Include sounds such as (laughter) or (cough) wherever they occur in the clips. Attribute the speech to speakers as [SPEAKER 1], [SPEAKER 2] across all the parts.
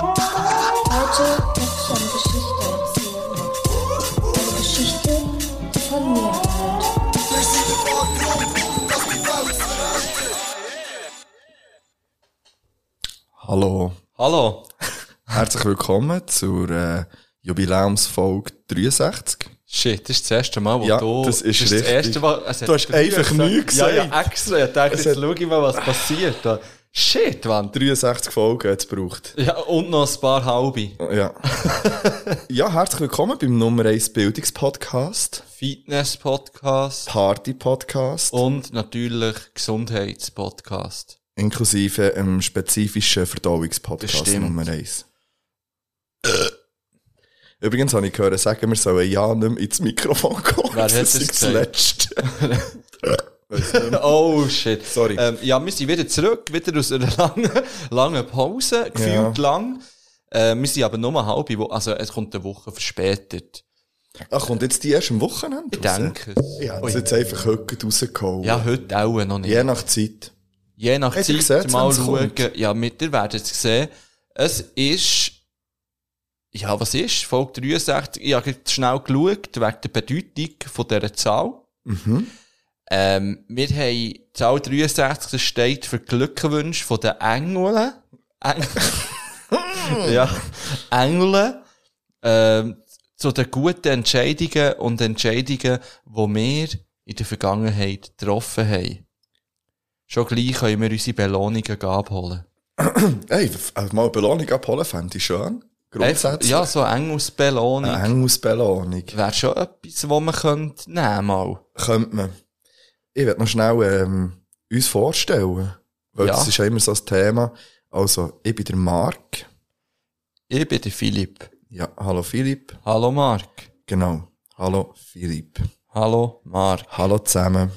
[SPEAKER 1] Heute möchte ich eine Geschichte erzählen. Eine Geschichte, die von mir handelt.
[SPEAKER 2] Hallo,
[SPEAKER 3] Hallo.
[SPEAKER 2] herzlich willkommen zur äh, Jubiläumsfolge 63.
[SPEAKER 3] Shit, das ist das erste Mal, wo
[SPEAKER 2] Ja,
[SPEAKER 3] du...
[SPEAKER 2] das ist
[SPEAKER 3] das
[SPEAKER 2] richtig.
[SPEAKER 3] erste Mal... Also,
[SPEAKER 2] Du hast
[SPEAKER 3] drei
[SPEAKER 2] einfach nichts
[SPEAKER 3] Ja,
[SPEAKER 2] gesagt.
[SPEAKER 3] ja, extra. Ich dachte,
[SPEAKER 2] Es
[SPEAKER 3] jetzt
[SPEAKER 2] hat-
[SPEAKER 3] schau ich mal, was passiert. da. Shit, Mann.
[SPEAKER 2] 63 Folgen hat es gebraucht.
[SPEAKER 3] Ja, und noch ein paar halbe. (laughs)
[SPEAKER 2] Ja. ja, herzlich willkommen beim Nummer 1 Bildungspodcast,
[SPEAKER 3] Fitness-Podcast
[SPEAKER 2] Party-Podcast,
[SPEAKER 3] und natürlich Gesundheits-Podcast.
[SPEAKER 2] inklusive einem spezifischen
[SPEAKER 3] Das
[SPEAKER 2] Verdauungspodcast
[SPEAKER 3] stimmt.
[SPEAKER 2] Nummer 1. Übrigens habe ich gehört, sagen wir sollen ja nicht mehr ins Mikrofon kommen.
[SPEAKER 3] Wer hat das
[SPEAKER 2] ist das
[SPEAKER 3] gesagt?
[SPEAKER 2] Letzte. Weiss nicht mehr.
[SPEAKER 3] Oh shit.
[SPEAKER 2] Ähm. Sorry.
[SPEAKER 3] Ähm, ja, wir sind wieder zurück, wieder aus einer langen, langen Pause, gefühlt lang. Äh, wir sind aber nur eine halbe Woche, also es kommt eine Woche verspätet.
[SPEAKER 2] Ach, Ah, kommt jetzt die erst am Wochenende
[SPEAKER 3] Ich
[SPEAKER 2] raus?
[SPEAKER 3] denke es.
[SPEAKER 2] Ich habe es jetzt einfach heute rausgehauen.
[SPEAKER 3] Ja, heute auch noch nicht.
[SPEAKER 2] Je nach Zeit.
[SPEAKER 3] Je nach
[SPEAKER 2] Habt ihr
[SPEAKER 3] Zeit
[SPEAKER 2] gesehen,
[SPEAKER 3] mal
[SPEAKER 2] wenn's
[SPEAKER 3] schauen.
[SPEAKER 2] kommt?
[SPEAKER 3] Ja, mit ihr werdet es sehen. Es ist, ja, was ist? Folge 63. Ich habe jetzt schnell geschaut, wegen der Bedeutung von dieser Zahl.
[SPEAKER 2] Mhm.
[SPEAKER 3] Ähm, wir haben die Zahl 63 das steht für Glückwunsch von den Engeln. Eng
[SPEAKER 2] (laughs)
[SPEAKER 3] ja, Engeln ähm, zu den guten Entscheidungen und Entscheidungen, die wir in der Vergangenheit getroffen haben. Schon gleich können wir unsere Belohnungen abholen.
[SPEAKER 2] Ey, f- äh, mal eine Belohnung abholen, fände ich schön. Grundsätzlich. Äh,
[SPEAKER 3] Ja, so Engelsbelohnung
[SPEAKER 2] Eine Engelsbelohnung.
[SPEAKER 3] wäre schon etwas, was man könnte nehmen mal.
[SPEAKER 2] Könnte man. Ich werde noch schnell ähm, uns vorstellen. Weil
[SPEAKER 3] Ja.
[SPEAKER 2] das ist ja immer so das Thema. Also, ich bin der Marc.
[SPEAKER 3] Ich bin der Philipp.
[SPEAKER 2] Ja, hallo Philipp.
[SPEAKER 3] Hallo Marc.
[SPEAKER 2] Genau. Hallo Philipp.
[SPEAKER 3] Hallo Marc.
[SPEAKER 2] (coughs) Hallo zusammen.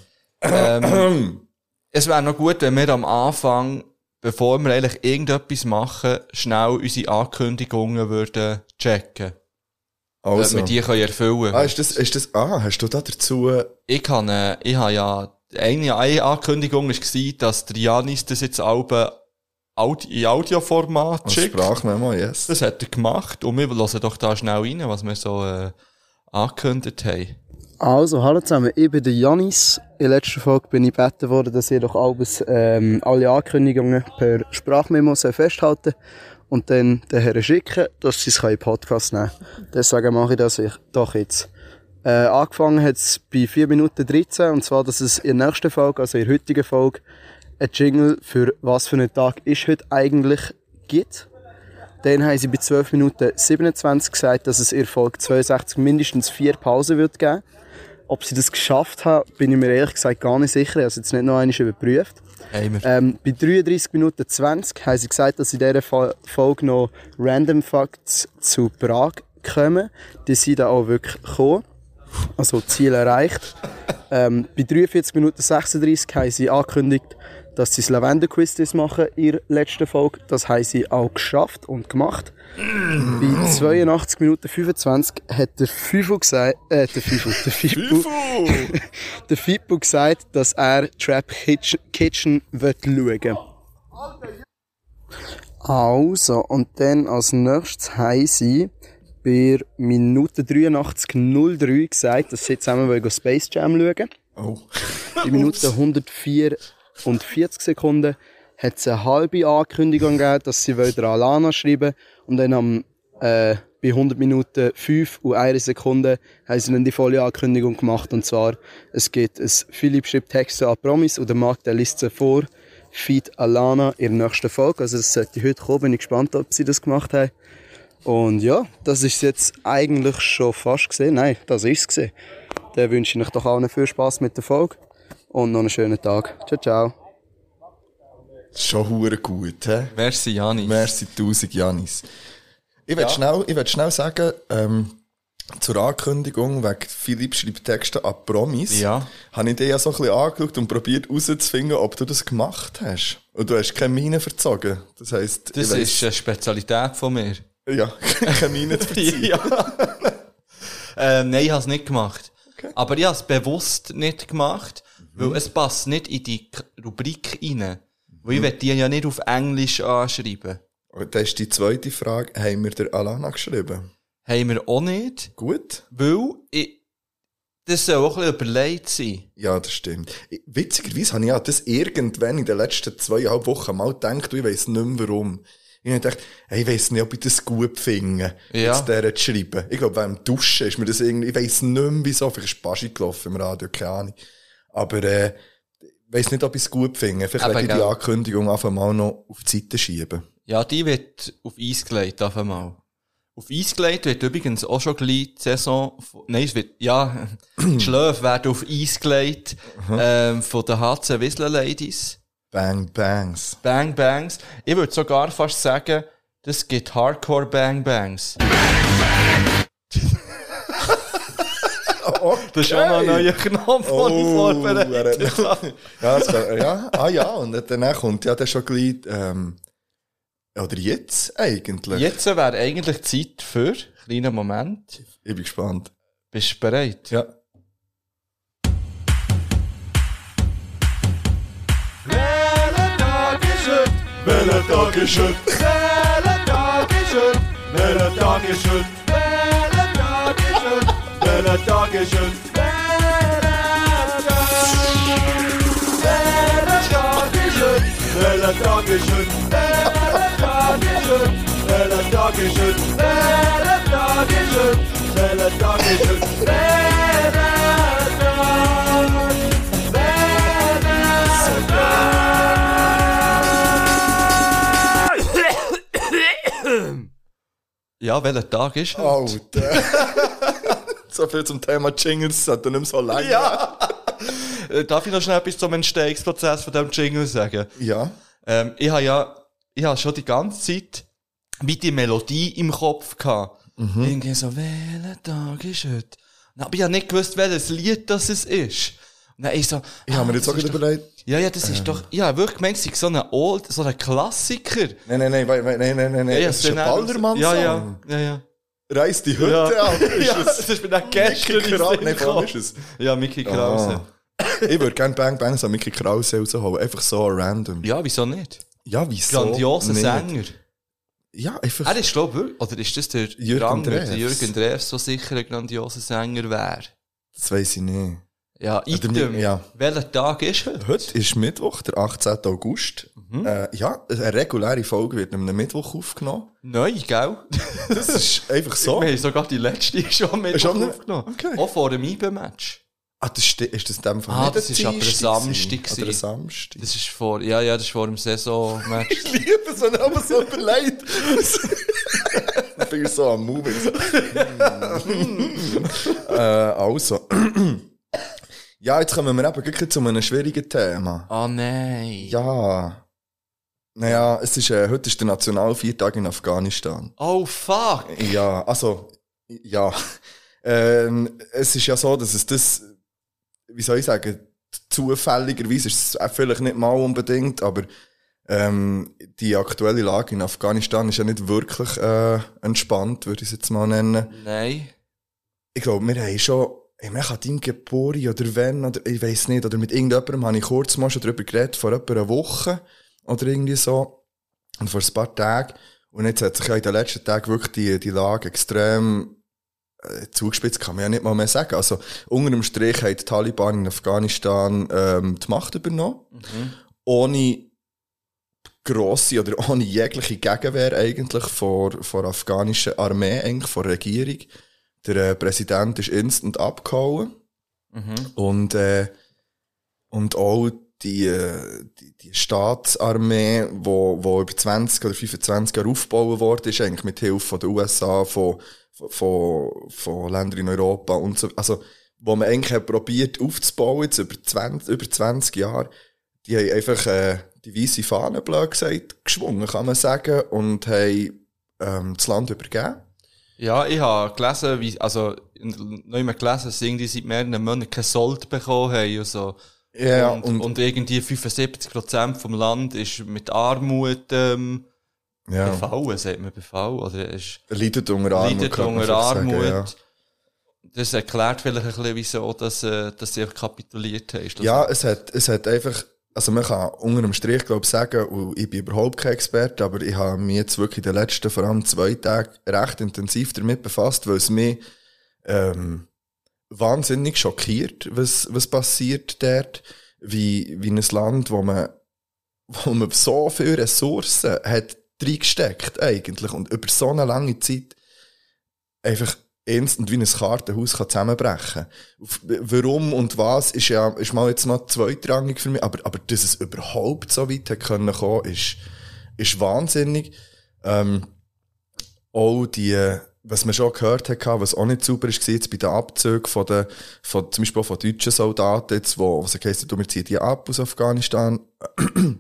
[SPEAKER 3] Ähm, es wäre noch gut, wenn wir am Anfang, bevor wir eigentlich irgendetwas machen, schnell unsere Ankündigungen würden checken. Dass
[SPEAKER 2] Also.
[SPEAKER 3] wir die können erfüllen
[SPEAKER 2] ah, ist das, ist das, ah, hast du da dazu,
[SPEAKER 3] Ich kann, äh, ich habe ja, eine, eine Ankündigung war, dass Trianis das jetzt alle Audi in Audioformat
[SPEAKER 2] als
[SPEAKER 3] schickt.
[SPEAKER 2] Sprachmemo, yes.
[SPEAKER 3] Das hat er gemacht und wir hören doch da schnell rein, was wir so äh, angekündigt haben.
[SPEAKER 4] Also, hallo zusammen, ich bin der Janis. In der letzten Folge bin ich gebeten worden, dass ihr doch alles, ähm, alle Ankündigungen per Sprachmemo soll festhalten und dann den Herren schicken, dass sie es in den Podcast nehmen können. Deswegen mache ich das ich doch jetzt. Äh, angefangen hat es bei 4 Minuten 13 und zwar, dass es in der nächsten Folge, also in der heutigen Folge, ein Jingle für «Was für ein Tag ist heute eigentlich?» gibt. Dann haben sie bei 12 Minuten 27 gesagt, dass es in der Folge 62 mindestens vier Pausen wird geben ob sie das geschafft haben, bin ich mir ehrlich gesagt gar nicht sicher. Ich habe es jetzt nicht noch einmal überprüft.
[SPEAKER 3] Haben
[SPEAKER 2] Äh,
[SPEAKER 3] wir.
[SPEAKER 4] Ähm, bei 33 Minuten 20 haben sie gesagt, dass in dieser Fo- Folge noch Random Facts zu Prag kommen. Die sind da auch wirklich gekommen. Also Ziel erreicht. Ähm, bei 43 Minuten 36 haben sie angekündigt, dass sie das Lavender-Quiz das machen in der letzten Folge. Das haben sie auch geschafft und gemacht. Bei 82 Minuten 25 hat der Fifo gesagt, äh, der Fifo, der Fippo, der Fippo gesagt, dass er Trap Kitchen, Kitchen wird schauen. Also, und dann als nächstes haben sie bei Minute 83.03 gesagt, dass sie zusammen wollen Space Jam schauen.
[SPEAKER 2] Oh.
[SPEAKER 4] In Minute 104 und 40 Sekunden hat es eine halbe Ankündigung gegeben, dass sie wollen Alana schreiben und dann am, äh, bei 100 Minuten 5 und 1 Sekunde haben sie dann die volle Ankündigung gemacht und zwar, es geht es Philipp schreibt Texte an Promis und der Markt der liest sie vor, feed Alana in der nächsten Folge, also das sollte heute kommen, bin ich gespannt, ob sie das gemacht haben. Und ja, das ist jetzt eigentlich schon fast gesehen. Nein, das ist es gesehen. Dann wünsche ich euch doch allen viel Spaß mit der Folge und noch einen schönen Tag. Ciao, ciao.
[SPEAKER 2] Schon hure gut, hä?
[SPEAKER 3] Merci, Janis.
[SPEAKER 2] Merci tausend, Janis. Ich will schnell, ich will schnell sagen, ähm, zur Ankündigung wegen Philipp schreibt Texte an Promis.
[SPEAKER 3] Ja.
[SPEAKER 2] Habe ich dir ja so ein bisschen angeschaut und probiert herauszufinden, ob du das gemacht hast. Und du hast keine Mine verzogen. Das heisst, ich
[SPEAKER 3] Das
[SPEAKER 2] weiss-
[SPEAKER 3] ist äh, eine Spezialität
[SPEAKER 2] (laughs)
[SPEAKER 3] von mir.
[SPEAKER 2] ja, keine Mine zu verziehen.
[SPEAKER 3] (laughs) Äh, ja. ähm, nein, ich habe es nicht gemacht. Aber ich habe es bewusst nicht gemacht,
[SPEAKER 2] Mhm.
[SPEAKER 3] weil es passt nicht in die K- Rubrik rein. Weil ich
[SPEAKER 2] Mhm.
[SPEAKER 3] will die ja nicht auf Englisch anschreiben.
[SPEAKER 2] Und das ist die zweite Frage. Haben wir der Alana geschrieben?
[SPEAKER 3] Haben wir auch nicht.
[SPEAKER 2] Gut?
[SPEAKER 3] Weil ich, das soll auch ein bisschen überlegt sein.
[SPEAKER 2] Ja, das stimmt. Ich- Witzigerweise habe ich ja das irgendwann in den letzten zweieinhalb Wochen mal gedacht, und ich weiss nicht mehr warum. Ich habe gedacht, hey, ich weiss nicht, ob ich das gut finde,
[SPEAKER 3] Ja.
[SPEAKER 2] jetzt der zu schreiben. Ich glaube, beim Duschen ist mir das irgendwie, ich weiss nicht mehr wieso, vielleicht ist Baschi gelaufen im Radio, keine Ahnung. Aber, äh, ich weiss nicht, ob ich es gut finde. Vielleicht
[SPEAKER 3] Aber
[SPEAKER 2] werde ich die
[SPEAKER 3] gell.
[SPEAKER 2] Ankündigung einfach mal noch auf die Seite schieben.
[SPEAKER 3] Ja, die wird auf Eis gelegt, auf einmal. Auf Eis gelegt wird übrigens auch schon gleich die Saison, von, nein, es wird, ja, die Schläfe werden auf Eis gelegt, ähm, von den HC Whistler Ladies.
[SPEAKER 2] Bang,
[SPEAKER 3] (laughs)
[SPEAKER 2] bangs.
[SPEAKER 3] Bang Bangs. Ich würde sogar fast sagen, das gibt Hardcore Bang Bangs. Das ist auch noch ein neuer Knopf, den ich
[SPEAKER 2] Oh,
[SPEAKER 3] vorbereitet habe.
[SPEAKER 2] Ja, das wär, ja, ah ja, und danach kommt ja dann schon gleich, ähm, oder jetzt eigentlich.
[SPEAKER 3] Jetzt wäre eigentlich Zeit für, kleinen Moment,
[SPEAKER 2] Ich bin gespannt.
[SPEAKER 3] bist du bereit?
[SPEAKER 2] Ja. Welcher Tag ist heute?
[SPEAKER 3] Ja, welcher Tag ist heute? (laughs)
[SPEAKER 2] Alter. so viel zum Thema Jingles, das hat nicht mehr so lange.
[SPEAKER 3] Ja! Äh, Darf ich noch schnell etwas zum Entstehungsprozess von diesem Jingle sagen?
[SPEAKER 2] Ja.
[SPEAKER 3] Ähm, ich habe ja ich hab schon die ganze Zeit wie die Melodie im Kopf gehabt.
[SPEAKER 2] Mhm.
[SPEAKER 3] Irgendwie so, welcher Tag ist heute? Dann hab ich ja nicht gewusst, welches Lied das es ist. Und dann ich so, ah,
[SPEAKER 2] Ich habe mir jetzt auch ähm.
[SPEAKER 3] das
[SPEAKER 2] gerade
[SPEAKER 3] ist doch,
[SPEAKER 2] überlegt.
[SPEAKER 3] Ja, ja, das ist doch, ja, wirklich gemeint, es sei so ein Old, so ein Klassiker.
[SPEAKER 2] Nein, nein, nein, nein, nein, nein, nein, nein.
[SPEAKER 3] Ja,
[SPEAKER 2] das ist ein
[SPEAKER 3] dann auch-
[SPEAKER 2] Baldermann-Song.
[SPEAKER 3] Ja, ja, ja, ja.
[SPEAKER 2] Reiß die Hütte
[SPEAKER 3] (laughs) Ja,
[SPEAKER 2] ab. (laughs) Ist
[SPEAKER 3] ja
[SPEAKER 2] es-
[SPEAKER 3] das ist mir dann gestern in den
[SPEAKER 2] Krause.
[SPEAKER 3] Sinn
[SPEAKER 2] Nein, Ah. komm,
[SPEAKER 3] gekommen.
[SPEAKER 2] ist es?
[SPEAKER 3] Ja, Mickey Krause.
[SPEAKER 2] ich würde gerne Bang Bang so Mickey Krause rausholen. Einfach so random.
[SPEAKER 3] Ja, wieso nicht?
[SPEAKER 2] Ja, wieso?
[SPEAKER 3] Grandioser
[SPEAKER 2] nicht?
[SPEAKER 3] Sänger.
[SPEAKER 2] Ja, einfach.
[SPEAKER 3] Er ist, glaube ich, oder ist das der
[SPEAKER 2] Jürgen
[SPEAKER 3] andere,
[SPEAKER 2] Drews.
[SPEAKER 3] der Jürgen Drews, so sicher ein grandioser Sänger wäre?
[SPEAKER 2] Das weiss ich nicht.
[SPEAKER 3] Ja,
[SPEAKER 2] Oder
[SPEAKER 3] Item.
[SPEAKER 2] mi- ja.
[SPEAKER 3] Welcher Tag ist heute? Mhm.
[SPEAKER 2] Heute ist Mittwoch, der 18. August. Äh, ja, eine reguläre Folge wird am Mittwoch aufgenommen.
[SPEAKER 3] Neu, gell?
[SPEAKER 2] Das ist einfach so.
[SPEAKER 3] Wir haben sogar die letzte (laughs) schon mit
[SPEAKER 2] Oh. Ist auch nicht-
[SPEAKER 3] aufgenommen.
[SPEAKER 2] Okay.
[SPEAKER 3] Auch vor dem IBE-Match.
[SPEAKER 2] Ah, das ist, ist das in dem Fall
[SPEAKER 3] Ah,
[SPEAKER 2] nicht
[SPEAKER 3] das
[SPEAKER 2] ein
[SPEAKER 3] ist aber ein
[SPEAKER 2] Dienstag
[SPEAKER 3] Samstag
[SPEAKER 2] gewesen?
[SPEAKER 3] gewesen.
[SPEAKER 2] Oder ein Samstag.
[SPEAKER 3] Das ist vor, ja, ja, das ist vor dem Saison-Match.
[SPEAKER 2] (laughs) ich liebe es, wenn aber so überlegt. (laughs) ich bin so am Move.
[SPEAKER 3] (laughs)
[SPEAKER 2] äh, also. (clears throat) ja, jetzt kommen wir eben gleich zu einem schwierigen Thema.
[SPEAKER 3] Ah, nein.
[SPEAKER 2] Ja. Naja, es ist, äh, heute ist der Nationalviertag in Afghanistan.
[SPEAKER 3] Oh, fuck.
[SPEAKER 2] Ja, also, ja. (laughs) Ähm, es ist ja so, dass es das, wie soll ich sagen, zufälligerweise ist es auch vielleicht nicht mal unbedingt, aber ähm, die aktuelle Lage in Afghanistan ist ja nicht wirklich äh, entspannt, würde ich es jetzt mal nennen.
[SPEAKER 3] Nein.
[SPEAKER 2] Ich glaube, wir haben schon, ich meine, ich habe dein Gepori oder wenn, oder ich weiß nicht, oder mit irgendjemandem habe ich kurz mal schon darüber geredet, vor etwa einer Woche oder irgendwie so. Und vor ein paar Tagen. Und jetzt hat sich ja in den letzten Tagen wirklich die, die Lage extrem äh, zugespitzt, kann man ja nicht mal mehr sagen. Also, unter dem Strich haben die Taliban in Afghanistan ähm, die Macht übernommen.
[SPEAKER 3] Mhm,
[SPEAKER 2] Ohne grosse oder ohne jegliche Gegenwehr eigentlich vor, vor afghanischer Armee, eigentlich vor Regierung. Der äh, Präsident ist instant abgehauen
[SPEAKER 3] mhm.
[SPEAKER 2] und, äh, und auch die, äh, die, die Staatsarmee, die wo, wo über 20 oder 25 Jahre aufgebaut worden ist, eigentlich mit Hilfe von den USA, von, von- von, von Ländern in Europa und so, also, wo man eigentlich hat probiert aufzubauen, jetzt über 20, über 20 Jahre, die haben einfach äh, die weiße Fahne, blöd gesagt, geschwungen, kann man sagen, und haben ähm, das Land übergeben.
[SPEAKER 3] Ja, ich habe gelesen, wie, also, noch immer gelesen, dass irgendwie seit mehreren Monaten kein Sold bekommen haben und so.
[SPEAKER 2] Ja,
[SPEAKER 3] und, und, irgendwie 75% vom Land ist mit Armut ähm,
[SPEAKER 2] ja.
[SPEAKER 3] befallen, sagt man befallen, oder ist
[SPEAKER 2] Leidet unter Armut.
[SPEAKER 3] leidet
[SPEAKER 2] könnte man
[SPEAKER 3] unter
[SPEAKER 2] vielleicht
[SPEAKER 3] Armut.
[SPEAKER 2] sagen, ja.
[SPEAKER 3] Das erklärt vielleicht ein bisschen, wieso dass, äh, dass sie kapituliert haben. Ist das-
[SPEAKER 2] Ja, es hat, es hat einfach, also man kann unter dem Strich, glaube ich, sagen, und ich bin überhaupt kein Experte, aber ich habe mich jetzt wirklich in den letzten, vor allem zwei Tagen, recht intensiv damit befasst, weil es mich ähm, wahnsinnig schockiert, was, was passiert dort, wie, wie in ein Land, wo man, (laughs) wo man so viele Ressourcen hat reingesteckt eigentlich und über so eine lange Zeit einfach instant wie ein Kartenhaus kann zusammenbrechen auf, warum und was ist ja ist mal jetzt noch zweitrangig für mich, aber, aber dass es überhaupt so weit hat können kommen, ist, ist wahnsinnig. Ähm, auch die, was man schon gehört hat, was auch nicht super ist, war jetzt bei den Abzügen von den, von, zum Beispiel auch von deutschen Soldaten, jetzt, wo, was heisst, du, wir ziehen die ab aus Afghanistan. (clears throat)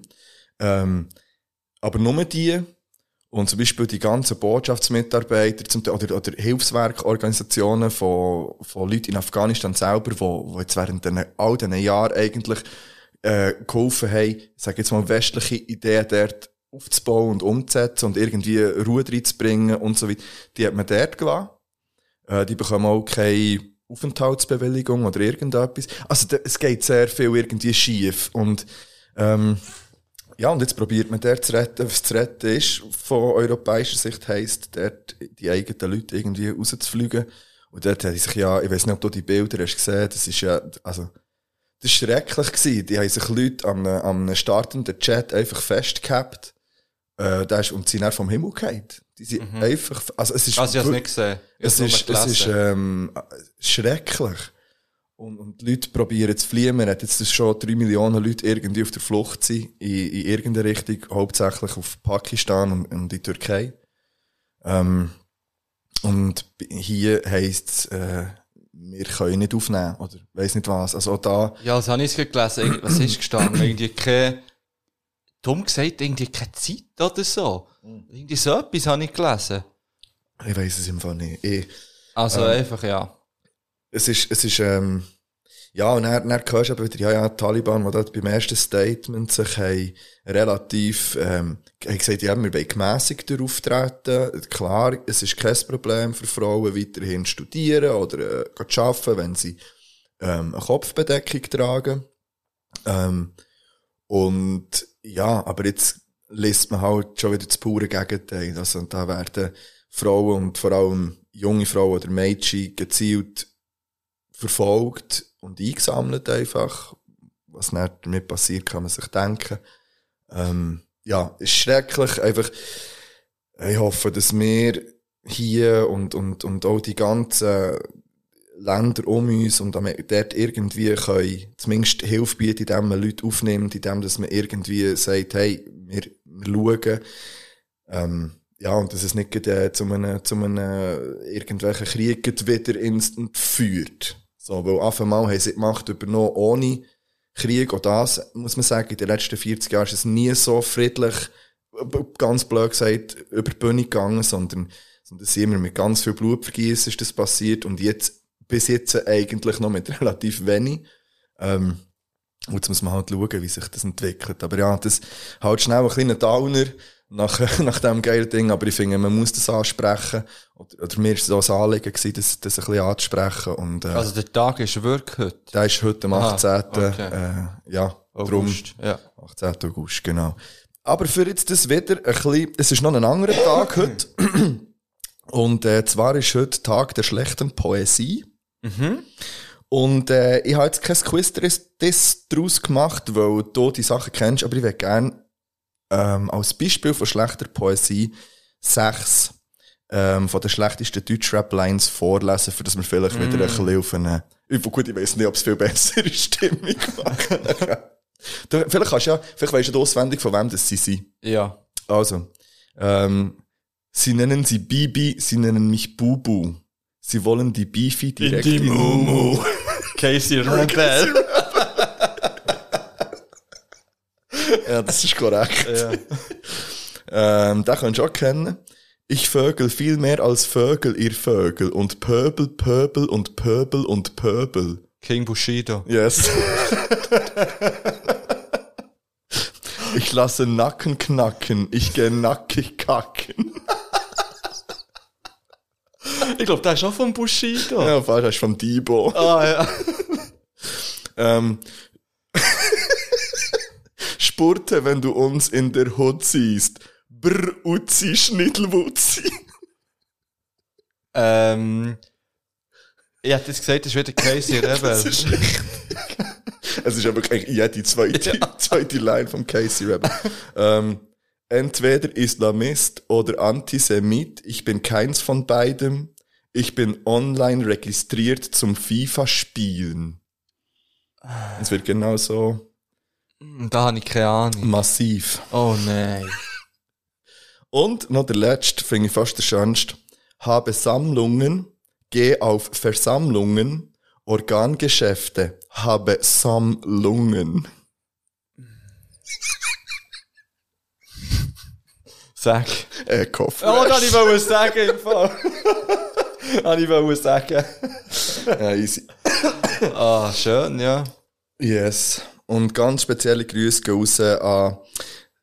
[SPEAKER 2] ähm, aber nur die, und zum Beispiel die ganzen Botschaftsmitarbeiter zum, Teil- oder, oder Hilfswerkorganisationen von, von Leuten in Afghanistan selber, wo, wo jetzt während den, all diesen Jahren eigentlich äh, geholfen haben, sag jetzt mal, westliche Ideen dort aufzubauen und umzusetzen und irgendwie Ruhe reinzubringen und so weiter, die hat man dort gelassen. Äh, die bekommen auch keine Aufenthaltsbewilligung oder irgendetwas. Also da, es geht sehr viel irgendwie schief und ähm, ja, und jetzt probiert man dort zu retten, was zu retten ist. Von europäischer Sicht heisst, dort die eigenen Leute irgendwie rauszufliegen. Und dort haben sich ja, ich weiß nicht, ob du die Bilder hast gesehen, das ist ja, also, das ist schrecklich gewesen. Die haben sich Leute an einem, an einem startenden Chat einfach festgehabt. Äh, da ist, und sie sind dann vom Himmel gefallen. Die sind einfach, also es ist,
[SPEAKER 3] Mhm. Also, ich habe
[SPEAKER 2] wirklich-
[SPEAKER 3] es nicht gesehen.
[SPEAKER 2] es
[SPEAKER 3] Ich hab's
[SPEAKER 2] ist,
[SPEAKER 3] nur
[SPEAKER 2] es ist
[SPEAKER 3] gelesen.
[SPEAKER 2] ähm, schrecklich. Und, und die Leute probieren zu fliehen. Man hat jetzt das schon drei Millionen Leute irgendwie auf der Flucht sind, in, in irgendeine Richtung, hauptsächlich auf Pakistan und, und die Türkei. Ähm, und hier heisst es, äh, wir können nicht aufnehmen, oder weiss nicht was. Also auch da,
[SPEAKER 3] Ja, das habe ich gerade gelesen. Irgend- Was
[SPEAKER 2] (clears throat)
[SPEAKER 3] ist gestanden? Irgendwie keine, dumm gesagt, irgendwie keine Zeit oder so.
[SPEAKER 2] Mm.
[SPEAKER 3] Irgendwie so etwas habe ich gelesen.
[SPEAKER 2] ich weiss es im Fall nicht. Ich,
[SPEAKER 3] Also
[SPEAKER 2] Ähm,
[SPEAKER 3] einfach, ja.
[SPEAKER 2] es ist, es ist, ähm, ja, und dann, dann hörst du eben wieder, ja, ja, die Taliban, die dort beim ersten Statement sich haben relativ, ähm, haben gesagt, ja, wir wollen gemäßigter auftreten. Klar, es ist kein Problem für Frauen, weiterhin studieren oder äh, gehen arbeiten, wenn sie, ähm, eine Kopfbedeckung tragen. Ähm, und, ja, aber jetzt liest man halt schon wieder das pure Gegenteil. Also, da werden Frauen und vor allem junge Frauen oder Mädchen gezielt verfolgt und eingesammelt einfach. Was nicht damit passiert, kann man sich denken. Ähm, ja, ist schrecklich. Einfach, ich hoffe, dass wir hier und, und, und auch die ganzen Länder um uns und am- dort irgendwie können, zumindest Hilfe bieten, indem man Leute aufnimmt, indem dass man irgendwie sagt, hey, wir, wir schauen, ähm, ja, und dass es nicht gerade, äh, zu einem, zu einem äh, irgendwelchen Krieg gerade wieder instant führt. So, weil auf einmal haben sie die Macht übernommen ohne Krieg. Auch das muss man sagen, in den letzten 40 Jahren ist es nie so friedlich, b- ganz blöd gesagt, über die Bühne gegangen, sondern, sondern es ist immer mit ganz viel Blutvergießen ist das passiert und jetzt, bis jetzt eigentlich noch mit (laughs) relativ wenig. Ähm, und jetzt muss man halt schauen, wie sich das entwickelt. Aber ja, das halt schnell ein kleiner Downer nach, (laughs) nach dem geilen Ding. Aber ich finde, man muss das ansprechen. Oder, oder mir war es auch ein Anliegen, gewesen, das, das ein bisschen anzusprechen. Und äh,
[SPEAKER 3] Also der Tag ist wirklich heute.
[SPEAKER 2] der ist heute am
[SPEAKER 3] Aha,
[SPEAKER 2] 18.
[SPEAKER 3] okay.
[SPEAKER 2] äh, ja, drum.
[SPEAKER 3] August, Ja.
[SPEAKER 2] 18. August, genau. Aber für jetzt das wieder ein bisschen, es ist noch ein anderer Tag heute. Und äh, zwar ist heute Tag der schlechten Poesie. Und äh, ich habe jetzt kein Quiz dres- des- draus gemacht, weil du die Sachen kennst, aber ich würde gerne ähm, als Beispiel von schlechter Poesie sechs ähm, von den schlechtesten Deutschrap-Lines vorlesen, für das wir vielleicht wieder ein bisschen auf eine... Gut, ich weiß nicht, ob es viel bessere Stimmung machen Du, vielleicht kannst du ja, vielleicht weisst du auswendig, von wem das sie sind.
[SPEAKER 3] Ja.
[SPEAKER 2] Also, ähm, sie nennen sie Bibi, sie nennen mich Bubu. Sie wollen die Bifi direkt in die Mumu. (laughs)
[SPEAKER 3] Casey Rebel.
[SPEAKER 2] ja, das ist korrekt. (laughs) Ähm, den könntest du auch kennen. Ich vögel viel mehr als Vögel, ihr Vögel. Und Pöbel, Pöbel und Pöbel und Pöbel.
[SPEAKER 3] King Bushido.
[SPEAKER 2] Yes. (laughs) ich lasse Nacken knacken, ich geh nackig kacken.
[SPEAKER 3] Ich glaube, der ist auch vom Bushido.
[SPEAKER 2] Ja, fast hast du vom Debo.
[SPEAKER 3] Ah, ja.
[SPEAKER 2] Ähm, Spurte, wenn du uns in der Hut siehst. Brr, Uzi, Schnittelwutzi.
[SPEAKER 3] Ähm, ich hätte jetzt gesagt, das ist wieder
[SPEAKER 2] (laughs)
[SPEAKER 3] Crazy
[SPEAKER 2] Das
[SPEAKER 3] Rebel.
[SPEAKER 2] ist echt. Es ist aber eigentlich jede zweite, zweite Line vom Casey Rebel. ähm, entweder Islamist oder Antisemit. Ich bin keins von beidem. Ich bin online registriert zum FIFA-Spielen. Es wird genau genauso
[SPEAKER 3] Hm, Da habe ich keine Ahnung.
[SPEAKER 2] massiv.
[SPEAKER 3] Oh nein.
[SPEAKER 2] Und noch der letzte, finde ich fast der schönste. Habe Sammlungen, gehe auf Versammlungen, Organgeschäfte, habe Sammlungen. (laughs)
[SPEAKER 3] Sag.
[SPEAKER 2] Äh, Kopf.
[SPEAKER 3] Oh, das ich wollte ich sagen, im Fall. (laughs) das ich wollte ich sagen.
[SPEAKER 2] Ja, easy.
[SPEAKER 3] Ah, schön, ja.
[SPEAKER 2] Yes. Und ganz spezielle Grüße gehen raus an,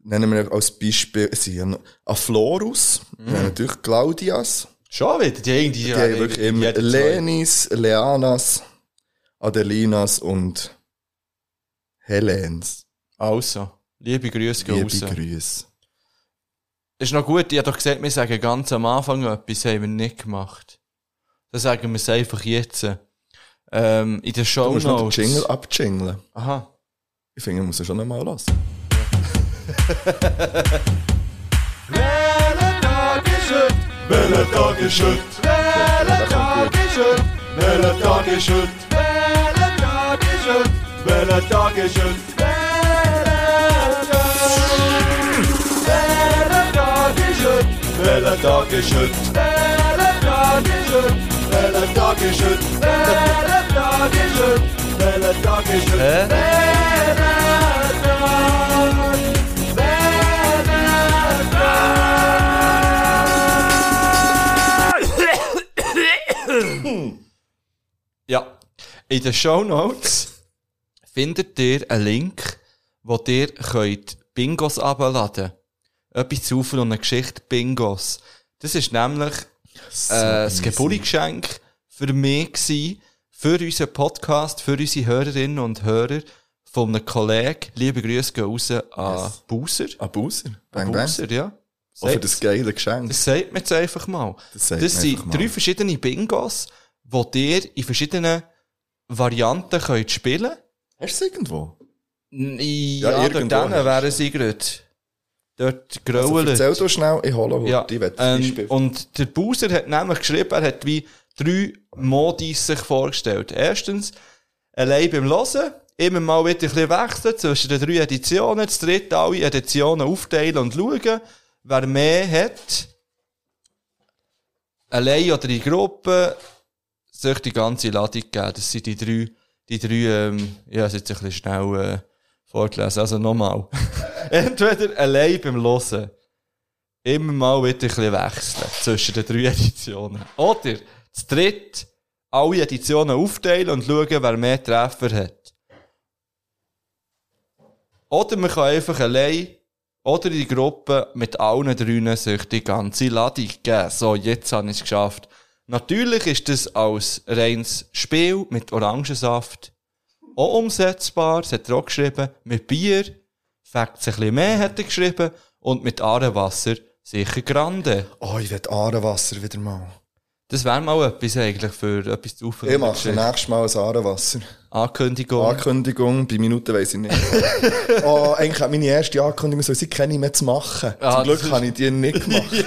[SPEAKER 2] nennen wir als Beispiel, sie haben- an Florus, ja, natürlich Claudias,
[SPEAKER 3] Schon wieder, die irgendwie.
[SPEAKER 2] die haben wirklich immer Lenis, Leanas, Adelinas und Helens.
[SPEAKER 3] Also, liebe Grüße gehen
[SPEAKER 2] Liebe
[SPEAKER 3] raus.
[SPEAKER 2] Grüße.
[SPEAKER 3] Ist noch gut, ich habe doch gesagt, wir sagen ganz am Anfang etwas, haben wir nicht gemacht. Dann sagen wir es einfach jetzt. Ähm, in
[SPEAKER 2] Du
[SPEAKER 3] den Show
[SPEAKER 2] musst noch den
[SPEAKER 3] Notes.
[SPEAKER 2] Jingle abjingeln.
[SPEAKER 3] Aha.
[SPEAKER 2] Ich finde, muss er schon einmal lassen.
[SPEAKER 3] Ja. In den Show Notes findet ihr einen Link, wo ihr könnt Bingos abladen Etwas zu Zufall und eine Geschichte Bingos. Das ist nämlich äh, das Geburtstagsgeschenk für mich gewesen, für unseren Podcast, für unsere Hörerinnen und Hörer von einem Kollegen. Liebe Grüße gehen raus an
[SPEAKER 2] Yes.
[SPEAKER 3] Bowser.
[SPEAKER 2] An Bowser. Bang, bang.
[SPEAKER 3] Bowser, ja.
[SPEAKER 2] Auch für das geile Geschenk.
[SPEAKER 3] Das sagt man jetzt einfach mal.
[SPEAKER 2] Das
[SPEAKER 3] Das,
[SPEAKER 2] sagt man
[SPEAKER 3] sind
[SPEAKER 2] einfach mal.
[SPEAKER 3] drei verschiedene Bingos, die dir in verschiedenen Varianten könnt spielen
[SPEAKER 2] Hast du es irgendwo?
[SPEAKER 3] könnt.
[SPEAKER 2] Ja,
[SPEAKER 3] Ja, ja
[SPEAKER 2] irgendwo
[SPEAKER 3] dort drinnen
[SPEAKER 2] hast
[SPEAKER 3] wären sie gerade. Dort
[SPEAKER 2] Also,
[SPEAKER 3] graulen.
[SPEAKER 2] erzähl doch schnell, ich hole
[SPEAKER 3] ja,
[SPEAKER 2] heute. Ich will das
[SPEAKER 3] ähm,
[SPEAKER 2] Beispiel.
[SPEAKER 3] und der Bowser hat nämlich geschrieben, er hat wie drei Modi sich vorgestellt. Erstens, allein beim Hören, immer mal wieder ein bisschen wechseln zwischen den drei Editionen, das dritte alle Editionen aufteilen und schauen, wer mehr hat, allein oder in Gruppen, sich die ganze Ladung geben. Das sind die drei, die drei, ähm, ja, es ist jetzt ein bisschen schnell, äh, vorgelesen. Also nochmal. (laughs) Entweder allein beim Hören immer mal wieder ein bisschen wechseln zwischen den drei (laughs) Editionen. Oder zu dritt alle Editionen aufteilen und schauen, wer mehr Treffer hat. Oder man kann einfach allein oder in die Gruppe mit allen drinnen sich die ganze Ladung geben. So, jetzt habe ich es geschafft. Natürlich ist das als reines Spiel mit Orangensaft auch umsetzbar. Das hat er auch geschrieben. Mit Bier, Facts ein bisschen mehr hat er geschrieben. Und mit Aarewasser sicher Grande.
[SPEAKER 2] Oh, ich will Aarewasser wieder mal.
[SPEAKER 3] Das wäre mal etwas eigentlich für etwas zu
[SPEAKER 2] Ich mache nächstes Mal ein Aarewasser.
[SPEAKER 3] Ankündigung.
[SPEAKER 2] Ankündigung, bei Minuten weiss ich
[SPEAKER 3] (laughs)
[SPEAKER 2] nicht. oh, eigentlich hat meine erste Ankündigung so, sie keine mehr zu machen.
[SPEAKER 3] Ah,
[SPEAKER 2] Zum Glück
[SPEAKER 3] das ist-
[SPEAKER 2] habe ich die
[SPEAKER 3] (laughs)
[SPEAKER 2] nicht gemacht.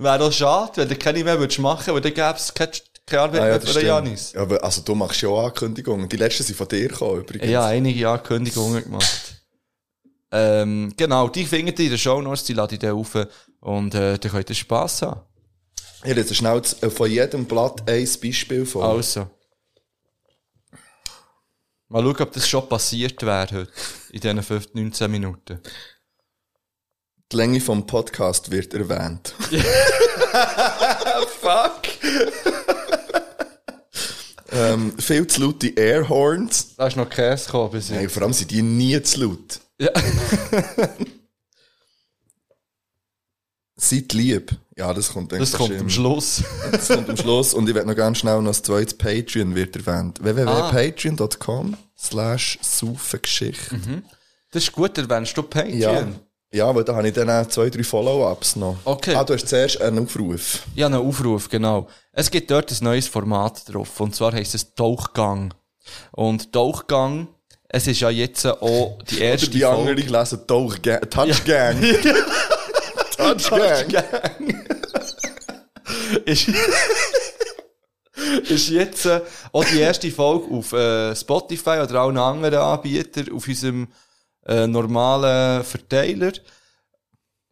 [SPEAKER 3] Wäre doch schade, wenn du keine mehr würdest machen würdest, weil dann gäbe es keine, keine Arbeit
[SPEAKER 2] Ah, ja,
[SPEAKER 3] mehr
[SPEAKER 2] das
[SPEAKER 3] für den
[SPEAKER 2] stimmt.
[SPEAKER 3] Janis.
[SPEAKER 2] Ja, aber also, du machst ja auch Ankündigungen. Die letzten sind von dir gekommen, übrigens.
[SPEAKER 3] Ja, einige Ankündigungen gemacht. Ähm, genau, die findet ihr in der Show Notes, die lade ich dann auf und äh, dann könnt ihr Spass haben.
[SPEAKER 2] Ich lese schnell z- äh, von jedem Blatt ein Beispiel vor.
[SPEAKER 3] Also. Mal schauen, ob das schon passiert wäre heute, in diesen 15, 19 Minuten.
[SPEAKER 2] Die Länge vom Podcast wird erwähnt.
[SPEAKER 3] Fuck!
[SPEAKER 2] ähm, viel zu laute Airhorns.
[SPEAKER 3] Da ist noch Käse gekommen bis
[SPEAKER 2] Nein,
[SPEAKER 3] jetzt.
[SPEAKER 2] vor allem sind die nie zu laut.
[SPEAKER 3] Ja.
[SPEAKER 2] Seid lieb. Ja, das kommt dann
[SPEAKER 3] Das kommt am
[SPEAKER 2] bestimmt.
[SPEAKER 3] Schluss.
[SPEAKER 2] Das kommt am Schluss. Und ich werde noch ganz schnell noch das zweite Patreon wird erwähnt. www.patreon.com slash Saufengeschichte.
[SPEAKER 3] Mhm. Das ist gut, dann wennst du Patreon.
[SPEAKER 2] Ja. ja, weil da habe ich dann auch zwei, drei Follow-ups noch.
[SPEAKER 3] Okay.
[SPEAKER 2] Ah, du hast zuerst einen Aufruf.
[SPEAKER 3] Ja, einen Aufruf, genau. Es gibt dort ein neues Format drauf. Und zwar heisst es Tauchgang. Und Tauchgang, es ist ja jetzt auch die erste
[SPEAKER 2] Die anderen lesen Touch Gang. Touch
[SPEAKER 3] (laughs)
[SPEAKER 2] Gang. Touch Gang.
[SPEAKER 3] (laughs) ist, ist jetzt äh, auch die erste Folge auf äh, Spotify oder allen anderen Anbietern auf unserem äh, normalen Verteiler.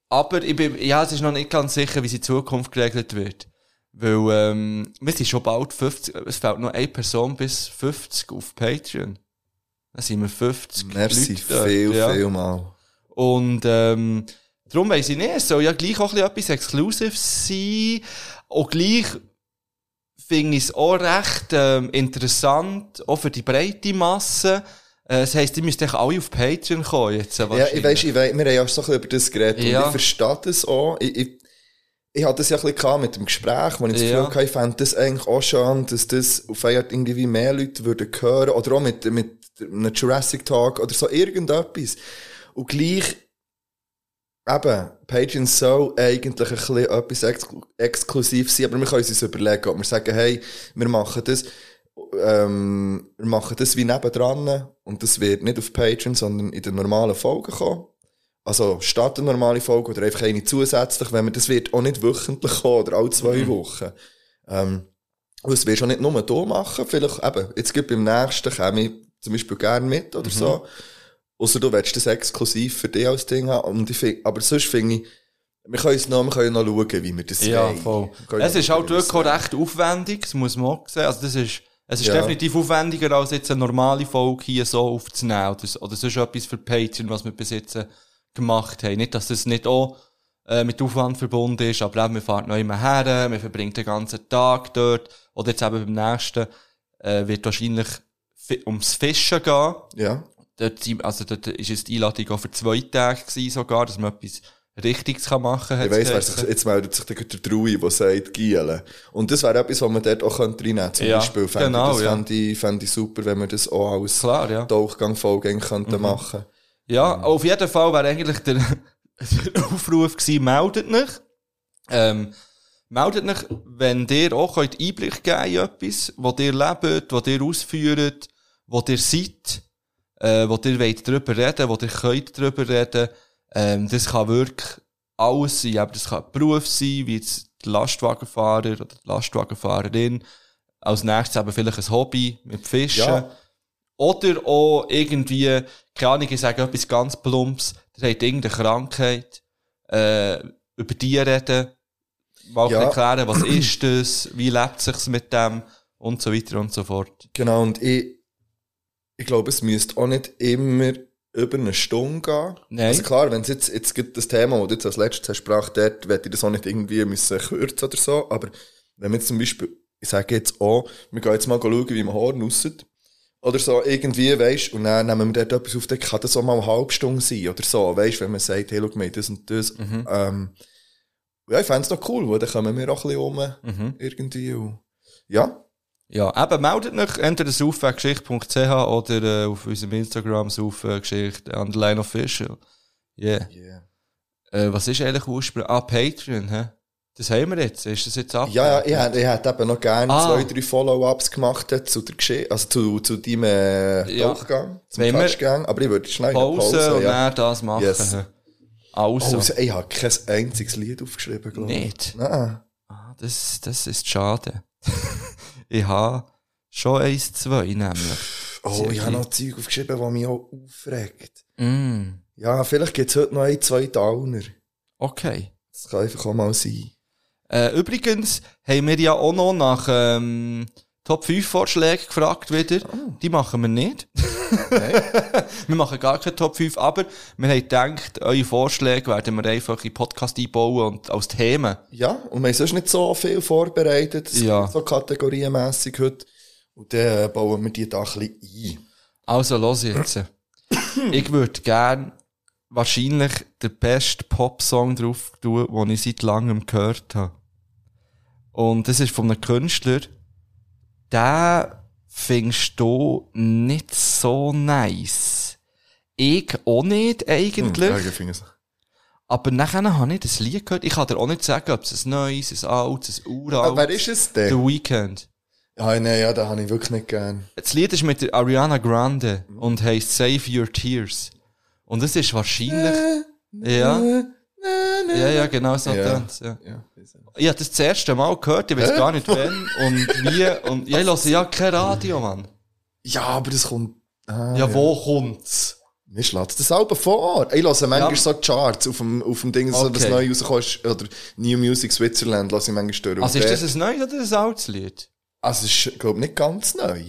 [SPEAKER 3] Aber ich bin, ja, es ist noch nicht ganz sicher, wie sie in Zukunft geregelt wird. Weil, ähm, wir sind schon bald 50, es fehlt noch eine Person bis 50 auf Patreon. Dann sind wir 50
[SPEAKER 2] Merci
[SPEAKER 3] Leute dort,
[SPEAKER 2] viel,
[SPEAKER 3] ja.
[SPEAKER 2] viel mal.
[SPEAKER 3] Und ähm, darum weiss ich nicht, es soll ja gleich auch ein bisschen etwas Exclusives sein. Und gleich finde ich es auch recht ähm, interessant, auch für die breite Masse. Äh, das heisst, ihr müsst euch alle auf Patreon kommen jetzt. äh,
[SPEAKER 2] Ja, ich
[SPEAKER 3] wahrscheinlich.
[SPEAKER 2] weiss, ich weiss, wir haben ja auch so ein bisschen über das geredet
[SPEAKER 3] Ja.
[SPEAKER 2] und ich verstehe das auch. Ich, ich, ich hatte das ja ein bisschen gehabt mit dem Gespräch, wo ich das
[SPEAKER 3] Ja.
[SPEAKER 2] Gefühl hatte, ich fände das eigentlich auch schön, dass das auf eine Art irgendwie mehr Leute würden hören oder auch mit, mit einem Jurassic Talk oder so irgendetwas. Und gleich Eben, Patreon soll eigentlich ein bisschen etwas exklu exklusiv sein, aber wir können uns das überlegen, ob wir sagen, hey, wir machen das, ähm, wir machen das wie nebendran und das wird nicht auf Patreon, sondern in den normalen Folgen kommen. Also statt eine normale Folge oder einfach eine zusätzlich, wenn wir das wird auch nicht wöchentlich kommen oder alle zwei
[SPEAKER 3] Mhm.
[SPEAKER 2] Wochen. Ähm, und das wirst du auch nicht nur hier machen, vielleicht eben, jetzt gibt beim nächsten, käme ich zum Beispiel gerne mit
[SPEAKER 3] Mhm.
[SPEAKER 2] oder so. Ausser du willst das exklusiv für dich als Ding haben. Und ich find, aber sonst finde ich, wir können es noch, wir können noch schauen, wie wir das
[SPEAKER 3] Ja,
[SPEAKER 2] wollen.
[SPEAKER 3] voll.
[SPEAKER 2] Wir können
[SPEAKER 3] Es
[SPEAKER 2] noch
[SPEAKER 3] ist halt
[SPEAKER 2] schauen, wie
[SPEAKER 3] wirklich
[SPEAKER 2] wir
[SPEAKER 3] auch
[SPEAKER 2] es
[SPEAKER 3] recht aufwendig, das muss man auch sehen. Also das ist, es ist
[SPEAKER 2] Ja.
[SPEAKER 3] definitiv aufwendiger, als jetzt eine normale Folge hier so aufzunehmen. Oder, s- oder sonst etwas für Patreon, was wir bis jetzt äh, gemacht haben. Nicht, dass das nicht auch äh, mit Aufwand verbunden ist, aber eben, wir fahren noch immer her, wir verbringen den ganzen Tag dort. Oder jetzt eben beim nächsten äh, wird wahrscheinlich fi- ums Fischen gehen
[SPEAKER 2] Ja.
[SPEAKER 3] dort, sind- also dort ist es die Einladung auch für zwei Tage gewesen sogar, dass man etwas Richtiges kann machen kann.
[SPEAKER 2] Ich weiss, wer sich, jetzt meldet sich der der Trui, der sagt, Gielen. Und das wäre etwas, was man dort auch könnte reinnehmen könnte, zum
[SPEAKER 3] Ja,
[SPEAKER 2] Beispiel. Fände
[SPEAKER 3] genau,
[SPEAKER 2] ich, das
[SPEAKER 3] ja.
[SPEAKER 2] fände ich, fände ich super, wenn wir das auch als
[SPEAKER 3] Klar, ja.
[SPEAKER 2] Tauchgang-Folge eigentlich könnten machen
[SPEAKER 3] Ja, auf jeden Fall wäre eigentlich der, (laughs) der Aufruf gewesen, meldet mich. Ähm, meldet mich, wenn ihr auch könnt Einblick geben in etwas, was ihr lebt, was ihr ausführt, was ihr seid, äh, was ihr wollt drüber reden, was ihr könnt drüber reden. Ähm, das kann wirklich alles sein, aber das kann Beruf sein, wie jetzt der Lastwagenfahrer oder die Lastwagenfahrerin. Als nächstes eben vielleicht ein Hobby mit Fischen.
[SPEAKER 2] Ja.
[SPEAKER 3] Oder auch irgendwie, keine Ahnung, ich sage etwas ganz Plumps, der hat irgendeine Krankheit, äh, über die reden, mal
[SPEAKER 2] Ja.
[SPEAKER 3] erklären, was ist das, wie lebt sich's mit dem und so weiter und so fort.
[SPEAKER 2] Genau, und ich, ich glaube, es müsste auch nicht immer über eine Stunde gehen.
[SPEAKER 3] Nein.
[SPEAKER 2] Also klar, wenn es jetzt, jetzt gibt das Thema, das du jetzt als letztes hast, sprach, dort werde ich das auch nicht irgendwie müssen kürzen oder so, aber wenn wir jetzt zum Beispiel, ich sage jetzt auch, wir gehen jetzt mal schauen, wie im Horn aussieht, oder so, irgendwie, weißt und dann nehmen wir dort etwas auf, dann kann das auch mal eine halbe Stunde sein, oder so, weißt wenn man sagt, hey, schau mal, das und das, ähm, ja, ich fände es noch cool, weil dann kommen wir auch ein bisschen rum, irgendwie, und, ja.
[SPEAKER 3] Ja, eben meldet euch entweder saufengeschichte.ch oder äh, auf unserem Instagram saufengeschichte underline official. Yeah.
[SPEAKER 2] Yeah.
[SPEAKER 3] Äh, was ist eigentlich Ursprung? Ah, Patreon, hä? Das haben wir jetzt. Ist das jetzt ab?
[SPEAKER 2] Ja, ja, ich, ich hätte eben noch gerne
[SPEAKER 3] Ah.
[SPEAKER 2] zwei, drei Follow-ups gemacht äh, zu der Geschichte, also zu, zu deinem äh,
[SPEAKER 3] Ja.
[SPEAKER 2] Tauchgang, zum
[SPEAKER 3] Wenn wir-
[SPEAKER 2] Quatschgang, aber ich würde schnell
[SPEAKER 3] Pause,
[SPEAKER 2] Pause
[SPEAKER 3] und
[SPEAKER 2] ja.
[SPEAKER 3] dann das machen.
[SPEAKER 2] Yes. Oh,
[SPEAKER 3] hä? Also,
[SPEAKER 2] Pause. Ich habe kein einziges Lied aufgeschrieben, glaube ich.
[SPEAKER 3] nicht.
[SPEAKER 2] Nein.
[SPEAKER 3] Ah, das, das ist schade. (laughs) ich habe schon eins, zwei nämlich.
[SPEAKER 2] Oh, ich habe noch Zeug aufgeschrieben, das mich auch aufregt.
[SPEAKER 3] Mm,
[SPEAKER 2] Ja, vielleicht gibt es heute noch ein, zwei Downer.
[SPEAKER 3] okay.
[SPEAKER 2] Das kann einfach auch mal sein.
[SPEAKER 3] Äh, übrigens haben wir ja auch noch nach ähm, Top 5 Vorschlägen gefragt wieder. Die machen wir nicht. (laughs) wir machen gar keine Top 5, aber wir haben gedacht, eure Vorschläge werden wir einfach in den Podcast einbauen und als Themen.
[SPEAKER 2] Ja, und wir haben sonst nicht so viel vorbereitet,
[SPEAKER 3] Ja.
[SPEAKER 2] so kategorienmässig heute. Und dann äh, bauen wir die da ein bisschen ein.
[SPEAKER 3] Also los jetzt. ich würde gern wahrscheinlich der beste Popsong drauf tun, den ich seit langem gehört habe. Und das ist von einem Künstler, der findest du nicht so nice. Ich auch nicht, eigentlich.
[SPEAKER 2] Hm, ich finde es.
[SPEAKER 3] Aber nachher habe ich das Lied gehört. Ich kann dir auch nicht sagen, ob es ein neues, ein altes,
[SPEAKER 2] Ah,
[SPEAKER 3] ein
[SPEAKER 2] wer ist
[SPEAKER 3] uraltes.
[SPEAKER 2] es
[SPEAKER 3] The
[SPEAKER 2] denn?
[SPEAKER 3] Weeknd.
[SPEAKER 2] Ah, nein, ja, den habe ich wirklich nicht gern.
[SPEAKER 3] Das Lied ist mit der Ariana Grande und heisst Save Your Tears. Und es ist wahrscheinlich. ja. Ja, ja, genau so
[SPEAKER 2] Ja.
[SPEAKER 3] tanzt. Ja.
[SPEAKER 2] Ja.
[SPEAKER 3] Ich habe das das erste Mal gehört, ich weiß gar nicht wann und wie. Und ja, ich höre ja kein Radio, Mann.
[SPEAKER 2] ja, aber das kommt. Ah,
[SPEAKER 3] Ja, wo kommtts?
[SPEAKER 2] Mir schlägt das selber vor. Ich lasse manchmal
[SPEAKER 3] Ja.
[SPEAKER 2] so Charts auf dem, auf dem Ding, so
[SPEAKER 3] Okay.
[SPEAKER 2] das neu rausgekommen ist, oder New Music Switzerland lasse ich manchmal stören.
[SPEAKER 3] Also ist das ein neues oder ein altes Lied?
[SPEAKER 2] also, es ist, glaube ich, nicht ganz neu.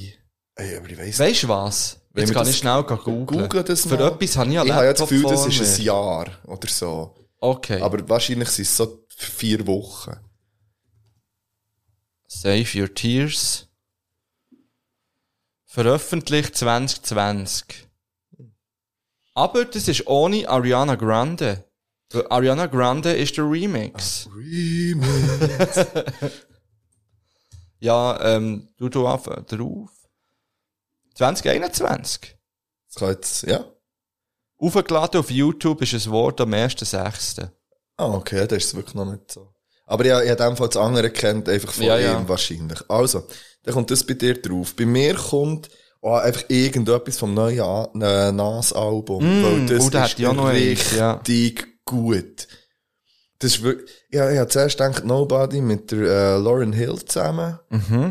[SPEAKER 2] Ey, aber ich weiss nicht.
[SPEAKER 3] Weißt du was?
[SPEAKER 2] Wenn
[SPEAKER 3] Jetzt
[SPEAKER 2] wir
[SPEAKER 3] kann
[SPEAKER 2] das-
[SPEAKER 3] ich schnell googeln.
[SPEAKER 2] Google das
[SPEAKER 3] Für
[SPEAKER 2] mal.
[SPEAKER 3] etwas habe ich ja
[SPEAKER 2] Ich habe ja das
[SPEAKER 3] Laptop
[SPEAKER 2] Gefühl,
[SPEAKER 3] vor
[SPEAKER 2] das ist ein
[SPEAKER 3] mir.
[SPEAKER 2] Jahr oder so.
[SPEAKER 3] Okay.
[SPEAKER 2] Aber wahrscheinlich sind es so vier Wochen.
[SPEAKER 3] Save Your Tears. Veröffentlicht 2020. Aber das ist ohne Ariana Grande. Weil Ariana Grande ist der
[SPEAKER 2] Ah,
[SPEAKER 3] Remix.
[SPEAKER 2] Remix.
[SPEAKER 3] Ja, ähm, du du auf drauf. 2021.
[SPEAKER 2] Das kann jetzt, ja.
[SPEAKER 3] Aufgeladen auf YouTube ist es Wort am 1.6.
[SPEAKER 2] Ah, okay, das ist wirklich noch nicht so. Aber ich, ich habe in dem Fall das andere kennt, einfach von
[SPEAKER 3] Ja,
[SPEAKER 2] ihm
[SPEAKER 3] ja.
[SPEAKER 2] wahrscheinlich. Also, dann kommt das bei dir drauf. Bei mir kommt ah, einfach irgendetwas vom neuen A- äh, NAS-Album.
[SPEAKER 3] Mm,
[SPEAKER 2] weil das
[SPEAKER 3] oh, da
[SPEAKER 2] ist
[SPEAKER 3] hätte ich auch noch eins, ja.
[SPEAKER 2] richtig gut. Das ist wirklich, ja, ich habe zuerst gedacht, Nobody mit der äh, Lauren Hill zusammen.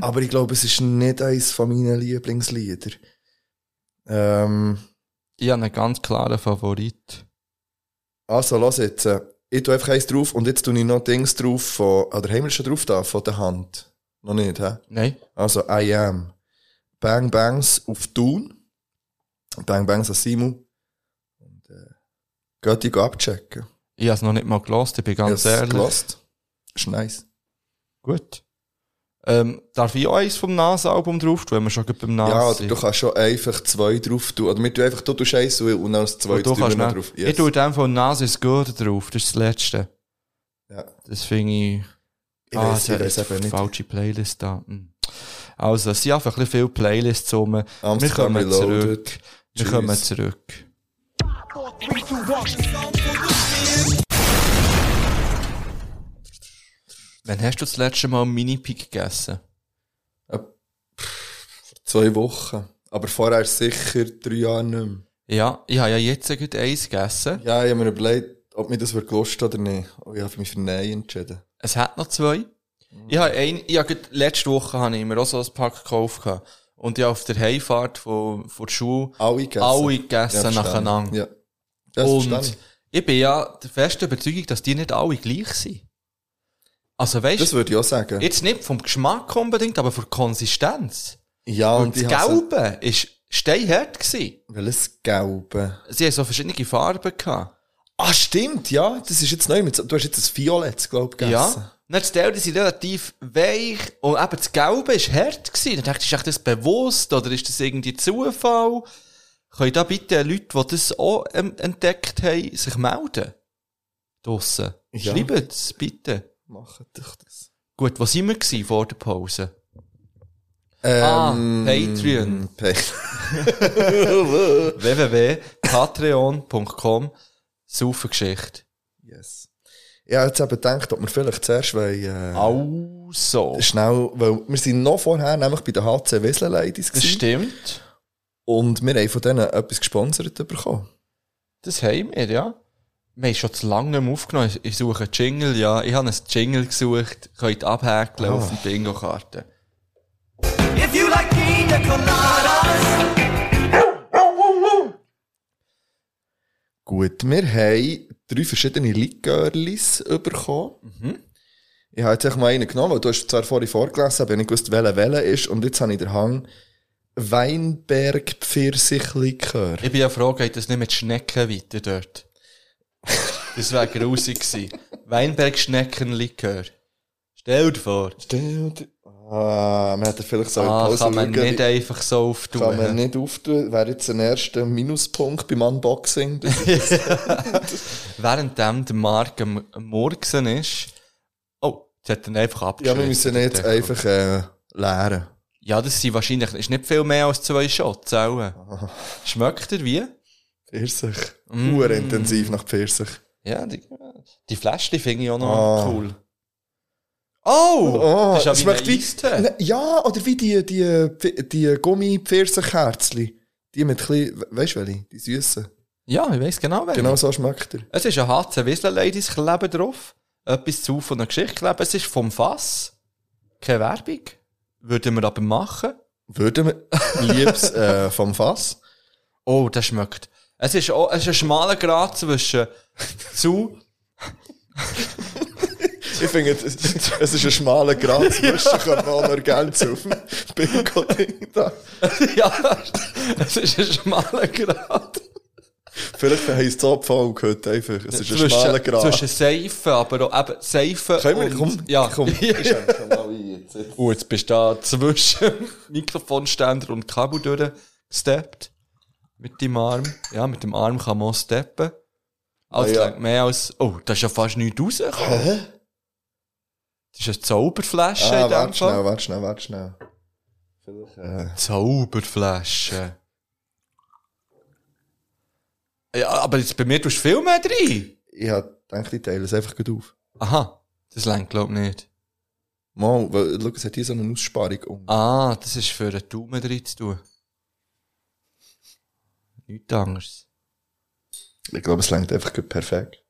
[SPEAKER 2] Aber ich glaube, es ist nicht eines von meinen Lieblingslieder. Ähm,
[SPEAKER 3] Ich habe einen ganz klaren Favorit.
[SPEAKER 2] Also, lass jetzt. äh, Ich tue einfach eins drauf und jetzt tue ich noch Dings drauf von, ah, oder haben wir schon drauf da, von der Hand? Noch nicht, hä?
[SPEAKER 3] Nein.
[SPEAKER 2] Also, I am. Bang Bangs auf Tun. Bang Bangs an Simu. Und, äh, geht die abchecken.
[SPEAKER 3] Ich habe es noch nicht mal gelost, ich bin ganz
[SPEAKER 2] Ich hab's
[SPEAKER 3] ehrlich.
[SPEAKER 2] gelost. Ist nice.
[SPEAKER 3] Gut. Ähm, darf ich auch eins vom NAS-Album drauf tun, wenn wir schon gerade beim NAS
[SPEAKER 2] ja, oder
[SPEAKER 3] sind?
[SPEAKER 2] du kannst schon einfach zwei drauf tun. Oder wir tun einfach, du tust eins und und dann das zweite
[SPEAKER 3] Und du
[SPEAKER 2] tun wir
[SPEAKER 3] kannst
[SPEAKER 2] noch
[SPEAKER 3] noch-
[SPEAKER 2] drauf.
[SPEAKER 3] Ich tue in dem Fall NAS ist gut drauf, das ist das Letzte.
[SPEAKER 2] Ja.
[SPEAKER 3] Das finde ich...
[SPEAKER 2] Ich
[SPEAKER 3] ah,
[SPEAKER 2] weiss,
[SPEAKER 3] da
[SPEAKER 2] ich weiss
[SPEAKER 3] ist
[SPEAKER 2] eben nicht.
[SPEAKER 3] Falsche Playlist da. Hm. Also, es sind einfach ein bisschen viele Playlists rum. Wir
[SPEAKER 2] Amsterdam
[SPEAKER 3] kommen
[SPEAKER 2] Reloaded.
[SPEAKER 3] zurück. Wir
[SPEAKER 2] Tschüss.
[SPEAKER 3] kommen zurück. Wann hast du das letzte Mal Mini-Pig gegessen?
[SPEAKER 2] Zwei Wochen. Aber vorher sicher drei Jahre nicht mehr.
[SPEAKER 3] Ja, ich habe ja jetzt gerade eins gegessen.
[SPEAKER 2] Ja, ich habe mir überlegt, ob mir das wird gelust oder nicht. Und ich habe mich für Nein entschieden.
[SPEAKER 3] Es hat noch zwei. Ich habe
[SPEAKER 2] Mhm.
[SPEAKER 3] ein, ich habe gerade- letzte Woche habe ich mir auch so ein Pack gekauft. gehabt. Und ich habe auf der Heimfahrt von, von der Schule
[SPEAKER 2] Alle Ah, gegessen.
[SPEAKER 3] alle
[SPEAKER 2] Ja,
[SPEAKER 3] gegessen
[SPEAKER 2] verstehe ich.
[SPEAKER 3] nacheinander.
[SPEAKER 2] Ja. Das verstehe
[SPEAKER 3] Und
[SPEAKER 2] ich.
[SPEAKER 3] ich bin ja der festen Überzeugung, dass die nicht alle gleich sind. Also
[SPEAKER 2] Das
[SPEAKER 3] weißt du,
[SPEAKER 2] würde ich auch sagen.
[SPEAKER 3] jetzt nicht vom Geschmack unbedingt, aber von der Konsistenz.
[SPEAKER 2] ja,
[SPEAKER 3] Und das
[SPEAKER 2] ich habe so-
[SPEAKER 3] Gelbe war steinhart. gewesen.
[SPEAKER 2] Welches Gelbe?
[SPEAKER 3] Sie hatten so verschiedene Farben. Gehabt.
[SPEAKER 2] Ah, stimmt, ja. Das ist jetzt neu. Mit, so- du hast jetzt ein Violett, glaube ich, gegessen.
[SPEAKER 3] Ja. Dann die Teile sind relativ weich und eben das Gelbe war hart. Gewesen. Dann dachte ich, ist euch das bewusst oder ist das irgendwie Zufall? Können da bitte Leute, die das auch ähm, entdeckt haben, sich melden? Draussen.
[SPEAKER 2] Ja.
[SPEAKER 3] Schreibt es, bitte.
[SPEAKER 2] Machen doch das.
[SPEAKER 3] Gut, was sind wir gewesen vor der Pause?
[SPEAKER 2] (laughs) Ähm,
[SPEAKER 3] Patreon.
[SPEAKER 2] Pa-
[SPEAKER 3] www.patreon.com Saufengeschichte.
[SPEAKER 2] yes. Ich habe jetzt eben gedacht, ob wir vielleicht zuerst wollen, äh,
[SPEAKER 3] Also.
[SPEAKER 2] schnell, weil wir sind noch vorher nämlich bei den HC Wesel Ladies
[SPEAKER 3] Das
[SPEAKER 2] gewesen.
[SPEAKER 3] stimmt.
[SPEAKER 2] Und wir haben von denen etwas gesponsert bekommen.
[SPEAKER 3] Das haben wir, ja. Wir haben schon zu lange nicht mehr aufgenommen. Ich- Ich suche einen Jingle, ja. Ich habe einen Jingle gesucht. Könnt abhäkeln
[SPEAKER 2] Ah.
[SPEAKER 3] auf den Bingo-Karten.
[SPEAKER 5] If you like pina coladas,
[SPEAKER 2] Gut, wir haben drei verschiedene Likörlis bekommen.
[SPEAKER 3] Mhm.
[SPEAKER 2] Ich habe jetzt echt mal einen genommen, weil du hast zwar vorhin vorgelesen, aber ich nicht gewusst, welcher welcher ist. Und jetzt habe ich den Hang Weinberg Pfirsichlikör.
[SPEAKER 3] Ich bin ja froh, geht das nicht mit Schnecken weiter dort. Das
[SPEAKER 2] (laughs)
[SPEAKER 3] wäre grusig gewesen. Weinberg-Schneckenlikör. Stell dir vor.
[SPEAKER 2] Stell dir- Ah, Ah, man hätte vielleicht so in die
[SPEAKER 3] Ah,
[SPEAKER 2] Pause
[SPEAKER 3] kann man
[SPEAKER 2] schauen,
[SPEAKER 3] nicht
[SPEAKER 2] die-
[SPEAKER 3] einfach so auftun.
[SPEAKER 2] kann man
[SPEAKER 3] hä?
[SPEAKER 2] nicht auftun. Wäre jetzt ein erster Minuspunkt beim Unboxing.
[SPEAKER 3] (laughs)
[SPEAKER 2] Das ist
[SPEAKER 3] Währenddem der Marc am am Morgen ist. Oh, jetzt hat er ihn einfach
[SPEAKER 2] ja,
[SPEAKER 3] abgeschrieben.
[SPEAKER 2] wir müssen jetzt einfach äh, leeren.
[SPEAKER 3] Ja, das sind wahrscheinlich, ist nicht viel mehr als zwei Shots, auch. Schmeckt er wie?
[SPEAKER 2] Pfirsich.
[SPEAKER 3] Mm.
[SPEAKER 2] Uhr intensiv nach Pfirsich.
[SPEAKER 3] Ja, die, die Fläschchen finde ich auch noch
[SPEAKER 2] Ah.
[SPEAKER 3] cool. Oh!
[SPEAKER 2] Oh, es
[SPEAKER 3] das ist ja
[SPEAKER 2] schmeckt
[SPEAKER 3] wie ein
[SPEAKER 2] wie-
[SPEAKER 3] Eistee.
[SPEAKER 2] Ne, Ja, oder wie die, die, die Gummi-Pfirsichherzli. Die mit klein, weißt du welche? Die süßen.
[SPEAKER 3] Ja, ich weiss genau, welche.
[SPEAKER 2] Genau so schmeckt er.
[SPEAKER 3] Es ist ein HC Wiesler Ladies Kleben drauf. Etwas zu von einer Geschichte kleben. Es ist vom Fass. Keine Werbung. Würden wir aber machen.
[SPEAKER 2] Würden wir liebs äh, vom Fass.
[SPEAKER 3] Oh, das schmeckt. Es ist, auch, es ist ein schmaler Grad zwischen (laughs) zu. (laughs)
[SPEAKER 2] Ich finde, es, es ist ein schmaler Grat zwischen Carbon-Ergänz auf dem Bingo-Ding da.
[SPEAKER 3] ja, es ist ein schmaler Grad.
[SPEAKER 2] Vielleicht heisst es auch die Folge heute einfach. Es ist ein schmaler
[SPEAKER 3] zwischen,
[SPEAKER 2] Grat.
[SPEAKER 3] zwischen Seifen, aber auch eben Seifen.
[SPEAKER 2] Können wir,
[SPEAKER 3] und-
[SPEAKER 2] komm,
[SPEAKER 3] ja.
[SPEAKER 2] komm.
[SPEAKER 3] (laughs) ja.
[SPEAKER 2] schenke mal ein jetzt.
[SPEAKER 3] Oh, jetzt bist du da zwischen (laughs) Mikrofonständer und Kabel durchgesteppt. Mit dem Arm. Ja, mit dem Arm kann man auch steppen. Also,
[SPEAKER 2] Ah, ja.
[SPEAKER 3] ja. mehr als. Oh, da ist ja fast nichts rausgekommen. Das ist eine Zauberflasche
[SPEAKER 2] Ah,
[SPEAKER 3] in dem
[SPEAKER 2] warte
[SPEAKER 3] Fall.
[SPEAKER 2] schnell, warte schnell, warte schnell. Vielleicht, äh,
[SPEAKER 3] Zauberflasche. Ja, aber jetzt bei mir tust du viel mehr rein.
[SPEAKER 2] ich habe gedacht, ich teile es einfach gut auf.
[SPEAKER 3] Aha, das längt glaub ich nicht.
[SPEAKER 2] Mal, weil, schau, es hat hier so eine Aussparung um.
[SPEAKER 3] Ah, das ist für den Daumen drin zu tun. Nichts anderes.
[SPEAKER 2] Ich glaube, es längt einfach gut perfekt.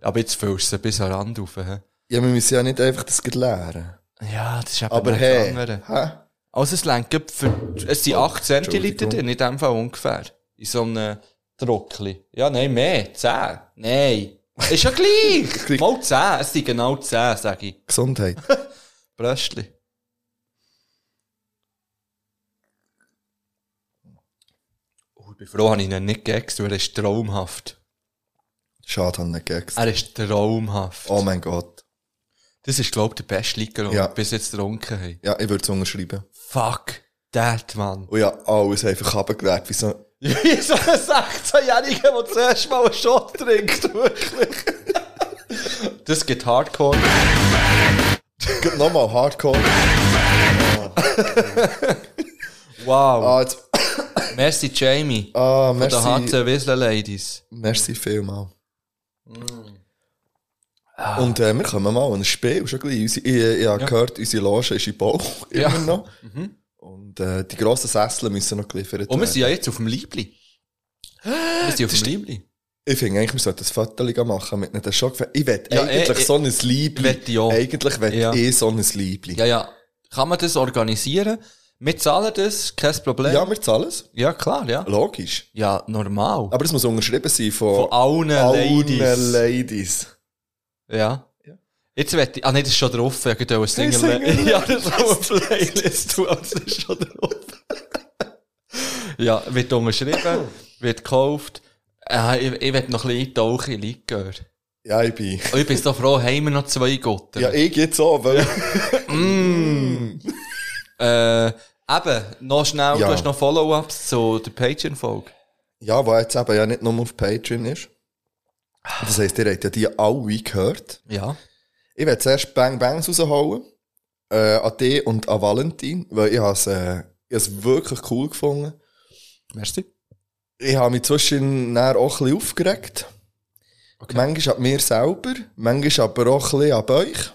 [SPEAKER 3] Aber jetzt füllst du es bis an den Rand rauf. He?
[SPEAKER 2] Ja, wir müssen ja nicht einfach das gut leeren.
[SPEAKER 3] Ja, das ist eben
[SPEAKER 2] Aber
[SPEAKER 3] noch
[SPEAKER 2] hey,
[SPEAKER 3] das andere.
[SPEAKER 2] hä?
[SPEAKER 3] Also es längt gerade für, es sind 8 cm
[SPEAKER 2] Entschuldigung.
[SPEAKER 3] drin, in dem Fall ungefähr. In so einem Trockli. Ja, nein, mehr, 10. Nein. Ist
[SPEAKER 2] (laughs)
[SPEAKER 3] ja gleich. Mal 10, es sind genau 10, sage ich.
[SPEAKER 2] Gesundheit.
[SPEAKER 3] Bröstli. Oh, ich bin froh, habe ich ihn nicht gegessen, weil er ist traumhaft.
[SPEAKER 2] (laughs) Schade, haben nicht gegessen.
[SPEAKER 3] Er ist traumhaft.
[SPEAKER 2] Oh mein Gott.
[SPEAKER 3] Das ist, glaube ich, der beste Liga, den
[SPEAKER 2] Ja.
[SPEAKER 3] wir bis jetzt getrunken haben.
[SPEAKER 2] Ja, ich würde es unterschreiben.
[SPEAKER 3] Fuck, that, Mann. (laughs)
[SPEAKER 2] Und ja, alles einfach abgelehrt, wie so
[SPEAKER 3] Wie so ein 16-Jähriger, der zuerst mal einen Shot trinkt, wirklich. Das geht hardcore.
[SPEAKER 2] Gut, Nochmal Hardcore.
[SPEAKER 3] Wow.
[SPEAKER 2] Ah, jetzt,
[SPEAKER 3] Merci, Jamie.
[SPEAKER 2] ah,
[SPEAKER 3] Der
[SPEAKER 2] merci.
[SPEAKER 3] HC Wiesler Ladies.
[SPEAKER 2] Merci vielmal.
[SPEAKER 3] Mm.
[SPEAKER 2] Und äh, wir kommen mal an ein Spiel, schon gleich. Unsere, ich ich habe gehört, unsere Loge ist im Bauch, immer
[SPEAKER 3] Ja.
[SPEAKER 2] noch. Und äh, die grossen Sessel müssen noch geliefert
[SPEAKER 3] Und Oh, wir
[SPEAKER 2] werden.
[SPEAKER 3] sind ja jetzt auf dem Liebli. Wir sind auf dem Liebli.
[SPEAKER 2] Ich finde eigentlich, wir sollten ein Foto machen mit einem Schock. Ich wette
[SPEAKER 3] Ja,
[SPEAKER 2] eigentlich
[SPEAKER 3] eh, eh,
[SPEAKER 2] so ein Liebling.
[SPEAKER 3] wett ich auch.
[SPEAKER 2] Eigentlich wette
[SPEAKER 3] Ja.
[SPEAKER 2] ich so ein Liebling.
[SPEAKER 3] Ja,
[SPEAKER 2] Ja,
[SPEAKER 3] ja. Kann man das organisieren? Wir zahlen das, kein Problem.
[SPEAKER 2] wir zahlen es.
[SPEAKER 3] Ja, klar, ja.
[SPEAKER 2] Logisch.
[SPEAKER 3] Ja, normal.
[SPEAKER 2] Aber es muss unterschrieben sein von,
[SPEAKER 3] Von allen, Ladies.
[SPEAKER 2] Ladies.
[SPEAKER 3] Ja. Jetzt wette ich, ah nee, das ist schon drauf, ich hätte auch eine Single,
[SPEAKER 2] Single-
[SPEAKER 3] (laughs) Ja, das ist auch eine Playlist, du, aber das ist schon drauf. (laughs) ja, wird unterschrieben, wird gekauft. Äh, ich, ich werde noch ein bisschen eintauchen in Likör.
[SPEAKER 2] Ja, ich bin.
[SPEAKER 3] Und ich bin so froh, haben wir noch zwei Gotten.
[SPEAKER 2] Ja, ich jetzt auch, weil.
[SPEAKER 3] Äh, eben, noch
[SPEAKER 2] Ja.
[SPEAKER 3] schnell, du hast noch Follow-ups zu der Patreon-Folge.
[SPEAKER 2] Ja, wo jetzt eben ja nicht nur auf Patreon ist. Das heisst, ihr habt ja die alle gehört.
[SPEAKER 3] Ja.
[SPEAKER 2] Ich werde zuerst Bang Bangs raushauen. Äh, an dich und an Valentin, weil ich habe es, äh, ich habe es wirklich cool gefunden.
[SPEAKER 3] Merci.
[SPEAKER 2] Ich habe mich zwischen auch ein bisschen aufgeregt.
[SPEAKER 3] Okay.
[SPEAKER 2] Manchmal an mir selber, manchmal aber auch ein bisschen an euch.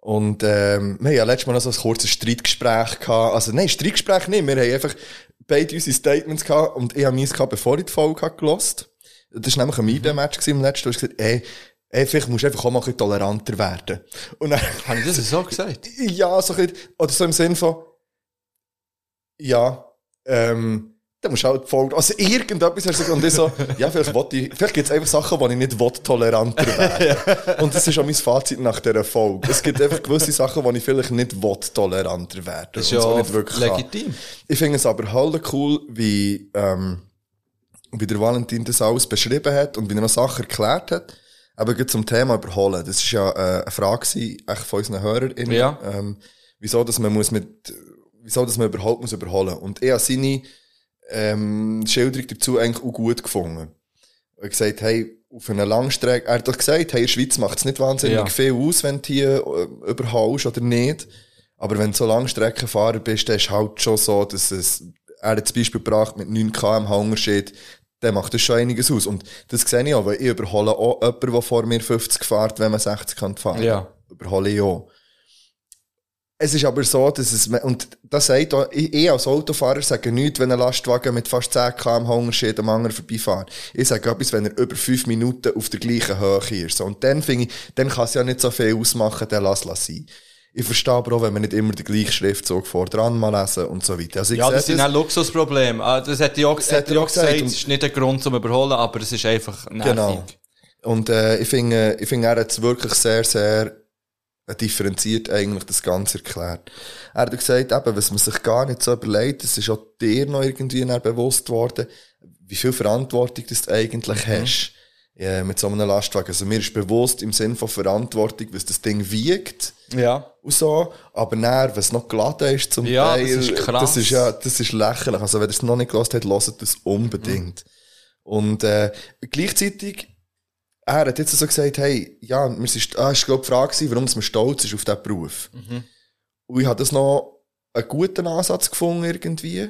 [SPEAKER 2] Und ähm, wir haben ja letztes Mal noch so ein kurzes Streitgespräch gehabt. Also nein, Streitgespräch nicht. Wir haben einfach beide unsere Statements gehabt und ich habe meins gehabt, bevor ich die Folge gelost Das war nämlich ein MIDE-Match im letzten. Du hast gesagt, ey, ey, vielleicht musst du einfach auch mal ein bisschen toleranter werden. Und dann,
[SPEAKER 3] Habe ich das so gesagt?
[SPEAKER 2] ja, so ein bisschen, oder so im Sinn von, ja, ähm, dann musst du halt folgen. Also irgendetwas hast du gesagt, und ich so, ja, vielleicht, wollte ich, vielleicht gibt es einfach Sachen, die ich nicht will,
[SPEAKER 3] (laughs)
[SPEAKER 2] toleranter werde. und das ist auch mein Fazit nach dieser Folge. Es gibt einfach gewisse Sachen, die ich vielleicht nicht will, toleranter werde.
[SPEAKER 3] Das ist
[SPEAKER 2] Und
[SPEAKER 3] ja
[SPEAKER 2] so kann.
[SPEAKER 3] legitim.
[SPEAKER 2] Ich finde es aber halt cool, wie, ähm, wie der Valentin das alles beschrieben hat und wie er noch Sachen erklärt hat. Aber gut zum Thema überholen. Das ist ja äh, eine Frage gewesen, echt von unseren HörerInnen.
[SPEAKER 3] Ja.
[SPEAKER 2] Ähm, wieso dass man muss mit, wieso dass man überhaupt muss überholen. Und er hat seine ähm, Schilderung dazu eigentlich auch gut gefunden. Er hat gesagt, hey, auf einer Langstrecke, er hat doch gesagt, hey, in der Schweiz macht es nicht wahnsinnig
[SPEAKER 3] Ja.
[SPEAKER 2] viel aus, wenn du hier äh, überholst oder nicht. Aber wenn du so Langstreckenfahrer bist, dann ist halt schon so, dass es, er hat zum Beispiel gebracht mit 9 km Hungerschied, dann macht das schon einiges aus. Und das sehe ich auch, weil ich überhole auch jemanden, der vor mir 50 fährt, wenn man 60 kann fahren.
[SPEAKER 3] Ja.
[SPEAKER 2] Überhole ich auch. Es ist aber so, dass es, und das sagt auch, ich, ich als Autofahrer sage nichts, wenn ein Lastwagen mit fast 10 km Hungerschied am anderen vorbeifährt. Ich sage etwas, wenn er über 5 Minuten auf der gleichen Höhe ist. So, Und dann finde ich, dann kann es ja nicht so viel ausmachen, dann lass es sein. Ich verstehe aber auch, wenn wir nicht immer den gleichen Schriftzug vor dran mal lesen und so weiter. Also ich
[SPEAKER 3] Ja,
[SPEAKER 2] sehe
[SPEAKER 3] das sind auch Luxusprobleme. Ah, Das hat ja auch,
[SPEAKER 2] Das hat
[SPEAKER 3] hat
[SPEAKER 2] er
[SPEAKER 3] ja
[SPEAKER 2] auch
[SPEAKER 3] auch gesagt,
[SPEAKER 2] gesagt.
[SPEAKER 3] es ist nicht ein Grund zum Überholen, aber es ist einfach nervig.
[SPEAKER 2] Genau. Und äh, ich finde, ich finde, er hat es wirklich sehr, sehr äh, differenziert eigentlich das Ganze erklärt. Er hat gesagt, eben, was man sich gar nicht so überlegt, das ist auch dir noch irgendwie dann bewusst worden, wie viel Verantwortung das du eigentlich hast äh, mit so einem Lastwagen. Also mir ist bewusst im Sinn von Verantwortung, was das Ding wiegt
[SPEAKER 3] Ja.
[SPEAKER 2] und so, aber dann, was noch geladen ist zum
[SPEAKER 3] Ja,
[SPEAKER 2] Teil,
[SPEAKER 3] das ist krass.
[SPEAKER 2] das ist ja, das ist lächerlich. Also wenn ihr es noch nicht gehört habt, hört das unbedingt.
[SPEAKER 3] Mhm.
[SPEAKER 2] Und äh, gleichzeitig, er hat jetzt so gesagt, hey, ja, mir ist, ah, ist glaube die Frage gewesen, warum es mir stolz ist auf diesen Beruf.
[SPEAKER 3] Mhm.
[SPEAKER 2] Und ich habe das noch einen guten Ansatz gefunden irgendwie.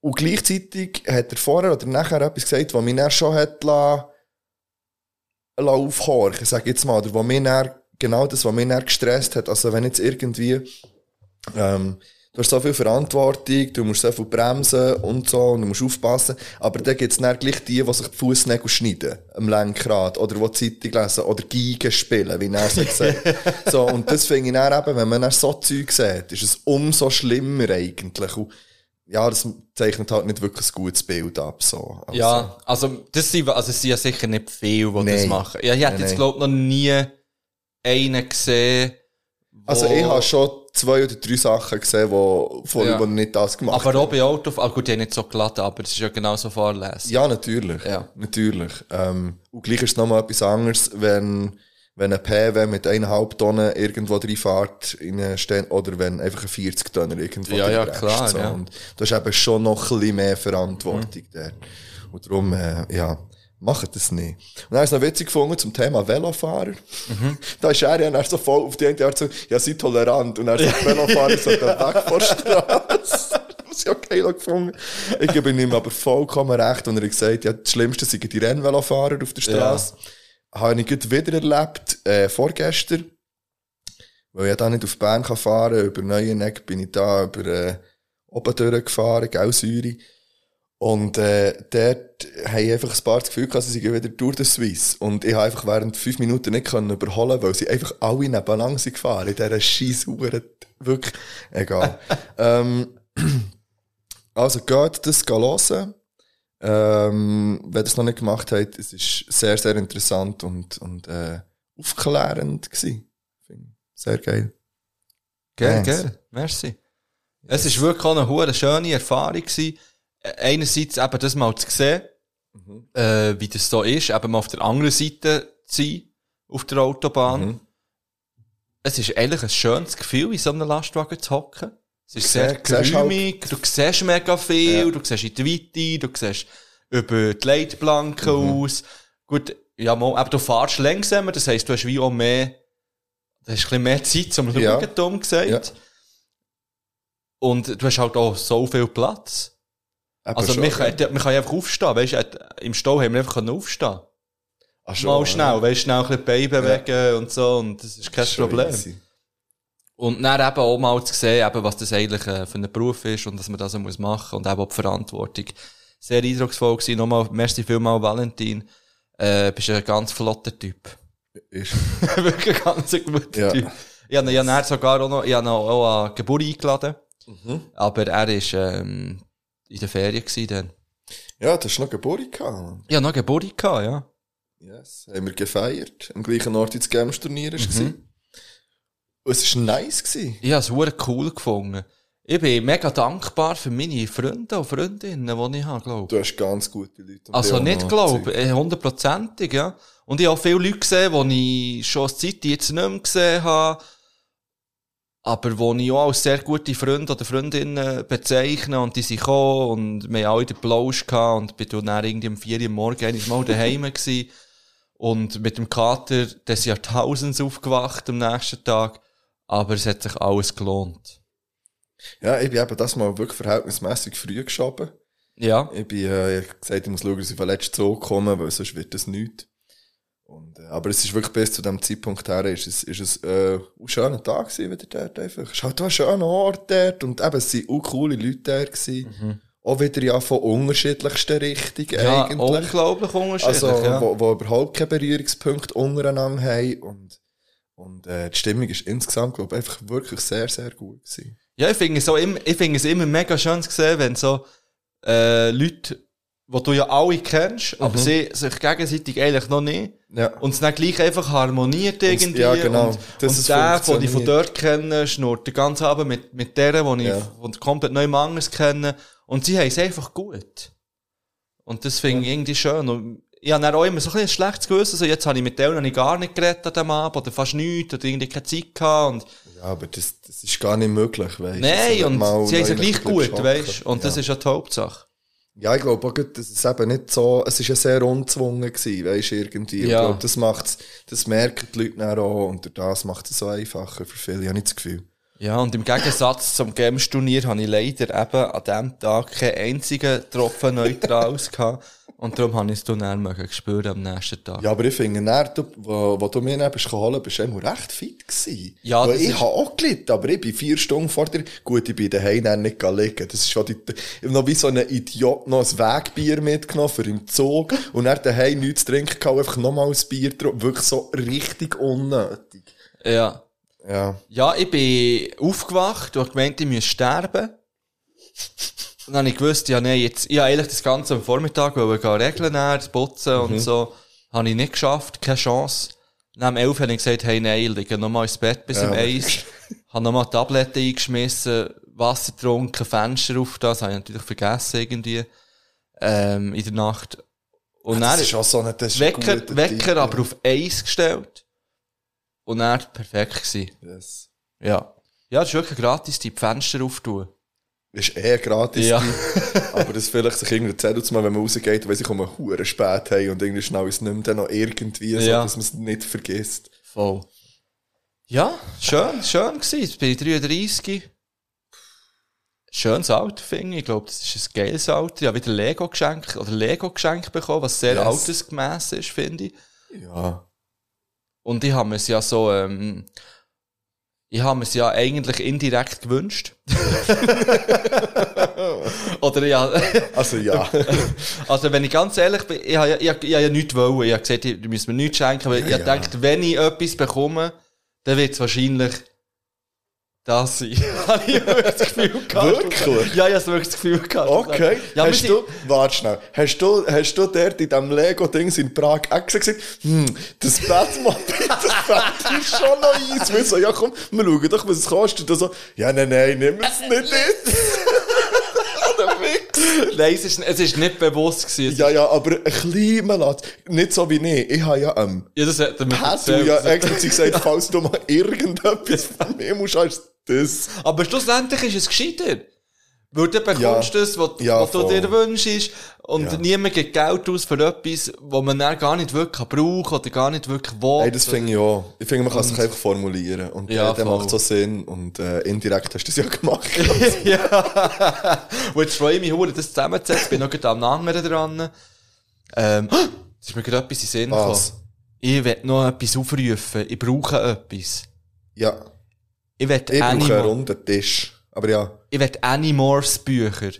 [SPEAKER 2] Und gleichzeitig hat er vorher oder nachher etwas gesagt, was mich dann schon hat lassen, lassen aufhorchen, sag ich jetzt mal, oder was mich dann, genau das, was mich dann gestresst hat. Also wenn jetzt irgendwie, ähm, du hast so viel Verantwortung, du musst so viel bremsen und so, und du musst aufpassen, aber dann gibt's dann gleich die, die sich die Fussnägel schneiden, am Lenkrad, oder die Zeitung lesen, oder Geige spielen, wie er so gesagt hat. So, und das finde ich dann eben, wenn man dann so Zeug sieht, ist es umso schlimmer eigentlich. Und ja, das zeichnet halt nicht wirklich ein gutes Bild ab, so. Also,
[SPEAKER 3] Ja, also, das sind, also, es sind ja sicher nicht viele, die das
[SPEAKER 2] Nein.
[SPEAKER 3] machen. Ja, ich hätte
[SPEAKER 2] Nein,
[SPEAKER 3] jetzt,
[SPEAKER 2] nein.
[SPEAKER 3] glaub noch nie einen gesehen, wo-
[SPEAKER 2] Also ich habe schon zwei oder drei Sachen gesehen, wo, von
[SPEAKER 3] Oh. Ja.
[SPEAKER 2] ja. nicht das gemacht
[SPEAKER 3] Aber auch bei Auto, ah, gut, die haben nicht so glatt, aber es ist ja genau genauso fahrlässig.
[SPEAKER 2] Ja, natürlich.
[SPEAKER 3] Ja.
[SPEAKER 2] Natürlich. Ähm, und gleich ist es nochmal etwas anderes, wenn, wenn ein PW mit 1,5 Tonnen irgendwo reinfährt in einen Stand, oder wenn einfach ein 40 Tonner irgendwo
[SPEAKER 3] Ja, ja,
[SPEAKER 2] reinpresst,
[SPEAKER 3] klar, ja. Mhm.
[SPEAKER 2] Und das ist eben schon noch ein bisschen mehr Verantwortung dort. Und darum, äh, ja, macht das nicht. Und dann habe ich es noch witzig gefunden zum Thema Velofahrer.
[SPEAKER 3] Mhm.
[SPEAKER 2] (laughs) da ist er ja dann so voll auf die eine Art so, ja, sei tolerant. Und er
[SPEAKER 3] (laughs)
[SPEAKER 2] sagt, Velofahrer sind weg vor der Straße. (laughs) Das habe ich auch geil gefunden. Ich gebe ihm aber vollkommen recht, wenn er gesagt hat, ja, das Schlimmste sind die Rennvelofahrer auf der Straße. Habe ich gerade wieder erlebt, äh, vorgestern. Weil ich da nicht auf Bern kann fahren über Neueneck bin ich da über äh, Obendörren gefahren, Gelsäure. Und äh, dort habe ich einfach ein paar das Gefühl gehabt, sie sind wieder durch den Swiss. Und ich habe einfach während fünf Minuten nicht können überholen weil sie einfach alle nebeneinander sind gefahren. In dieser scheiß Uhr. Wirklich. Egal. ähm, also geht das gehen hören. Ähm, wenn ihr es noch nicht gemacht habt, es ist sehr, sehr interessant und, und äh, aufklärend gewesen. Finde ich Sehr geil.
[SPEAKER 3] Gell,
[SPEAKER 2] Thanks.
[SPEAKER 3] gell. Merci. Es ist wirklich auch eine hure schöne Erfahrung gewesen. Äh, Einerseits eben das mal zu sehen,
[SPEAKER 2] Mhm.
[SPEAKER 3] äh, wie das so ist, eben mal auf der anderen Seite zu sein, auf der Autobahn.
[SPEAKER 2] Mhm.
[SPEAKER 3] Es ist eigentlich ein schönes Gefühl, in so einem Lastwagen zu hocken. Es ist sehr
[SPEAKER 2] siehst- halt siehst
[SPEAKER 3] geräumig, du siehst mega viel, du siehst in die Weite, du siehst über die Leitplanken
[SPEAKER 2] Mhm.
[SPEAKER 3] aus. Gut, ja, mal, aber du fährst langsamer, das heisst, du hast wie auch mehr, du hast ein bisschen mehr Zeit zum Schauen,
[SPEAKER 2] Ja.
[SPEAKER 3] dumm gesagt.
[SPEAKER 2] Ja.
[SPEAKER 3] Und du hast halt auch so viel Platz.
[SPEAKER 2] Eben
[SPEAKER 3] Also,
[SPEAKER 2] schon,
[SPEAKER 3] man
[SPEAKER 2] ja.
[SPEAKER 3] kann, man kann ja einfach aufstehen, weißt du, im Stau haben wir einfach können aufstehen.
[SPEAKER 2] Ach, schon,
[SPEAKER 3] Mal
[SPEAKER 2] ja.
[SPEAKER 3] schnell, weißt du, schnell ein bisschen die Beine bewegen und so, und das ist kein
[SPEAKER 2] Schon
[SPEAKER 3] Problem.
[SPEAKER 2] easy.
[SPEAKER 3] Und dann eben auch mal zu sehen, eben, was das eigentlich äh, für ein Beruf ist und dass man das auch muss machen und eben auch die Verantwortung. Sehr eindrucksvoll gewesen. Nochmal, merci vielmal, Valentin. Äh, bist ein ganz flotter Typ.
[SPEAKER 2] Ist.
[SPEAKER 3] (laughs) Wirklich ein ganz guter
[SPEAKER 2] Ja.
[SPEAKER 3] Typ. Ich habe ihn- ich habe ihn sogar auch noch, ich habe ihn auch an Geburt eingeladen. Aber er ist, ähm, in der Ferien gewesen dann.
[SPEAKER 2] Ja, das ist noch Geburt gehabt.
[SPEAKER 3] Ja, nou, noch Geburt gehabt, ja.
[SPEAKER 2] Yes, haben wir gefeiert. Am gleichen Ort ins Games-Turnier war es. Und es war nice. Gewesen.
[SPEAKER 3] Ich habe es hure cool gefunden. Ich bin mega dankbar für meine Freunde und Freundinnen, die ich habe, glaube ich.
[SPEAKER 2] Du hast ganz gute Leute. um
[SPEAKER 3] Also
[SPEAKER 2] dich
[SPEAKER 3] nicht
[SPEAKER 2] auch noch
[SPEAKER 3] glaube,
[SPEAKER 2] zu-
[SPEAKER 3] äh, hundertprozentig, ja. Und ich habe auch viele Leute gesehen, die ich schon seit Zeit jetzt nicht mehr gesehen habe. aber wo ich auch als sehr gute Freunde oder Freundinnen bezeichne und die sind gekommen und wir haben alle den Plausch gehabt und bin dann irgendwie um 4 Uhr am Morgen
[SPEAKER 2] (laughs)
[SPEAKER 3] einmal mal daheim gewesen und mit dem Kater des Jahrtausends aufgewacht am nächsten Tag, aber es hat sich alles gelohnt.
[SPEAKER 2] Ja, ich bin eben das mal wirklich verhältnismäßig früh geschoben.
[SPEAKER 3] Ja,
[SPEAKER 2] Ich bin, äh, ich hab gesagt, ich muss schauen, dass ich auf den letzten Zug komme, weil sonst wird das nichts. Und, äh, aber es ist wirklich bis zu dem Zeitpunkt her, ist es, ist es, äh, ein schöner Tag gewesen, wieder dort einfach. Es ist halt auch ein schöner Ort dort und eben, es sind auch coole Leute da gewesen. Auch wieder ja von unterschiedlichsten Richtungen
[SPEAKER 3] Mhm. ja
[SPEAKER 2] eigentlich.
[SPEAKER 3] unglaublich unterschiedlich.
[SPEAKER 2] Also,
[SPEAKER 3] ja.
[SPEAKER 2] wo, wo überhaupt keine Berührungspunkte untereinander haben und, und, äh, die Stimmung ist insgesamt, glaube ich, einfach wirklich sehr, sehr gut gewesen.
[SPEAKER 3] Ja, ich finde es, auch immer- ich finde es immer mega schön zu sehen, wenn so äh, Leute, die du ja alle kennst,
[SPEAKER 2] Mhm.
[SPEAKER 3] aber sie sich gegenseitig eigentlich noch nicht,
[SPEAKER 2] Ja.
[SPEAKER 3] und es dann gleich einfach harmoniert irgendwie.
[SPEAKER 2] ja, genau.
[SPEAKER 3] Und,
[SPEAKER 2] Dass
[SPEAKER 3] und
[SPEAKER 2] es
[SPEAKER 3] der, den ich von
[SPEAKER 2] funktioniert.
[SPEAKER 3] dort kenne, schnurrt den ganzen Abend mit, mit der, die ich
[SPEAKER 2] Ja.
[SPEAKER 3] von komplett neu anders kenne. Und sie haben es einfach gut. Und das finde ich irgendwie schön. Und ich habe dann auch immer so ein bisschen ein schlechtes Gewissen. Also jetzt habe ich mit denen habe ich gar nicht geredet an dem Abend oder fast nichts oder irgendwie keine Zeit gehabt. Und
[SPEAKER 2] Ja, aber das, das ist gar nicht möglich, weißt
[SPEAKER 3] Nein, und sie haben es ja
[SPEAKER 2] ja
[SPEAKER 3] gleich gut, weißt du? Und das ist ja die Hauptsache.
[SPEAKER 2] Ja, ich glaube auch, gut, dass es eben nicht so, es ist ja sehr unzwungen gewesen, weißt du, irgendwie. Und
[SPEAKER 3] Ja.
[SPEAKER 2] Ich glaube, das macht's, das merken die Leute dann auch, und das macht es so einfacher für viele, habe ich das Gefühl.
[SPEAKER 3] Ja, und im Gegensatz zum Games-Turnier habe ich leider eben an diesem Tag keinen einzigen Tropfen Neutrals (laughs) gehabt. Und darum habe ich es dann dann mögen spüren am nächsten Tag.
[SPEAKER 2] Ja, aber ich finde, dann, du, wo, wo du mir dann bist geholt, bist du immer recht fit gewesen.
[SPEAKER 3] Ja,
[SPEAKER 2] Weil
[SPEAKER 3] das
[SPEAKER 2] ich
[SPEAKER 3] ist-
[SPEAKER 2] habe auch gelitten, aber ich bin vier Stunden vor dir, gut, ich bin daheim dann nicht gelegen. Das ist schon die, ich hab noch wie so ein Idiot noch ein Wegbier mitgenommen für im Zug und dann daheim nichts zu trinken gehabt, einfach nochmal ein Bier getrunken. Wirklich so richtig unnötig.
[SPEAKER 3] Ja.
[SPEAKER 2] Ja.
[SPEAKER 3] Ja, ich bin aufgewacht und hab gemeint, ich müsse sterben. Und dann habe ich gewusst, ja, nein, jetzt, ich habe eigentlich das Ganze am Vormittag wollen gehen regeln, dann, das putzen
[SPEAKER 2] Mhm.
[SPEAKER 3] und so. Habe ich nicht geschafft, keine Chance. Nach dem 11 habe ich gesagt, hey, nein, ich liege nochmal ins Bett bis um
[SPEAKER 2] aber-
[SPEAKER 3] 1. Habe nochmal Tabletten eingeschmissen, Wasser getrunken, Fenster auf, das habe ich natürlich vergessen irgendwie, ähm, in der Nacht. Und
[SPEAKER 2] Das
[SPEAKER 3] dann-
[SPEAKER 2] ist auch so ein, das ist ein
[SPEAKER 3] Wecker,
[SPEAKER 2] guter
[SPEAKER 3] Wecker
[SPEAKER 2] Tipp,
[SPEAKER 3] aber auf eins gestellt. Und er perfekt gewesen.
[SPEAKER 2] Yes.
[SPEAKER 3] Ja. Ja, das ist wirklich gratis, die Fenster auftun.
[SPEAKER 2] Ist eh gratis.
[SPEAKER 3] Ja.
[SPEAKER 2] aber das vielleicht sich irgendwie zählt mal, wenn man rausgeht, weil sie kommen hure spät hey und irgendwie schnell ist es nicht mehr dann noch irgendwie, so,
[SPEAKER 3] Ja.
[SPEAKER 2] dass man es nicht vergisst.
[SPEAKER 3] (laughs) Voll. Ja, schön, schön gewesen. Jetzt bin ich 33. Schönes Alter, finde ich. Ich glaube, das ist ein geiles Alter. Ich habe wieder Lego geschenkt, oder Lego geschenkt bekommen, was sehr
[SPEAKER 2] Yes.
[SPEAKER 3] altersgemäß ist, finde ich.
[SPEAKER 2] Ja.
[SPEAKER 3] Und ich habe mir es ja so, ähm, ich habe mir es ja eigentlich indirekt (laughs) gewünscht. Oder ja,
[SPEAKER 2] Also (laughs) ja.
[SPEAKER 3] also wenn ich ganz ehrlich bin, ich habe ja, ich, habe- ich habe ja nichts wollen. Ich habe gesagt, ihr müsst mir nichts schenken, weil ich
[SPEAKER 2] Ja,
[SPEAKER 3] habe
[SPEAKER 2] ja.
[SPEAKER 3] gedacht, wenn ich etwas bekomme, dann wird es wahrscheinlich das sein. (laughs) habe ich wirklich das Gefühl gehabt.
[SPEAKER 2] Wirklich?
[SPEAKER 3] Ja, ich habe wirklich das Gefühl gehabt.
[SPEAKER 2] Okay.
[SPEAKER 3] Ja,
[SPEAKER 2] hast
[SPEAKER 3] wir
[SPEAKER 2] du, warte schnell. Hast du, hast du dort in diesem Lego-Dings in Prag auch gesagt, hm, das Bettmobil, (laughs) das fällt ist schon noch eins. Wir so, ja komm, wir schauen doch, was es kostet. Und so, ja, nein, nein, nimm es nicht jetzt. Oder Wichser.
[SPEAKER 3] (laughs) Nein, es ist, es ist nicht bewusst gewesen.
[SPEAKER 2] Ja, ja, aber ein klein Melat. Nicht so wie ich. Ich habe ja, ähm,
[SPEAKER 3] Ja, das hätte man
[SPEAKER 2] hast du ja explizit gesagt, falls du mal (laughs) irgendetwas von mir musst, hast du das.
[SPEAKER 3] Aber schlussendlich ist es gescheiter. Weil dann bekommst du
[SPEAKER 2] Ja.
[SPEAKER 3] das, was,
[SPEAKER 2] Ja,
[SPEAKER 3] was du
[SPEAKER 2] voll.
[SPEAKER 3] dir wünschst. Und
[SPEAKER 2] Ja.
[SPEAKER 3] niemand gibt Geld aus für etwas, was man dann gar nicht wirklich braucht oder gar nicht wirklich will.
[SPEAKER 2] Hey, das finde ich auch. Ich finde, man kann es sich einfach formulieren. Und
[SPEAKER 3] Ja,
[SPEAKER 2] ja, der
[SPEAKER 3] voll.
[SPEAKER 2] macht so Sinn. Und äh, indirekt hast du es ja (laughs) gemacht.
[SPEAKER 3] (laughs) ja. Und jetzt freue ich mich, hure, das zusammenzusetzen. Ich bin noch gerade am anderen dran. Ähm, es ist mir gerade etwas in den Sinn gekommen.
[SPEAKER 2] Was?
[SPEAKER 3] Ich will noch etwas aufrufen. Ich brauche etwas.
[SPEAKER 2] Ja.
[SPEAKER 3] Ich will
[SPEAKER 2] Ich brauche einen
[SPEAKER 3] Animal.
[SPEAKER 2] runden Tisch. Aber ja,
[SPEAKER 3] Ich will Animorphs Bücher.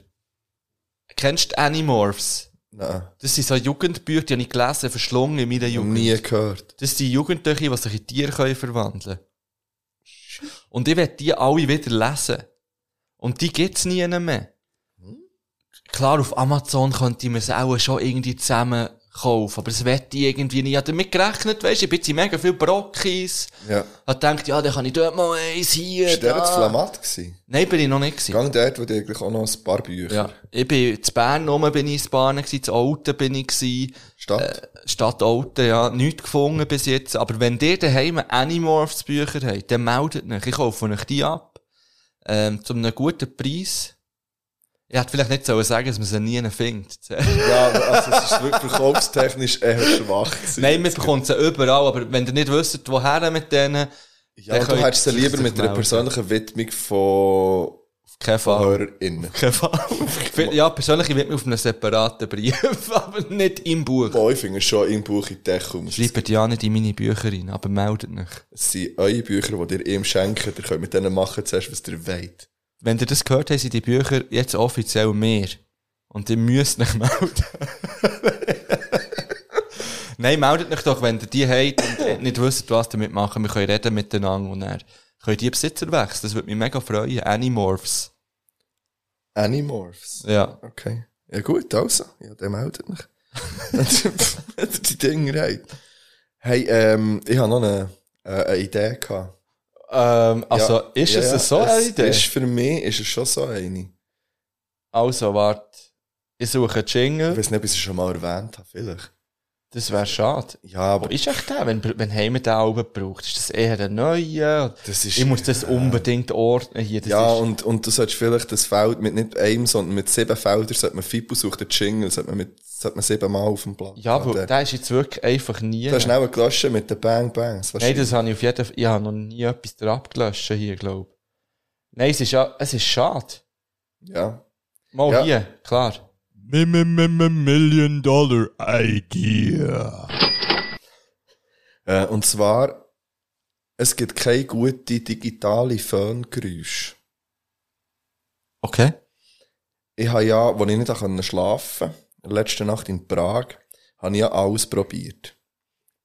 [SPEAKER 3] Kennst du Animorphs?
[SPEAKER 2] nein.
[SPEAKER 3] Das sind so Jugendbücher, die habe ich gelesen, verschlungen in meiner Jugend.
[SPEAKER 2] Nie gehört.
[SPEAKER 3] Das sind Jugendliche, die sich in Tiere können verwandeln Und ich werde die alle wieder lesen. Und die gibt's nie mehr. Klar, auf Amazon könnte man es auch schon irgendwie zusammen kaufen. Aber das wette ich irgendwie nicht. Ich habe damit gerechnet, weißt du, ich habe jetzt mega viel Brokkis.
[SPEAKER 2] Ja.
[SPEAKER 3] Habe gedacht, ja, dann kann ich dort mal eins hier.
[SPEAKER 2] Ist der das
[SPEAKER 3] Da.
[SPEAKER 2] Flamat gewesen?
[SPEAKER 3] Nein, bin ich noch nicht gewesen.
[SPEAKER 2] Gang dort, wo du eigentlich auch noch ein paar Bücher.
[SPEAKER 3] Ja. Ich bin, zu Bern rum bin ich in Bahnen gewesen, zu Alten bin ich gewesen.
[SPEAKER 2] Stadt.
[SPEAKER 3] Äh. Stadt Alten, ja, nichts gefunden bis jetzt. Aber wenn ihr daheim Animorphs Bücher habt, dann meldet euch. Ich kaufe euch die ab. Ähm, zu einem guten Preis. Ich hätte vielleicht nicht sollen sagen, dass man sie nie findet. (laughs)
[SPEAKER 2] Ja, also es ist wirklich verkaufstechnisch eher schwach gewesen.
[SPEAKER 3] Nein, man bekommt sie überall, aber wenn ihr nicht wisst, woher mit denen,
[SPEAKER 2] ja,
[SPEAKER 3] dann
[SPEAKER 2] du
[SPEAKER 3] könnt
[SPEAKER 2] hättest sie
[SPEAKER 3] ihr
[SPEAKER 2] lieber
[SPEAKER 3] sich
[SPEAKER 2] mit einer
[SPEAKER 3] melden.
[SPEAKER 2] persönlichen Widmung von,
[SPEAKER 3] kein
[SPEAKER 2] von
[SPEAKER 3] Fall.
[SPEAKER 2] HörerInnen.
[SPEAKER 3] Kein Fall. ja, persönlich, ich will mich auf einen separaten Brief, (laughs) aber nicht im Buch.
[SPEAKER 2] Boah, ich finde schon im Buch in die Decke um.
[SPEAKER 3] Schreibt ja nicht in meine Bücher rein, aber meldet euch.
[SPEAKER 2] Es sind eure Bücher, die ihr ihm schenken. Ihr könnt mit denen machen, zuerst, was ihr wollt.
[SPEAKER 3] Wenn ihr das gehört habt, sind die Bücher jetzt offiziell mehr. Und ihr müsst euch melden. (laughs) Nein, meldet euch doch, wenn ihr die habt (coughs) und nicht wisst, was damit machen. Wir können reden miteinander und dann könnt ihr Besitzer wechseln. Das würde mich mega freuen. Animorphs.
[SPEAKER 2] Animorphs.
[SPEAKER 3] Ja.
[SPEAKER 2] Okay. Ja gut, also. Ja, der meldet
[SPEAKER 3] (laughs)
[SPEAKER 2] mich. Wenn ihr die Dinger habt. Hey, ähm, ich habe noch eine, äh, eine Idee gehabt.
[SPEAKER 3] Ähm, also,
[SPEAKER 2] Ja,
[SPEAKER 3] ist
[SPEAKER 2] ja,
[SPEAKER 3] es
[SPEAKER 2] ja,
[SPEAKER 3] so eine Idee?
[SPEAKER 2] Ist für mich ist es schon so eine.
[SPEAKER 3] Also, warte. Ich suche einen
[SPEAKER 2] Ich
[SPEAKER 3] Jingle.
[SPEAKER 2] weiß nicht, ob ich es schon mal erwähnt habe, vielleicht.
[SPEAKER 3] Das wäre schade.
[SPEAKER 2] Ja, aber
[SPEAKER 3] Aber ist echt der, wenn, wenn Heimer den Alben braucht? Ist das eher ein neuer?
[SPEAKER 2] das ist...
[SPEAKER 3] Ich muss das unbedingt ordnen hier. Das
[SPEAKER 2] ja,
[SPEAKER 3] ist,
[SPEAKER 2] und, und du solltest vielleicht das Feld mit nicht einem, sondern mit sieben Feldern, sollte man Fibu suchen, den Jingle, sollte man, mit, sollte man sieben Mal auf dem Platz.
[SPEAKER 3] ja aber
[SPEAKER 2] haben.
[SPEAKER 3] der ist jetzt wirklich einfach nie.
[SPEAKER 2] Du hast schnell gelöscht mit den Bang Bangs.
[SPEAKER 3] Nein,
[SPEAKER 2] wahrscheinlich.
[SPEAKER 3] das habe ich auf jeden Fall. Ich habe noch nie etwas drauf gelöscht hier, glaube ich. Nein, es ist, ja, es ist schade.
[SPEAKER 2] Ja.
[SPEAKER 3] Mal
[SPEAKER 2] Ja.
[SPEAKER 3] hier, klar.
[SPEAKER 6] Million dollar idea.
[SPEAKER 2] Äh, und zwar, es gibt keine gute digitale Föhngeräusche.
[SPEAKER 3] Okay.
[SPEAKER 2] Ich habe ja, als ich nicht konnte schlafen konnte, letzte Nacht in Prag, habe ich ja alles probiert.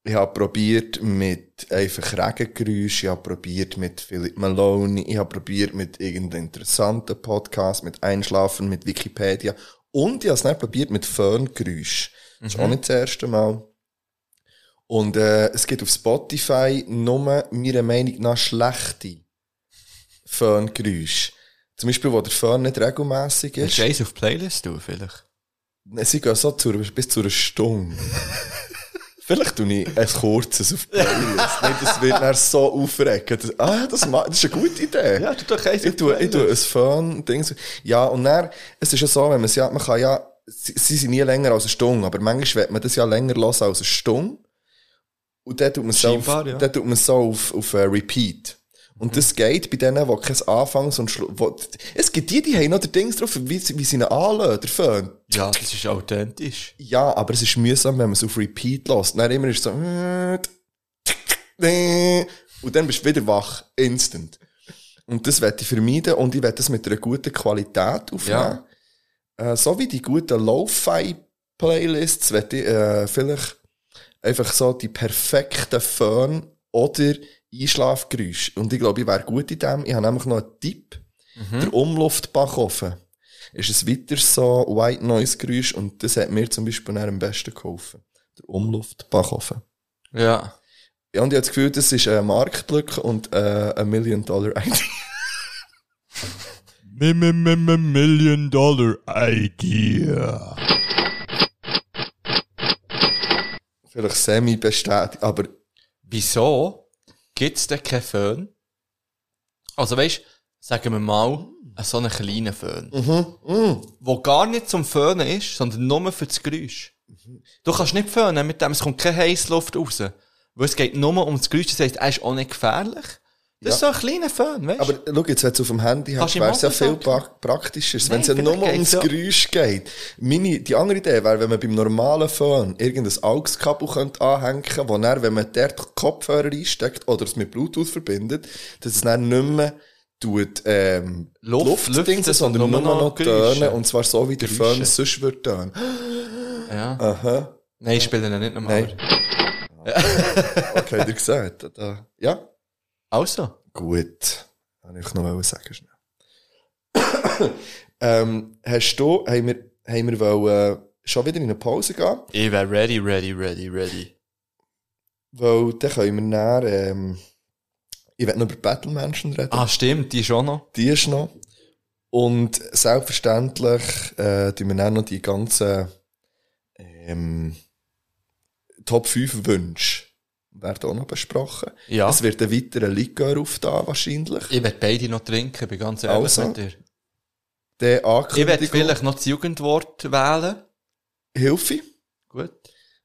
[SPEAKER 2] Ich habe probiert mit einfach Regengeräusch, ich habe probiert mit Philip Maloney, ich habe probiert mit irgendeinem interessanten Podcast, mit Einschlafen, mit Wikipedia und ich habe es dann probiert mit Föhngeräusch. Das ist auch nicht das erste Mal. Und äh, es gibt auf Spotify nur meiner Meinung nach schlechte Föhngeräusche. Zum Beispiel, wo der Föhn nicht regelmäßig ist.
[SPEAKER 3] eins auf Playlist du vielleicht?
[SPEAKER 2] Nein, Sie gehen so zur, bis zu einer
[SPEAKER 3] (laughs)
[SPEAKER 2] Stunde. Vielleicht tue ich ein kurzes auf die Playlist. Nein, das wird dann so aufregen. Das, ah, das, ma- das ist eine gute Idee.
[SPEAKER 3] Ja, du doch eins
[SPEAKER 2] ich tue, ich tue ein Fun-Ding. so- Ja, und dann, es ist ja so, wenn man es ja, man kann ja, sie, sie sind nie länger als eine Stunde, aber manchmal wird man das ja länger hören als eine Stunde. Und dann tut man es so auf,
[SPEAKER 3] Scheinbar, ja. Mhm.
[SPEAKER 2] dann tut man es so auf, auf äh, Repeat. Und das geht bei denen, die kein Anfangs und Schlu wo, Es gibt die, die haben noch den Dings drauf, wie, sie- wie sie ihn anlösen, der Föhn.
[SPEAKER 3] Ja, das ist authentisch.
[SPEAKER 2] Ja, aber es ist mühsam, wenn man es auf Repeat lässt. Dann immer ist es so. äh, Und dann bist du wieder wach. Instant. Und das werde ich vermeiden und ich werde das mit einer guten Qualität aufnehmen. Äh, so wie die guten Lo-Fi-Playlists werde ich äh, vielleicht einfach so die perfekten Föhn oder Einschlafgeräusche. Und ich glaube, ich wäre gut in dem. Ich habe nämlich noch einen Tipp. Der Umluftbackofen ist es weiter so White Noise Geräusch und das hat mir zum Beispiel dann am besten geholfen. Der Umluftbackofen.
[SPEAKER 3] Ja.
[SPEAKER 2] Ja, und ich habe das Gefühl, das ist eine Marktlücke und äh, ein Million Dollar Idea.
[SPEAKER 6] Million dollar idea.
[SPEAKER 2] (laughs) Vielleicht semi bestätigt, aber
[SPEAKER 3] Wieso gibt's denn keinen Föhn? Also weißt, sagen wir mal, so einen kleinen Föhn.
[SPEAKER 2] Mhm,
[SPEAKER 3] Wo gar nicht zum Föhnen ist, sondern nur für das Geräusch. Du kannst nicht föhnen mit dem, es kommt keine Heissluft raus. Weil es geht nur um das Geräusch, das heisst, er ist auch nicht gefährlich. Das ist so ein kleiner Föhn, weißt
[SPEAKER 2] aber schau jetzt, wenn du es auf dem Handy hast,
[SPEAKER 3] Kannst du
[SPEAKER 2] wäre es ja
[SPEAKER 3] im
[SPEAKER 2] viel
[SPEAKER 3] Auto sagen?
[SPEAKER 2] pra- praktischer, wenn
[SPEAKER 3] Nein,
[SPEAKER 2] es ja nur
[SPEAKER 3] vielleicht
[SPEAKER 2] ums
[SPEAKER 3] geht's ja.
[SPEAKER 2] Geräusch geht. Meine, die andere Idee wäre, wenn man beim normalen Phone irgendein AUX-Kabel könnte anhängen könnte, wo dann, wenn man dort Kopfhörer einsteckt oder es mit Bluetooth verbindet, dass es dann nicht mehr tut, ähm,
[SPEAKER 3] Luft-
[SPEAKER 2] Luftdinge,
[SPEAKER 3] Lüften,
[SPEAKER 2] sondern nur noch
[SPEAKER 3] Geräusche.
[SPEAKER 2] Töne, und zwar so, wie der
[SPEAKER 3] Geräusche.
[SPEAKER 2] Phone sonst würde tönen.
[SPEAKER 3] Ja.
[SPEAKER 2] Aha,
[SPEAKER 3] Nein, ich spiele ihn nicht nochmal.
[SPEAKER 2] äh, Nein. okay, dir gesagt. Da, ja.
[SPEAKER 3] Also,
[SPEAKER 2] Gut. Habe ich noch wollen sagen schnell. (coughs) ähm, hast du, haben wir, haben wir wollen, äh, schon wieder in eine Pause gehen.
[SPEAKER 3] Ich wäre ready, ready, ready, ready.
[SPEAKER 2] Weil dann können wir dann, ähm, ich werde noch über Battle Menschen reden.
[SPEAKER 3] Ah, stimmt, die schon noch.
[SPEAKER 2] Die ist noch. Und selbstverständlich, äh, tun wir dann noch die ganzen, ähm, Top 5 Wünsche werden auch noch besprochen.
[SPEAKER 3] Ja.
[SPEAKER 2] Es wird ein weiterer Likör auf da wahrscheinlich.
[SPEAKER 3] Ich werde beide noch trinken, bin ganz ehrlich
[SPEAKER 2] Also,
[SPEAKER 3] mit dir.
[SPEAKER 2] Der
[SPEAKER 3] Ich werde
[SPEAKER 2] Ankündigung.
[SPEAKER 3] vielleicht noch das Jugendwort wählen.
[SPEAKER 2] Hilfe.
[SPEAKER 3] Gut.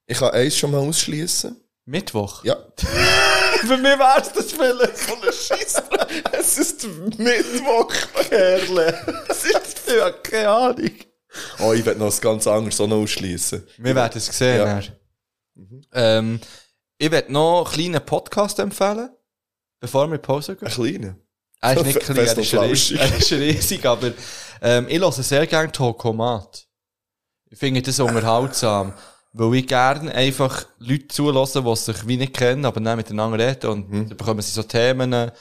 [SPEAKER 2] Ich kann eins schon mal ausschließen.
[SPEAKER 3] Mittwoch.
[SPEAKER 2] Ja.
[SPEAKER 3] Für mich wär's das vielleicht.
[SPEAKER 2] es ist (laughs) Mittwoch, Kerle.
[SPEAKER 3] Das ist ja keine Ahnung.
[SPEAKER 2] Oh, ich werde noch das ganz anderes auch noch ausschließen.
[SPEAKER 3] Wir werden es sehen.
[SPEAKER 2] Ja. Mhm.
[SPEAKER 3] Ja. Ähm, ich werde noch einen kleinen Podcast empfehlen, bevor wir in die Pause gehen.
[SPEAKER 2] Ein kleiner.
[SPEAKER 3] Er
[SPEAKER 2] (laughs)
[SPEAKER 3] ist nicht klein, er
[SPEAKER 2] Fest und
[SPEAKER 3] ist riesig,
[SPEAKER 2] flauschig.
[SPEAKER 3] er ist riesig aber ähm, ich höre sehr gerne Tokomat. Ich finde das unterhaltsam, weil ich gerne einfach Leute zulasse, die sich wie nicht kennen, aber dann miteinander reden und
[SPEAKER 2] Mhm.
[SPEAKER 3] dann bekommen sie so Themen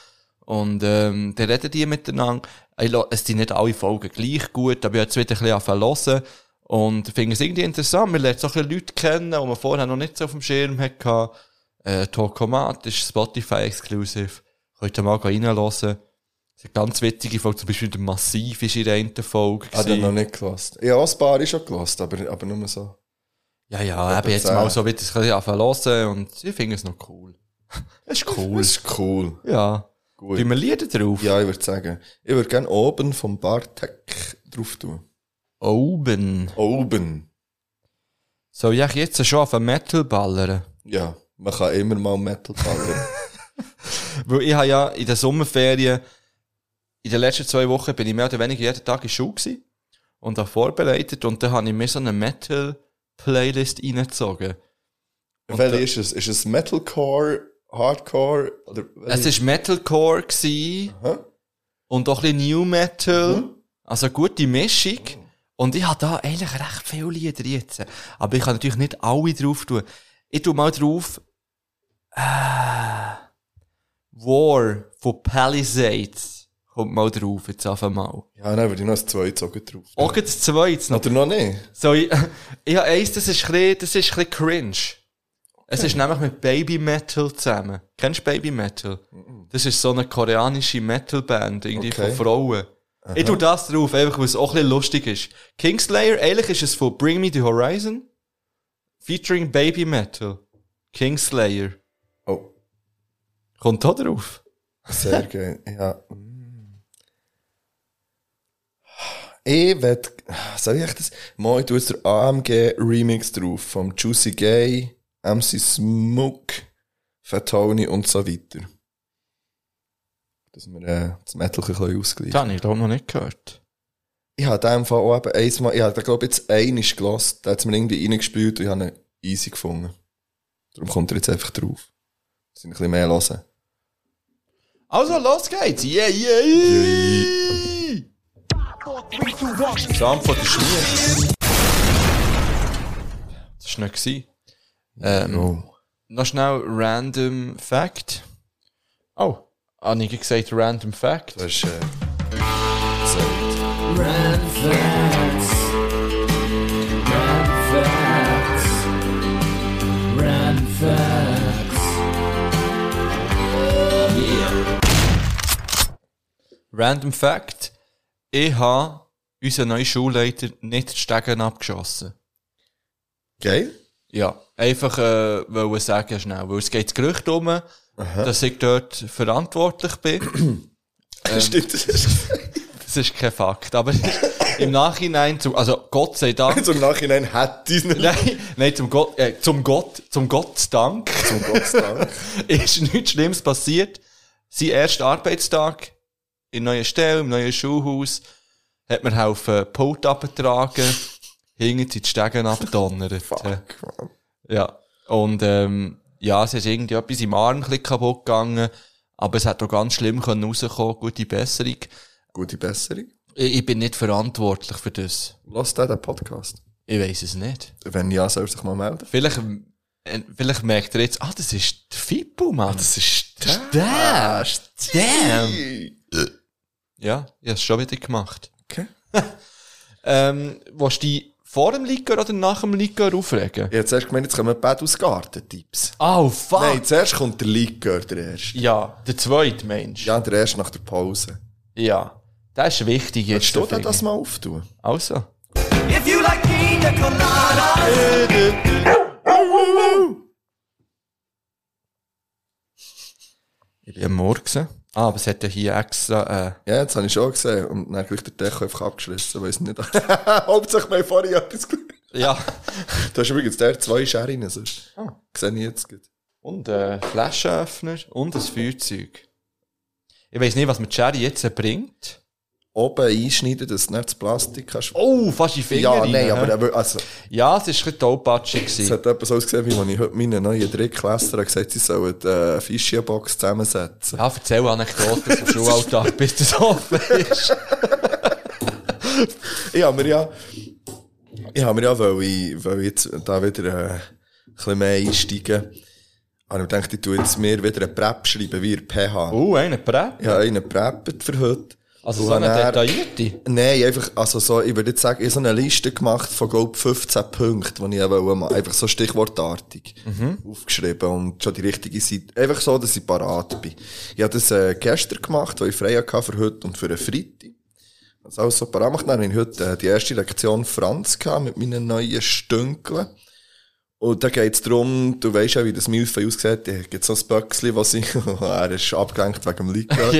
[SPEAKER 3] und ähm, dann reden die miteinander. Ich lo- es sind nicht alle Folgen gleich gut, aber ich habe jetzt wieder ein bisschen angefangen zu hören und finde es irgendwie interessant. Man lernt so ein bisschen Leute kennen, die man vorher noch nicht so auf dem Schirm hatte. Äh, Tokomat ist Spotify-exclusive. Könnt ihr mal reinhören. Es ist eine ganz witzige Folge, zum Beispiel der Massiv ist in der einen Folge.
[SPEAKER 2] Hat er
[SPEAKER 3] gewesen.
[SPEAKER 2] Ah, noch nicht gelost. Ja, ein paar ist schon gelost, aber, aber nur so.
[SPEAKER 3] ja, ja, eben
[SPEAKER 2] Oder
[SPEAKER 3] jetzt
[SPEAKER 2] zehn.
[SPEAKER 3] mal so wieder ein bisschen anfangen zu hören und ich finde es noch cool. (laughs) Es ist cool.
[SPEAKER 2] Oh, Das ist cool.
[SPEAKER 3] ja.
[SPEAKER 2] Gut.
[SPEAKER 3] Tun wir Lieder drauf?
[SPEAKER 2] Ja, ich würde sagen, ich würde gerne oben vom Bartek drauf tun.
[SPEAKER 3] Oben.
[SPEAKER 2] Oben.
[SPEAKER 3] Soll ich eigentlich jetzt schon auf Metal ballern?
[SPEAKER 2] Ja, man kann immer mal Metal ballern. (laughs)
[SPEAKER 3] Weil ich habe ja in den Sommerferien, in den letzten zwei Wochen bin ich mehr oder weniger jeden Tag in der Schule gewesen und habe vorbereitet und dann habe ich mir so eine Metal-Playlist reingezogen. Und da-
[SPEAKER 2] Welche ist es? Ist es Metalcore, Hardcore? Oder
[SPEAKER 3] Es war Metalcore gsi
[SPEAKER 2] Also- Aha. Mhm.
[SPEAKER 3] und auch ein bisschen New Metal. Also gute Mischung. Und ich habe da eigentlich recht viele Lieder jetzt. Aber ich kann natürlich nicht alle drauf tun. Ich tue mal drauf äh, War von Palisades. Kommt mal drauf, jetzt auf einmal.
[SPEAKER 2] Ja, dann würde ich noch ein zweites Auge drauf.
[SPEAKER 3] Auch gleich das zweite noch.
[SPEAKER 2] Oder noch nicht?
[SPEAKER 3] So, (laughs) ich, ich habe eins, das ist ein bisschen, das ist ein bisschen cringe. Es ist nämlich mit Baby Metal zusammen. Kennst du Baby Metal? Das ist so eine koreanische Metalband, irgendwie
[SPEAKER 2] Okay.
[SPEAKER 3] von Frauen. Ich tue das drauf, einfach weil es auch ein bisschen lustig ist. Kingslayer, eigentlich ist es von Bring Me the Horizon, featuring Baby Metal. Kingslayer.
[SPEAKER 2] Oh,
[SPEAKER 3] Kommt da drauf?
[SPEAKER 2] sehr geil. Ja. Ich wett, soll ich echt das? Mal, ich tue jetzt der AMG Remix drauf vom Juicy Gay, MC Smook, Fatoni und so weiter. Dass wir äh, das Metal ein bisschen ausgleichen.
[SPEAKER 3] Das habe ich glaube noch nicht gehört.
[SPEAKER 2] Ich habe in dem Fall auch eben einmal, ich habe glaube jetzt einmal gelassen, da hat es mir irgendwie reingespielt und ich habe ihn easy gefunden. Darum kommt er jetzt einfach drauf. Das sind ein bisschen mehr hören.
[SPEAKER 3] Also, los geht's! Yeah, yeah, yeah! Sam von der Schnee. Das war nicht. Ähm,
[SPEAKER 2] Oh.
[SPEAKER 3] Noch schnell Random Fact. Oh, habe ich gesagt Random Fact?
[SPEAKER 2] Das ist, äh, gesagt.
[SPEAKER 3] Random Fact. E Ich habe unseren neuen Schulleiter nicht die Stegen abgeschossen.
[SPEAKER 2] Geil.
[SPEAKER 3] Ja, einfach äh, wollen sagen schnell, weil es geht das Gerücht um, dass ich dort verantwortlich bin.
[SPEAKER 2] Stimmt, das ist
[SPEAKER 3] Das ist kein Fakt, aber (laughs) im Nachhinein, zum, also Gott sei Dank,
[SPEAKER 2] (laughs) zum Nachhinein hätte ich es nicht.
[SPEAKER 3] nein, nein zum, Gott, äh, zum Gott, zum Gott Dank (laughs)
[SPEAKER 2] Zum Gott sei Dank.
[SPEAKER 3] ist nichts Schlimmes passiert. Sein erster Arbeitstag in neuer Stelle, im neuen Schulhaus, hat mir helfen, Pult abgetragen, hinten sind die Stegen abdonnert.
[SPEAKER 2] Mann.
[SPEAKER 3] Ja. Und ähm, ja, es ist irgendwie etwas im Arm ein bisschen kaputt gegangen, aber es hat auch ganz schlimm können rauskommen, gute Besserung.
[SPEAKER 2] Gute Besserung.
[SPEAKER 3] Ich, ich bin nicht verantwortlich für das.
[SPEAKER 2] Lass da den Podcast.
[SPEAKER 3] Ich weiß es nicht.
[SPEAKER 2] Wenn ja, soll er sich mal melden.
[SPEAKER 3] Vielleicht, äh, vielleicht merkt ihr jetzt, ah, das ist der Fippo, Mann. das ist der. Ah, Damn. Ja, ich hab's schon wieder gemacht.
[SPEAKER 2] Okay.
[SPEAKER 3] (laughs) Ähm, willst du die vor dem Likör oder nach dem Likör aufregen?
[SPEAKER 2] Ich hab zuerst gemeint, jetzt kommen Bad aus Garten-Tipps.
[SPEAKER 3] Oh, fuck.
[SPEAKER 2] Nein, zuerst kommt der Likör, der erste.
[SPEAKER 3] Ja, der zweite Mensch.
[SPEAKER 2] Ja, der erste nach der Pause.
[SPEAKER 3] Ja. Das ist wichtig jetzt.
[SPEAKER 2] Willst du da
[SPEAKER 3] finde
[SPEAKER 2] das
[SPEAKER 3] ich.
[SPEAKER 2] mal auftun?
[SPEAKER 3] Also.
[SPEAKER 5] If you like pina coladas,
[SPEAKER 3] Ich bin am Morgen. Ah, aber es hat ja hier extra, äh,
[SPEAKER 2] Ja, jetzt habe ich schon gesehen. Und dann gleich der Deko einfach abgeschlossen, weil es nicht. Hauptsache, mein vorhin etwas gesehen.
[SPEAKER 3] ja.
[SPEAKER 2] Du hast übrigens der zwei Scherinen, sonst. Oh. Sehe ich jetzt gut.
[SPEAKER 3] (laughs) Und äh, Flaschenöffner und ein Feuerzeug. Ich weiss nicht, was mir Cherry jetzt bringt.
[SPEAKER 2] Oben einschneiden, dass du nicht das Plastik kannst.
[SPEAKER 3] Oh, fast in die Finger
[SPEAKER 2] ja,
[SPEAKER 3] rein,
[SPEAKER 2] nein,
[SPEAKER 3] hä?
[SPEAKER 2] aber er will- also,
[SPEAKER 3] Ja, es war ein bisschen tollpatschig.
[SPEAKER 2] es
[SPEAKER 3] gewesen.
[SPEAKER 2] hat etwas ausgesehen, wie wenn ich heute meinen neuen Drittklässler gesagt habe, sie sollen äh, eine Fischchenbox zusammensetzen.
[SPEAKER 3] Ja,
[SPEAKER 2] (laughs)
[SPEAKER 3] erzähl Anekdoten vom Schulalltag, bis das offen ist.
[SPEAKER 2] Ich habe mir ja, ich habe mir ja, weil ich, weil ich jetzt da wieder äh, ein bisschen mehr einsteigen, habe ich gedacht, ich tue jetzt mir wieder eine Prep schreiben, wie ihr PH.
[SPEAKER 3] Oh, eine Prä?
[SPEAKER 2] Ich habe einen preppet für heute.
[SPEAKER 3] Also
[SPEAKER 2] Und
[SPEAKER 3] so eine
[SPEAKER 2] dann-
[SPEAKER 3] detaillierte.
[SPEAKER 2] Nein, einfach, also so, ich würde jetzt sagen, ich habe so eine Liste gemacht von, glaube 15 Punkten, die ich eben mal, einfach so stichwortartig
[SPEAKER 3] Mhm.
[SPEAKER 2] aufgeschrieben und schon die richtige Seite, einfach so, dass ich parat bin. Ich habe das äh, gestern gemacht, weil ich frei hatte für heute und für einen Freitag. Also alles so parat gemacht. Dann habe ich heute äh, die erste Lektion Franz gehabt mit meinen neuen Stünkeln. Und da geht's drum, du weißt ja, wie das Milfei aussieht, da gibt's so ein Böckchen, was ich, (laughs) er ist abgelenkt wegen dem Likör.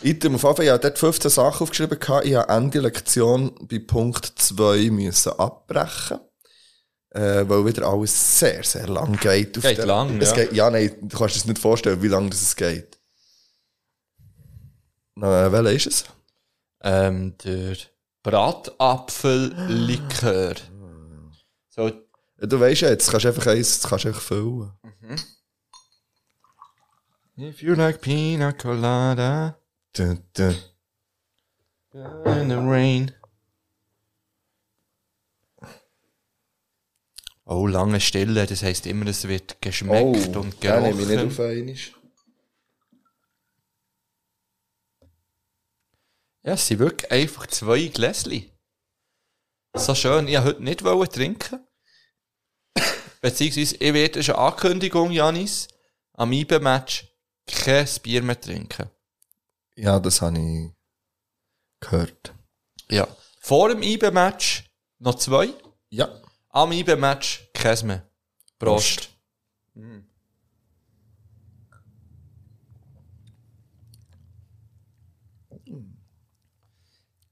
[SPEAKER 2] Item auf Anfang, ich habe dort 15 Sachen aufgeschrieben gehabt. Ich habe Ende Lektion bei Punkt 2 müssen abbrechen. Äh, weil wieder alles sehr, sehr lang geht. auf
[SPEAKER 3] Geht
[SPEAKER 2] der-
[SPEAKER 3] lang,
[SPEAKER 2] es
[SPEAKER 3] ja.
[SPEAKER 2] Geht, ja, nein, du kannst dir das nicht vorstellen, wie lang das es geht. Na, äh, welcher ist es?
[SPEAKER 3] Ähm, der Bratapfellikör. So,
[SPEAKER 2] Ja, Du weißt ja, jetzt kannst du einfach eins, das kannst du einfach füllen.
[SPEAKER 3] if you like pina colada
[SPEAKER 2] Du, du.
[SPEAKER 3] in the rain. Oh, lange Stille, das heisst immer, es wird geschmeckt und
[SPEAKER 2] den nehme Oh, ich nicht
[SPEAKER 3] gerochen.
[SPEAKER 2] auf einmal.
[SPEAKER 3] Ja, es sind wirklich einfach zwei Gläschen. So schön, ich wollte heute nicht wollen trinken. Beziehungsweise, ich werde, das ist eine Ankündigung, Janis, am IBE-Match kein Bier mehr trinken.
[SPEAKER 2] Ja, das habe ich gehört.
[SPEAKER 3] Ja. Vor dem IBE-Match noch zwei,
[SPEAKER 2] Ja.
[SPEAKER 3] am IBE-Match kein mehr. Prost.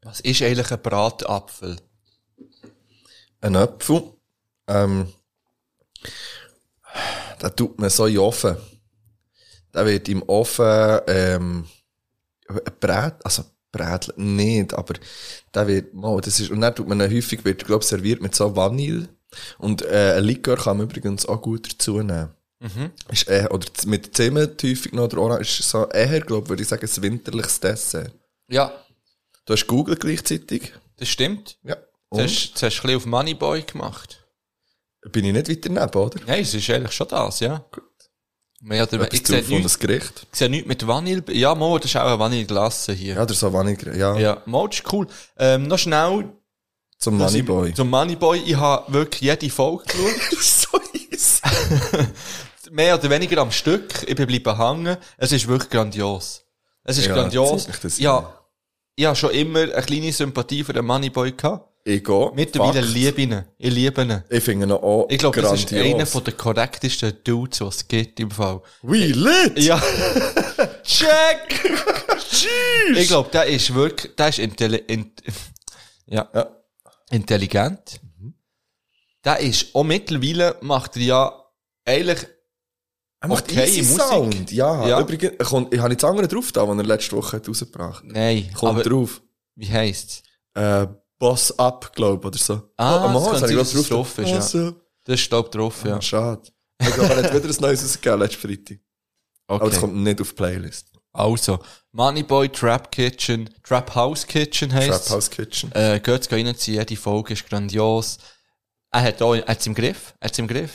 [SPEAKER 3] Was ist eigentlich ein Bratapfel?
[SPEAKER 2] Ein Apfel. Ähm, den tut man so in den Ofen. Der wird im Ofen ähm, brät, also brät nicht, aber der wird, oh, das ist, und dann tut man ihn häufig, wird, glaube serviert mit so Vanille. Und äh, ein Likör kann man übrigens auch gut dazu nehmen. Ist eher, oder z- mit Zimt häufig noch, oder Orange, ist so eher, glaube würde ich sagen, ein winterliches Dessert.
[SPEAKER 3] Ja,
[SPEAKER 2] Du hast Google gleichzeitig.
[SPEAKER 3] das stimmt.
[SPEAKER 2] Ja.
[SPEAKER 3] Das
[SPEAKER 2] Und
[SPEAKER 3] hast, das hast du ein bisschen auf Moneyboy gemacht.
[SPEAKER 2] bin ich nicht weiter neben, oder?
[SPEAKER 3] Nein, es ist eigentlich schon das, ja. Gut. Ja, der,
[SPEAKER 2] Etwas
[SPEAKER 3] ich
[SPEAKER 2] zu
[SPEAKER 3] sehe
[SPEAKER 2] von
[SPEAKER 3] nichts,
[SPEAKER 2] das Gericht.
[SPEAKER 3] ich sehe nichts mit Vanille. Ja, Mo, das ist auch eine Vanilleglasse hier.
[SPEAKER 2] Ja, der Savannigre, ja.
[SPEAKER 3] Ja, Mo, das ist cool. Ähm, noch schnell
[SPEAKER 2] Zum Moneyboy.
[SPEAKER 3] Ich, zum Moneyboy. Ich habe wirklich jede Folge
[SPEAKER 2] (laughs)
[SPEAKER 3] geschaut.
[SPEAKER 2] so easy.
[SPEAKER 3] (laughs) Mehr oder weniger am Stück. Ich bin bleiben hängen. Es ist wirklich grandios. Es ist
[SPEAKER 2] Ja,
[SPEAKER 3] grandios.
[SPEAKER 2] zeig mich das an.
[SPEAKER 3] Ja, ich habe schon immer eine kleine Sympathie für den Moneyboy gehabt.
[SPEAKER 2] Ich gehe.
[SPEAKER 3] Mittlerweile
[SPEAKER 2] Fakt.
[SPEAKER 3] liebe ich ihn. Ich liebe ihn.
[SPEAKER 2] Ich finde ihn auch
[SPEAKER 3] Ich glaube, das ist einer
[SPEAKER 2] grandios.
[SPEAKER 3] von der korrektesten Dudes, die es gibt im Fall.
[SPEAKER 2] We lit!
[SPEAKER 3] (laughs) Ja. Check! Ich glaube, der ist wirklich, der ist intelli in, ja,
[SPEAKER 2] Ja. Mhm.
[SPEAKER 3] intelligent. Der ist auch mittlerweile macht er ja eigentlich,
[SPEAKER 2] er macht
[SPEAKER 3] okay,
[SPEAKER 2] easy
[SPEAKER 3] Musik.
[SPEAKER 2] Sound. Ja,
[SPEAKER 3] Ja.
[SPEAKER 2] übrigens, er kommt, ich habe jetzt anderen drauf da, den er letzte Woche hat rausgebracht hat.
[SPEAKER 3] nein,
[SPEAKER 2] Kommt
[SPEAKER 3] aber
[SPEAKER 2] drauf.
[SPEAKER 3] wie heisst's?
[SPEAKER 2] Äh, Boss Up, glaube ich, oder so.
[SPEAKER 3] Ah,
[SPEAKER 2] am Anfang
[SPEAKER 3] das kann
[SPEAKER 2] habe
[SPEAKER 3] sein,
[SPEAKER 2] ich
[SPEAKER 3] dass es
[SPEAKER 2] gerade
[SPEAKER 3] drauf ist, ja.
[SPEAKER 2] Also,
[SPEAKER 3] Das ist glaub drauf, Dus ja.
[SPEAKER 2] ja. Schade. Ich glaube, er hat wieder ein neues rausgegeben, letzte Freitag. Aber es
[SPEAKER 3] Okay.
[SPEAKER 2] kommt nicht auf die Playlist.
[SPEAKER 3] Also, Moneyboy Trap Kitchen, Trap House Kitchen
[SPEAKER 2] Trap
[SPEAKER 3] heisst.
[SPEAKER 2] House Kitchen.
[SPEAKER 3] Äh, geht's geh reinziehen, jede Folge ist grandios. Er hat auch, er hat's im Griff, er hat's im Griff.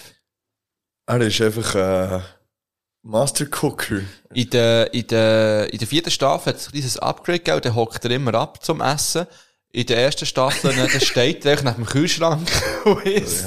[SPEAKER 2] Er ist einfach, äh, Master Cooker.
[SPEAKER 3] In der, in der, in der vierten Staffel hat es ein kleines Upgrade gegeben, der hockt er immer ab zum Essen. in der ersten Staffel, dann dann steht er einfach neben dem Kühlschrank (laughs) und isst.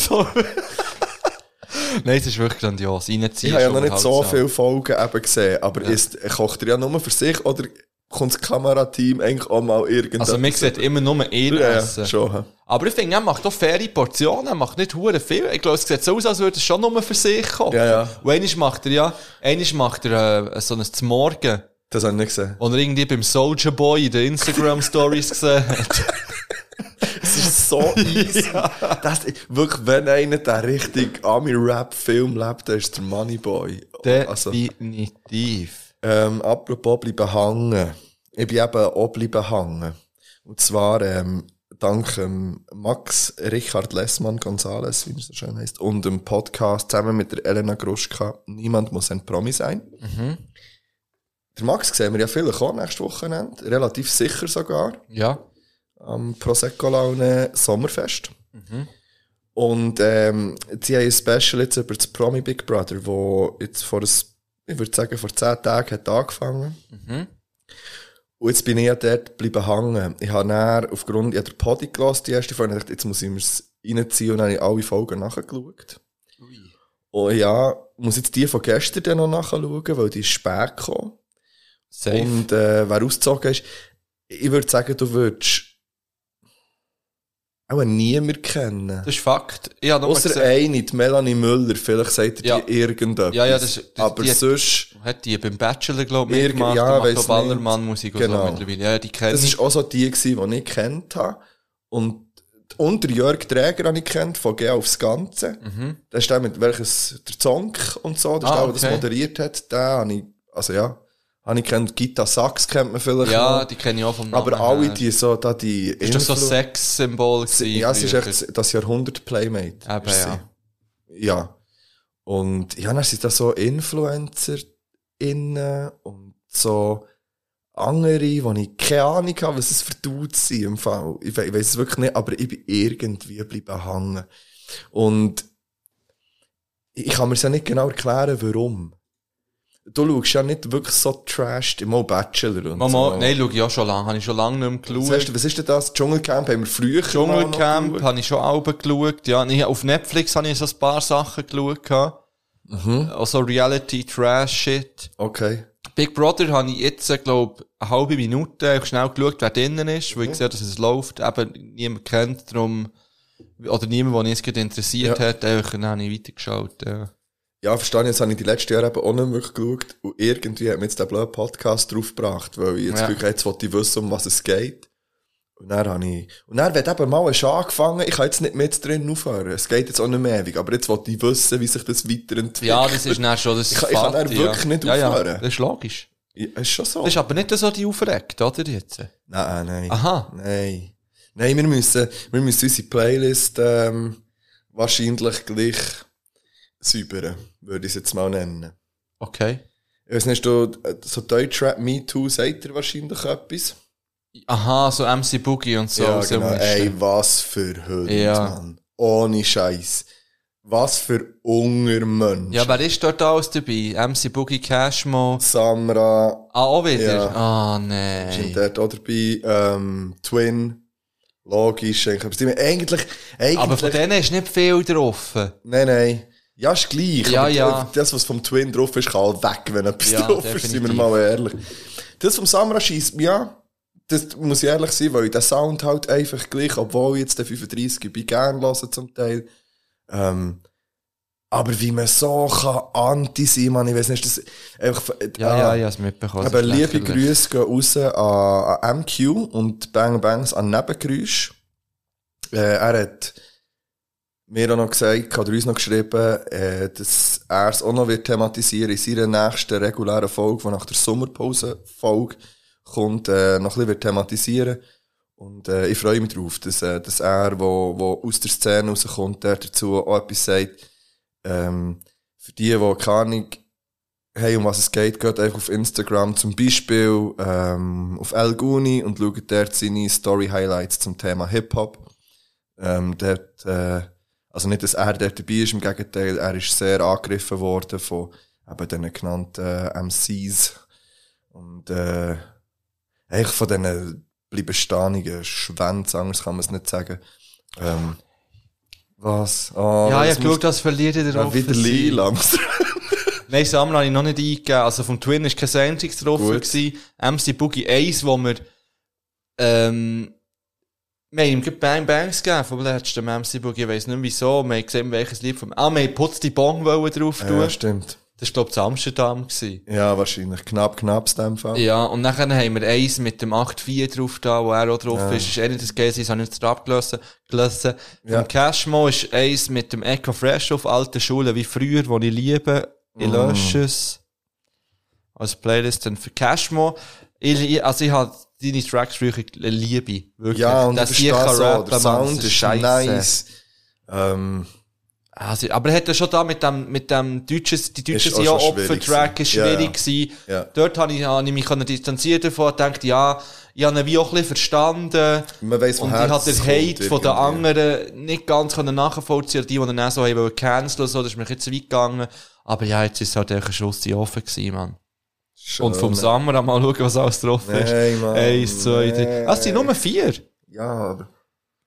[SPEAKER 3] So. (laughs) Nein, es ist wirklich grandios. Reinziehen
[SPEAKER 2] Ich habe ja
[SPEAKER 3] ist halt
[SPEAKER 2] noch nicht so
[SPEAKER 3] unterhaltsam.
[SPEAKER 2] viele Folgen eben gesehen, aber ist, kocht er ja nur für sich oder kommt das Kamerateam eigentlich auch mal irgendwas?
[SPEAKER 3] Also, man sieht immer nur ihn
[SPEAKER 2] ja,
[SPEAKER 3] essen.
[SPEAKER 2] ja, schon.
[SPEAKER 3] Aber ich finde, er macht doch faire Portionen, er macht nicht hure viel. Ich glaube, es sieht so aus, als würde er schon nur für sich kochen.
[SPEAKER 2] Ja, ja.
[SPEAKER 3] Und einmal macht er ja, einmal macht er äh, so ein Zmorgen,
[SPEAKER 2] Das habe ich nicht (laughs) gesehen.
[SPEAKER 3] wo er irgendwie beim Soldier Boy in den Instagram Stories (laughs) gesehen hat.
[SPEAKER 2] Das ist
[SPEAKER 3] (laughs)
[SPEAKER 2] so easy. das, wirklich, wenn einer der richtig Ami-Rap-Film lebt, dann ist der Moneyboy. Also,
[SPEAKER 3] Definitiv.
[SPEAKER 2] ähm, apropos bleiben hängen. Ich bin eben auch bleiben hängen. Und zwar, ähm, dank ähm, Max Richard Lessmann Gonzales, wie er so schön heißt, und dem Podcast zusammen mit der Elena Gruschka. Niemand muss ein Promi sein. Der Max sehen wir ja vielleicht auch nächstes Wochenende. Relativ sicher sogar
[SPEAKER 3] Ja.
[SPEAKER 2] am Prosecco Laune Sommerfest. Und ähm, sie haben ein Special jetzt über das Promi Big Brother, wo jetzt vor, ein, ich würde sagen, vor 10 Tagen hat angefangen.
[SPEAKER 3] Mhm.
[SPEAKER 2] Und jetzt bin ich ja dort geblieben hängen. Ich habe dann aufgrund, ich habe den Podi gelassen, die erste Folge, und ich dachte, jetzt muss ich mir reinziehen und dann habe ich alle Folgen nachgeschaut. Und ja, muss jetzt die von gestern dann noch nachschauen, weil die ist spät gekommen.
[SPEAKER 3] Safe.
[SPEAKER 2] Und äh, wer ausgezogen ist, ich würde sagen, du würdest auch niemand kennen.
[SPEAKER 3] das ist Fakt. Ich habe nur
[SPEAKER 2] Außer
[SPEAKER 3] gesehen,
[SPEAKER 2] eine, die Melanie Müller, vielleicht sagt ihr
[SPEAKER 3] Ja.
[SPEAKER 2] die irgendetwas.
[SPEAKER 3] Ja, ja, das- das-
[SPEAKER 2] Aber
[SPEAKER 3] die hat-
[SPEAKER 2] sonst,
[SPEAKER 3] hat die beim Bachelor, glaube ich,
[SPEAKER 2] Irgend-
[SPEAKER 3] mitgemacht.
[SPEAKER 2] ja,
[SPEAKER 3] Ja, macht
[SPEAKER 2] weiss
[SPEAKER 3] auch Ballermann-Musik und
[SPEAKER 2] Genau.
[SPEAKER 3] so mittlerweile. Ja, die kenne
[SPEAKER 2] das
[SPEAKER 3] ich.
[SPEAKER 2] ist auch so die gewesen, die ich kennt habe. Und, und der Jörg Träger habe ich kennt, von Geh aufs Ganze.
[SPEAKER 3] Mhm.
[SPEAKER 2] Das ist der mit welches, der Zonk und so, das
[SPEAKER 3] Ah,
[SPEAKER 2] ist der, der das
[SPEAKER 3] okay.
[SPEAKER 2] moderiert hat, den habe ich, also ja, habe ich kennt, Gita Sachs kennt man vielleicht
[SPEAKER 3] Ja,
[SPEAKER 2] noch.
[SPEAKER 3] die kenne ich auch vom
[SPEAKER 2] Aber
[SPEAKER 3] Namen
[SPEAKER 2] alle
[SPEAKER 3] her.
[SPEAKER 2] die so, da die
[SPEAKER 3] Ist doch so ein
[SPEAKER 2] Influ-
[SPEAKER 3] Sex-Symbol gewesen.
[SPEAKER 2] Ja, es ist
[SPEAKER 3] früher.
[SPEAKER 2] echt das Jahrhundert Playmate.
[SPEAKER 3] Eben,
[SPEAKER 2] ist sie.
[SPEAKER 3] ja.
[SPEAKER 2] Ja. Und ja, dann sind da so InfluencerInnen und so andere, wo ich keine Ahnung habe, was es für Dudes sind im Fall. Ich, we ich weiß es wirklich nicht, aber ich bin irgendwie geblieben hängen. Und ich kann mir ja nicht genau erklären, warum. Du schaust ja nicht wirklich so trash, immer Bachelor und
[SPEAKER 3] Mama,
[SPEAKER 2] so.
[SPEAKER 3] nein, schau ich auch schon lange. Habe ich schon lange nicht mehr
[SPEAKER 2] was,
[SPEAKER 3] geschaut.
[SPEAKER 2] hast du, was ist denn das? Dschungelcamp haben wir früher mal noch
[SPEAKER 3] Dschungelcamp
[SPEAKER 2] geschaut.
[SPEAKER 3] habe ich schon auch geschaut. Ja, nee, auf Netflix habe ich so ein paar Sachen geschaut. gehabt.
[SPEAKER 2] Mhm.
[SPEAKER 3] Also Reality-Trash-Shit.
[SPEAKER 2] Okay.
[SPEAKER 3] Big Brother habe ich jetzt, glaube eine halbe Minute einfach schnell geschaut, wer drinnen ist,
[SPEAKER 2] Mhm.
[SPEAKER 3] weil ich sehe, dass es läuft. Eben niemand kennt, darum, oder niemand, der uns gerade interessiert
[SPEAKER 2] Ja.
[SPEAKER 3] hat, einfach, dann habe ich weitergeschaut. äh. Ja.
[SPEAKER 2] Ja, verstehe ich. Jetzt habe ich die letzten Jahre eben auch nicht mehr geschaut. Und irgendwie hat mir jetzt der blöde Podcast draufgebracht, weil ich jetzt
[SPEAKER 3] Ja.
[SPEAKER 2] wirklich jetzt wollte ich wissen, um was es geht. Und dann habe ich, und dann wird eben mal ein Schach angefangen. Ich kann jetzt nicht mehr jetzt drin aufhören. Es geht jetzt auch nicht mehr ewig. Aber jetzt wollte ich wissen, wie sich das weiterentwickelt.
[SPEAKER 3] ja, das ist dann schon, das
[SPEAKER 2] Ich kann- ich kann
[SPEAKER 3] fällt,
[SPEAKER 2] dann wirklich nicht
[SPEAKER 3] ja. Ja, ja,
[SPEAKER 2] aufhören.
[SPEAKER 3] das ist logisch.
[SPEAKER 2] Ja, ist schon so.
[SPEAKER 3] Das ist aber nicht so die aufregt, oder, jetzt?
[SPEAKER 2] nein, nein.
[SPEAKER 3] Aha.
[SPEAKER 2] Nein. Nein, wir müssen, wir müssen unsere Playlist, ähm, wahrscheinlich gleich säubern. Würde ich es jetzt mal nennen.
[SPEAKER 3] Okay.
[SPEAKER 2] Ich weiß nicht, du, äh, so Deutschrap Me Too sagt dir wahrscheinlich etwas.
[SPEAKER 3] Aha, so MC Boogie und so.
[SPEAKER 2] ja,
[SPEAKER 3] so
[SPEAKER 2] genau.
[SPEAKER 3] Mist.
[SPEAKER 2] Ey, was für Hund,
[SPEAKER 3] Ja.
[SPEAKER 2] Mann. Ohne Scheiß. Was für Ungermensch.
[SPEAKER 3] ja, wer ist dort alles dabei? MC Boogie Cashmo.
[SPEAKER 2] Samra
[SPEAKER 3] Ah, auch wieder?
[SPEAKER 2] Ja.
[SPEAKER 3] Ah,
[SPEAKER 2] sind
[SPEAKER 3] nein.
[SPEAKER 2] dort auch dabei. Ähm, Twin. Logisch. eigentlich. Aber sie sind eigentlich, eigentlich.
[SPEAKER 3] Aber von denen ist nicht viel drauf.
[SPEAKER 2] Nein, nein. Ja, ist gleich.
[SPEAKER 3] Ja,
[SPEAKER 2] aber
[SPEAKER 3] ja.
[SPEAKER 2] Das, was vom Twin drauf ist, kann halt weg, wenn etwas
[SPEAKER 3] Ja,
[SPEAKER 2] drauf ist, sind wir mal ehrlich. Das vom Samra schießt mich an. Das muss ich ehrlich sein, weil der Sound halt einfach gleich, obwohl ich jetzt den 35 bin, gern höre zum Teil. Ähm, aber wie man so kann anti sein kann, ich weiß nicht, das einfach,
[SPEAKER 3] Ja,
[SPEAKER 2] äh,
[SPEAKER 3] ja, ich habe es mitbekommen.
[SPEAKER 2] aber
[SPEAKER 3] Das ist
[SPEAKER 2] liebe
[SPEAKER 3] lächerlich.
[SPEAKER 2] Grüße gehen raus an, an MQ und Bang Bangs an Nebengeräusch. Äh, er hat mir auch noch gesagt, hat uns noch geschrieben, äh, dass er es auch noch wird thematisieren in seiner nächsten regulären Folge, die nach der Sommerpause-Folge kommt, äh, noch ein bisschen wird thematisieren. Und äh, ich freue mich drauf, dass, äh, dass er, wo, wo aus der Szene rauskommt, der dazu auch etwas sagt. Ähm, für die, die keine Ahnung hey, um was es geht, geht einfach auf Instagram zum Beispiel ähm, auf El Guni und schaut dort seine Story-Highlights zum Thema Hip-Hop. Ähm, dort, äh, also nicht, dass er dort dabei ist, im Gegenteil, er ist sehr angegriffen worden von eben den genannten äh, MCs und äh, eigentlich von diesen bleiben stehen, wie ein Schwänz, anders kann man es nicht sagen. Ähm, was? Ah,
[SPEAKER 3] ja, ja,
[SPEAKER 2] das
[SPEAKER 3] geschaut, das verliert ihr
[SPEAKER 2] muss-
[SPEAKER 3] drauf.
[SPEAKER 2] Ah, wieder Lee langsam.
[SPEAKER 3] Nein, Sammler habe ich noch nicht eingegeben. Also vom Twin war kein einziges drauf.
[SPEAKER 2] Gut.
[SPEAKER 3] Gewesen. MC Boogie 1, wo wir, ähm, wir haben ihm gerade Bang Bangs gegeben vom letzten MC Boogie. Ich weiss nicht mehr wieso. Wir haben gesehen, welches Lied vom, ah, wir haben Putz die Bong wollen drauf tun.
[SPEAKER 2] ja,
[SPEAKER 3] das
[SPEAKER 2] stimmt.
[SPEAKER 3] war, glaube ich, in Amsterdam. Gewesen.
[SPEAKER 2] Ja, wahrscheinlich. Knapp, knapp, in dem Fall.
[SPEAKER 3] Ja, und nachher haben wir eins mit dem 8.4 drauf da, wo er auch drauf
[SPEAKER 2] Ja.
[SPEAKER 3] ist. Ist eh nicht das Geld, das habe ich jetzt abgelassen. gelassen.
[SPEAKER 2] Ja.
[SPEAKER 3] Vom Cashmo ist eins mit dem Echo Fresh auf alten Schulen, wie früher, wo ich liebe. Ich
[SPEAKER 2] Mm.
[SPEAKER 3] lösche es. Als Playlist dann für Cashmo. Ich, li- also ich habe deine Tracks früher liebe. Wirklich.
[SPEAKER 2] Ja, und das
[SPEAKER 3] Dass
[SPEAKER 2] ist
[SPEAKER 3] ich kann
[SPEAKER 2] so,
[SPEAKER 3] rappen,
[SPEAKER 2] der
[SPEAKER 3] Mann,
[SPEAKER 2] Sound
[SPEAKER 3] das
[SPEAKER 2] ist
[SPEAKER 3] scheisse.
[SPEAKER 2] nice. Ähm,
[SPEAKER 3] Also, aber er hat ja schon da mit dem, mit dem deutschen, die deutsche
[SPEAKER 2] Ist auch
[SPEAKER 3] ja
[SPEAKER 2] schon schwierig
[SPEAKER 3] Opfertrack ist
[SPEAKER 2] gewesen. Ja,
[SPEAKER 3] schwierig gewesen.
[SPEAKER 2] Ja.
[SPEAKER 3] Dort habe ich, habe ich mich können distanzieren davon, gedacht, ja, ich habe ihn wie auch ein bisschen verstanden.
[SPEAKER 2] man weiss,
[SPEAKER 3] Und ich
[SPEAKER 2] woher das
[SPEAKER 3] habe den Hate
[SPEAKER 2] kommt
[SPEAKER 3] von den
[SPEAKER 2] Oh, irgendwie.
[SPEAKER 3] anderen nicht ganz können nachvollziehen die, die dann auch so haben wollen canceln, so, das ist mir jetzt weit gegangen. Aber ja, jetzt ist halt der Schuss die offen gewesen, Mann. Und vom
[SPEAKER 2] Schön.
[SPEAKER 3] Samra mal schauen, was alles drauf ist.
[SPEAKER 2] Nein, Mann.
[SPEAKER 3] Eins, zwei, drei.
[SPEAKER 2] Nein.
[SPEAKER 3] Ah, es sind nur vier.
[SPEAKER 2] Ja, aber.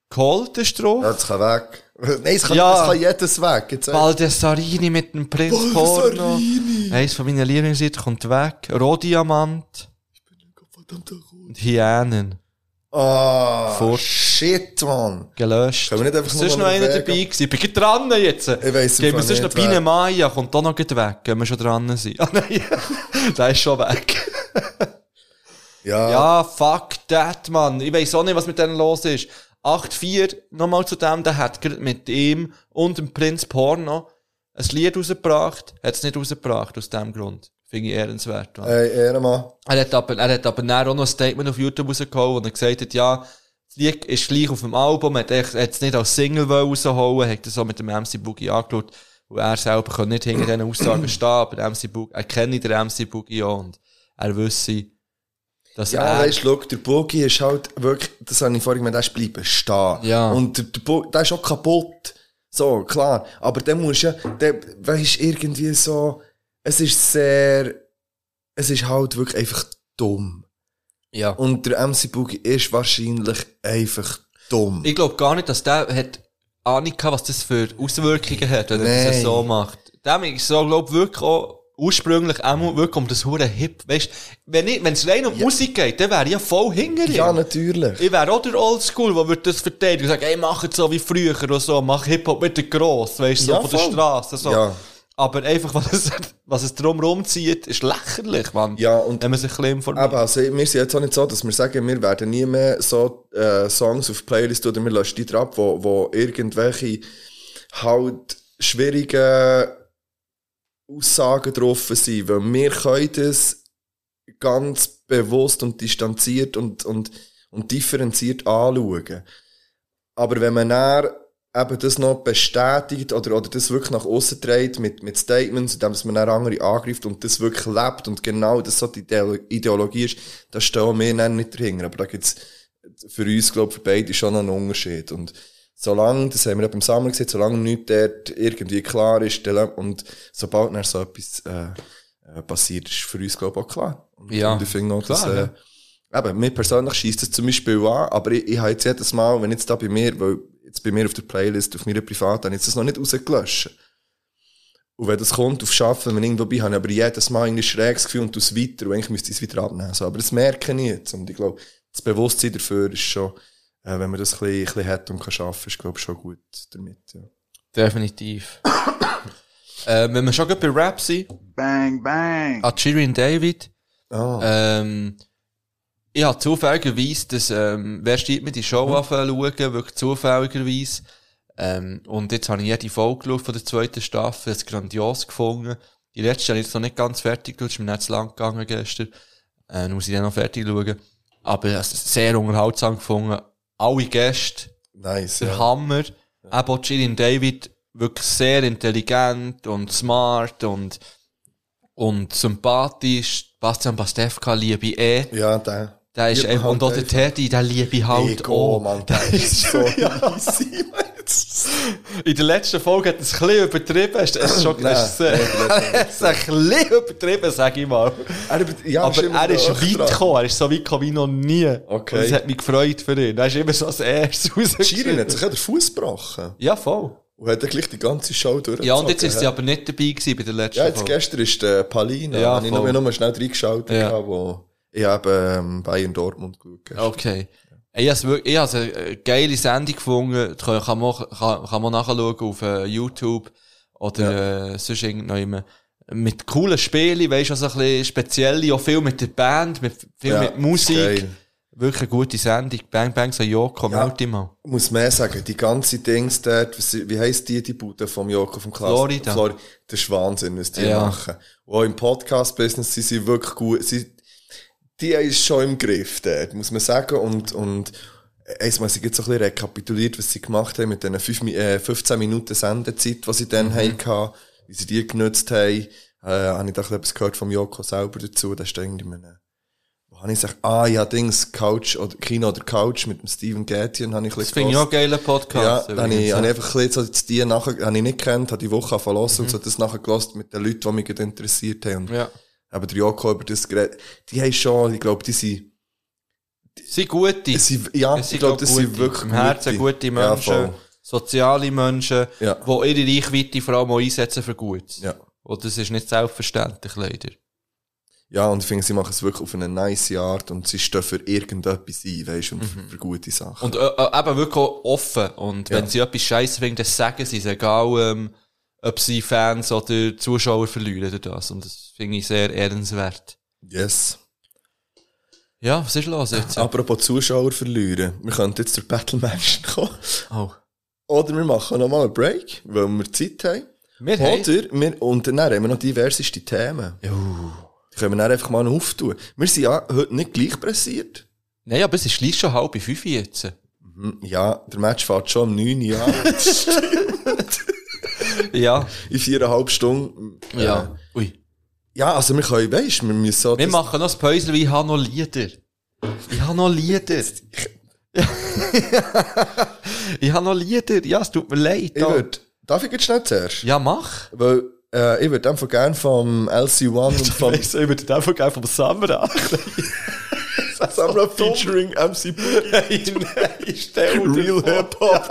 [SPEAKER 3] Cold ist drauf.
[SPEAKER 2] Ja, das kann weg. (laughs) Nein, es kann,
[SPEAKER 3] Ja.
[SPEAKER 2] es kann jedes weg. Jetzt
[SPEAKER 3] Baldessarini mit dem Prinz Porno. Eins von meinen Lieblingslieder kommt weg. Rohdiamant. Und Hyänen.
[SPEAKER 2] Ah,
[SPEAKER 3] Vor-
[SPEAKER 2] shit, Mann.
[SPEAKER 3] Gelöscht.
[SPEAKER 2] Können wir nicht einfach
[SPEAKER 3] Es ist
[SPEAKER 2] nur
[SPEAKER 3] noch
[SPEAKER 2] noch
[SPEAKER 3] einer
[SPEAKER 2] weg-
[SPEAKER 3] dabei gewesen. Ich bin gerade dran jetzt.
[SPEAKER 2] Ich weiss
[SPEAKER 3] Geben wir
[SPEAKER 2] einfach
[SPEAKER 3] sonst noch
[SPEAKER 2] nicht,
[SPEAKER 3] Biene
[SPEAKER 2] wer-
[SPEAKER 3] Maya. Kommt auch noch gleich weg, wenn wir schon dran sind. (laughs) Ah nein, der ist schon weg.
[SPEAKER 2] Ja,
[SPEAKER 3] Ja, fuck that, Mann. Ich weiss auch nicht, was mit denen los ist. 8-4, nochmal zu dem, der hat gerade mit ihm und dem Prinz Porno ein Lied rausgebracht, hat es nicht rausgebracht, aus dem Grund. Finde ich ehrenswert. Mann.
[SPEAKER 2] Ey, Ehrenmann.
[SPEAKER 3] Er hat aber, er hat aber dann auch noch ein Statement auf YouTube rausgehauen, wo er gesagt hat, ja, das Lied ist gleich auf dem Album, hat echt- hat es nicht als Single wollen raushauen, hat das so mit dem MC Boogie angeschaut, wo er selber kann nicht hinter diesen Aussagen stehen, aber der MC Boogie, er kenne den MC Boogie auch und er wüsste, dass
[SPEAKER 2] Ja,
[SPEAKER 3] er...
[SPEAKER 2] weißt du, schau, der Bogi ist halt wirklich, das habe ich vorhin gemeint, der ist bleiben stehen.
[SPEAKER 3] Ja.
[SPEAKER 2] Und der, der, Bo- der ist auch kaputt. So, klar. Aber dann musst du ja, dann, weißt du, irgendwie so, es ist sehr, es ist halt wirklich einfach dumm.
[SPEAKER 3] ja.
[SPEAKER 2] Und der MC Bogi ist wahrscheinlich einfach dumm.
[SPEAKER 3] Ich glaube gar nicht, dass der hat Ahnung gehabt, was das für Auswirkungen hat, wenn er das
[SPEAKER 2] Nein.
[SPEAKER 3] so macht. Dem ist so, glaube ich, wirklich auch ursprünglich auch wirklich um das hure Hip. Weißt, wenn es rein um Musik geht, dann wäre ich ja voll hinter ihm.
[SPEAKER 2] ja, natürlich.
[SPEAKER 3] Ich wäre auch der Oldschool, der würde das verteidigen und sagen, ey, mach es so wie früher oder so, mach Hip-Hop mit der Gross, weißt du, so
[SPEAKER 2] Ja,
[SPEAKER 3] von der
[SPEAKER 2] voll.
[SPEAKER 3] Straße. So.
[SPEAKER 2] Ja.
[SPEAKER 3] Aber einfach, (laughs) was es, was es drum rumzieht, ist lächerlich, Mann.
[SPEAKER 2] Ja, und-
[SPEAKER 3] wenn man sich ein bisschen informiert.
[SPEAKER 2] Aber also, wir sind jetzt auch nicht so, dass wir sagen, wir werden nie mehr so äh, Songs auf Playlist tun oder wir löschen die drauf, wo, wo irgendwelche halt schwierigen Aussagen drauf sind, weil wir können das ganz bewusst und distanziert und, und, und differenziert anschauen. Aber wenn man dann eben das noch bestätigt oder, oder das wirklich nach außen trägt mit, mit Statements, indem man dann andere angreift und das wirklich lebt und genau das so die Ideolo- Ideologie ist, da stehen wir dann nicht dahinter. Aber da gibt's für uns, glaube ich, für beide schon noch einen Unterschied. Und solange, das haben wir auch beim Sammeln gesehen, solange nichts dort irgendwie klar ist dann- und sobald dann so etwas äh, äh, passiert, ist für uns, glaube ich, auch klar. Und,
[SPEAKER 3] Ja,
[SPEAKER 2] und ich finde auch, dass,
[SPEAKER 3] klar,
[SPEAKER 2] äh,
[SPEAKER 3] ja.
[SPEAKER 2] Eben, mir persönlich schießt das zum Beispiel an, aber ich, ich habe jetzt jedes Mal, wenn jetzt da bei mir, weil jetzt bei mir auf der Playlist, auf meiner privaten, habe ich jetzt das noch nicht rausgelöscht. Und wenn das kommt, auf Schaffen, wenn ich irgendwo bin, habe ich aber jedes Mal irgendwie ein schräges Gefühl und es weiter, und eigentlich müsste ich es wieder abnehmen. So, aber das merke ich jetzt. Und ich glaube, das Bewusstsein dafür ist schon, äh, wenn man das ein bisschen, ein bisschen hat und kann schaffen, ist, glaube ich, schon gut damit. Ja.
[SPEAKER 3] Definitiv. äh, wenn wir schon gerade bei Rap sind,
[SPEAKER 7] Bang, bang.
[SPEAKER 3] Achirian David,
[SPEAKER 2] Ah,
[SPEAKER 3] ähm, ich habe zufälligerweise das, ähm, wer steht mir die Show mhm. schauen, wirklich zufälligerweise. Ähm, und jetzt habe ich jede Folge geschaut von der zweiten Staffel, es grandios gefunden. Die letzte habe ich jetzt noch nicht ganz fertig geschaut, ist mir nicht zu lang gegangen gestern. Äh, dann muss ich dann noch fertig schauen. Aber es ist sehr unterhaltsam gefunden. Alle Gäste,
[SPEAKER 2] nice.
[SPEAKER 3] der
[SPEAKER 2] Ja.
[SPEAKER 3] Hammer. Eben auch Gillian David, wirklich sehr intelligent und smart und, und sympathisch. Bastian Pastewka liebe ich eh.
[SPEAKER 2] ja, der.
[SPEAKER 3] Der ist
[SPEAKER 2] Lieber
[SPEAKER 3] eben, und auch
[SPEAKER 2] halt (laughs)
[SPEAKER 3] der Teddy, der liebe ich halt
[SPEAKER 2] Ego, (laughs)
[SPEAKER 3] auch.
[SPEAKER 2] Mann, der ist so easy. Mann.
[SPEAKER 3] (laughs) In der letzten Folge hat er es ein bisschen übertrieben. Hast du es schon
[SPEAKER 2] Nein,
[SPEAKER 3] hast du (laughs) es-
[SPEAKER 2] (laughs)
[SPEAKER 3] Er hat es ein bisschen übertrieben, sag ich mal.
[SPEAKER 2] Er, ja,
[SPEAKER 3] Aber
[SPEAKER 2] immer
[SPEAKER 3] er ist
[SPEAKER 2] noch
[SPEAKER 3] weit
[SPEAKER 2] dran.
[SPEAKER 3] gekommen. Er ist so weit gekommen wie noch nie.
[SPEAKER 2] Okay.
[SPEAKER 3] Und es hat mich gefreut für ihn. Er ist immer so als erstes
[SPEAKER 2] Schirin hat
[SPEAKER 3] rausgeschrieben.
[SPEAKER 2] sich ja den Fuß gebrochen.
[SPEAKER 3] Ja, voll.
[SPEAKER 2] Und hat dann gleich die ganze Show durchgezogen.
[SPEAKER 3] Ja, und jetzt ist
[SPEAKER 2] ja.
[SPEAKER 3] sie aber nicht dabei gewesen bei der letzten
[SPEAKER 2] Ja, jetzt
[SPEAKER 3] Folge.
[SPEAKER 2] gestern ist der Palina.
[SPEAKER 3] Ja,
[SPEAKER 2] Ja, ich habe
[SPEAKER 3] voll.
[SPEAKER 2] nur schnell reingeschaltet,
[SPEAKER 3] Ja.
[SPEAKER 2] ja. wo ich habe ähm, Bayern Dortmund geschaut habe.
[SPEAKER 3] Okay. Ich habe wirklich, ich habe eine äh, geile Sendung gefunden. Die Kann kann man, kann, kann man nachschauen auf äh, YouTube oder äh, sonst irgendjemand. Mit coolen Spielen, weißt du, also ein bisschen spezielle, auch viel mit der Band, mit, viel mit Musik.
[SPEAKER 2] geil.
[SPEAKER 3] Wirklich eine gute Sendung. Bang Bang so Joko, ja. melde dich mal.
[SPEAKER 2] Ich muss mehr sagen, die ganze Dings dort, was- wie heisst die, die Bude vom Joko, vom Klaas?
[SPEAKER 3] Florida.
[SPEAKER 2] Flor das ist Wahnsinn, was die
[SPEAKER 3] Ja.
[SPEAKER 2] machen. Und auch im Podcast-Business sind sie wirklich gut. Sie, die ist schon im Griff dort, muss man sagen. Und, und einmal, sie jetzt so ein bisschen rekapituliert, was sie gemacht haben mit diesen fünf Mi- äh, 15 Minuten Sendezeit, die sie dann
[SPEAKER 3] Mhm.
[SPEAKER 2] hatten, wie sie die genutzt haben. Äh, habe ich doch etwas gehört vom Joko selber dazu, das ist irgendwie in einem wo habe ich gesagt, ah ja, Dings, Couch oder Kino oder Couch mit dem Steven Gätjen habe ich ein
[SPEAKER 3] Das
[SPEAKER 2] bisschen
[SPEAKER 3] finde ich auch einen
[SPEAKER 2] gehört.
[SPEAKER 3] geilen
[SPEAKER 2] Ja,
[SPEAKER 3] Podcast.
[SPEAKER 2] dann habe
[SPEAKER 3] übrigens,
[SPEAKER 2] ich,
[SPEAKER 3] ja.
[SPEAKER 2] habe ich einfach ein bisschen so jetzt die nachher, habe ich nicht gekannt, habe die Woche verlassen und so das nachher gelost mit den Leuten, die mich gerade interessiert haben.
[SPEAKER 3] Ja.
[SPEAKER 2] Aber der Joko über das geredet, die haben schon, ich glaube, die sind,
[SPEAKER 3] Sie sind gute.
[SPEAKER 2] die sind ja,
[SPEAKER 3] Es
[SPEAKER 2] ich glaube, das sind
[SPEAKER 3] gute,
[SPEAKER 2] wirklich
[SPEAKER 3] im Herzen gute Menschen,
[SPEAKER 2] Ja, voll.
[SPEAKER 3] soziale Menschen,
[SPEAKER 2] Ja.
[SPEAKER 3] die ihre Reichweite vor allem auch einsetzen für Gutes.
[SPEAKER 2] Ja.
[SPEAKER 3] Und das ist nicht selbstverständlich, leider.
[SPEAKER 2] ja, und ich finde, sie machen es wirklich auf eine nice Art und sie stehen für irgendetwas ein, weißt du, und
[SPEAKER 3] Mhm.
[SPEAKER 2] für, für gute Sachen.
[SPEAKER 3] Und äh, äh, eben wirklich auch offen. Und wenn
[SPEAKER 2] Ja.
[SPEAKER 3] sie etwas Scheiße finden, dann sagen sie es, egal ähm, ob sie Fans oder Zuschauer verlieren durch das. Und das finde ich sehr ehrenswert.
[SPEAKER 2] yes.
[SPEAKER 3] Ja, was ist los jetzt?
[SPEAKER 2] Apropos Zuschauer verlieren, wir könnten jetzt zur Battle Mansion (laughs) kommen.
[SPEAKER 3] Oh.
[SPEAKER 2] Oder wir machen nochmal einen Break, weil wir Zeit haben.
[SPEAKER 3] Wir haben...
[SPEAKER 2] Oder wir, und dann haben wir noch diverseste Themen.
[SPEAKER 3] Uh.
[SPEAKER 2] Die können wir dann einfach mal noch auftun. Wir sind ja heute nicht gleich pressiert.
[SPEAKER 3] Nein, aber es ist gleich schon halb fünf jetzt.
[SPEAKER 2] Hm, Ja, der Match fährt schon um 9
[SPEAKER 3] (laughs)
[SPEAKER 2] Uhr an.
[SPEAKER 3] Ja.
[SPEAKER 2] in viereinhalb Stunden.
[SPEAKER 3] ja.
[SPEAKER 2] Äh,
[SPEAKER 3] Ui.
[SPEAKER 2] Ja, also wir können, weißt du, wir müssen so...
[SPEAKER 3] Wir
[SPEAKER 2] das-
[SPEAKER 3] machen noch das Päusel, weil ich habe noch Lieder. Ich habe noch Lieder. (laughs) ich habe noch Lieder. Ja, es tut mir leid.
[SPEAKER 2] ich würd, darf ich jetzt schnell zuerst?
[SPEAKER 3] Ja, mach.
[SPEAKER 2] (laughs) Weil äh, ich würde einfach gerne vom LC1
[SPEAKER 3] (laughs)
[SPEAKER 2] und vom
[SPEAKER 3] ich würde einfach gerne vom Samra.
[SPEAKER 2] (laughs)
[SPEAKER 3] (laughs)
[SPEAKER 2] Samra featuring MC Boogie.
[SPEAKER 3] (laughs) Nein, stell
[SPEAKER 2] Real Hip-Hop.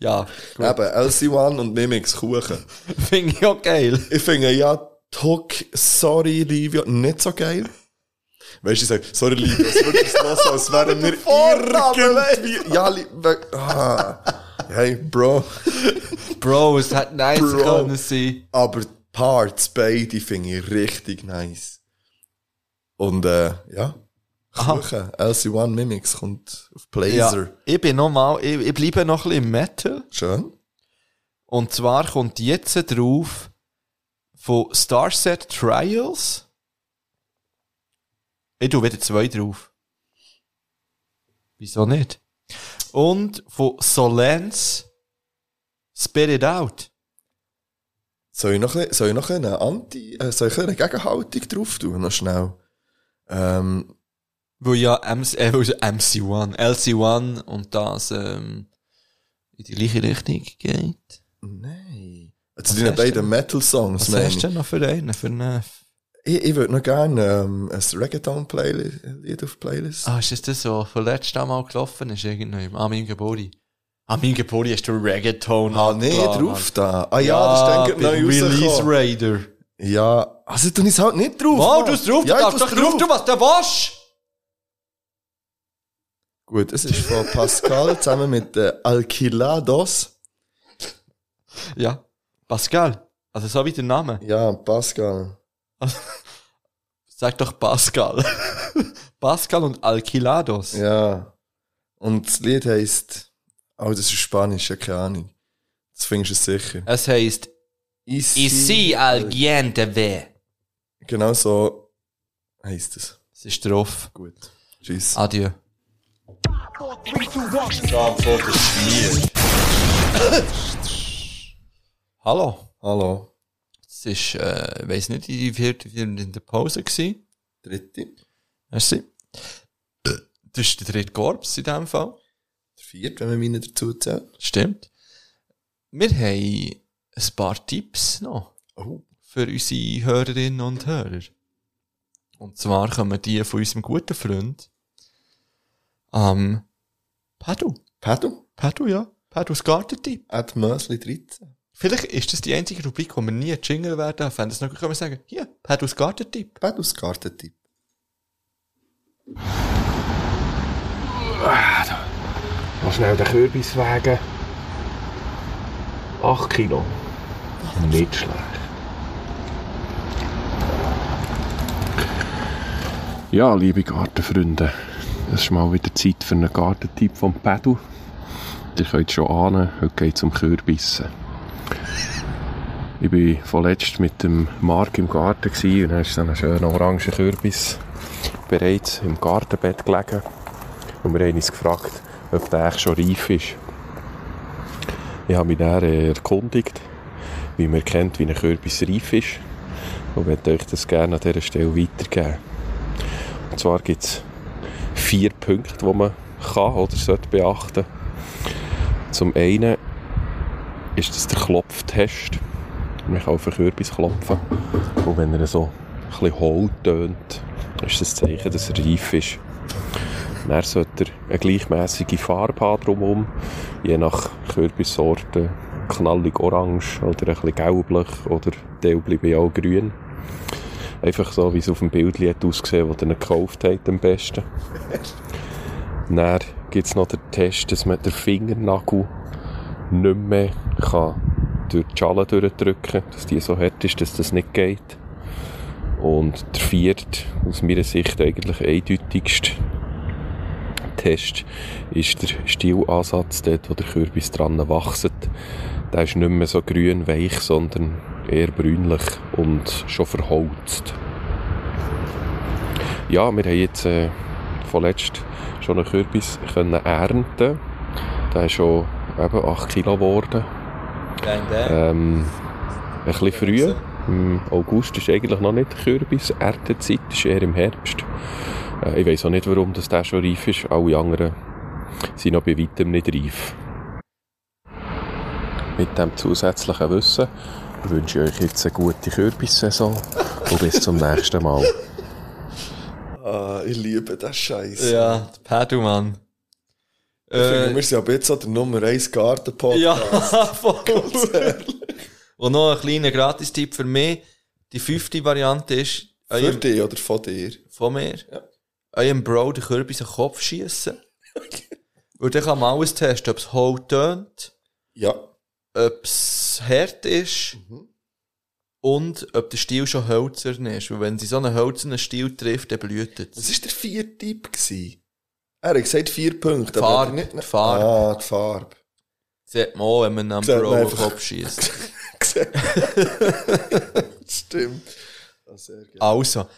[SPEAKER 3] Ja,
[SPEAKER 2] Eben, LC1 und Mimics Kuchen.
[SPEAKER 3] finde ich auch geil.
[SPEAKER 2] Ich finde ja, Tok, sorry, Livio, nicht so geil. Weißt du, ich sage, sorry, Livio, es wird das los, als wären wir irgendwie. Ja, Li- we- ah. Hey, Bro.
[SPEAKER 3] Bro, es hätte nice
[SPEAKER 2] Bro.
[SPEAKER 3] können sein.
[SPEAKER 2] Aber die Parts, beide finde ich richtig nice. Und, äh, ja. Kuchen, LC1 Mimics kommt auf Blazer.
[SPEAKER 3] Ja, ich bin noch mal, ich, ich bleibe noch ein bisschen im Metal.
[SPEAKER 2] Schön.
[SPEAKER 3] Und zwar kommt jetzt drauf von Starset Trials. Ich tue wieder zwei drauf. Wieso nicht? Und von Solence Spit It Out.
[SPEAKER 2] Soll ich noch, ein- soll ich noch eine Anti, äh, soll ich eine Gegenhaltung drauf tun, noch schnell? Ähm,
[SPEAKER 3] Weil ja MC, äh, weil MC1, LC1 und das ähm, in die gleiche Richtung geht.
[SPEAKER 2] Nein. Zu
[SPEAKER 3] Was
[SPEAKER 2] deinen
[SPEAKER 3] hast du
[SPEAKER 2] beiden
[SPEAKER 3] denn?
[SPEAKER 2] Metal-Songs,
[SPEAKER 3] Was
[SPEAKER 2] meine
[SPEAKER 3] hast du
[SPEAKER 2] ich.
[SPEAKER 3] denn noch für einen? Für einen
[SPEAKER 2] Ich, ich würde noch gerne ähm, ein Reggaeton-Lied auf die Playlist.
[SPEAKER 3] ah, ist das das, was von letztem Mal gelaufen ist? Irgendwann? An meinem Gebori. An meinem Gebori hast du Reggaeton. halt
[SPEAKER 2] Ah, nee,
[SPEAKER 3] abgeladen.
[SPEAKER 2] drauf da. Ah ja, das ist dann gerade
[SPEAKER 3] bei
[SPEAKER 2] neu
[SPEAKER 3] Release
[SPEAKER 2] rausgekommen.
[SPEAKER 3] Raider.
[SPEAKER 2] Ja, also du es halt nicht drauf.
[SPEAKER 3] Wow,
[SPEAKER 2] Mann.
[SPEAKER 3] du hast drauf,
[SPEAKER 2] ja,
[SPEAKER 3] du
[SPEAKER 2] ich
[SPEAKER 3] darfst
[SPEAKER 2] tu's
[SPEAKER 3] doch drauf, du was, der wasch!
[SPEAKER 2] Gut, es ist von Pascal zusammen mit äh, Alquilados.
[SPEAKER 3] Ja. Pascal. Also so wie der Name.
[SPEAKER 2] Ja, Pascal.
[SPEAKER 3] Sag doch Pascal. (laughs) Pascal und Alquilados.
[SPEAKER 2] Ja. Und das Lied heisst... Oh, das ist Spanisch, ja, keine Ahnung. Das findest du sicher.
[SPEAKER 3] Es heisst
[SPEAKER 2] Isi.
[SPEAKER 3] Isi Algiente Ve.
[SPEAKER 2] Genau so heisst es.
[SPEAKER 3] Es ist drauf.
[SPEAKER 2] Gut. Tschüss.
[SPEAKER 3] Adieu. Hallo.
[SPEAKER 2] Hallo.
[SPEAKER 3] Es ist, äh, ich weiss nicht, die vierte, vierte in der Pause gewesen.
[SPEAKER 2] Dritte.
[SPEAKER 3] Merci. Das ist der dritte Korps in dem Fall.
[SPEAKER 2] Der viert, wenn man meine dazu zählt.
[SPEAKER 3] Stimmt. Wir haben ein paar Tipps noch
[SPEAKER 2] Oh.
[SPEAKER 3] für unsere Hörerinnen und Hörer. Und zwar kommen die von unserem guten Freund am Pedro.
[SPEAKER 2] Pedro,
[SPEAKER 3] Pedro, ja. Pedros Gartentipp.
[SPEAKER 2] at Mösli 13.
[SPEAKER 3] Vielleicht ist das die einzige Rubrik, wo wir nie einen Jingle werden. Wenn das noch gut können wir sagen, hier, Pedros Gartentipp.
[SPEAKER 2] Pedros Gartentipp.
[SPEAKER 7] Noch schnell den Kürbis wägen. 8 Kilo. Nicht schlecht. Ja, liebe Gartenfreunde, es ist mal wieder Zeit für einen Gartentipp vom Pedal. Ihr könnt schon ahnen, heute geht es um Kürbissen. Ich war vorletzt mit dem Marc im Garten gewesen und dann ist so ein schöner oranger Kürbis bereits im Gartenbett gelegen. Und wir haben uns gefragt, ob der eigentlich schon reif ist. Ich habe mich dann äh, erkundigt, wie man erkennt, wie ein Kürbis reif ist. Und möchte euch das gerne an dieser Stelle weitergeben. Und zwar gibt es vier Punkte, die man kann oder sollte beachten. Zum einen ist das der Klopftest. Man kann auf einen Kürbis klopfen. Und wenn er so ein bisschen hohl tönt, ist das ein Zeichen, dass er reif ist. Dann sollte er eine gleichmäßige Farbe haben drumherum. Je nach Kürbissorte knallig orange oder ein bisschen gelblich oder teilweise auch grün. Einfach so, wie es auf dem Bild hat ausgesehen, das ihr ihn gekauft habt am besten. Dann gibt es noch den Test, dass man den Fingernagel nicht mehr kann durch die Schale durchdrücken kann, dass die so hart ist, dass das nicht geht. Und der vierte, aus meiner Sicht eigentlich eindeutigste Test ist der Stielansatz dort, wo der Kürbis dran wächst. Der ist nicht mehr so grün weich, sondern eher brünlich und schon verholzt. Ja, wir haben jetzt äh, vorletzt schon einen Kürbis können ernten. Der ist schon eben 8 Kilo geworden. Ähm, ein bisschen früh. Im August ist eigentlich noch nicht Kürbis. Erntezeit ist eher im Herbst. Äh, ich weiß auch nicht, warum das der schon reif ist. Alle anderen sind noch bei weitem nicht reif. Mit dem zusätzlichen Wissen wünsche ich euch jetzt eine gute Kürbissaison und bis zum nächsten Mal.
[SPEAKER 2] Ah, ich liebe das Scheiß.
[SPEAKER 3] Ja, Pedro, Mann.
[SPEAKER 2] Ich finde, wir sind ab jetzt so der Nummer 1 Gartenpodcast.
[SPEAKER 3] Äh, Ja,
[SPEAKER 2] (laughs)
[SPEAKER 3] (laughs) voll. Und noch ein kleiner Gratistipp für mich. Die fünfte Variante ist,
[SPEAKER 2] Für
[SPEAKER 3] eurem,
[SPEAKER 2] dich oder von dir?
[SPEAKER 3] von mir,
[SPEAKER 2] Ja.
[SPEAKER 3] eurem Bro den Kürbis in den Kopf schiessen.
[SPEAKER 2] (laughs)
[SPEAKER 3] Und dann kann man alles testen, ob es hohl tönt,
[SPEAKER 2] Ja.
[SPEAKER 3] ob es hart ist und ob der Stiel schon hölzern ist. Und wenn sie so einen hölzernen Stiel trifft, dann blüht
[SPEAKER 2] Das
[SPEAKER 3] es.
[SPEAKER 2] war der vierte Tipp. gewesen. Er hat gesagt vier Punkte.
[SPEAKER 3] Farbe,
[SPEAKER 2] aber nicht-
[SPEAKER 3] Farbe.
[SPEAKER 2] Ah, die Farbe. (laughs)
[SPEAKER 3] Sieht man auch, wenn man einem
[SPEAKER 2] Sieht man
[SPEAKER 3] Bro in den
[SPEAKER 2] einfach.
[SPEAKER 3] Kopf schießt.
[SPEAKER 2] Gesehen. Stimmt. Ah, sehr geil.
[SPEAKER 3] Also.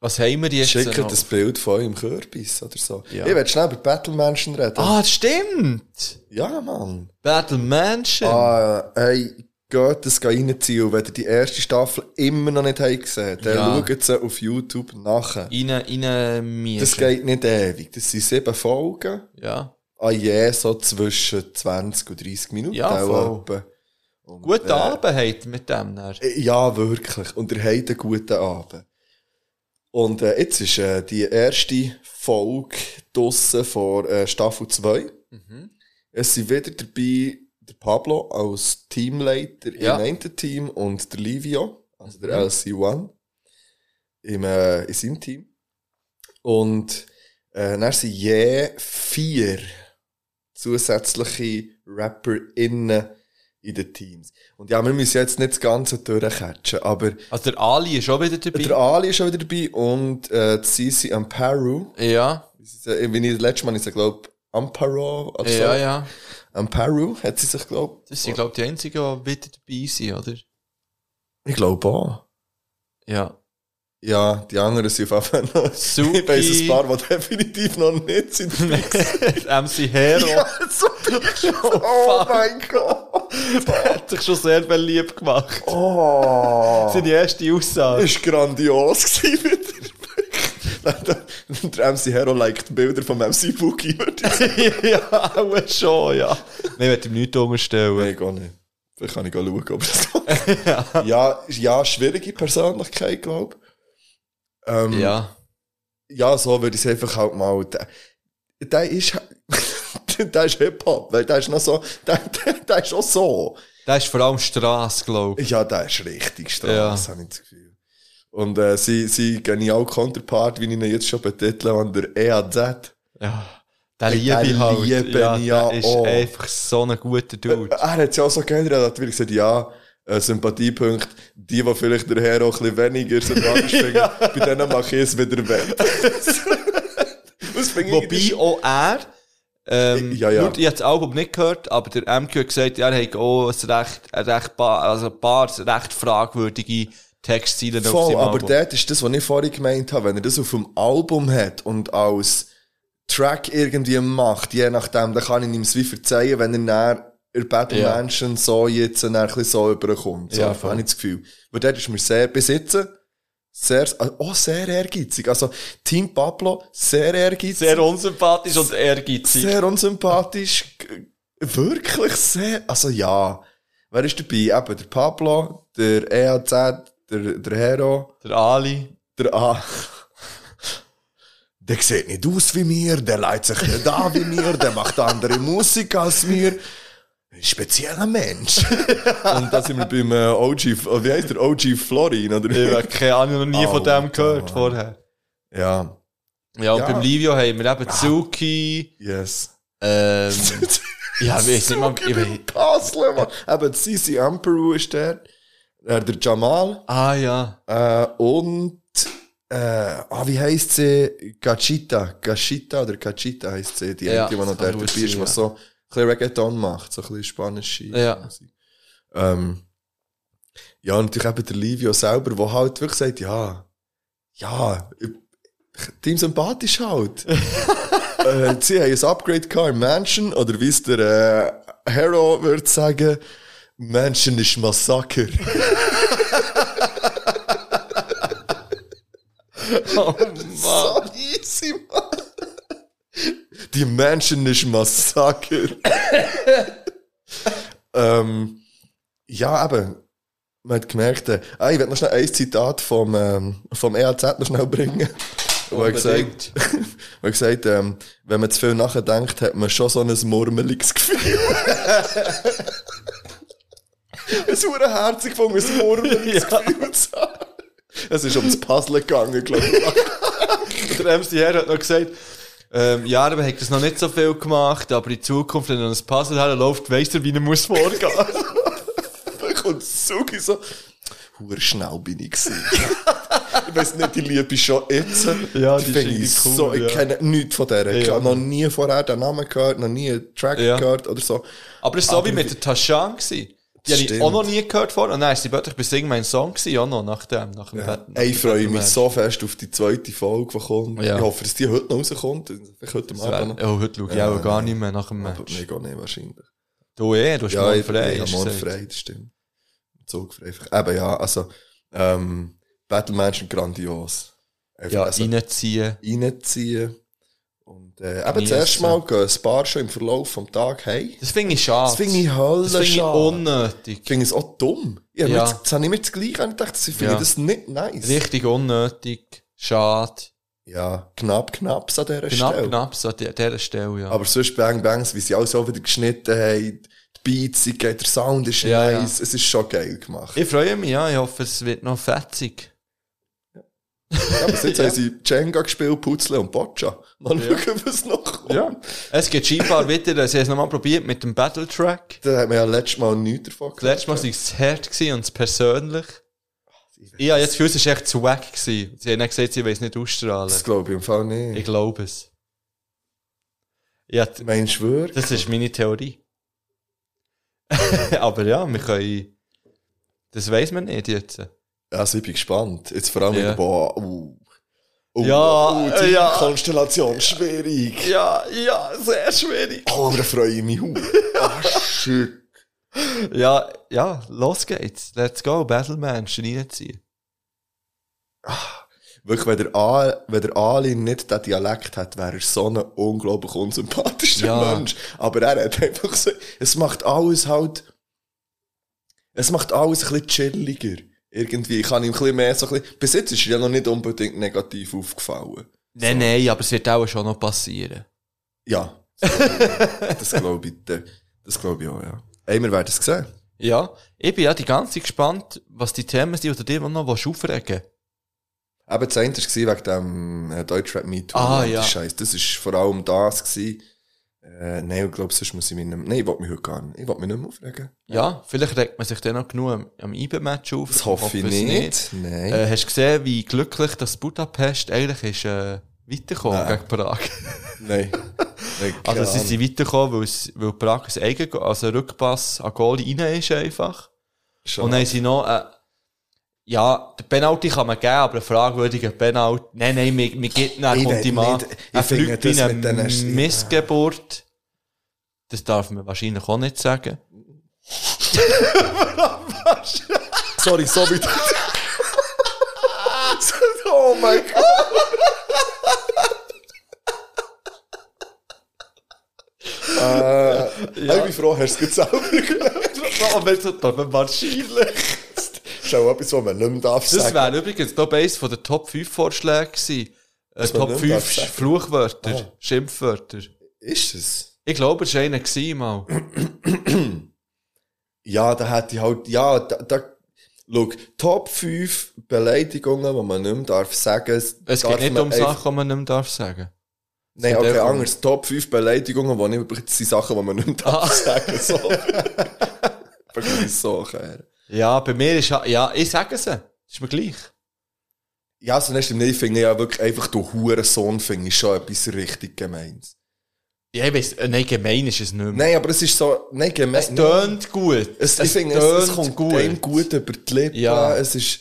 [SPEAKER 3] Was haben wir jetzt
[SPEAKER 2] Schickt
[SPEAKER 3] noch?
[SPEAKER 2] das Bild von eurem Kürbis oder so.
[SPEAKER 3] Ja.
[SPEAKER 2] Ich werde schnell über Battle-Menschen reden.
[SPEAKER 3] Ah, das stimmt!
[SPEAKER 2] Ja, Mann.
[SPEAKER 3] Battle Mansion!
[SPEAKER 2] Ah, hey, geht das reinziehen. Und wenn ihr die erste Staffel immer noch nicht habt gesehen dann
[SPEAKER 3] Ja.
[SPEAKER 2] schaut sie auf YouTube nachher.
[SPEAKER 3] Rein, rein mir.
[SPEAKER 2] Das geht nicht ewig. Das sind sieben Folgen.
[SPEAKER 3] Ja.
[SPEAKER 2] Ah je, so zwischen 20 und 30 Minuten.
[SPEAKER 3] Ja,
[SPEAKER 2] auch
[SPEAKER 3] voll.
[SPEAKER 2] etwa. Und,
[SPEAKER 3] Guten
[SPEAKER 2] äh,
[SPEAKER 3] Abend habt ihr mit dem dann.
[SPEAKER 2] äh, Ja, wirklich. Und ihr habt einen guten Abend. Und äh, jetzt ist äh, die erste Folge draussen von äh, Staffel 2. Es sind wieder dabei der Pablo als Teamleiter
[SPEAKER 3] Ja. Mhm.
[SPEAKER 2] im einen Team und der Livio, also der LC1, im, äh, in seinem Team. Und äh, dann sind je vier zusätzliche RapperInnen in den Teams. Und ja, wir müssen jetzt nicht das Ganze durchcatchen, aber
[SPEAKER 3] Also der Ali ist auch wieder dabei.
[SPEAKER 2] der Ali ist schon wieder dabei und äh, die Sisi Amparu.
[SPEAKER 3] ja,
[SPEAKER 2] Wie sie- äh, Wie ich das letzte Mal ich glaube, Amparo oder so.
[SPEAKER 3] ja, ja.
[SPEAKER 2] Amparu hat sie sich, glaube
[SPEAKER 3] Das sind, glaube ich, die einzigen, die wieder dabei sind, oder?
[SPEAKER 2] ich. glaube auch.
[SPEAKER 3] Ja.
[SPEAKER 2] Ja, die anderen sind auf jeden Fall noch.
[SPEAKER 3] Suki.
[SPEAKER 2] Ich weiss ein
[SPEAKER 3] (laughs)
[SPEAKER 2] paar, die definitiv noch nicht sind.
[SPEAKER 3] MC Hero
[SPEAKER 2] so (laughs)
[SPEAKER 3] (laughs)
[SPEAKER 2] Oh mein Gott.
[SPEAKER 3] hat sich schon sehr beliebt gemacht.
[SPEAKER 2] Oh.
[SPEAKER 3] Seine erste
[SPEAKER 2] (laughs)
[SPEAKER 3] Aussage.
[SPEAKER 2] Das war grandios gewesen wieder. Der MC Hero liked Bilder vom MC Boogie.
[SPEAKER 3] ja, auch schon, ja. Nein, ich will ihm nichts unterstellen.
[SPEAKER 2] Nein, gar nicht. Vielleicht kann ich schauen, ob (laughs) das geht. ja, ja, schwierige Persönlichkeit, glaube ich. Ähm,
[SPEAKER 3] Ja.
[SPEAKER 2] ja, so würde ich es einfach halt mal. Der, der ist. (laughs) der ist Hip-Hop, weil der ist noch so. Der, der, der ist auch so.
[SPEAKER 3] Das ist vor allem Straße, glaube ich.
[SPEAKER 2] Ja, der ist richtig
[SPEAKER 3] Ja.
[SPEAKER 2] Straße, habe ich das Gefühl. Und äh, sie, sie genial Counterpart, wie ich ihn jetzt schon betitle, an der E EAZ.
[SPEAKER 3] Ja. Der
[SPEAKER 2] Den
[SPEAKER 3] liebe ich halt.
[SPEAKER 2] liebe
[SPEAKER 3] ja,
[SPEAKER 2] ich
[SPEAKER 3] der
[SPEAKER 2] ja Oh. Eh,
[SPEAKER 3] ist
[SPEAKER 2] auch.
[SPEAKER 3] einfach so ein guter Dude.
[SPEAKER 2] Er hat ja auch so gerne, er hat wirklich gesagt, ja, äh, Sympathiepunkt, die, die vielleicht der Herr auch ein bisschen weniger
[SPEAKER 3] (laughs)
[SPEAKER 2] sympathisch finden, bei denen mache ich es wieder weg. das finde ich
[SPEAKER 3] Wobei auch er, ähm,
[SPEAKER 2] eh, Ja, ja.
[SPEAKER 3] Nur, ich habe das Album nicht gehört, aber der MQ hat gesagt, er hat auch ein recht, ein recht paar, also ein paar recht fragwürdige Textziele
[SPEAKER 2] Voll,
[SPEAKER 3] seinem
[SPEAKER 2] aber
[SPEAKER 3] Album.
[SPEAKER 2] dort ist das, was ich vorhin gemeint habe, wenn er das auf dem Album hat und als Track irgendwie macht, je nachdem, dann kann ich ihm es wie verzeihen, wenn er näher in Battle
[SPEAKER 3] Ja.
[SPEAKER 2] Mansion so jetzt dann ein bisschen so überkommt. So,
[SPEAKER 3] Ja,
[SPEAKER 2] ja,
[SPEAKER 3] voll.
[SPEAKER 2] habe ich das Gefühl. Weil dort ist mir sehr besitzen, sehr, also auch sehr ehrgeizig. Also, Team Pablo, sehr ehrgeizig.
[SPEAKER 3] Sehr unsympathisch und ehrgeizig.
[SPEAKER 2] Sehr unsympathisch. G- Wirklich sehr. Also ja. Wer ist dabei? Eben der Pablo, der EAZ, der, der Hero,
[SPEAKER 3] der Ali.
[SPEAKER 2] der A. (laughs) Der sieht nicht aus wie mir, der leitet sich nicht an wie mir, der macht andere Musik als mir. Ein spezieller Mensch. Und da sind wir beim äh, OG, F- wie heißt der? OG Florin, oder?
[SPEAKER 3] Ich habe keine Ahnung, noch nie von dem
[SPEAKER 2] Alter,
[SPEAKER 3] gehört
[SPEAKER 2] Mann.
[SPEAKER 3] vorher.
[SPEAKER 2] Ja,
[SPEAKER 3] Ja, und
[SPEAKER 2] Ja.
[SPEAKER 3] beim Livio haben wir eben Zuki,
[SPEAKER 2] yes. (laughs)
[SPEAKER 3] ähm, ja, ich weiß nicht mal, ich weiß,
[SPEAKER 2] Puzzle, Mann. Eben, Sisi Amperu ist der. Äh, der Jamal.
[SPEAKER 3] ah ja,
[SPEAKER 2] Äh, und, äh, ah, wie heisst sie? Gachita. Gachita oder Cachita heisst sie. Die,
[SPEAKER 3] Ja,
[SPEAKER 2] eine, die noch
[SPEAKER 3] das
[SPEAKER 2] der
[SPEAKER 3] kann
[SPEAKER 2] dabei
[SPEAKER 3] gut
[SPEAKER 2] ist,
[SPEAKER 3] sein,
[SPEAKER 2] was
[SPEAKER 3] ja.
[SPEAKER 2] so ein bisschen Reggaeton macht. So ein bisschen spanische
[SPEAKER 3] Ja.
[SPEAKER 2] Musik. Ähm, ja, und natürlich eben der Livio selber, der halt wirklich sagt, ja, ja, ich- Team sympathisch halt.
[SPEAKER 3] (laughs)
[SPEAKER 2] äh, sie haben ein Upgrade gehabt im Mansion, oder wie es der äh, Hero würde sagen, Mansion ist Massaker.
[SPEAKER 3] oh
[SPEAKER 2] So
[SPEAKER 3] Mann,
[SPEAKER 2] easy, Mann. Die Menschen ist Massaker. ähm, ja, eben. Man hat gemerkt, äh, ah, ich werde noch schnell ein Zitat vom, ähm, vom EAZ noch schnell bringen. Wo er gesagt, (laughs) wo er gesagt ähm, wenn man zu viel nachdenkt, hat man schon so ein murmeliges Gefühl. ein hure herzig von ein murmeliges Gefühl zu haben. Es ist ums Puzzle gegangen, glaube ich.
[SPEAKER 3] der MCR hat noch gesagt, ähm, ja, aber hat das noch nicht so viel gemacht, aber in Zukunft, wenn er ein Puzzle herläuft, weiss er, wie er muss vorgehen.
[SPEAKER 2] (laughs) Ich und Sugi so. Hure schnell bin ich
[SPEAKER 3] (laughs)
[SPEAKER 2] gewesen. ich weiss nicht, die liebe ich schon jetzt.
[SPEAKER 3] Ja, die ist
[SPEAKER 2] finde
[SPEAKER 3] irgendwie
[SPEAKER 2] ich
[SPEAKER 3] cool,
[SPEAKER 2] so. Ich
[SPEAKER 3] ja.
[SPEAKER 2] kenne nichts von der. Ich
[SPEAKER 3] Ja.
[SPEAKER 2] habe noch nie vorher den Namen gehört, noch nie einen Track
[SPEAKER 3] Ja.
[SPEAKER 2] gehört oder so.
[SPEAKER 3] aber es ist so
[SPEAKER 2] Aber
[SPEAKER 3] wie mit
[SPEAKER 2] wie-
[SPEAKER 3] der Taschan gewesen. Die habe ich
[SPEAKER 2] Stimmt.
[SPEAKER 3] auch noch nie gehört vorher. Und dann ist sie plötzlich bei Sing mein Song gewesen, auch noch, nach dem, nach dem Bett.
[SPEAKER 2] Ey, Äh, ich freue mich so fest auf die zweite Folge, die kommt.
[SPEAKER 3] Ja.
[SPEAKER 2] Ich hoffe, dass die heute noch rauskommt. Ich heute
[SPEAKER 3] Oh,
[SPEAKER 2] Abend noch.
[SPEAKER 3] heute schaue ich
[SPEAKER 2] Ja,
[SPEAKER 3] auch gar
[SPEAKER 2] nein.
[SPEAKER 3] nicht mehr nach dem
[SPEAKER 2] Aber
[SPEAKER 3] Match.
[SPEAKER 2] nee, gar nicht wahrscheinlich.
[SPEAKER 3] Du eh, du hast
[SPEAKER 2] Ja,
[SPEAKER 3] oh, morgen
[SPEAKER 2] ich
[SPEAKER 3] frei.
[SPEAKER 2] frei. Ja,
[SPEAKER 3] hast du
[SPEAKER 2] morgen
[SPEAKER 3] gesagt.
[SPEAKER 2] frei, das stimmt. Zug frei. Eben ja, also, ähm, Battle Mansion grandios. Einfach,
[SPEAKER 3] Ja,
[SPEAKER 2] also-
[SPEAKER 3] reinziehen.
[SPEAKER 2] reinziehen. Und äh, eben
[SPEAKER 3] Geniessen.
[SPEAKER 2] zuerst mal gehen ein paar schon im Verlauf des Tages hey.
[SPEAKER 3] Das finde ich schade.
[SPEAKER 2] Das finde ich
[SPEAKER 3] Das finde
[SPEAKER 2] höllisch.
[SPEAKER 3] ich unnötig.
[SPEAKER 2] finde es auch dumm. Ja,
[SPEAKER 3] Ja.
[SPEAKER 2] ja. Jetzt, das habe ich mir das Gleiche angedacht. Ich finde
[SPEAKER 3] Ja.
[SPEAKER 2] das nicht nice.
[SPEAKER 3] Richtig unnötig. Schade.
[SPEAKER 2] Ja, knapp, knapp an dieser
[SPEAKER 3] Knapp,
[SPEAKER 2] Stelle.
[SPEAKER 3] knapp, so an di- dieser Stelle, ja.
[SPEAKER 2] Aber sonst Bang Bangs, wie sie alles auch wieder geschnitten haben, die Beats, sind geil, der Sound ist
[SPEAKER 3] Ja, ja.
[SPEAKER 2] nice. Es ist schon geil gemacht.
[SPEAKER 3] ich freue mich, ja. Ich hoffe, es wird noch fetzig.
[SPEAKER 2] Ja, bis jetzt
[SPEAKER 3] Ja.
[SPEAKER 2] haben sie Jenga gespielt, Puzzle und Boccia. Mal
[SPEAKER 3] Ja.
[SPEAKER 2] schauen, was noch kommt.
[SPEAKER 3] Es gibt scheinbar wieder, sie haben es nochmal probiert mit dem Battletrack.
[SPEAKER 2] Da hat man ja letztes Mal nichts davon
[SPEAKER 3] Das letzte Mal war es zu hart gewesen und zu persönlich. Ich habe jetzt das Gefühl, es war echt zu wack. gewesen. Sie haben dann gesagt, sie wollen es nicht ausstrahlen.
[SPEAKER 2] Das glaube ich im Fall nicht.
[SPEAKER 3] Ich glaube es. Ja, d-
[SPEAKER 2] Meinst du wirklich?
[SPEAKER 3] das ist meine Theorie. (laughs) Aber ja, wir können... Das weiss man nicht jetzt.
[SPEAKER 2] Also ich bin gespannt. Jetzt vor allem
[SPEAKER 3] Ja.
[SPEAKER 2] yeah. boah, uh, uh,
[SPEAKER 3] Ja, äh,
[SPEAKER 2] uh, die
[SPEAKER 3] ja.
[SPEAKER 2] Konstellation schwierig.
[SPEAKER 3] Ja, ja, sehr schwierig.
[SPEAKER 2] Oh, aber da freue ich mich hu. Ah, shit.
[SPEAKER 3] Ja, ja, los geht's. Let's go, Battle Mansion reinziehen.
[SPEAKER 2] Wirklich, wenn der, A, wenn der Ali nicht den Dialekt hat, wäre er so ein unglaublich unsympathischer
[SPEAKER 3] Ja.
[SPEAKER 2] Mensch. Aber er hat einfach so, es macht alles halt, es macht alles ein bisschen chilliger. Irgendwie, ich kann ihm ein bisschen mehr so ein bisschen, bis jetzt ist er ja noch nicht unbedingt negativ aufgefallen.
[SPEAKER 3] Nein, nein, aber es wird auch schon noch passieren.
[SPEAKER 2] Ja. (laughs) das glaube ich, da- das glaube ich auch, ja. Ey, wir werden es sehen.
[SPEAKER 3] Ja, ich bin ja die ganze Zeit gespannt, was die Themen sind, oder dir noch willst aufregen
[SPEAKER 2] Eben, das eine war wegen dem äh, Deutschrap MeToo.
[SPEAKER 3] Ah,
[SPEAKER 2] und
[SPEAKER 3] ja.
[SPEAKER 2] Das, Scheiß. das ist vor allem das. Gewesen. Äh, nein, ich glaube, sonst muss ich mich nicht mehr... Nein, ich will mich heute gar nicht. Ich will mich nicht mehr aufregen.
[SPEAKER 3] Ja, vielleicht regt man sich dann noch genug am- am IBE-Match auf.
[SPEAKER 2] Das hoffe ich
[SPEAKER 3] es
[SPEAKER 2] nicht. Nein.
[SPEAKER 3] Äh, hast du gesehen, wie glücklich das Budapest eigentlich ist, äh, weitergekommen
[SPEAKER 2] Nein.
[SPEAKER 3] gegen Prag?
[SPEAKER 2] (laughs) Nein. Nein,
[SPEAKER 3] Also
[SPEAKER 2] keine
[SPEAKER 3] sie
[SPEAKER 2] Ahnung.
[SPEAKER 3] sind weitergekommen, weil, es- weil Prag ein eigen, also ein Rückpass an Goal rein ist einfach.
[SPEAKER 2] Schade.
[SPEAKER 3] Und dann haben sie noch, äh, ja, den Penalty kann man geben, aber einen fragwürdigen Penalty, nein, nein, mir, mir gibt
[SPEAKER 2] Ich
[SPEAKER 3] nicht,
[SPEAKER 2] will
[SPEAKER 3] kommt die Mann.
[SPEAKER 2] nicht- ich
[SPEAKER 3] Er
[SPEAKER 2] finde
[SPEAKER 3] fliegt
[SPEAKER 2] das
[SPEAKER 3] wie
[SPEAKER 2] mit den-
[SPEAKER 3] eine Missgeburt. Das darf man wahrscheinlich auch
[SPEAKER 2] (laughs)
[SPEAKER 3] nicht sagen.
[SPEAKER 2] Sorry, (laughs) so weit... oh mein Gott. äh, Ich bin froh, hast du es gerade selber gelernt.
[SPEAKER 3] Aber so darf man wahrscheinlich.
[SPEAKER 2] Schau, etwas, was man nicht mehr darf
[SPEAKER 3] Das
[SPEAKER 2] sagen.
[SPEAKER 3] wäre übrigens Top 1 von den Top 5 Vorschlägen gewesen. Äh,
[SPEAKER 2] man
[SPEAKER 3] Top
[SPEAKER 2] nicht
[SPEAKER 3] 5
[SPEAKER 2] darf sagen.
[SPEAKER 3] Fluchwörter,
[SPEAKER 2] Ah.
[SPEAKER 3] Schimpfwörter.
[SPEAKER 2] Ist es?
[SPEAKER 3] Ich glaube, es war einer gewesen mal.
[SPEAKER 2] Ja, da hätte ich halt, ja, da, da, schau, Top 5 Beleidigungen, die man nicht mehr darf sagen.
[SPEAKER 3] Es
[SPEAKER 2] darf
[SPEAKER 3] geht nicht
[SPEAKER 2] man
[SPEAKER 3] um
[SPEAKER 2] einfach-
[SPEAKER 3] Sachen, die man nicht mehr darf sagen.
[SPEAKER 2] Nein,
[SPEAKER 3] geht
[SPEAKER 2] okay,
[SPEAKER 3] einfach um-
[SPEAKER 2] anders. Top 5 Beleidigungen, die nicht, das sind Sachen, die man nicht mehr
[SPEAKER 3] (laughs)
[SPEAKER 2] darf (laughs)
[SPEAKER 3] Ah.
[SPEAKER 2] sagen. So. Vergleich so, okay.
[SPEAKER 3] Ja, bei mir ist ja, ja ich sage es. Ist mir gleich.
[SPEAKER 2] Ja, also, so nicht, ich finde ja wirklich einfach, du Hurensohn, finde ich schon etwas richtig gemeins.
[SPEAKER 3] Ja, ich weiss, äh, nein, gemein ist es nicht mehr.
[SPEAKER 2] Nein, aber es ist so, nein, gemein.
[SPEAKER 3] es tönt gut.
[SPEAKER 2] es, ich finde, es, es kommt gut. einem gut über die Lippen.
[SPEAKER 3] Ja.
[SPEAKER 2] Es ist,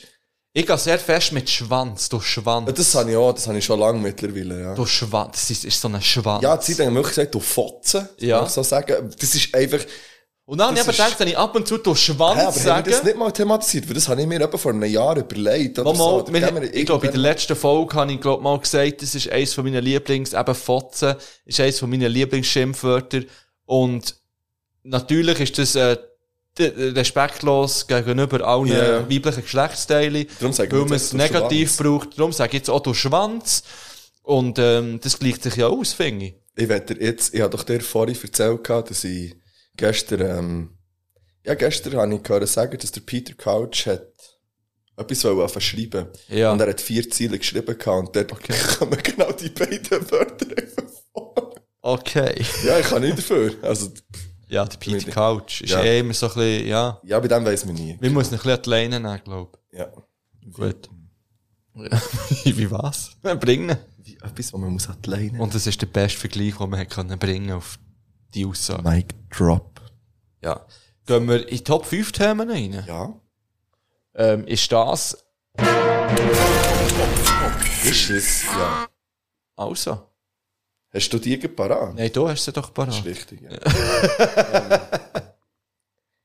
[SPEAKER 3] Ich gehe sehr fest mit Schwanz, durch Schwanz.
[SPEAKER 2] das habe ich auch, das habe ich schon lange mittlerweile, ja.
[SPEAKER 3] durch Schwanz. Das ist, ist so ein Schwanz.
[SPEAKER 2] Ja, die Zeit haben wir wirklich gesagt, du Fotzen.
[SPEAKER 3] Ja.
[SPEAKER 2] Ja. Darf ich so sagen. Das ist einfach,
[SPEAKER 3] Und dann habe ich
[SPEAKER 2] das
[SPEAKER 3] aber
[SPEAKER 2] ist-
[SPEAKER 3] gedacht, wenn ich ab und zu durch Schwanz
[SPEAKER 2] hä, aber haben
[SPEAKER 3] sage.
[SPEAKER 2] wir das nicht mal thematisiert? Weil das habe ich mir etwa vor einem Jahr überlegt. Oder
[SPEAKER 3] Mal,
[SPEAKER 2] so.
[SPEAKER 3] mal,
[SPEAKER 2] Oder
[SPEAKER 3] wir,
[SPEAKER 2] geben wir
[SPEAKER 3] ich glaube, in der
[SPEAKER 2] irgendwann-
[SPEAKER 3] letzten Folge habe ich glaub, mal gesagt, das ist eines meiner Lieblings, eben Fotzen, ist eines meiner Lieblingsschimpfwörter. Und natürlich ist das äh, d- d- respektlos gegenüber allen
[SPEAKER 2] Ja.
[SPEAKER 3] weiblichen Geschlechtsteilen,
[SPEAKER 2] Darum sagen wir
[SPEAKER 3] weil man
[SPEAKER 2] jetzt
[SPEAKER 3] es
[SPEAKER 2] auch durch
[SPEAKER 3] negativ
[SPEAKER 2] Schwanz.
[SPEAKER 3] braucht. Darum sage ich jetzt auch durch Schwanz. Und ähm, das gleicht sich ja aus, finde ich.
[SPEAKER 2] Ich werde dir jetzt, ich habe doch dir vorhin erzählt, gehabt, dass ich gestern, ähm, ja, gestern habe ich gehört sagen, dass der Peter Couch hat etwas wollte anfangen zu schreiben.
[SPEAKER 3] Ja.
[SPEAKER 2] Und er hat vier Ziele geschrieben gehabt und dort (laughs) kommen genau die beiden Wörter einfach vor.
[SPEAKER 3] Okay.
[SPEAKER 2] Ja, ich kann nicht dafür. Also,
[SPEAKER 3] (laughs) Ja, der Peter
[SPEAKER 2] Wirklich.
[SPEAKER 3] Couch ist
[SPEAKER 2] Ja.
[SPEAKER 3] eh immer so ein bisschen, ja.
[SPEAKER 2] ja, bei dem weiss man nie.
[SPEAKER 3] Wir müssen ihn ein bisschen an die Leine nehmen, glaube
[SPEAKER 2] Ja.
[SPEAKER 3] ich. Gut. (laughs) Wie was? Bringen.
[SPEAKER 2] Wie etwas, was man muss an die Leine.
[SPEAKER 3] Und das ist der beste Vergleich, den man hat können bringen auf die Aussage.
[SPEAKER 2] Mic Drop.
[SPEAKER 3] Ja. Gehen wir in die Top 5 Themen rein?
[SPEAKER 2] Ja.
[SPEAKER 3] Ähm, ist das
[SPEAKER 2] Ist es, ja.
[SPEAKER 3] also?
[SPEAKER 2] Hast du die parat?
[SPEAKER 3] Nein, du hast sie doch
[SPEAKER 2] Das ist
[SPEAKER 3] parat.
[SPEAKER 2] wichtig, ja. Ähm,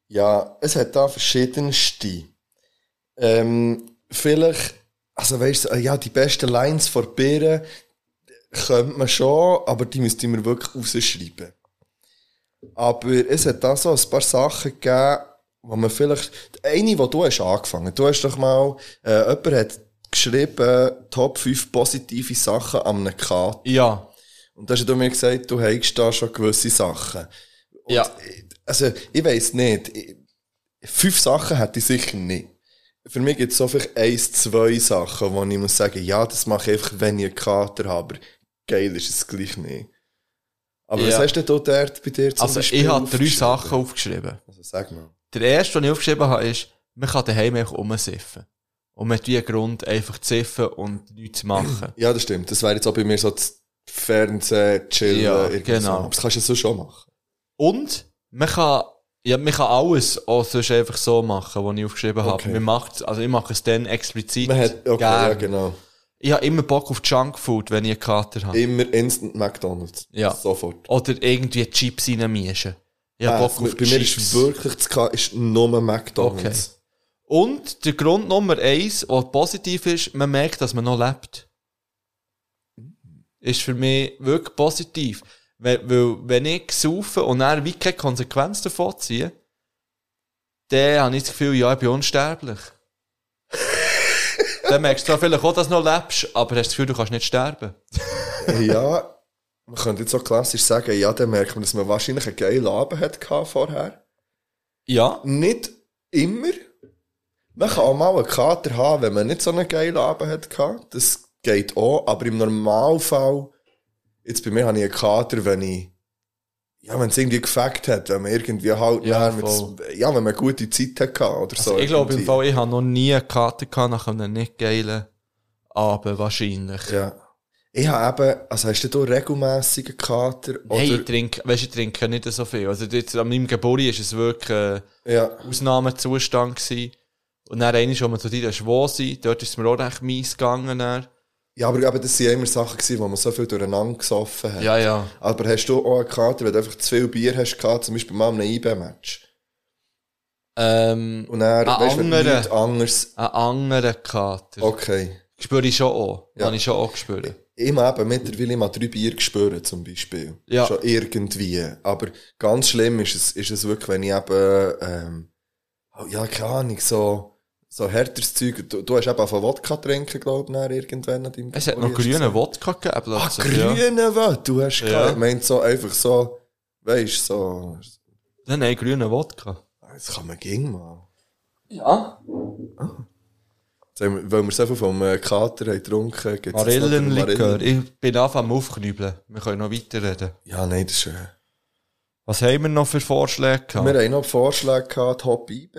[SPEAKER 2] ja, es hat da verschiedenste. Ähm, vielleicht, also weißt du, ja, die besten Lines von Birnen könnte man schon, aber die müsste man wirklich rausschreiben. Aber es hat da so ein paar Sachen gegeben, wo man vielleicht, eine, die du hast angefangen, du hast doch mal, äh, jemand hat geschrieben, Top 5 positive Sachen an einem Kater.
[SPEAKER 3] Ja.
[SPEAKER 2] Und da hast du mir gesagt, du hast da schon gewisse Sachen. Und
[SPEAKER 3] Ja.
[SPEAKER 2] ich- Also, ich weiss nicht. Ich- Fünf Sachen hätte ich sicher nicht. Für mich gibt es so vielleicht eins, zwei Sachen, wo ich muss sagen, ja, das mache ich einfach, wenn ich einen Kater habe. Aber geil ist es gleich nicht. Aber
[SPEAKER 3] Ja.
[SPEAKER 2] was hast denn du dort bei dir zum
[SPEAKER 3] Also,
[SPEAKER 2] Beispiel
[SPEAKER 3] ich habe drei
[SPEAKER 2] aufgeschrieben?
[SPEAKER 3] Sachen aufgeschrieben.
[SPEAKER 2] Also, sag mal.
[SPEAKER 3] Der erste, den ich aufgeschrieben habe, ist, man kann daheim einfach rumsiffen. Und man hat wie einen Grund, einfach zu siffen und nichts
[SPEAKER 2] (clears throat)
[SPEAKER 3] zu machen.
[SPEAKER 2] Ja, das stimmt. Das wäre jetzt auch bei mir so das Fernsehen, Chillen,
[SPEAKER 3] Ja,
[SPEAKER 2] irgendwie
[SPEAKER 3] genau.
[SPEAKER 2] so. Aber das kannst du ja so schon machen.
[SPEAKER 3] Und man kann, ja, man kann alles auch sonst einfach so machen, was ich aufgeschrieben habe.
[SPEAKER 2] Okay.
[SPEAKER 3] Man macht's, also ich mache es dann explizit.
[SPEAKER 2] Man hat, okay, ja,
[SPEAKER 3] gern.
[SPEAKER 2] genau.
[SPEAKER 3] Ich habe immer Bock auf Junkfood, wenn ich einen Kater habe.
[SPEAKER 2] Immer Instant McDonalds.
[SPEAKER 3] Ja.
[SPEAKER 2] Sofort.
[SPEAKER 3] Oder irgendwie Chips reinmischen. Ich habe
[SPEAKER 2] Ja,
[SPEAKER 3] Bock auf
[SPEAKER 2] bei mir
[SPEAKER 3] Chips.
[SPEAKER 2] ist wirklich das K ist nur McDonalds.
[SPEAKER 3] Und der Grund Nummer eins, der positiv ist, man merkt, dass man noch lebt. Ist für mich wirklich positiv. Weil, weil wenn ich saufe und dann wie keine Konsequenz davon ziehe, dann habe ich das Gefühl, ja, ich bin unsterblich.
[SPEAKER 2] (laughs)
[SPEAKER 3] dann merkst du zwar vielleicht auch, dass du noch lebst, aber hast das Gefühl, du kannst nicht sterben.
[SPEAKER 2] Äh, ja, man könnte jetzt so klassisch sagen, ja, dann merkt man, dass man wahrscheinlich einen geilen Abend hat gehabt vorher.
[SPEAKER 3] Ja,
[SPEAKER 2] Nicht immer. Man kann auch mal einen Kater haben, wenn man nicht so einen geilen Abend hat gehabt. Das geht auch, aber im Normalfall, jetzt bei mir habe ich einen Kater, wenn ich, ja, wenn es irgendwie gefackt hat, wenn man irgendwie halt,
[SPEAKER 3] Ja,
[SPEAKER 2] nachher
[SPEAKER 3] voll. Also
[SPEAKER 2] mit, ja, wenn man eine gute Zeit hat gehabt oder so.
[SPEAKER 3] ich glaube im
[SPEAKER 2] irgendwie.
[SPEAKER 3] Fall, ich habe noch nie eine Karte gehabt nach einem nicht geilen Abend, wahrscheinlich.
[SPEAKER 2] Ja. Ich habe eben, also hast du da regelmäßigen Kater?
[SPEAKER 3] Hey, ich
[SPEAKER 2] oder,
[SPEAKER 3] trinke, weißt, ich trinke nicht so viel. Also jetzt an meinem Geburt war es wirklich ein
[SPEAKER 2] ja.
[SPEAKER 3] Ausnahmezustand. Gewesen. Und dann einmal, als wir zu dir schwor sind, dort ist es mir auch recht mies gegangen. Dann.
[SPEAKER 2] ja, aber eben, das waren immer Sachen, gewesen, wo man so viel durcheinander gesoffen hat.
[SPEAKER 3] Ja, ja.
[SPEAKER 2] Aber hast du auch einen Kater, wenn du einfach zu viel Bier hast gehabt, zum Beispiel mal an einem IB-Match?
[SPEAKER 3] Ähm,
[SPEAKER 2] Und dann,
[SPEAKER 3] Ein
[SPEAKER 2] weißt du, wenn
[SPEAKER 3] anderer.
[SPEAKER 2] nichts anderes...
[SPEAKER 3] einen anderen Kater.
[SPEAKER 2] Okay.
[SPEAKER 3] Spüre ich schon auch.
[SPEAKER 2] Ja.
[SPEAKER 3] Habe ich schon auch gespürt.
[SPEAKER 2] Ich habe eben mittlerweile mal drei Bier gespürt, zum Beispiel.
[SPEAKER 3] Ja.
[SPEAKER 2] Schon irgendwie. Aber ganz schlimm ist es, ist es wirklich, wenn ich eben, ähm, oh, ja, keine Ahnung, so, so härteres Zeug. Du, du hast eben auch von Wodka trinken, glaube ich, dann irgendwann an deinem
[SPEAKER 3] Es hat noch
[SPEAKER 2] Geburtstag.
[SPEAKER 3] grünen Wodka gegeben.
[SPEAKER 2] Ah,
[SPEAKER 3] plötzlich, Ja.
[SPEAKER 2] grüne Wodka, du hast
[SPEAKER 3] Ja.
[SPEAKER 2] ja. Ich meine, so einfach so, weißt so,
[SPEAKER 3] Nein, nein, grünen Wodka.
[SPEAKER 2] das kann man ging mal. Ah.
[SPEAKER 3] Ja.
[SPEAKER 2] Jetzt haben wir- Weil wir so viel vom äh, Kater haben getrunken haben,
[SPEAKER 3] Marillenlikör. Ich bin einfach am Aufknübeln. Wir können noch weiterreden.
[SPEAKER 2] Ja, nein, das ist äh, schön.
[SPEAKER 3] Was haben wir noch für Vorschläge gehabt?
[SPEAKER 2] Wir haben noch Vorschläge gehabt, Hop IB.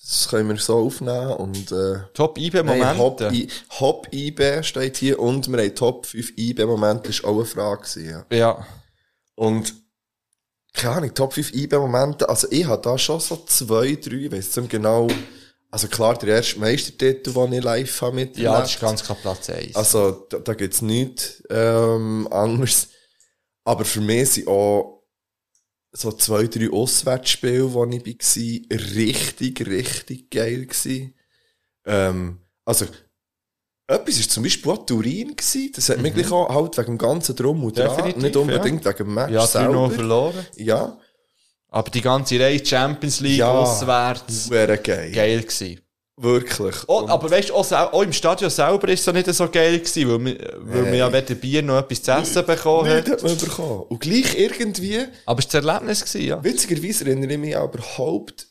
[SPEAKER 2] Das können wir so aufnehmen und, äh,
[SPEAKER 3] Top E
[SPEAKER 2] nein, Hop,
[SPEAKER 3] IB-Momente.
[SPEAKER 2] I- Hop IB steht hier und wir haben Top 5 IB-Moment, das war E auch eine Frage. gewesen, Ja.
[SPEAKER 3] ja.
[SPEAKER 2] Und, keine Ahnung, Top 5 IB-Momente, also ich habe da schon so zwei, drei, weiss nicht genau, also klar, der erste Meistertitel, den ich live habe mit
[SPEAKER 3] Ja, das ist ganz klar Platz 1.
[SPEAKER 2] Also, da, da gibt's nichts ähm, anderes. Aber für mich sind auch so zwei, drei Auswärtsspiele, wo ich war, richtig, richtig geil. Gewesen. Ähm, also, etwas war zum Beispiel auch Turin. Gewesen. Das hat mich gleich auch halt wegen dem ganzen Drum und Dran,
[SPEAKER 3] Mhm. Definitiv,
[SPEAKER 2] nicht unbedingt wegen dem Match
[SPEAKER 3] ja,
[SPEAKER 2] selber.
[SPEAKER 3] 3-0 verloren.
[SPEAKER 2] Ja,
[SPEAKER 3] Aber die ganze Reihe Champions League
[SPEAKER 2] Ja.
[SPEAKER 3] auswärts.
[SPEAKER 2] wäre geil.
[SPEAKER 3] Geil gewesen.
[SPEAKER 2] Wirklich.
[SPEAKER 3] Oh,
[SPEAKER 2] Und-
[SPEAKER 3] aber weißt du, auch, sel- auch im Stadion selber ist es ja nicht so geil gewesen, weil, wir- weil wir
[SPEAKER 2] Nee.
[SPEAKER 3] ja weder Bier noch etwas zu essen bekommen
[SPEAKER 2] Nein,
[SPEAKER 3] haben.
[SPEAKER 2] das hat man bekommen. Und gleich irgendwie...
[SPEAKER 3] Aber es war das Erlebnis, gewesen, ja.
[SPEAKER 2] Witzigerweise erinnere ich mich auch überhaupt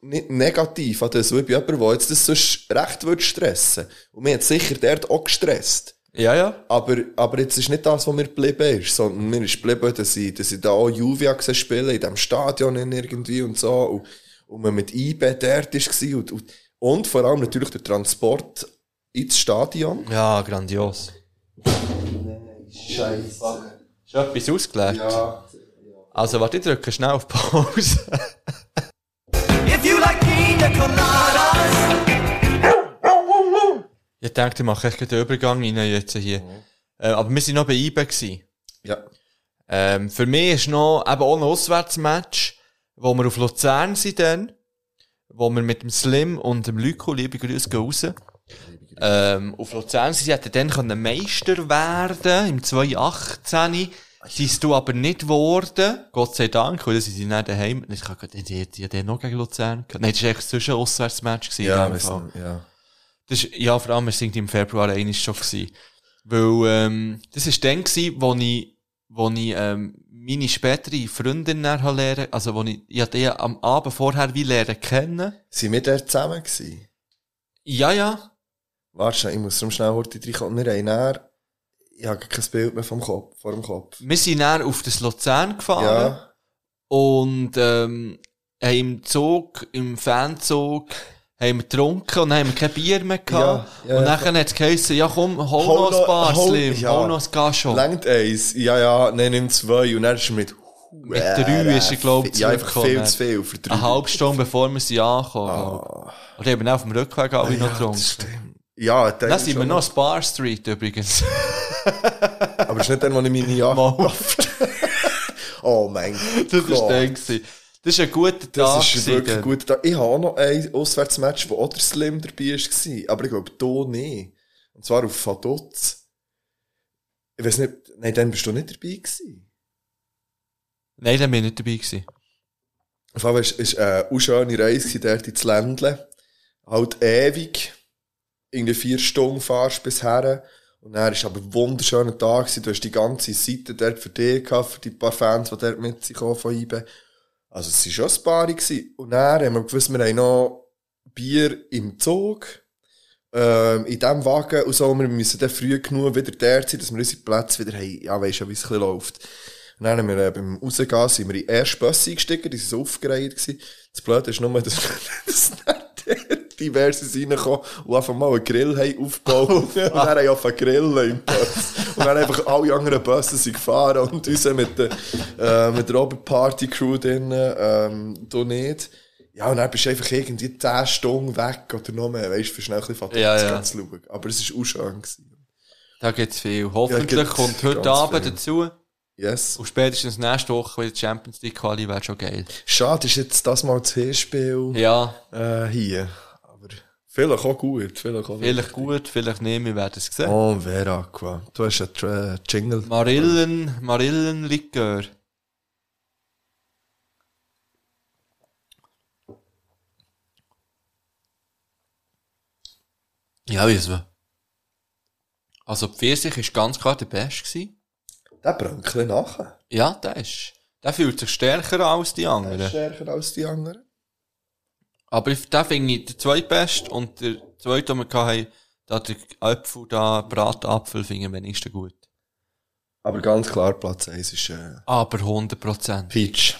[SPEAKER 2] nicht negativ an das, weil ich bin jemand, der jetzt das sonst recht würde stressen. Und mich hat sicher dort auch gestresst.
[SPEAKER 3] Ja, ja.
[SPEAKER 2] Aber, aber jetzt ist nicht das, was mir geblieben ist, sondern mir ist geblieben, dass ich, dass ich da auch Juvia gesehen spiele, in diesem Stadion in irgendwie und so. Und, und man mit IB dort war. Und, und, und vor allem natürlich der Transport ins Stadion.
[SPEAKER 3] Ja, grandios.
[SPEAKER 2] Scheiße.
[SPEAKER 3] Ist etwas ausgelegt?
[SPEAKER 2] Ja.
[SPEAKER 3] Also, warte, ich drücke schnell auf Pause. (laughs)
[SPEAKER 5] If you like pina coladas,
[SPEAKER 3] ich dachte, ich mache echt den Übergang rein jetzt hier. Äh, aber wir waren noch bei IBE. Gewesen.
[SPEAKER 2] Ja.
[SPEAKER 3] Ähm, für mich ist noch eben auch ein Auswärtsmatch, wo wir auf Luzern sind dann, wo wir mit dem Slim und dem Lyko, liebe Grüße, gehen raus. Ähm, auf Luzern sind, sie hätten dann können Meister werden im 2018. Sie du aber nicht geworden, Gott sei Dank, weil sie sind dann daheim. Ich kann gerade, die hätten ja dann noch gegen Luzern gehabt. Nein, das war eigentlich sonst ein Auswärtsmatch. gewesen, in
[SPEAKER 2] Ja,
[SPEAKER 3] dem
[SPEAKER 2] weiss
[SPEAKER 3] Fall.
[SPEAKER 2] nicht, ja.
[SPEAKER 3] Das ist, ja, vor allem, wir sind im Februar eines schon gewesen. Weil, ähm, das ist dann gewesen, wo ich, wo ich, ähm, meine spätere Freundin näher habe lernen, also, wo ich, ich hatte die am Abend vorher wie lernen kennen.
[SPEAKER 2] Sind wir dort zusammen gewesen?
[SPEAKER 3] Ja, ja.
[SPEAKER 2] Warte, schnell, ich muss darum schnell heute reinkommen. Wir haben dann, ich habe kein Bild mehr vom Kopf, vor dem Kopf.
[SPEAKER 3] Wir sind näher auf das Luzern gefahren.
[SPEAKER 2] Ja,
[SPEAKER 3] Und, ähm, haben im Zug, im Fanzug, haben wir getrunken und dann haben wir kein Bier mehr gehabt.
[SPEAKER 2] Ja, ja,
[SPEAKER 3] und
[SPEAKER 2] ja.
[SPEAKER 3] nachher hat es geheissen, ja komm,
[SPEAKER 2] Hol
[SPEAKER 3] hol, noch ein
[SPEAKER 2] noch-
[SPEAKER 3] paar,
[SPEAKER 2] hol-
[SPEAKER 3] Slim,
[SPEAKER 2] ja.
[SPEAKER 3] hol noch ein Gacho.
[SPEAKER 2] längt eins, ja, ja, nein, nimm zwei und dann ist er mit, mit
[SPEAKER 3] drei ist er, glaub ich,
[SPEAKER 2] Ja, einfach viel
[SPEAKER 3] zurückgekommen.
[SPEAKER 2] zu viel für drei.
[SPEAKER 3] Eine halbe Stunde bevor wir sie angekommen.
[SPEAKER 2] Ah.
[SPEAKER 3] Oder eben auf dem Rückweg auch
[SPEAKER 2] ja,
[SPEAKER 3] noch
[SPEAKER 2] das
[SPEAKER 3] getrunken.
[SPEAKER 2] stimmt. Ja, ich denke
[SPEAKER 3] Dann sind wir
[SPEAKER 2] schon.
[SPEAKER 3] noch Spar
[SPEAKER 2] (laughs)
[SPEAKER 3] Street übrigens.
[SPEAKER 2] Aber es ist nicht der, wo ich meine Jacke
[SPEAKER 3] Mal.
[SPEAKER 2] Oh mein Gott.
[SPEAKER 3] das war der. gewesen. Das ist ein guter Tag.
[SPEAKER 2] Das ist wirklich
[SPEAKER 3] gewesen.
[SPEAKER 2] gut. Ich habe auch noch ein Auswärtsmatch, wo auch der Slim dabei war, aber ich glaube, du nicht. Und zwar auf Faduz. Ich weiß nicht, nein, dann bist du nicht dabei gewesen.
[SPEAKER 3] Nein, da bin ich nicht dabei gewesen.
[SPEAKER 2] Auf jeden Fall ist- ist eine auch schöne Reise gewesen, dort ins Ländle. Halt ewig. Irgendwie vier Stunden fahrst bis her. Und dann war aber ein wunderschöner Tag. gewesen. Du hast die ganze Seite dort für dich gehabt, für die paar Fans, die dort mit sich von IBE. Also es war schon ein Paar. gewesen. Und dann haben wir gewusst, wir haben noch Bier im Zug. Ähm, in diesem Wagen. Und so, wir müssen dann früh genug wieder dort sein, dass wir unsere Plätze wieder haben. Ja, weisst du, wie es ein bisschen läuft. Und dann haben wir äh, beim Rausgehen sind wir in den ersten Bus eingestiegen, die waren aufgereiht. gewesen. Das Blöde ist nur, (laughs) dass, dass dann diverse sind reingekommen und einfach mal einen Grill haben aufgebaut und dann haben wir angefangen zu grillen im Bus. Und dann einfach alle anderen Busse sind gefahren und uns mit der, äh, mit der Oberparty-Crew drin, ähm, du nicht. Ja, und dann bist du einfach irgendwie 10 Stunden weg oder noch mehr, weißt du, für schnell ein bisschen ja,
[SPEAKER 3] Ja, ja.
[SPEAKER 2] ja. zu schauen. Aber es war auch schön. Gewesen.
[SPEAKER 3] Da gibt's viel. Hoffentlich
[SPEAKER 2] Ja, gibt's
[SPEAKER 3] kommt heute
[SPEAKER 2] ganz
[SPEAKER 3] Abend
[SPEAKER 2] viel.
[SPEAKER 3] dazu.
[SPEAKER 2] Yes.
[SPEAKER 3] Und spätestens nächste Woche wieder die Champions League Quali wäre schon geil.
[SPEAKER 2] Schade ist jetzt das mal das Hinspiel.
[SPEAKER 3] Ja,
[SPEAKER 2] äh, hier. Aber vielleicht auch gut. Vielleicht auch
[SPEAKER 3] vielleicht gut, vielleicht nicht, wir werden es sehen.
[SPEAKER 2] Oh, Vera, qua. Du hast einen Tra- Jingle.
[SPEAKER 3] Marillen, Marillenlikör. Ja, wissen wir. Also, die Pfirsich ist ganz klar der Beste gewesen.
[SPEAKER 2] Der brennt ein bisschen nachher.
[SPEAKER 3] Ja, der ist. Der fühlt sich stärker an als die
[SPEAKER 2] Der ist äh,
[SPEAKER 3] anderen.
[SPEAKER 2] stärker als die anderen.
[SPEAKER 3] Aber ich, den finde ich der zweitbeste und der zweite, den wir hatten, da der Apfel, da Bratapfel, finde ich am wenigsten gut.
[SPEAKER 2] Aber ganz klar, Platz 1 ist äh,
[SPEAKER 3] Aber 100%.
[SPEAKER 2] Peach.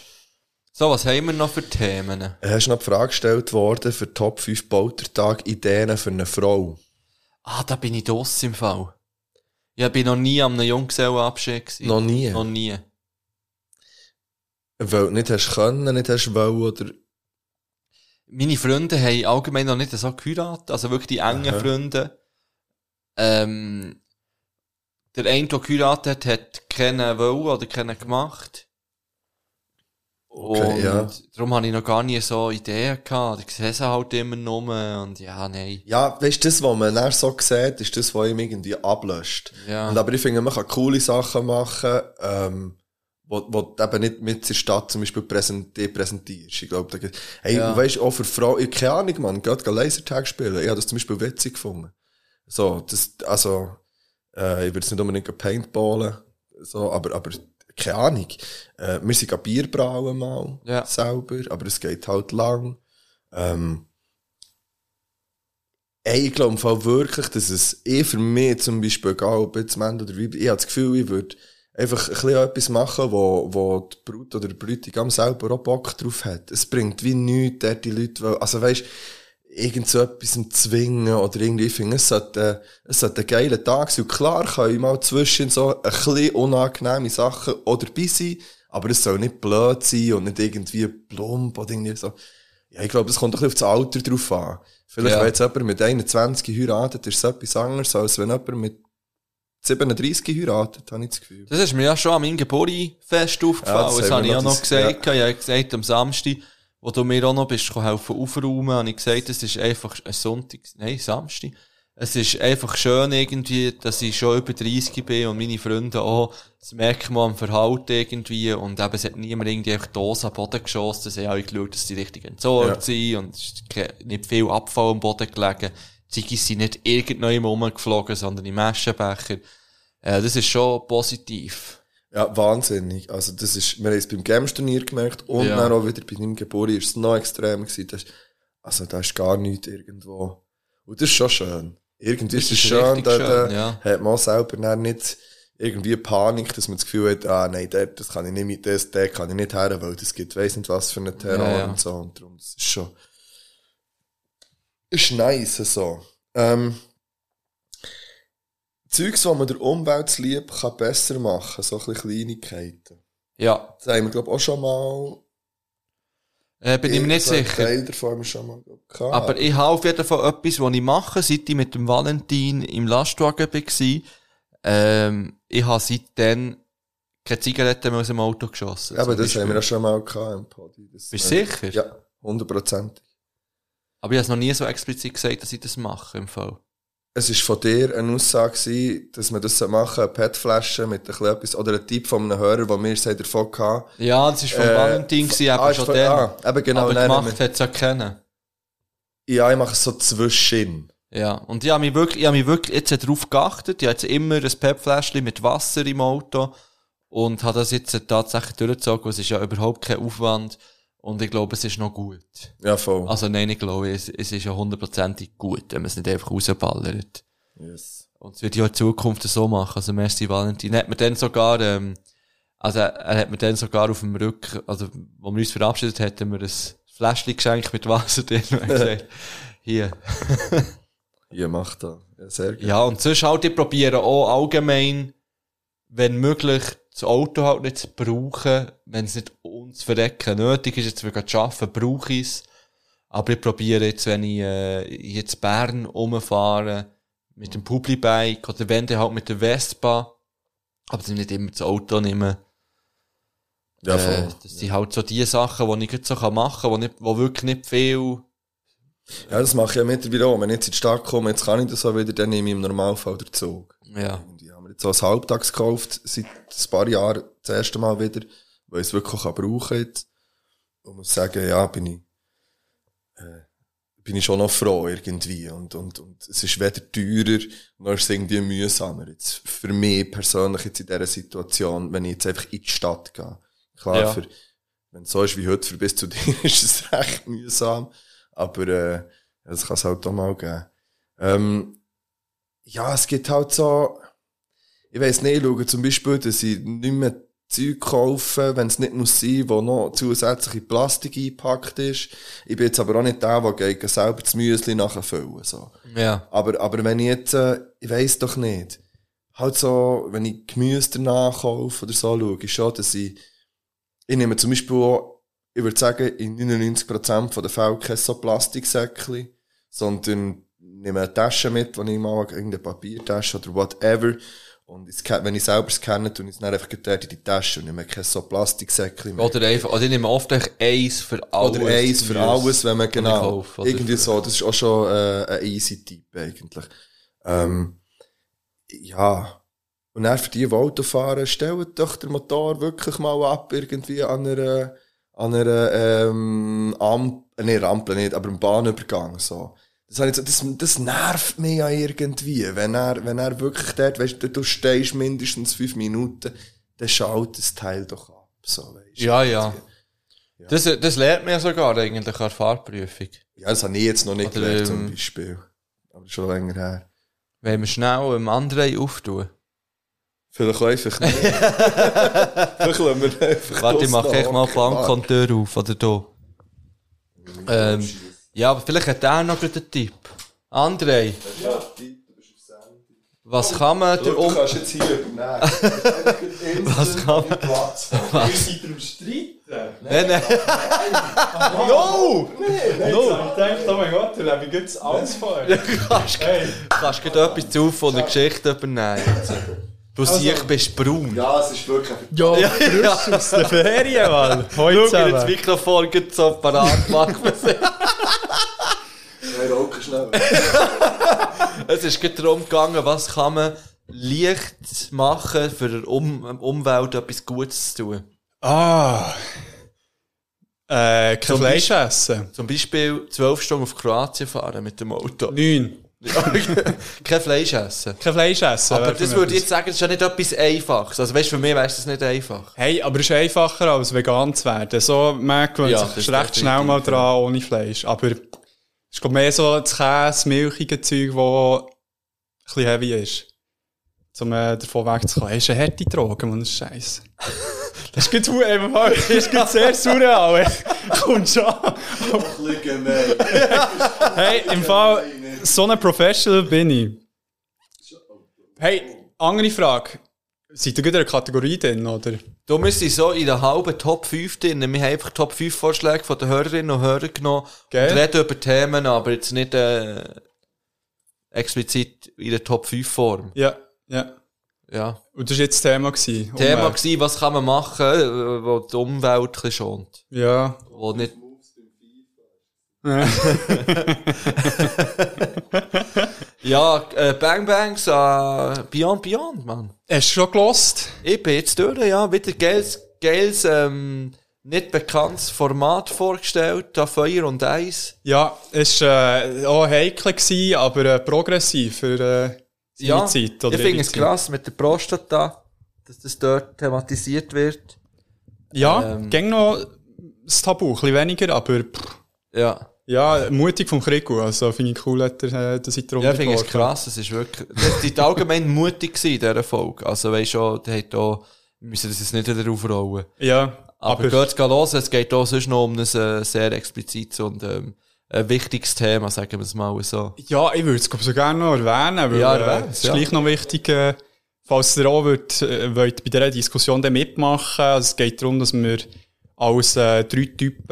[SPEAKER 3] So, was haben wir noch für Themen?
[SPEAKER 2] Er ist noch die Frage gestellt worden für Top 5 Bautertag Ideen für eine Frau.
[SPEAKER 3] Ah, da bin ich draus im Fall. Ja, Ich bin noch nie am einem Junggesellenabschied gewesen.
[SPEAKER 2] Noch nie.
[SPEAKER 3] Noch nie.
[SPEAKER 2] Weil du nicht hast können, nicht hast wollen oder...
[SPEAKER 3] Meine Freunde haben allgemein noch nicht so geheiratet, also wirklich die engen
[SPEAKER 2] Aha.
[SPEAKER 3] Freunde. Ähm, der eine, der geheiratet hat, hat keinen wollen oder keinen gemacht.
[SPEAKER 2] Okay,
[SPEAKER 3] und
[SPEAKER 2] ja.
[SPEAKER 3] darum hatte ich noch gar nie so Ideen gehabt. Ich sehe sie halt immer nur und ja, nein.
[SPEAKER 2] Ja, weißt du, das, was man dann so sieht, ist das, was ihm irgendwie ablöscht.
[SPEAKER 3] Ja.
[SPEAKER 2] Und aber ich finde, man kann coole Sachen machen, ähm, wo, wo du eben nicht mit der Stadt zum Beispiel präsent, dich präsentierst. Ich glaube, da gibt- hey,
[SPEAKER 3] Ja.
[SPEAKER 2] weißt du, auch für Frauen, ich keine Ahnung, man, geht geh Lasertag spielen. Ich habe das zum Beispiel witzig gefunden. So, das, also, äh, ich würde es nicht unbedingt paintballen, so, aber, aber, keine Ahnung. Äh, wir sind grad Bier brauen mal,
[SPEAKER 3] Ja.
[SPEAKER 2] selber, aber es geht halt lang. Ähm, Ey, ich glaube im Fall wirklich, dass es eh für mich zum Beispiel, egal ob jetzt Mann oder Weib, ich habe das Gefühl, ich würde einfach ein bisschen etwas machen, wo, wo die Brut oder der Bräutigam selber auch Bock drauf hat. Es bringt wie nichts, dort die Leute, wollen- also weisst, irgend so etwas im zwingen oder irgendwie, ich finde, es sollte, es sollte ein geiler Tag sein. Und klar kann ich mal zwischen so ein bisschen unangenehme Sachen oder dabei sein, aber es soll nicht blöd sein und nicht irgendwie plump oder irgendwie so. Ja, ich glaube, es kommt ein bisschen auf das Alter drauf an. Vielleicht,
[SPEAKER 3] Ja.
[SPEAKER 2] wenn jetzt jemand mit 21 heiratet, ist es etwas anderes, als wenn jemand mit 37 heiratet, habe ich das Gefühl.
[SPEAKER 3] Das ist mir ja schon an meinem Geburtstagsfest aufgefallen.
[SPEAKER 2] Ja, das
[SPEAKER 3] das
[SPEAKER 2] haben
[SPEAKER 3] habe
[SPEAKER 2] wir
[SPEAKER 3] ich ja
[SPEAKER 2] noch
[SPEAKER 3] noch
[SPEAKER 2] dis- ja.
[SPEAKER 3] gesagt. Ich habe gesagt, am Samstag, wo du mir auch noch bist, gekommen helfen aufräumen, habe ich gesagt, es ist einfach ein Sonntag, nein, Samstag. Es ist einfach schön irgendwie, dass ich schon über 30 bin und meine Freunde auch, das merkt man am Verhalten irgendwie und eben, es hat niemand irgendwie einfach Dosen am Boden geschossen, sie haben alle geschaut, dass die richtig entsorgt sind und es ist ke- nicht viel Abfall am Boden gelegen. Die Ziggis sind nicht irgendwo rumgeflogen, sondern im Aschenbecher. Äh, das ist schon positiv.
[SPEAKER 2] Ja, wahnsinnig. Also, das ist, wir haben es beim Games-Turnier gemerkt und
[SPEAKER 3] Ja.
[SPEAKER 2] dann auch wieder bei deinem Geburtstag ist es noch extrem gewesen. Das, also, da ist gar nichts irgendwo. Und das ist schon schön. Irgendwie
[SPEAKER 3] Das
[SPEAKER 2] ist es
[SPEAKER 3] ist
[SPEAKER 2] schön,
[SPEAKER 3] richtig
[SPEAKER 2] da, da
[SPEAKER 3] schön, ja.
[SPEAKER 2] hat man auch selber dann nicht irgendwie Panik, dass man das Gefühl hat, ah, nein, der, das kann ich nicht mit, das, der kann ich nicht her, weil das gibt, weiss nicht was für einen Terror
[SPEAKER 3] Ja, ja.
[SPEAKER 2] und so. Und darum, das ist schon, ist nice, so. Ähm, Zeugs, die man der Umwelt zuliebe, kann besser machen, so ein bisschen Kleinigkeiten.
[SPEAKER 3] Ja,
[SPEAKER 2] Das haben wir, glaube ich, auch schon mal.
[SPEAKER 3] äh, bin ich mir nicht
[SPEAKER 2] so einen
[SPEAKER 3] sicher.
[SPEAKER 2] Teil davon haben wir schon mal glaub ich, gehabt.
[SPEAKER 3] Aber ich habe auf jeden Fall etwas, was ich mache, seit ich mit dem Valentin im Lastwagen war. Ähm, ich habe seitdem keine Zigaretten mehr aus dem Auto geschossen.
[SPEAKER 2] Aber
[SPEAKER 3] zum
[SPEAKER 2] das haben wir
[SPEAKER 3] Beispiel.
[SPEAKER 2] ja schon mal gehabt im Podi. Das-
[SPEAKER 3] Bist du
[SPEAKER 2] äh,
[SPEAKER 3] sicher?
[SPEAKER 2] Ja, hundertprozentig.
[SPEAKER 3] Aber ich habe es noch nie so explizit gesagt, dass ich das mache im Fall.
[SPEAKER 2] Es war von dir eine Aussage, gewesen, dass man das machen soll, eine PET-Flasche mit ein bisschen etwas, oder ein Tipp von einem Hörer, der mir sagt, davon hatte.
[SPEAKER 3] Ja, das war vom Valentin, gewesen, eben
[SPEAKER 2] ah, ist
[SPEAKER 3] schon
[SPEAKER 2] von-
[SPEAKER 3] dann.
[SPEAKER 2] Ah, eben genau,
[SPEAKER 3] aber
[SPEAKER 2] nein, nein,
[SPEAKER 3] gemacht hat es ja kennen.
[SPEAKER 2] Ja, ich mache es so zwischen.
[SPEAKER 3] Ja, und ich habe mich wirklich, ich habe mich wirklich jetzt darauf geachtet. Ich habe jetzt immer ein PEP-Fläschchen mit Wasser im Auto und habe das jetzt tatsächlich durchgezogen. Es ist ja überhaupt kein Aufwand und ich glaube, es ist noch gut.
[SPEAKER 2] Ja, voll.
[SPEAKER 3] Also nein, ich glaube, es, es ist ja hundertprozentig gut, wenn man es nicht einfach rausballert.
[SPEAKER 2] Yes.
[SPEAKER 3] Und das wird ja in Zukunft so machen. Also merci Valentin. Er hat mir dann sogar, ähm, also er hat mir dann sogar auf dem Rücken, also wo wir uns verabschiedet haben, hat er mir ein Fläschchen geschenkt mit Wasser drin und hat gesagt, hier.
[SPEAKER 2] Ihr macht das. Ja, sehr gut.
[SPEAKER 3] Ja, und sonst halt, ich probiere auch allgemein, wenn möglich, das Auto halt nicht zu brauchen, wenn es nicht uns verrecken nötig ist, jetzt wir gehen arbeiten, brauche ich es. Aber ich probiere jetzt, wenn ich äh, jetzt Bern rumfahre, mit dem Publibike oder wenn dann halt mit der Vespa, aber dann nicht immer das Auto nehmen.
[SPEAKER 2] Ja,
[SPEAKER 3] äh,
[SPEAKER 2] voll.
[SPEAKER 3] das sind halt so die Sachen, die ich jetzt so kann machen kann, die wo wirklich nicht viel...
[SPEAKER 2] Ja, das mache ich ja mittlerweile auch. Wenn ich jetzt in die Stadt komme, jetzt kann ich das auch wieder, dann nehme ich im Normalfall den Zug.
[SPEAKER 3] Ja.
[SPEAKER 2] Und ich habe mir jetzt so ein Halbtags gekauft, seit ein paar Jahren das erste Mal wieder, weil ich es wirklich auch brauchen kann. jetzt. Und muss sagen, ja, bin ich, äh, bin ich schon noch froh irgendwie. Und, und, und es ist weder teurer, noch ist es irgendwie mühsamer. Jetzt für mich persönlich jetzt in dieser Situation, wenn ich jetzt einfach in die Stadt gehe. Klar,
[SPEAKER 3] Ja.
[SPEAKER 2] für, wenn es so ist wie heute, für bis zu (laughs) dir ist es recht mühsam. Aber, äh, das kann es halt auch mal geben. Ähm, ja, es gibt halt so, ich weiss nicht, ich schaue zum Beispiel, dass ich nicht mehr Zeug kaufe, wenn es nicht muss sein, wo noch zusätzlich in Plastik eingepackt ist. Ich bin jetzt aber auch nicht der, der geht, selber das Müsli nachfüllen, so.
[SPEAKER 3] Ja.
[SPEAKER 2] Aber, aber wenn ich jetzt, äh, ich weiss doch nicht, halt so, wenn ich Gemüse danach kaufe oder so, schaue ich schon, dass ich, ich nehme zum Beispiel auch, ich würde sagen, in 99% der Fälle kein so Plastiksäckchen, sondern nehme eine Tasche mit, wenn ich mal irgendeine Papiertasche oder whatever, und ich, sca- wenn ich selber scanne, tue ich es dann einfach gleich dort in die Tasche und nehme kein so Plastiksäckchen mit.
[SPEAKER 3] Oder einfach, oder ich nehme oft einfach eins für alles.
[SPEAKER 2] Oder eins für alles, wenn man
[SPEAKER 3] ich
[SPEAKER 2] genau.
[SPEAKER 3] kaufe, oder
[SPEAKER 2] irgendwie
[SPEAKER 3] für-
[SPEAKER 2] so, das ist auch schon äh, ein easy Tipp eigentlich. Ähm, ja. Und dann für die, die Auto fahren, stellt doch den Motor wirklich mal ab, irgendwie an einer, an einer ähm, Amp, äh, nee, Rampe nicht, aber einem Bahnübergang. So. Das, habe ich so, das, das nervt mich ja irgendwie. Wenn er, wenn er wirklich dort, weißt du, du stehst mindestens fünf Minuten, dann schaut das Teil doch ab. So, weißt du.
[SPEAKER 3] Ja, ja. Das, das lernt man ja sogar eigentlich an der Fahrprüfung.
[SPEAKER 2] Ja, das habe ich jetzt noch nicht
[SPEAKER 3] Oder,
[SPEAKER 2] gelernt, zum
[SPEAKER 3] ähm,
[SPEAKER 2] Beispiel. Aber schon länger her.
[SPEAKER 3] Wenn wir schnell im Andrei auftun.
[SPEAKER 2] Vielleicht auch einfach nicht. Vielleicht lassen wir einfach
[SPEAKER 3] Warte, ich mache echt
[SPEAKER 2] echt
[SPEAKER 3] mal Plankkontür auf, oder da. Ähm, ja, aber vielleicht hat er noch gerade einen Tipp. Andrei, was kann man
[SPEAKER 2] Du
[SPEAKER 3] der um
[SPEAKER 2] kannst jetzt hier übernehmen.
[SPEAKER 3] (laughs) was kann man,
[SPEAKER 2] Platz.
[SPEAKER 3] nein, nein, no, no,
[SPEAKER 8] denkt, oh mein Gott, da habe ich jetzt
[SPEAKER 3] (laughs)
[SPEAKER 8] alles vor.
[SPEAKER 3] kannst, kannst du etwas zu von der Geschichte übernehmen jetzt. Du siehst, bist braun.
[SPEAKER 2] Ja, es ist wirklich...
[SPEAKER 8] Ja, ja, frisch aus der Ferien, (laughs) Mann. Heute
[SPEAKER 3] Schau mir das
[SPEAKER 8] zusammen.
[SPEAKER 3] Mikrofon gerade so parat machen.
[SPEAKER 2] Nein, rauchen schnell.
[SPEAKER 3] (laughs) Es ist gerade darum gegangen, was kann man leicht machen, für der um Umwelt etwas Gutes zu tun.
[SPEAKER 8] Ah. Äh, kein
[SPEAKER 3] Zum
[SPEAKER 8] Fleisch essen.
[SPEAKER 3] Zum Beispiel 12 Stunden auf Kroatien fahren mit dem Auto.
[SPEAKER 8] Neun.
[SPEAKER 3] (laughs) Kein Fleisch essen.
[SPEAKER 8] Kein Fleisch essen.
[SPEAKER 3] Aber
[SPEAKER 8] wär
[SPEAKER 3] das
[SPEAKER 8] für
[SPEAKER 3] würde ich
[SPEAKER 8] mich
[SPEAKER 3] jetzt sagen, das ist ja nicht etwas Einfaches. Also weißt, für mich wäre es nicht einfach.
[SPEAKER 8] Hey, aber es ist einfacher als vegan zu werden. So merkt man
[SPEAKER 3] Ja, das
[SPEAKER 8] sich
[SPEAKER 3] ist
[SPEAKER 8] recht schnell mal
[SPEAKER 3] definitiv, ja.
[SPEAKER 8] dran, ohne Fleisch. Aber es ist glaub, mehr so das Käse, milchige Zeug, das ein bisschen heavy ist. Um äh, davon wegzukommen. Hey, ist eine harte Droge, man, das ist scheiße. (laughs) Das ist gut, einfach, das ist gut sehr sauer, aber (laughs) kommt schon.
[SPEAKER 2] Liegen, nein.
[SPEAKER 8] (laughs) Hey, im Fall, so ein Professional bin ich. Hey, andere Frage. Seid ihr gut in der Kategorie drin, oder?
[SPEAKER 3] Du wir sind so in der halben Top 5 drin. Wir haben einfach Top 5 Vorschläge von den Hörerinnen und Hörern genommen.
[SPEAKER 8] Gell?
[SPEAKER 3] Und reden über Themen, aber jetzt nicht äh, explizit in der Top 5 Form.
[SPEAKER 8] Ja, ja.
[SPEAKER 3] Ja.
[SPEAKER 8] Und das war jetzt das Thema. Gewesen,
[SPEAKER 3] Thema
[SPEAKER 8] Umwelt.
[SPEAKER 3] war, was kann man machen, äh, wo die Umwelt ein bisschen schont.
[SPEAKER 8] Ja.
[SPEAKER 3] Wo nicht, ja, äh, Bang Bangs an Beyond Beyond, Mann.
[SPEAKER 8] Hast du schon gelost?
[SPEAKER 3] Ich bin jetzt durch, ja. Wieder geiles, geiles ähm, nicht bekanntes Format vorgestellt, da Feuer und Eis.
[SPEAKER 8] Ja, es war äh, auch heikel, gewesen, aber äh, progressiv für äh, seine
[SPEAKER 3] Ja,
[SPEAKER 8] Zeit.
[SPEAKER 3] ich
[SPEAKER 8] ihre
[SPEAKER 3] finde es
[SPEAKER 8] Zeit.
[SPEAKER 3] krass mit der Prostata, dass das dort thematisiert wird.
[SPEAKER 8] Ja,
[SPEAKER 3] Ähm.
[SPEAKER 8] ging noch das Tabu, ein bisschen weniger, aber pff,
[SPEAKER 3] Ja.
[SPEAKER 8] ja, mutig vom Krieg. Also finde ich cool, dass er äh, das in der
[SPEAKER 3] Ja,
[SPEAKER 8] Runde
[SPEAKER 3] ich finde es
[SPEAKER 8] geworfen.
[SPEAKER 3] krass, es ist wirklich, das- die sind allgemein mutig gewesen in dieser Folge. Also, weisst du, die hat auch, wir müssen das jetzt nicht wieder aufrollen.
[SPEAKER 8] Ja,
[SPEAKER 3] Aber,
[SPEAKER 8] aber,
[SPEAKER 3] aber geht's los, es geht auch sonst noch um ein äh, sehr explizites und ähm, ein wichtiges Thema, sagen wir es mal so.
[SPEAKER 8] ja, ich würde es glaub ich, so gerne noch erwähnen, weil
[SPEAKER 3] Ja,
[SPEAKER 8] äh,
[SPEAKER 3] erwähn's,
[SPEAKER 8] es ist
[SPEAKER 3] ja.
[SPEAKER 8] gleich noch wichtig, äh, falls ihr auch wollt, äh, wollt bei dieser Diskussion dann mitmachen. Also es geht darum, dass wir als äh, drei Typen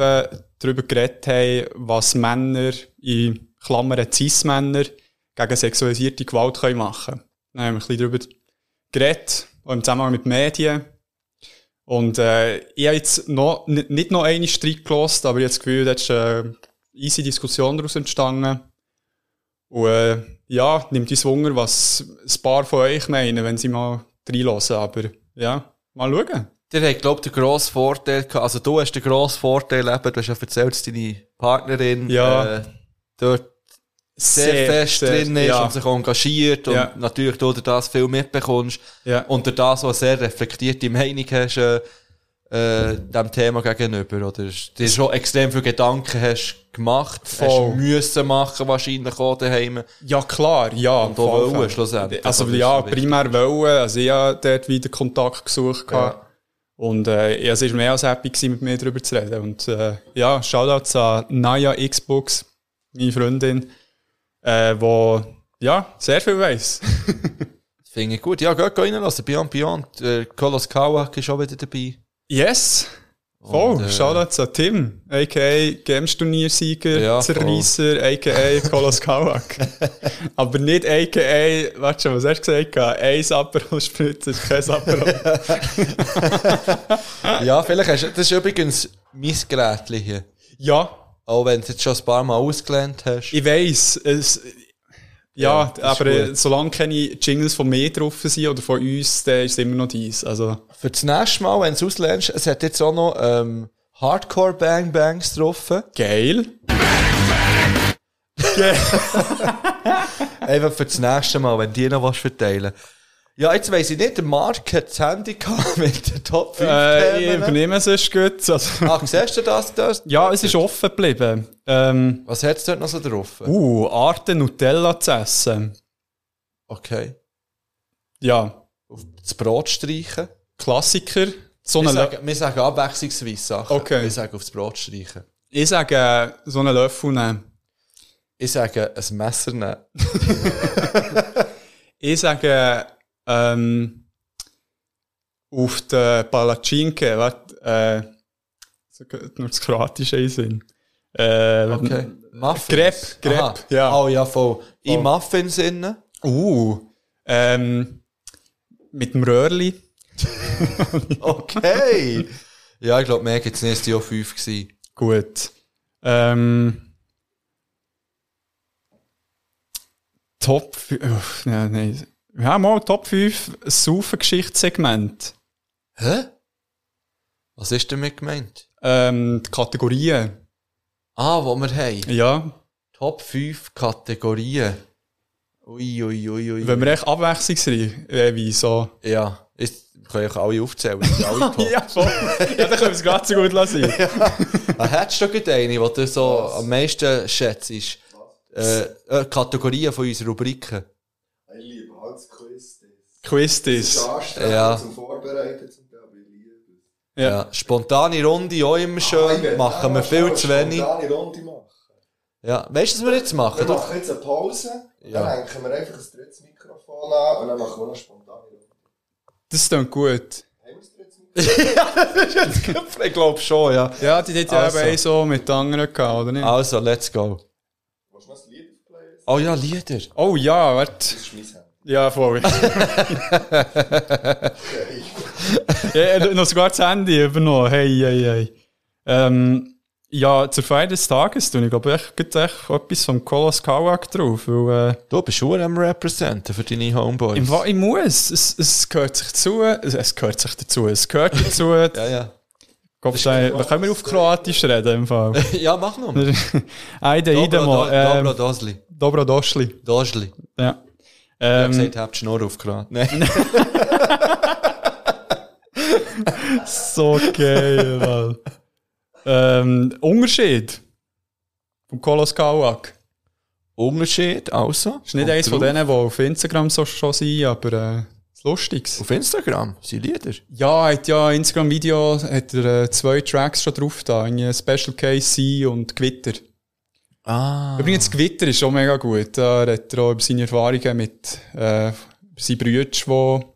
[SPEAKER 8] darüber geredet haben, was Männer, in Klammern Cis-Männer, gegen sexualisierte Gewalt können machen können. Dann haben wir ein bisschen darüber geredet, auch im Zusammenhang mit Medien. Und äh, ich habe jetzt noch, nicht nicht noch einen Streit gelost, aber ich habe das Gefühl, da ist eine easy Diskussion daraus entstanden. Und äh, ja, nimmt uns Wunder, was ein paar von euch meinen, wenn sie mal reinhören. Aber ja, mal schauen.
[SPEAKER 3] Der hat, glaube ich, den grossen Vorteil gehabt. Also, du hast den grossen Vorteil eben, du hast ja erzählt, dass deine Partnerin
[SPEAKER 8] Ja.
[SPEAKER 3] äh, dort sehr, fest drin ist
[SPEAKER 8] ja,
[SPEAKER 3] und sich engagiert und
[SPEAKER 8] Ja.
[SPEAKER 3] natürlich du durch das viel mitbekommst
[SPEAKER 8] ja.
[SPEAKER 3] und durch das auch eine sehr reflektierte Meinung hast, äh, äh, dem Thema gegenüber, oder? Dir schon extrem viel Gedanken hast gemacht,
[SPEAKER 8] Voll.
[SPEAKER 3] hast müssen machen, wahrscheinlich auch daheim.
[SPEAKER 8] Ja, klar, ja.
[SPEAKER 3] Und auch
[SPEAKER 8] voll,
[SPEAKER 3] wollen,
[SPEAKER 8] voll.
[SPEAKER 3] schlussendlich.
[SPEAKER 8] Also,
[SPEAKER 3] Das ist
[SPEAKER 8] ja,
[SPEAKER 3] so wichtig.
[SPEAKER 8] primär wollen. Also, ich habe dort wieder Kontakt gesucht. Ja. Und äh, ja, es war mehr als happy, gewesen, mit mir darüber zu reden. Und äh, ja, Shoutouts an Naya Xbox, meine Freundin, äh, wo ja, sehr viel weiss.
[SPEAKER 3] Finde ich gut. Ja, geht, geht reinlassen. Beyond Beyond. Äh, Kolos Kawak ist auch wieder dabei.
[SPEAKER 8] Yes! Voll,
[SPEAKER 3] Und, äh,
[SPEAKER 8] Shoutouts an Tim, a.k.a. Games-Turniersieger,
[SPEAKER 3] Ja, voll.
[SPEAKER 8] Zerreisser, a.k.a.
[SPEAKER 3] (laughs)
[SPEAKER 8] Kolos Kawak. Aber nicht a.k.a., warte schon, was hast du gesagt? Ein Aperol-Spritz ist kein Aperol.
[SPEAKER 3] (laughs) Ja, vielleicht hast du, das ist übrigens mein Gerätchen hier.
[SPEAKER 8] ja,
[SPEAKER 3] Auch wenn du es jetzt schon ein paar Mal ausgelernt hast.
[SPEAKER 8] Ich weiss, es, ja,
[SPEAKER 3] Ja, das ist
[SPEAKER 8] aber äh,
[SPEAKER 3] gut.
[SPEAKER 8] solange keine Jingles von mir drauf sind oder von uns, dann ist es immer noch dies. Also,
[SPEAKER 3] Für das nächste Mal, wenn du es auslernst, es hat jetzt auch noch ähm, Hardcore Bang Bangs
[SPEAKER 8] (laughs)
[SPEAKER 3] getroffen.
[SPEAKER 8] geil.
[SPEAKER 3] Einfach für das nächste Mal, wenn du die noch was verteilen Ja, jetzt weiss ich nicht, der Mark hat das Handy gehabt (laughs) mit den Top 5
[SPEAKER 8] Äh, ich
[SPEAKER 3] Themen. ne? Ah,
[SPEAKER 8] übernehme es sonst gut. Also,
[SPEAKER 3] Ach, siehst du das? das?
[SPEAKER 8] ja, es ist offen geblieben. Ähm,
[SPEAKER 3] Was hat es dort noch so drauf?
[SPEAKER 8] uh, Arte Nutella zu essen.
[SPEAKER 3] Okay.
[SPEAKER 8] Ja,
[SPEAKER 3] Das Brot streichen.
[SPEAKER 8] Klassiker. So
[SPEAKER 3] Wir
[SPEAKER 8] eine Lö-
[SPEAKER 3] sagen, wir sagen abwechslungsweise Sachen.
[SPEAKER 8] Okay.
[SPEAKER 3] Wir sagen aufs Brot streichen.
[SPEAKER 8] ich sage, äh, so einen Löffel nehmen.
[SPEAKER 3] Ich sage, ein Messer nehmen.
[SPEAKER 8] Ich sage, ähm, auf den Palacinke, wat, äh, nur das kroatische Einsinn. Äh, wat-
[SPEAKER 3] Okay. Muffins.
[SPEAKER 8] Crepe, Crepe,
[SPEAKER 3] Aha.
[SPEAKER 8] ja.
[SPEAKER 3] Oh ja, voll. In
[SPEAKER 8] Voll.
[SPEAKER 3] Muffins innen.
[SPEAKER 8] Uh, ähm, mit dem Röhrli.
[SPEAKER 3] Okay. ja, ich glaube, mehr gibt es nicht. Es waren ja fünf. Gewesen.
[SPEAKER 8] Gut. Ähm, Top 5, ja, nein. Ja, mal Top 5 Saufen-Geschichtssegment.
[SPEAKER 3] Hä? Was ist damit gemeint?
[SPEAKER 8] Ähm, die Kategorien.
[SPEAKER 3] Ah, wo wir haben.
[SPEAKER 8] Ja,
[SPEAKER 3] Top 5 Kategorien. Ui, ui, ui, ui.
[SPEAKER 8] Wenn wir echt abwechslungsreich äh, so. (laughs)
[SPEAKER 3] ja, ist, können ja alle aufzählen. Das sind alle top.
[SPEAKER 8] voll. (laughs) ja, dann können wir es gerade so gut lassen.
[SPEAKER 3] Ah, Hättest du gerade eine, die du so am meisten schätzt? Äh, äh, Kategorien von unseren Rubriken.
[SPEAKER 2] Ich liebe halt das Quiz.
[SPEAKER 8] Quiz
[SPEAKER 2] Das
[SPEAKER 8] das.
[SPEAKER 2] ist anstrengend
[SPEAKER 3] Ja.
[SPEAKER 2] zum Vorbereiten, zum Teil, aber ich liebe es.
[SPEAKER 8] Ja. Ah,
[SPEAKER 3] Ja. Spontane Runde, auch immer schön. machen wir viel zu wenig.
[SPEAKER 2] Spontane Runde machen.
[SPEAKER 3] Ja. Weißt du, was wir jetzt
[SPEAKER 2] Wir
[SPEAKER 3] machen? Doch.
[SPEAKER 2] machen jetzt eine Pause,
[SPEAKER 3] Ja.
[SPEAKER 2] dann hängen wir einfach ein drittes Mikrofon an und dann machen wir noch spontane Runde.
[SPEAKER 8] Das klingt gut.
[SPEAKER 2] Haben wir das dritte Mikrofon?
[SPEAKER 3] Ich glaube schon, ja.
[SPEAKER 8] Ja, die hat ja
[SPEAKER 3] Also.
[SPEAKER 8] eben eh so mit den anderen gehabt, oder nicht?
[SPEAKER 3] Also, let's go.
[SPEAKER 2] Willst du noch ein Lied aufplayen?
[SPEAKER 3] Oh ja, Lieder.
[SPEAKER 8] Oh ja, warte.
[SPEAKER 2] Das ist mein Handy.
[SPEAKER 8] Ja, voll. ja, er hat noch sogar das Handy übernommen. Hey, hey, hey. Ähm, ja, zur Feier des Tages tue ich glaube ich gibt echt etwas vom Kolos Kawak drauf. Weil, äh,
[SPEAKER 3] Du bist schon am Representen für deine Homeboys.
[SPEAKER 8] im Wa- ich muss. Es, es gehört sich zu. Es, es gehört sich dazu. Es gehört dazu.
[SPEAKER 3] ja, ja. (laughs)
[SPEAKER 8] Komm, schnell, wir können wir auf Kroatisch reden im Fall.
[SPEAKER 3] ja, mach noch.
[SPEAKER 8] (laughs) Aide,
[SPEAKER 3] Dobro,
[SPEAKER 8] Idemo,
[SPEAKER 3] Dobro
[SPEAKER 8] ähm,
[SPEAKER 3] Dosli.
[SPEAKER 8] Dobro Doschli.
[SPEAKER 3] Dosli.
[SPEAKER 8] Ja.
[SPEAKER 3] Ich hab
[SPEAKER 8] Ähm,
[SPEAKER 3] gesagt, habt die Schnur aufgeladen. Nein. (laughs)
[SPEAKER 8] So
[SPEAKER 3] (laughs)
[SPEAKER 8] geil, Mann. ähm, Unterschied vom Kolos Kauak.
[SPEAKER 3] Unterschied, also.
[SPEAKER 8] Ist nicht
[SPEAKER 3] Kommt
[SPEAKER 8] eins von
[SPEAKER 3] drauf.
[SPEAKER 8] denen, die auf Instagram so schon sind, aber äh, das Lustiges.
[SPEAKER 3] Auf Instagram, sind Lieder.
[SPEAKER 8] Ja, hat ja Instagram-Video, hat er äh, zwei Tracks schon drauf da. Irgendwie Special Case Sea und Gewitter.
[SPEAKER 3] Ah.
[SPEAKER 8] Übrigens, Gewitter ist auch mega gut. Da redet er auch über seine Erfahrungen mit äh, seinen Brüdern, die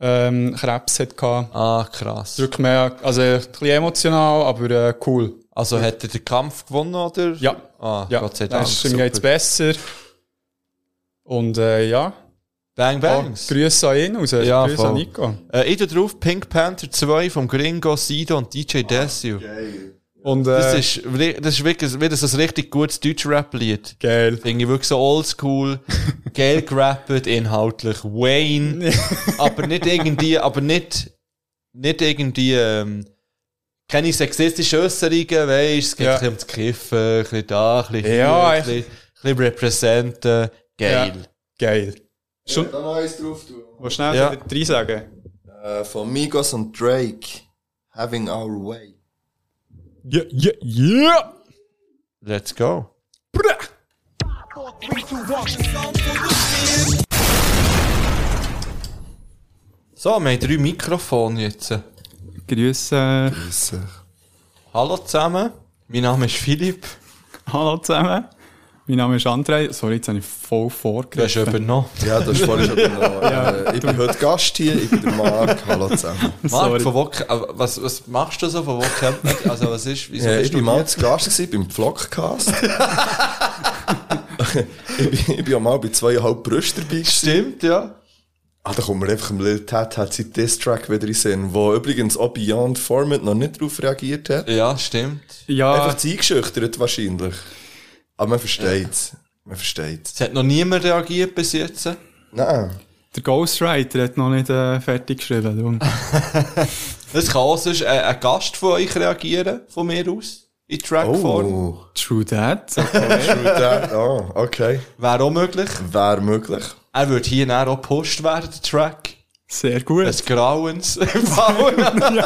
[SPEAKER 8] ähm, Krebs hatten.
[SPEAKER 3] Ah, krass.
[SPEAKER 8] Ist wirklich mehr, also ein bisschen emotional, aber äh, cool.
[SPEAKER 3] Also hat er den Kampf gewonnen, oder?
[SPEAKER 8] Ja.
[SPEAKER 3] Ah,
[SPEAKER 8] Ja,
[SPEAKER 3] Gott sei Dank.
[SPEAKER 8] es ihm
[SPEAKER 3] super.
[SPEAKER 8] geht's besser. Und äh, ja,
[SPEAKER 3] Bang
[SPEAKER 8] ah,
[SPEAKER 3] Bangs.
[SPEAKER 8] Grüße an ihn raus,
[SPEAKER 3] Ja,
[SPEAKER 8] Grüße
[SPEAKER 3] voll.
[SPEAKER 8] an Nico.
[SPEAKER 3] äh, ich tu drauf Pink Panther 2 vom Gringo, Sido und DJ Desio.
[SPEAKER 8] Und, äh,
[SPEAKER 3] Das ist, ri- das ist wirklich, wie das ein richtig gutes Deutsch-Rap-Lied.
[SPEAKER 8] geil.
[SPEAKER 3] Finde ich wirklich so
[SPEAKER 8] (laughs)
[SPEAKER 3] oldschool, geil gerappt, inhaltlich
[SPEAKER 8] (laughs)
[SPEAKER 3] Wayne, aber nicht irgendwie, aber nicht, nicht irgendwie, ähm, keine sexistischen Äußerungen, weisst, es geht
[SPEAKER 8] Ja.
[SPEAKER 3] ein bisschen ums Kiffen, ein bisschen da, ein bisschen
[SPEAKER 8] Ja,
[SPEAKER 3] ein bisschen, ein bisschen representen, geil.
[SPEAKER 8] Geil.
[SPEAKER 2] Ich hab da noch eins drauf tun.
[SPEAKER 8] Wo schnell
[SPEAKER 3] Ja.
[SPEAKER 8] ja. drei sagen?
[SPEAKER 2] Äh, von Migos und Drake. Having Our Way.
[SPEAKER 6] Yeah, yeah, yeah.
[SPEAKER 3] Let's go. So, wir haben drei Mikrofone jetzt.
[SPEAKER 8] Grüße.
[SPEAKER 3] Hallo zusammen, mein Name ist Philipp.
[SPEAKER 8] Hallo zusammen. Mein Name ist Andrei. Sorry, jetzt habe ich voll
[SPEAKER 3] Du hast
[SPEAKER 8] vorgegriffen.
[SPEAKER 3] übernommen.
[SPEAKER 2] Ja, das ist vorhin schon genau. Äh, ich bin heute Gast hier, ich bin der Marc. Hallo zusammen.
[SPEAKER 3] Marc,
[SPEAKER 8] Sorry.
[SPEAKER 3] von wo, aber was, was machst du so? Von wo kennt man dich? Also, was ist, wieso
[SPEAKER 2] Ja,
[SPEAKER 3] bist
[SPEAKER 2] ich war
[SPEAKER 3] du
[SPEAKER 2] mal
[SPEAKER 3] hier?
[SPEAKER 2] zu Gast gewesen, beim Vlogcast. ich, bin, ich bin auch mal bei zweieinhalb Brüsten dabei. gewesen.
[SPEAKER 3] Stimmt, ja.
[SPEAKER 2] Ah, da kommt mir einfach im Lil Ted hat sein Diss-Track wieder in den Sinn, wo übrigens auch Beyond Format noch nicht darauf reagiert hat.
[SPEAKER 3] Ja, stimmt.
[SPEAKER 8] Ja,
[SPEAKER 2] Einfach zu eingeschüchtert wahrscheinlich. Aber man versteht's. Man versteht's.
[SPEAKER 3] Es hat noch niemand reagiert bis jetzt.
[SPEAKER 2] Nein.
[SPEAKER 8] der Ghostwriter hat noch nicht äh, fertig geschrieben. darum.
[SPEAKER 3] Es kann auch sonst äh, ein Gast von euch reagieren, von mir aus, in Trackform.
[SPEAKER 2] Oh.
[SPEAKER 8] True that.
[SPEAKER 2] Shootout. Ah, okay.
[SPEAKER 3] Wäre auch möglich.
[SPEAKER 2] Wäre möglich.
[SPEAKER 3] Er würde hier dann auch gepusht werden, der Track.
[SPEAKER 8] Sehr gut.
[SPEAKER 3] Des Grauens. Im
[SPEAKER 2] (laughs)
[SPEAKER 3] Fall.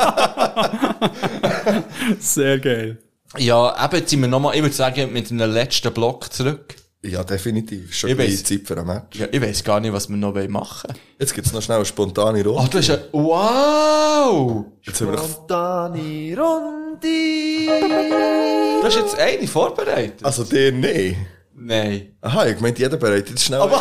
[SPEAKER 8] Sehr geil.
[SPEAKER 3] ja, eben, jetzt sind wir nochmal, ich würde sagen, mit einem letzten Block zurück.
[SPEAKER 2] Ja, definitiv. Schon
[SPEAKER 3] Ich
[SPEAKER 2] gleich
[SPEAKER 3] weiss.
[SPEAKER 2] Zeit für ein Match.
[SPEAKER 3] Ja, ich weiß gar nicht, was wir noch machen wollen.
[SPEAKER 2] Jetzt gibt's noch schnell eine spontane
[SPEAKER 3] Oh,
[SPEAKER 2] Runde.
[SPEAKER 3] du hast ja, wow!
[SPEAKER 2] Jetzt haben wir noch,
[SPEAKER 3] Du hast jetzt eine vorbereitet.
[SPEAKER 2] also der nee.
[SPEAKER 3] Nein.
[SPEAKER 2] Aha, ich meinte, jeder bereitet jetzt schnell Aber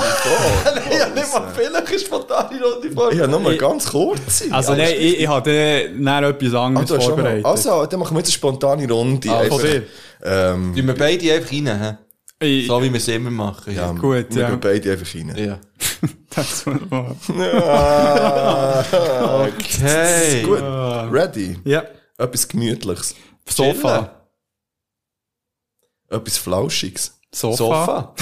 [SPEAKER 3] Nein, ich habe nicht mal vielleicht eine spontane Runde
[SPEAKER 2] Ich habe
[SPEAKER 3] vorbereitet.
[SPEAKER 2] nochmal ganz kurz.
[SPEAKER 8] Also, nein, ich, ich habe dann dann etwas
[SPEAKER 2] Ah,
[SPEAKER 8] anderes
[SPEAKER 2] du hast schon
[SPEAKER 8] vorbereitet.
[SPEAKER 2] noch- Also, dann machen wir jetzt eine spontane Runde.
[SPEAKER 3] Ah, von
[SPEAKER 2] Einfach,
[SPEAKER 3] dir.
[SPEAKER 2] ähm,
[SPEAKER 3] Tun wir beide einfach rein, hä?
[SPEAKER 8] Ich-
[SPEAKER 3] So wie wir es immer machen.
[SPEAKER 2] ja,
[SPEAKER 8] Gut,
[SPEAKER 2] ähm, wir
[SPEAKER 8] ja.
[SPEAKER 2] gehen beide einfach rein.
[SPEAKER 3] ja.
[SPEAKER 8] (laughs) Das war-
[SPEAKER 2] (laughs)
[SPEAKER 3] Okay.
[SPEAKER 2] Gut, ready.
[SPEAKER 8] ja.
[SPEAKER 2] Etwas Gemütliches.
[SPEAKER 8] Sofa.
[SPEAKER 2] Etwas Flauschiges.
[SPEAKER 8] Sofa.
[SPEAKER 3] Sofa.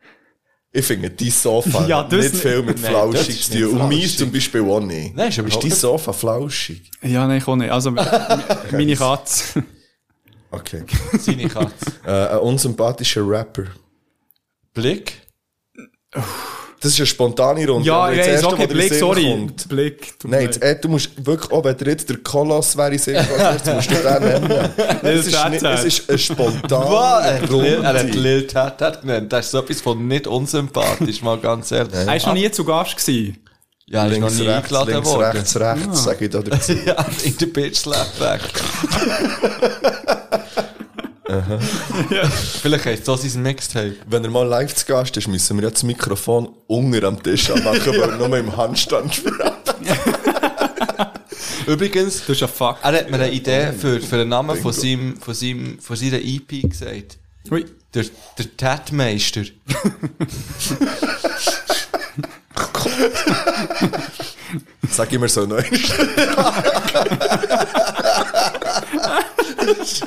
[SPEAKER 2] (laughs) Ich finde, dein Sofa hat
[SPEAKER 8] Ja, das
[SPEAKER 2] nicht
[SPEAKER 8] nicht.
[SPEAKER 2] viel mit
[SPEAKER 3] Nein, das
[SPEAKER 2] Flauschig zu
[SPEAKER 3] ist
[SPEAKER 2] tun.
[SPEAKER 3] nicht
[SPEAKER 2] Und meins
[SPEAKER 3] flauschig.
[SPEAKER 2] zum Beispiel auch nicht.
[SPEAKER 3] Nein, ist
[SPEAKER 2] ist
[SPEAKER 3] überhaupt
[SPEAKER 2] dein
[SPEAKER 3] nicht-
[SPEAKER 2] Sofa flauschig?
[SPEAKER 8] Ja, nein, ich auch nicht. Also, (laughs) m- m- meine Katze.
[SPEAKER 2] Okay.
[SPEAKER 3] Seine Katze.
[SPEAKER 2] äh, ein unsympathischer Rapper.
[SPEAKER 3] Blick.
[SPEAKER 2] Das ist eine spontane Runde.
[SPEAKER 8] Ja,
[SPEAKER 2] aber
[SPEAKER 8] ich
[SPEAKER 2] jetzt
[SPEAKER 8] weiß,
[SPEAKER 2] erst,
[SPEAKER 8] okay,
[SPEAKER 2] was dir in den
[SPEAKER 8] Blick,
[SPEAKER 2] Sinn
[SPEAKER 8] sorry.
[SPEAKER 2] kommt.
[SPEAKER 8] Blick. tut mir
[SPEAKER 2] Nein, jetzt,
[SPEAKER 8] leid.
[SPEAKER 2] äh, du musst wirklich, auch wenn dir jetzt der Koloss wäre, in den Sinn gekommen, jetzt musst du den
[SPEAKER 3] (laughs)
[SPEAKER 2] nennen. Es
[SPEAKER 8] das
[SPEAKER 2] ist, nicht, es ist eine
[SPEAKER 3] Was?
[SPEAKER 2] spontane
[SPEAKER 3] Er hat
[SPEAKER 2] Runde.
[SPEAKER 3] Lil Tat Tat genannt. Das ist so etwas von nicht unsympathisch, mal ganz ehrlich.
[SPEAKER 8] Er war noch nie zu Gast. Gewesen.
[SPEAKER 3] Ja, er ist noch
[SPEAKER 2] Links,
[SPEAKER 3] nie
[SPEAKER 2] rechts,
[SPEAKER 3] eingeladen
[SPEAKER 2] links,
[SPEAKER 3] worden. Ah.
[SPEAKER 2] rechts, rechts, sag ich da dazu.
[SPEAKER 3] (laughs) Ja, in der Bitch Slap weg. Vielleicht heisst es so sein Mixtape.
[SPEAKER 2] Wenn er mal live zu Gast ist, müssen wir jetzt das Mikrofon unter am Tisch anmachen, (laughs) weil er nur im Handstand spielt.
[SPEAKER 3] Übrigens,
[SPEAKER 8] Du bist ein Fuck.
[SPEAKER 3] Er hat mir eine Idee für, für den Namen
[SPEAKER 2] Bingo.
[SPEAKER 3] von, seinem, von, seinem, von seiner EP gesagt.
[SPEAKER 8] Ui.
[SPEAKER 3] Der, der Tatmeister.
[SPEAKER 2] Sag immer so neu.
[SPEAKER 3] (laughs)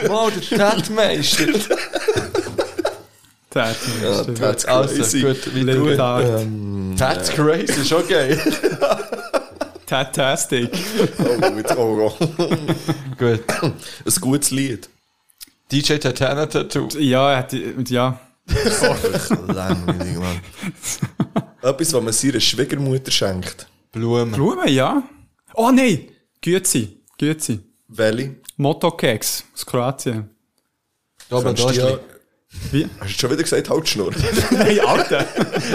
[SPEAKER 3] Wow, der Tatmeister. (laughs)
[SPEAKER 8] Das ist ja,
[SPEAKER 3] Also, gut, wie du. That's crazy, ist auch geil.
[SPEAKER 8] Tatastic.
[SPEAKER 2] Oh, jetzt, oh, oh.
[SPEAKER 3] (laughs) gut.
[SPEAKER 2] Ein gutes Lied.
[SPEAKER 3] DJ Tatana Tattoo.
[SPEAKER 8] Ja, er hat- ja.
[SPEAKER 2] Langweilig, Mann. (laughs) Etwas, was man seiner Schwiegermutter schenkt.
[SPEAKER 3] Blumen.
[SPEAKER 8] Blumen, ja. Oh nein! Gützi. Gützi.
[SPEAKER 2] Welche?
[SPEAKER 8] Motokeks aus Kroatien.
[SPEAKER 3] Dobre
[SPEAKER 2] Kannst du die-
[SPEAKER 3] Doschli.
[SPEAKER 8] Wie?
[SPEAKER 2] Hast du schon wieder gesagt, halt die Schnur?
[SPEAKER 8] Nein, Alter!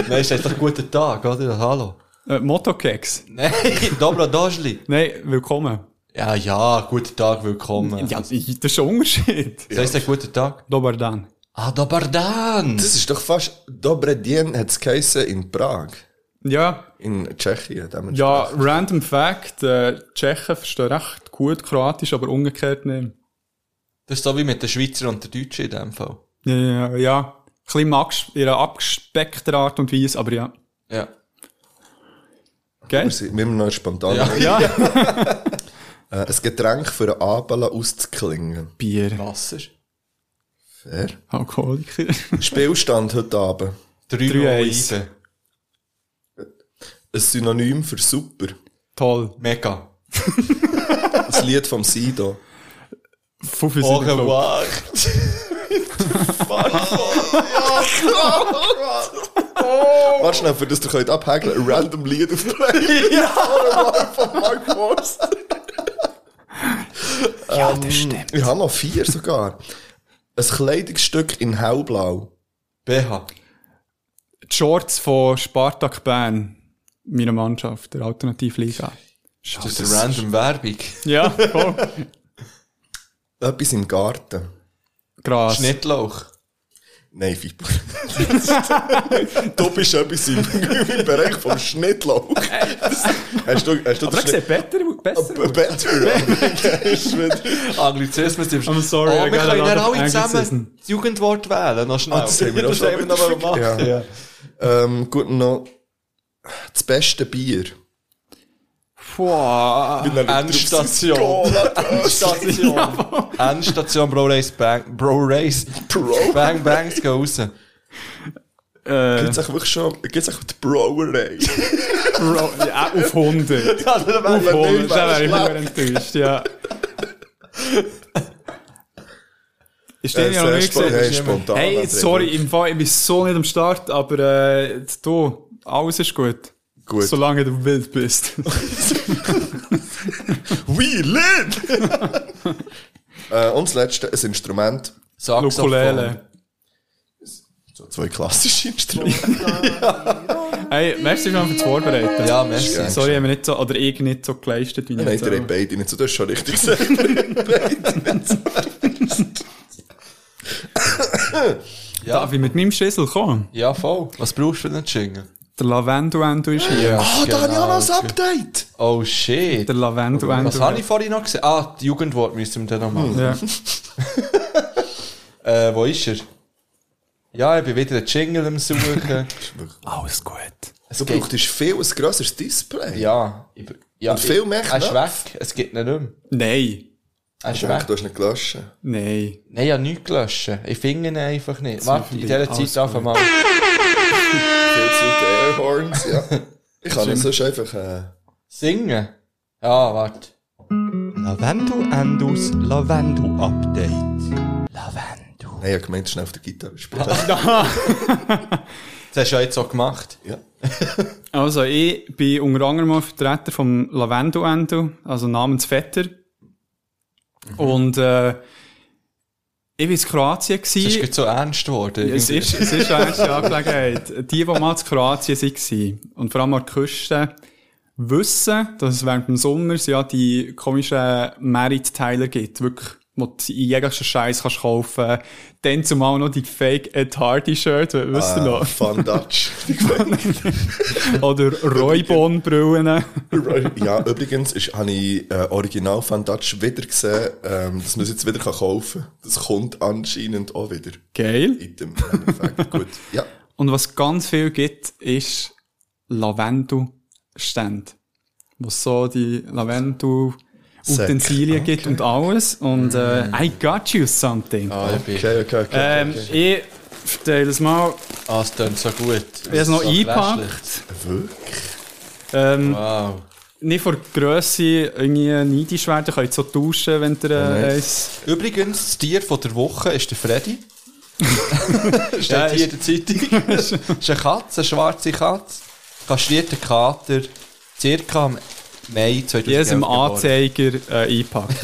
[SPEAKER 3] Nein, ist einfach guten Tag, oder? Hallo.
[SPEAKER 8] äh, Motokeks.
[SPEAKER 3] Nein, (laughs) Dobro Doschli.
[SPEAKER 8] Nein, willkommen.
[SPEAKER 3] Ja, ja, guten Tag, willkommen.
[SPEAKER 8] Ja, das ist ein Unterschied.
[SPEAKER 3] Das heißt ja guten Tag.
[SPEAKER 8] Dobar dan.
[SPEAKER 3] Ah, Dobar Dan.
[SPEAKER 2] Das ist doch fast Dobre Dien hat es geheissen in Prag.
[SPEAKER 8] Ja,
[SPEAKER 2] In Tschechien. dementsprechend.
[SPEAKER 8] Ja, random fact, äh, die Tschechen verstehen recht gut Kroatisch, aber umgekehrt nicht.
[SPEAKER 3] Das ist so wie mit den Schweizer und den Deutschen in dem Fall.
[SPEAKER 8] Ja, ja, ja. Ein bisschen max- in einer abgespeckten Art und Weise, aber ja.
[SPEAKER 3] Ja.
[SPEAKER 8] Gell?
[SPEAKER 2] Wir sind wir sind noch spontan.
[SPEAKER 8] Ja.
[SPEAKER 3] (laughs)
[SPEAKER 2] Äh, ein Getränk für einen Abend auszuklingen.
[SPEAKER 8] Bier.
[SPEAKER 3] Wasser.
[SPEAKER 2] Fair.
[SPEAKER 8] Alkoholiker.
[SPEAKER 2] Spielstand heute Abend.
[SPEAKER 3] Drei,
[SPEAKER 8] Drei
[SPEAKER 3] Drei
[SPEAKER 8] Eis.
[SPEAKER 2] Ein Synonym für super.
[SPEAKER 8] (laughs) Toll.
[SPEAKER 3] Mega.
[SPEAKER 2] Das Lied vom Sido.
[SPEAKER 8] Fuffi
[SPEAKER 3] Au
[SPEAKER 8] sind wir
[SPEAKER 2] Ah, (laughs)
[SPEAKER 3] revoir.
[SPEAKER 2] Warte schnell, für das du könnt abhäkeln, random Lied auf Play. (laughs) von Mark Morse. Ja, das stimmt. Wir haben Ähm, noch vier sogar. Ein Kleidungsstück in Hellblau.
[SPEAKER 3] BH.
[SPEAKER 8] Die Shorts von Spartak Bern, meiner Mannschaft, der Alternativliga.
[SPEAKER 3] Das ist eine random Werbung.
[SPEAKER 8] Ja, voll.
[SPEAKER 2] Etwas im Garten.
[SPEAKER 8] Gras.
[SPEAKER 3] Schnittlauch.
[SPEAKER 2] Nein, Fippo. (laughs) du bist etwas im, (laughs) im Bereich vom Schnittlauch. Das- Hast du, hast du
[SPEAKER 8] Aber er sieht better, besser.
[SPEAKER 3] Äh,
[SPEAKER 2] B- Better. Ist wieder-
[SPEAKER 3] Ah, Anglizismus im
[SPEAKER 8] I'm sorry,
[SPEAKER 3] Oh, wir
[SPEAKER 8] I got
[SPEAKER 3] können dann
[SPEAKER 8] another
[SPEAKER 3] alle
[SPEAKER 8] Anglizism.
[SPEAKER 3] zusammen das Jugendwort wählen, noch schnell.
[SPEAKER 2] Ah, das haben wir auch schon
[SPEAKER 3] haben wir noch
[SPEAKER 2] wieder
[SPEAKER 3] gemacht.
[SPEAKER 2] vergessen.
[SPEAKER 3] Ja.
[SPEAKER 2] ähm, gut, noch das beste Bier.
[SPEAKER 8] Boah.
[SPEAKER 3] Endstation.
[SPEAKER 2] (laughs)
[SPEAKER 3] Endstation. Endstation, Bro Race Bang. Bro Race.
[SPEAKER 2] Bro.
[SPEAKER 3] Bang Bangs gehen raus.
[SPEAKER 8] Äh,
[SPEAKER 2] Gibt's auch wirklich schon, gibt's auch die Brauerei?
[SPEAKER 8] Bro, ja,
[SPEAKER 3] (laughs)
[SPEAKER 8] auf 100.
[SPEAKER 2] Wenn
[SPEAKER 8] Voll,
[SPEAKER 2] nicht, wär's
[SPEAKER 8] da wäre ich
[SPEAKER 2] schlecht.
[SPEAKER 8] nur enttäuscht, ja. Ist den
[SPEAKER 2] Äh,
[SPEAKER 8] ja noch
[SPEAKER 2] sehr
[SPEAKER 8] nicht
[SPEAKER 2] spontan,
[SPEAKER 8] gesehen?
[SPEAKER 2] hey, spontan,
[SPEAKER 8] Hey,
[SPEAKER 2] André.
[SPEAKER 8] sorry, im Fall, ich bin so nicht am Start, aber äh, jetzt du, alles ist gut.
[SPEAKER 2] Gut.
[SPEAKER 8] Solange du wild bist.
[SPEAKER 2] We live! (laughs) äh, und das letzte, ein Instrument.
[SPEAKER 3] Saxophon.
[SPEAKER 8] Ukulele.
[SPEAKER 2] So zwei klassische Instrumente.
[SPEAKER 8] Hey, merci mal fürs Vorbereiten.
[SPEAKER 3] Ja, merci.
[SPEAKER 2] Ja.
[SPEAKER 8] Sorry, haben wir nicht so, oder ich nicht so geleistet wie
[SPEAKER 2] Nein,
[SPEAKER 8] jetzt,
[SPEAKER 2] der
[SPEAKER 8] aber-
[SPEAKER 2] hat beide nicht so, das ist schon richtig gesagt. Beide nicht so.
[SPEAKER 8] Darf ich mit meinem Schüssel kommen?
[SPEAKER 3] Ja, voll. Was brauchst du für einen Jingle?
[SPEAKER 8] Der Lavenduendo ist hier.
[SPEAKER 2] Ah, da habe ich auch noch ein
[SPEAKER 3] Genau.
[SPEAKER 2] Update.
[SPEAKER 3] Oh shit.
[SPEAKER 8] Der Lavenduendo.
[SPEAKER 3] Was habe ich vorhin noch gesehen? Ah, die Jugendwort müssen wir dann noch
[SPEAKER 2] Hm.
[SPEAKER 3] machen.
[SPEAKER 8] Ja.
[SPEAKER 3] Äh, wo ist er? Ja, ich bin wieder einen Jingle
[SPEAKER 2] (laughs)
[SPEAKER 3] am Suchen.
[SPEAKER 8] Alles gut.
[SPEAKER 2] Du brauchst viel ein grösseres Display.
[SPEAKER 3] ja. Ich, ja
[SPEAKER 2] Und viel
[SPEAKER 3] ich-
[SPEAKER 2] mehr
[SPEAKER 3] Er ist
[SPEAKER 2] Knöpfe.
[SPEAKER 3] weg. Es gibt ihn nicht mehr.
[SPEAKER 8] Nein.
[SPEAKER 3] Er ist
[SPEAKER 2] Ich denke,
[SPEAKER 3] weg.
[SPEAKER 2] du hast nicht gelöscht.
[SPEAKER 8] Nein.
[SPEAKER 3] Nein, ich habe nichts gelöscht. Ich finde ihn einfach nicht. Warte, in dieser
[SPEAKER 8] Alles
[SPEAKER 3] Zeit darf er mal.
[SPEAKER 2] Viel zu den Airhorns, ja. Ich kann sonst einfach... Äh,
[SPEAKER 3] Singen? Ja, warte. Lavendu Endus Lavendu Update. Lavendu.
[SPEAKER 2] nein, ich hab gemeint, schnell auf der Gitarre spielen.
[SPEAKER 3] Das hast du ja jetzt auch gemacht.
[SPEAKER 2] ja.
[SPEAKER 8] Also, ich bin unter anderem auch Vertreter vom Lavendo Endo, also namens Vetter. Und, äh, ich war in Kroatien.
[SPEAKER 3] Das ist
[SPEAKER 8] Gewesen.
[SPEAKER 3] gerade so ernst geworden.
[SPEAKER 8] Es
[SPEAKER 3] irgendwie.
[SPEAKER 8] ist, es ist eine erste Angelegenheit. Die, die mal in Kroatien waren und vor allem an der Küste, wissen, dass es während dem Sommer ja die komischen Merit-Teile gibt, wirklich, wo du in jeglichen Scheiß kannst kaufen. Dann zumal noch die Fake Ed Hardy-Shirt, wisst ihr
[SPEAKER 2] Ah.
[SPEAKER 8] noch?
[SPEAKER 2] Fun Äh, Dutch.
[SPEAKER 8] Oder Roybon-Brillen.
[SPEAKER 2] ja, übrigens ist, habe ich äh, Original Fun Dutch wieder gesehen, ähm, dass man es jetzt wieder kann kaufen kann. Das kommt anscheinend auch wieder.
[SPEAKER 8] Geil.
[SPEAKER 2] In dem Endeffekt. Gut. Ja.
[SPEAKER 8] Und was ganz viel gibt, ist Lavendel Stände, wo es so die Lavendel-Utensilien gibt und alles. Und äh, I got you something.
[SPEAKER 3] Mm. Ah, ich bin.
[SPEAKER 2] Okay, okay, okay.
[SPEAKER 8] ähm,
[SPEAKER 2] okay.
[SPEAKER 8] Ich verteile es mal.
[SPEAKER 3] Ah, es tönt so gut. Ich
[SPEAKER 8] habe es noch eingepackt. Ähm,
[SPEAKER 3] Wow.
[SPEAKER 8] Nicht vor Grösse irgendwie neidisch werden, könnt so tauschen, wenn ihr
[SPEAKER 2] Oh,
[SPEAKER 8] äh,
[SPEAKER 2] nice.
[SPEAKER 8] eins...
[SPEAKER 3] Übrigens, das Tier von der Woche ist der
[SPEAKER 8] (laughs)
[SPEAKER 3] Freddy. Steht
[SPEAKER 8] Ja,
[SPEAKER 3] hier in der
[SPEAKER 8] (laughs)
[SPEAKER 3] Zeitung. ist eine Katze, eine schwarze Katze. Kastrierter Kater, circa im Mai 2011
[SPEAKER 8] jedem
[SPEAKER 3] geboren.
[SPEAKER 8] Anzeiger äh,
[SPEAKER 3] (laughs)
[SPEAKER 8] einpackt.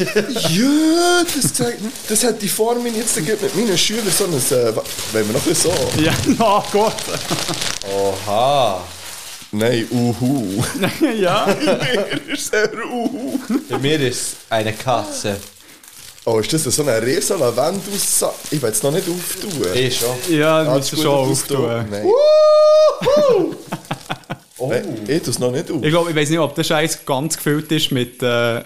[SPEAKER 2] Ja, das zeigt Das hat die Form in jetzt gegeben mit meinen Schülern so ein. Äh, wa- wenn wir noch ein so.
[SPEAKER 8] ja, na Gott.
[SPEAKER 3] Oha.
[SPEAKER 2] Nein, uhu.
[SPEAKER 8] (laughs)
[SPEAKER 3] (laughs)
[SPEAKER 8] ja.
[SPEAKER 2] Mir ist er uhu.
[SPEAKER 3] Bei mir ist eine Katze.
[SPEAKER 2] Oh, ist das so eine riesen Lavendelsack? Ich will es noch nicht auftun.
[SPEAKER 3] Ich Eh, schon.
[SPEAKER 8] Ja, das
[SPEAKER 2] Ah,
[SPEAKER 8] müsst
[SPEAKER 2] das ist
[SPEAKER 8] ihr schon
[SPEAKER 2] gut, dass du's
[SPEAKER 8] auftun.
[SPEAKER 2] tust. Nein. (laughs) Nein,
[SPEAKER 3] Oh.
[SPEAKER 2] ich tue es noch nicht auf.
[SPEAKER 8] Ich glaube, ich weiß nicht, ob der Scheiß ganz gefüllt ist mit. Äh,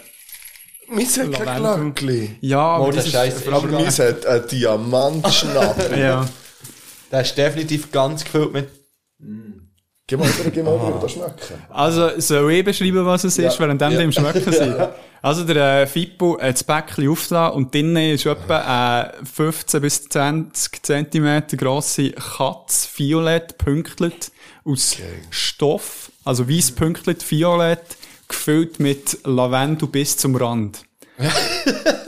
[SPEAKER 2] Meins hat kein
[SPEAKER 8] Lavendel.
[SPEAKER 2] Glöckchen.
[SPEAKER 8] ja,
[SPEAKER 3] Oh,
[SPEAKER 8] aber
[SPEAKER 3] der
[SPEAKER 8] das ist.
[SPEAKER 3] Scheiß ist
[SPEAKER 2] Aber meins hat einen
[SPEAKER 3] (laughs)
[SPEAKER 2] Diamantschnapp.
[SPEAKER 8] Ja.
[SPEAKER 3] Der ist definitiv ganz gefüllt mit.
[SPEAKER 2] geh mal rüber, geh mal rüber, das schmecken.
[SPEAKER 8] Also, soll ich beschreiben, was es ist, während dem wir im Schmecken sind? Also, der äh, Fippo hat das Päckchen aufgelassen und drinnen ist etwa äh, 15 bis 20 cm grosse Katz, violett, pünktelt, aus Stoff, also weiß pünktelt, violett, gefüllt mit Lavendel bis zum Rand.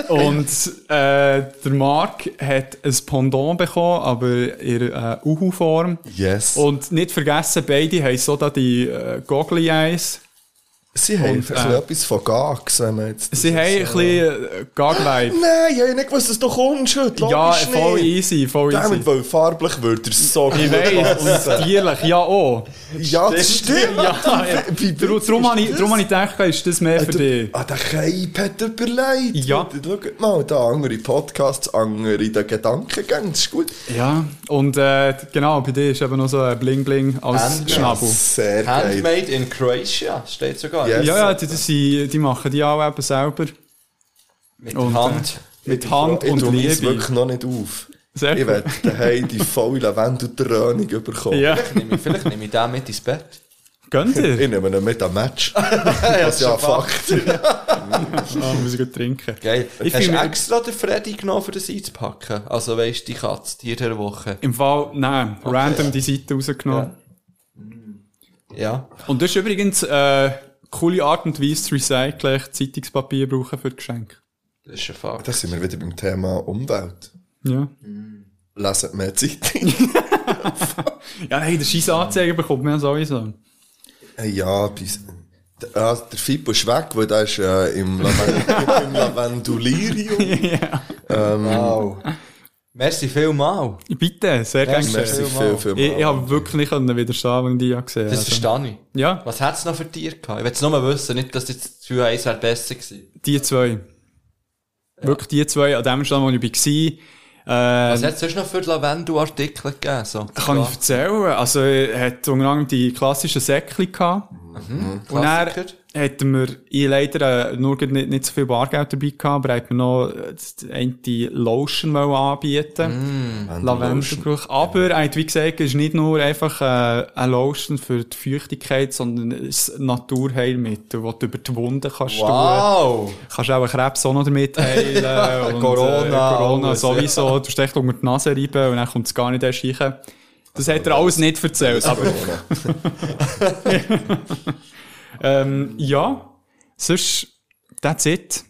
[SPEAKER 8] Und äh, der Marc hat ein Pendant bekommen, aber in äh, Uhu-Form.
[SPEAKER 2] Yes.
[SPEAKER 8] Und nicht vergessen, beide haben so da die äh, Goggly Eyes.
[SPEAKER 2] sie haben
[SPEAKER 8] und,
[SPEAKER 2] ein bisschen
[SPEAKER 8] äh,
[SPEAKER 2] etwas von Gags, wenn man jetzt...
[SPEAKER 8] Sie haben ein bisschen äh, Gag-Vibe.
[SPEAKER 2] Nein, ich habe nicht gewusst, dass du kommst heute.
[SPEAKER 8] Ja,
[SPEAKER 2] Logisch
[SPEAKER 8] voll
[SPEAKER 2] nicht.
[SPEAKER 8] easy, voll easy.
[SPEAKER 2] Damit, weil farblich würde er so gut
[SPEAKER 8] Ich weiss, und tierlich, ja auch.
[SPEAKER 2] Ja, das stimmt.
[SPEAKER 8] (laughs) Ja, ja.
[SPEAKER 2] Wie
[SPEAKER 8] Darum
[SPEAKER 2] witzig
[SPEAKER 8] darum habe
[SPEAKER 2] ist
[SPEAKER 8] ich,
[SPEAKER 2] das? Äh,
[SPEAKER 8] darum habe ich gedacht, ist das mehr für dich.
[SPEAKER 2] Ah, der Keib hat überlegt.
[SPEAKER 8] Ja.
[SPEAKER 2] Schaut mal, da andere Podcasts, andere der Gedankengänge, das ist gut.
[SPEAKER 8] Ja, und äh, genau, bei dir ist eben noch so ein Bling-Bling als
[SPEAKER 3] Handmade.
[SPEAKER 8] Schnabel.
[SPEAKER 2] Sehr geil.
[SPEAKER 3] Handmade in Croatia, steht sogar.
[SPEAKER 2] Yes.
[SPEAKER 8] Ja, ja, die, die, sind- die machen die auch eben selber.
[SPEAKER 3] Mit
[SPEAKER 8] Und, äh,
[SPEAKER 3] der Hand.
[SPEAKER 8] Mit Hand
[SPEAKER 2] ich
[SPEAKER 8] und
[SPEAKER 2] tue meins
[SPEAKER 8] Liebe.
[SPEAKER 2] wirklich noch nicht auf.
[SPEAKER 8] Sehr
[SPEAKER 2] ich
[SPEAKER 8] gut.
[SPEAKER 2] werde daheim die volle Lavendeldröhnung bekommen.
[SPEAKER 8] Ja,
[SPEAKER 3] Vielleicht nehme ich- Vielleicht nehme ich den mit ins Bett.
[SPEAKER 8] gönnt
[SPEAKER 2] (laughs)
[SPEAKER 8] ihr?
[SPEAKER 2] Ich nehme ihn mit am
[SPEAKER 3] (laughs)
[SPEAKER 2] Match. das ist ja Fakt.
[SPEAKER 8] Ah, muss ich gut trinken.
[SPEAKER 3] Geil.
[SPEAKER 8] Ich
[SPEAKER 3] Hast
[SPEAKER 8] finde-
[SPEAKER 3] du extra den Freddy genommen, um das einzupacken? Also weißt du, die Katze, die der Woche.
[SPEAKER 8] Im Fall, nein, random die Seite rausgenommen.
[SPEAKER 3] Ja.
[SPEAKER 8] Und das ist übrigens äh, eine coole Art und Weise zu recyceln, Zeitungspapier brauchen für Geschenke.
[SPEAKER 3] Das ist ein Fakt.
[SPEAKER 2] Da sind wir wieder beim Thema Umwelt.
[SPEAKER 8] Ja.
[SPEAKER 2] Leset mehr Zeitung.
[SPEAKER 8] Ja, hey, der scheiß Anzeiger bekommt man ja sowieso.
[SPEAKER 2] (laughs) Hey, ja, bis, der, ah, der Fippo ist weg, weil der ist äh, im, Laven- (laughs) im Lavendulirium.
[SPEAKER 8] (laughs)
[SPEAKER 2] Ähm,
[SPEAKER 3] Wow. Merci vielmal.
[SPEAKER 8] Bitte, sehr gerne.
[SPEAKER 2] Merci
[SPEAKER 3] Vielmal.
[SPEAKER 2] viel, viel
[SPEAKER 8] Ich, ich habe wirklich nicht können widerstehen, wenn ich die ja gesehen
[SPEAKER 3] Das
[SPEAKER 8] habe.
[SPEAKER 3] verstehe ich.
[SPEAKER 8] Ja,
[SPEAKER 3] Was hat es noch für Tiere gehabt? Ich will es nur wissen, nicht, dass jetzt 2-1 wäre besser gewesen.
[SPEAKER 8] die zwei. Wirklich die zwei, an dem Stand, wo ich war. Äh,
[SPEAKER 3] Was hat es sonst noch für Lavendel-Artikel gegeben? So?
[SPEAKER 8] Kann ich erzählen. Also, er hat unter anderem die klassischen Säckchen gehabt. Und dann
[SPEAKER 3] Klassiker.
[SPEAKER 8] hätten wir, ich leider äh, nur grad nicht, nicht so viel Bargeld dabei gehabt, aber hätten wir noch äh, die eine Lotion wollen anbieten
[SPEAKER 3] Mm.
[SPEAKER 8] Lavendelgeruch. Aber, er hat wie gesagt, es ist nicht nur einfach äh, eine Lotion für die Feuchtigkeit, sondern es ist ein Naturheilmittel, das du über die Wunden kannst tun.
[SPEAKER 3] Wow!
[SPEAKER 8] Kannst auch einen Krebs auch noch damit
[SPEAKER 3] (laughs)
[SPEAKER 8] heilen. und,
[SPEAKER 3] Corona,
[SPEAKER 8] Äh, Corona
[SPEAKER 3] alles,
[SPEAKER 8] sowieso. Du stehst unter die Nase reiben und dann kommt es gar nicht erst rein. Das hat Dus er alles nicht
[SPEAKER 3] (laughs)
[SPEAKER 8] erzählt. Aber, ähm, ja, sonst, that's it.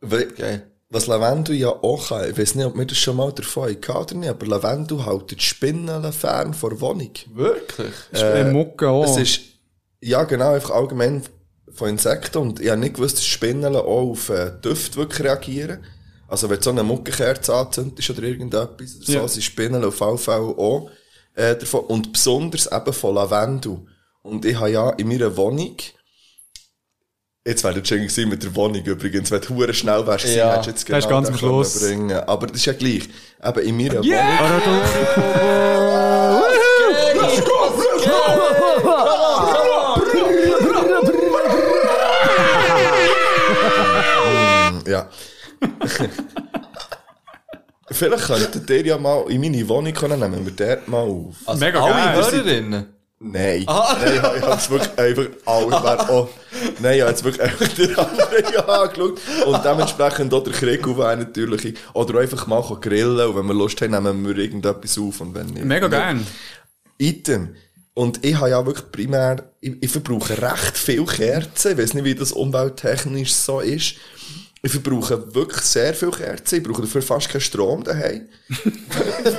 [SPEAKER 2] Weil- Was Lavendel ja auch kann, ich weiß nicht, ob wir das schon mal davon hatten oder nicht, aber Lavendel hält Spinnen fern vor der Wohnung.
[SPEAKER 3] Wirklich?
[SPEAKER 8] Ist bei Äh, Mucke auch.
[SPEAKER 2] Es ist, ja genau, einfach allgemein von Insekten und ich habe nicht gewusst, dass Spinnen auch auf äh, Düfte wirklich reagieren. Also wenn du so eine Muckenkerze anzündest oder irgendetwas, oder
[SPEAKER 8] Ja.
[SPEAKER 2] so sind Spinnen auf alle Fälle auch äh, davon. Und besonders eben von Lavendel. Und ich habe ja in meiner Wohnung, jetzt wäre das schön gewesen mit der Wohnung übrigens, wenn du hure schnell wärst, gewesen,
[SPEAKER 3] Ja.
[SPEAKER 2] hättest du jetzt
[SPEAKER 8] Das
[SPEAKER 2] genau
[SPEAKER 8] ist ganz am
[SPEAKER 2] den können
[SPEAKER 8] Schluss.
[SPEAKER 2] bringen. Aber das ist ja gleich. Eben in meiner Wohnung. (laughs) Ja. Vielleicht könntet ihr ja mal in meine Wohnung kommen, nehmen wir dort mal auf.
[SPEAKER 3] Also
[SPEAKER 8] Mega
[SPEAKER 3] alle
[SPEAKER 8] geil.
[SPEAKER 3] Hörerinnen.
[SPEAKER 2] Nein. Nein, ich, hab- ich habe jetzt wirklich einfach alles. Wer, oh, nein, ich habe jetzt wirklich (laughs) einfach den anderen ja angeschaut. Und dementsprechend auch der Krieg wäre natürlich. Oder einfach mal grillen. Und wenn wir Lust haben, nehmen wir irgendetwas auf. Und wenn nicht.
[SPEAKER 8] Mega gern.
[SPEAKER 2] Item. Und ich habe ja wirklich primär, ich, ich verbrauche recht viel Kerzen. Ich weiß nicht, wie das umwelttechnisch so ist. Ich verbrauche wirklich sehr viel Kerzen. Ich brauche dafür fast keinen Strom daheim. (laughs)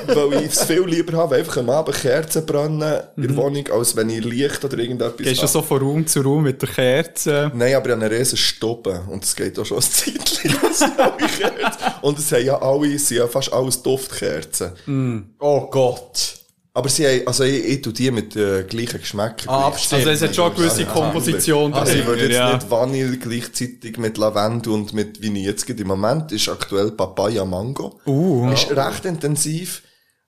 [SPEAKER 2] Weil ich es viel lieber habe, einfach am Abend Kerzen brennen in der Wohnung, als wenn ich Licht oder irgendetwas
[SPEAKER 8] Mhm. Gehst du
[SPEAKER 2] habe.
[SPEAKER 8] so von Raum zu Raum mit der Kerze?
[SPEAKER 2] Nein, aber ich habe einen riesen Stoppen. Und es geht auch schon ein (laughs) Zeitchen, dass ich alle Kerzen. Und es haben ja alle, es sind ja fast alles Duftkerzen.
[SPEAKER 8] Oh Gott.
[SPEAKER 2] Aber sie haben, also ich, ich tue die mit den gleichen Geschmäckern.
[SPEAKER 3] Ah,
[SPEAKER 2] gleich.
[SPEAKER 3] abstimmen.
[SPEAKER 8] Also es hat schon eine gewisse Komposition
[SPEAKER 2] Also ich
[SPEAKER 8] dahinter,
[SPEAKER 2] würde jetzt
[SPEAKER 8] ja.
[SPEAKER 2] nicht Vanille gleichzeitig mit Lavendel und mit wie ich jetzt gerade Im Moment ist aktuell Papaya Mango.
[SPEAKER 8] Uh.
[SPEAKER 2] Ist recht intensiv,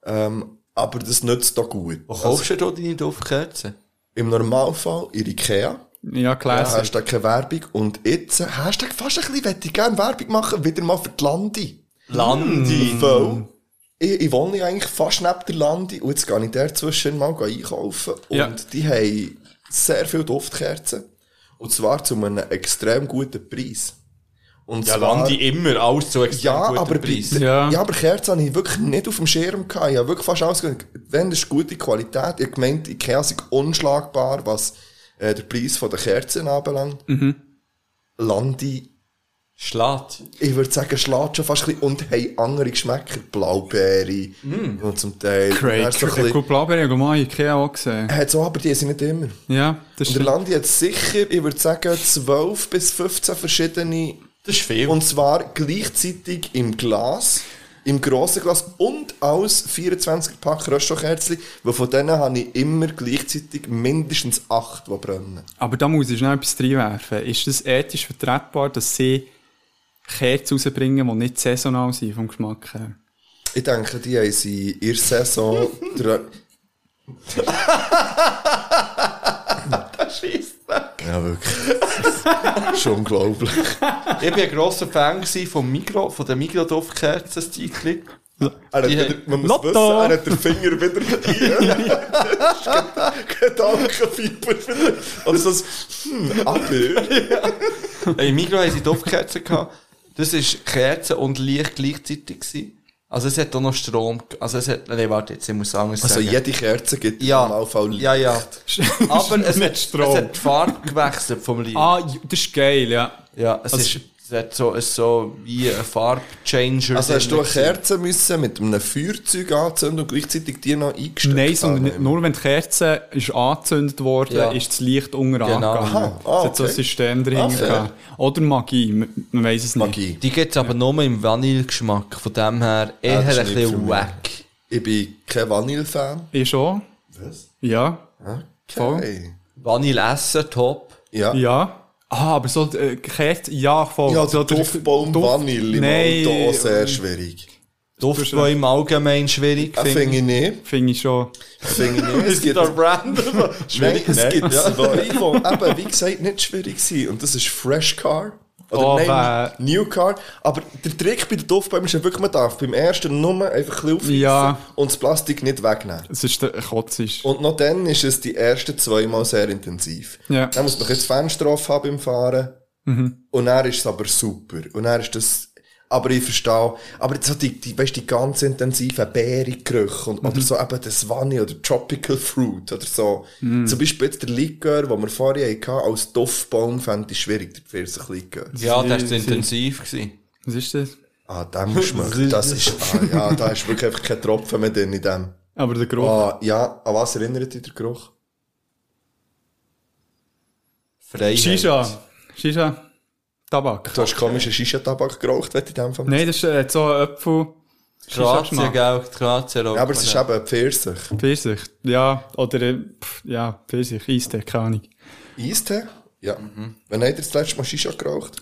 [SPEAKER 2] ähm, aber das nützt da gut.
[SPEAKER 3] Wo kaufst du da deine Duftkerzen?
[SPEAKER 2] Im Normalfall in Ikea.
[SPEAKER 8] Ja,
[SPEAKER 2] Also.
[SPEAKER 8] classic.
[SPEAKER 2] Hashtag keine Werbung. Und jetzt, äh, Hashtag fast ein bisschen, möchte ich gerne Werbung machen, wieder mal für die Landi.
[SPEAKER 8] Mm.
[SPEAKER 3] Landi.
[SPEAKER 2] Weil ich, ich wohne ja eigentlich fast neben der Landi und jetzt gehe ich dazwischen mal einkaufen. Und
[SPEAKER 8] Ja.
[SPEAKER 2] die haben sehr viele Duftkerzen. Und zwar zu einem extrem guten Preis. Und
[SPEAKER 3] Ja, Landi immer, alles zu extrem
[SPEAKER 2] Ja,
[SPEAKER 3] guter
[SPEAKER 2] aber
[SPEAKER 3] Preis.
[SPEAKER 2] bei-
[SPEAKER 8] Ja.
[SPEAKER 2] Ja. aber Kerzen habe ich wirklich nicht auf dem Schirm gehabt. Ich habe wirklich fast alles gesehen. Wenn, das ist gute Qualität. Ich habe gemeint, Ikea sei unschlagbar, was äh, der Preis von der Kerzen anbelangt. Landi
[SPEAKER 3] Schlat.
[SPEAKER 2] ich würde sagen, schlägt schon fast ein bisschen und haben andere Geschmäcker. Blaubeere und zum Teil.
[SPEAKER 8] Great.
[SPEAKER 2] Dann so ein
[SPEAKER 8] Ich
[SPEAKER 2] bisschen-
[SPEAKER 8] habe Blaubeere und mal in Ikea auch gesehen.
[SPEAKER 2] Hat so, aber die sind nicht immer.
[SPEAKER 8] Ja, das
[SPEAKER 2] Und der
[SPEAKER 8] stimmt.
[SPEAKER 2] Landi hat sicher, ich würde sagen, 12 bis 15 verschiedene.
[SPEAKER 3] Das ist viel.
[SPEAKER 2] Und zwar gleichzeitig im Glas, im grossen Glas und als 24er-Pack Röststochherzchen, weil von denen habe ich immer gleichzeitig mindestens 8, die brennen.
[SPEAKER 8] Aber da muss ich schnell etwas reinwerfen. Ist das ethisch vertretbar, dass sie Kerzen rausbringen, die nicht saisonal sind vom Geschmack her?
[SPEAKER 2] Ich denke, die haben sie in ihrer Saison. dr- ja, wirklich. Das ist unglaublich.
[SPEAKER 3] Ich bin ein grosser Fan gewesen vom Mikro, von der Mikro-Duftkerzen, das Zeitchen.
[SPEAKER 2] Er hat
[SPEAKER 3] Die
[SPEAKER 2] wieder,
[SPEAKER 3] haben-
[SPEAKER 2] man muss
[SPEAKER 8] Lotto!
[SPEAKER 2] wissen, er hat den Finger wieder hier. Gedankenfieber. wieder. Oder so ein hm, Abwehr.
[SPEAKER 3] Im Mikro Äh, haben sie Duftkerzen gehabt. Das war Kerzen und Licht gleichzeitig. Gewesen. Also es hat auch noch Strom, ge- also es hat, nein, warte, jetzt, ich muss es anders
[SPEAKER 2] Also
[SPEAKER 3] sagen.
[SPEAKER 2] jede Kerze gibt
[SPEAKER 3] Ja.
[SPEAKER 2] im Normalfall
[SPEAKER 3] ja,
[SPEAKER 2] (laughs)
[SPEAKER 3] ja. Aber es
[SPEAKER 8] Nicht
[SPEAKER 3] hat,
[SPEAKER 8] Strom.
[SPEAKER 3] es hat die Farbe gewechselt vom Licht.
[SPEAKER 8] Ah, ju- das ist geil, ja.
[SPEAKER 3] Ja, es
[SPEAKER 8] Also-
[SPEAKER 3] ist, es hat so, es ist so wie ein Farbchanger.
[SPEAKER 2] Also hast du eine
[SPEAKER 3] drin.
[SPEAKER 2] Kerze müssen mit einem Feuerzeug anzünden und gleichzeitig die noch eingesteckt
[SPEAKER 8] Nein, sondern
[SPEAKER 2] haben?
[SPEAKER 8] nur wenn die Kerze ist angezündet worden,
[SPEAKER 3] Ja.
[SPEAKER 8] ist das Licht unten
[SPEAKER 3] Genau.
[SPEAKER 8] angegangen.
[SPEAKER 2] Aha. Ah,
[SPEAKER 8] Es hat
[SPEAKER 2] okay.
[SPEAKER 8] so ein
[SPEAKER 2] Ah,
[SPEAKER 8] System drin.
[SPEAKER 2] fair.
[SPEAKER 8] gehabt. Oder Magie, man, man weiß es nicht.
[SPEAKER 2] Magie.
[SPEAKER 3] Die gibt es aber nur im Vanillegeschmack. Von dem her eher
[SPEAKER 2] das ist
[SPEAKER 3] ein
[SPEAKER 2] nicht für
[SPEAKER 3] bisschen
[SPEAKER 2] mich.
[SPEAKER 3] wack.
[SPEAKER 2] Ich bin kein Vanille-Fan.
[SPEAKER 8] Ich schon?
[SPEAKER 2] Was?
[SPEAKER 8] Ja. Voll.
[SPEAKER 2] Hey.
[SPEAKER 3] Vanille essen, top.
[SPEAKER 2] Ja.
[SPEAKER 8] Ja. Ah, aber so äh, Kerze, ja, voll.
[SPEAKER 2] Ja,
[SPEAKER 8] so
[SPEAKER 2] der Duftbaum
[SPEAKER 8] Duft-
[SPEAKER 2] Vanille
[SPEAKER 8] Nein,
[SPEAKER 2] im Auto auch
[SPEAKER 8] äh,
[SPEAKER 2] sehr schwierig.
[SPEAKER 3] Duftbäume im Allgemeinen schwierig.
[SPEAKER 2] Das finde ich nicht.
[SPEAKER 8] Finde ich schon. (laughs)
[SPEAKER 2] Finde ich nicht. Es gibt,
[SPEAKER 3] Da random.
[SPEAKER 2] nein, es
[SPEAKER 3] ne?
[SPEAKER 2] gibt zwei, die eben, wie gesagt, nicht schwierig sind. Und das ist Fresh Car. Oder
[SPEAKER 8] Oh,
[SPEAKER 2] nein, New Car. Aber der Trick bei den Duftbäumen ist ja wirklich, man darf beim ersten nur einfach ein bisschen aufreissen
[SPEAKER 8] Ja.
[SPEAKER 2] und das Plastik nicht wegnehmen.
[SPEAKER 8] Es ist der Kotz. Ist.
[SPEAKER 2] Und noch dann ist es die ersten zweimal sehr intensiv.
[SPEAKER 8] Ja.
[SPEAKER 2] Dann muss man jetzt Fenster offen haben beim Fahren. Und dann ist es aber super. Und dann ist das, aber ich verstehe, aber so die, die, weißt, die ganz intensiven Beerengerüche und, oder so eben das Vanille oder Tropical Fruit oder so. Zum Beispiel jetzt der Likör, den wir vorher hatten, als Duftbaum fände ich schwierig, der Pfirsichlikör.
[SPEAKER 3] Ja, das war intensiv. Gewesen.
[SPEAKER 8] Was ist das?
[SPEAKER 2] Ah, dem schmeckt, das ist, ah, ja, da ist wirklich einfach kein Tropfen mehr drin in dem.
[SPEAKER 8] Aber der Geruch.
[SPEAKER 2] Ah, ja, an was erinnert dich der Geruch?
[SPEAKER 3] Freiheit.
[SPEAKER 8] Shisha. Shisha. Tabak.
[SPEAKER 2] Du hast komischen Shisha-Tabak geraucht, wenn du in dem Fall
[SPEAKER 8] Nein, das ist äh, so ein Apfel.
[SPEAKER 3] Kroatien,
[SPEAKER 8] Shisha-Geschmack.
[SPEAKER 3] gell? Kroatien
[SPEAKER 2] Ja, aber es ist
[SPEAKER 3] auch.
[SPEAKER 2] eben Pfirsich.
[SPEAKER 8] Pfirsich. Ja, oder, äh, pff, ja, Pfirsich, Eistee, keine Ahnung.
[SPEAKER 2] Eistee? Ja.
[SPEAKER 3] Mhm.
[SPEAKER 2] Wann habt ihr das letzte Mal Shisha geraucht?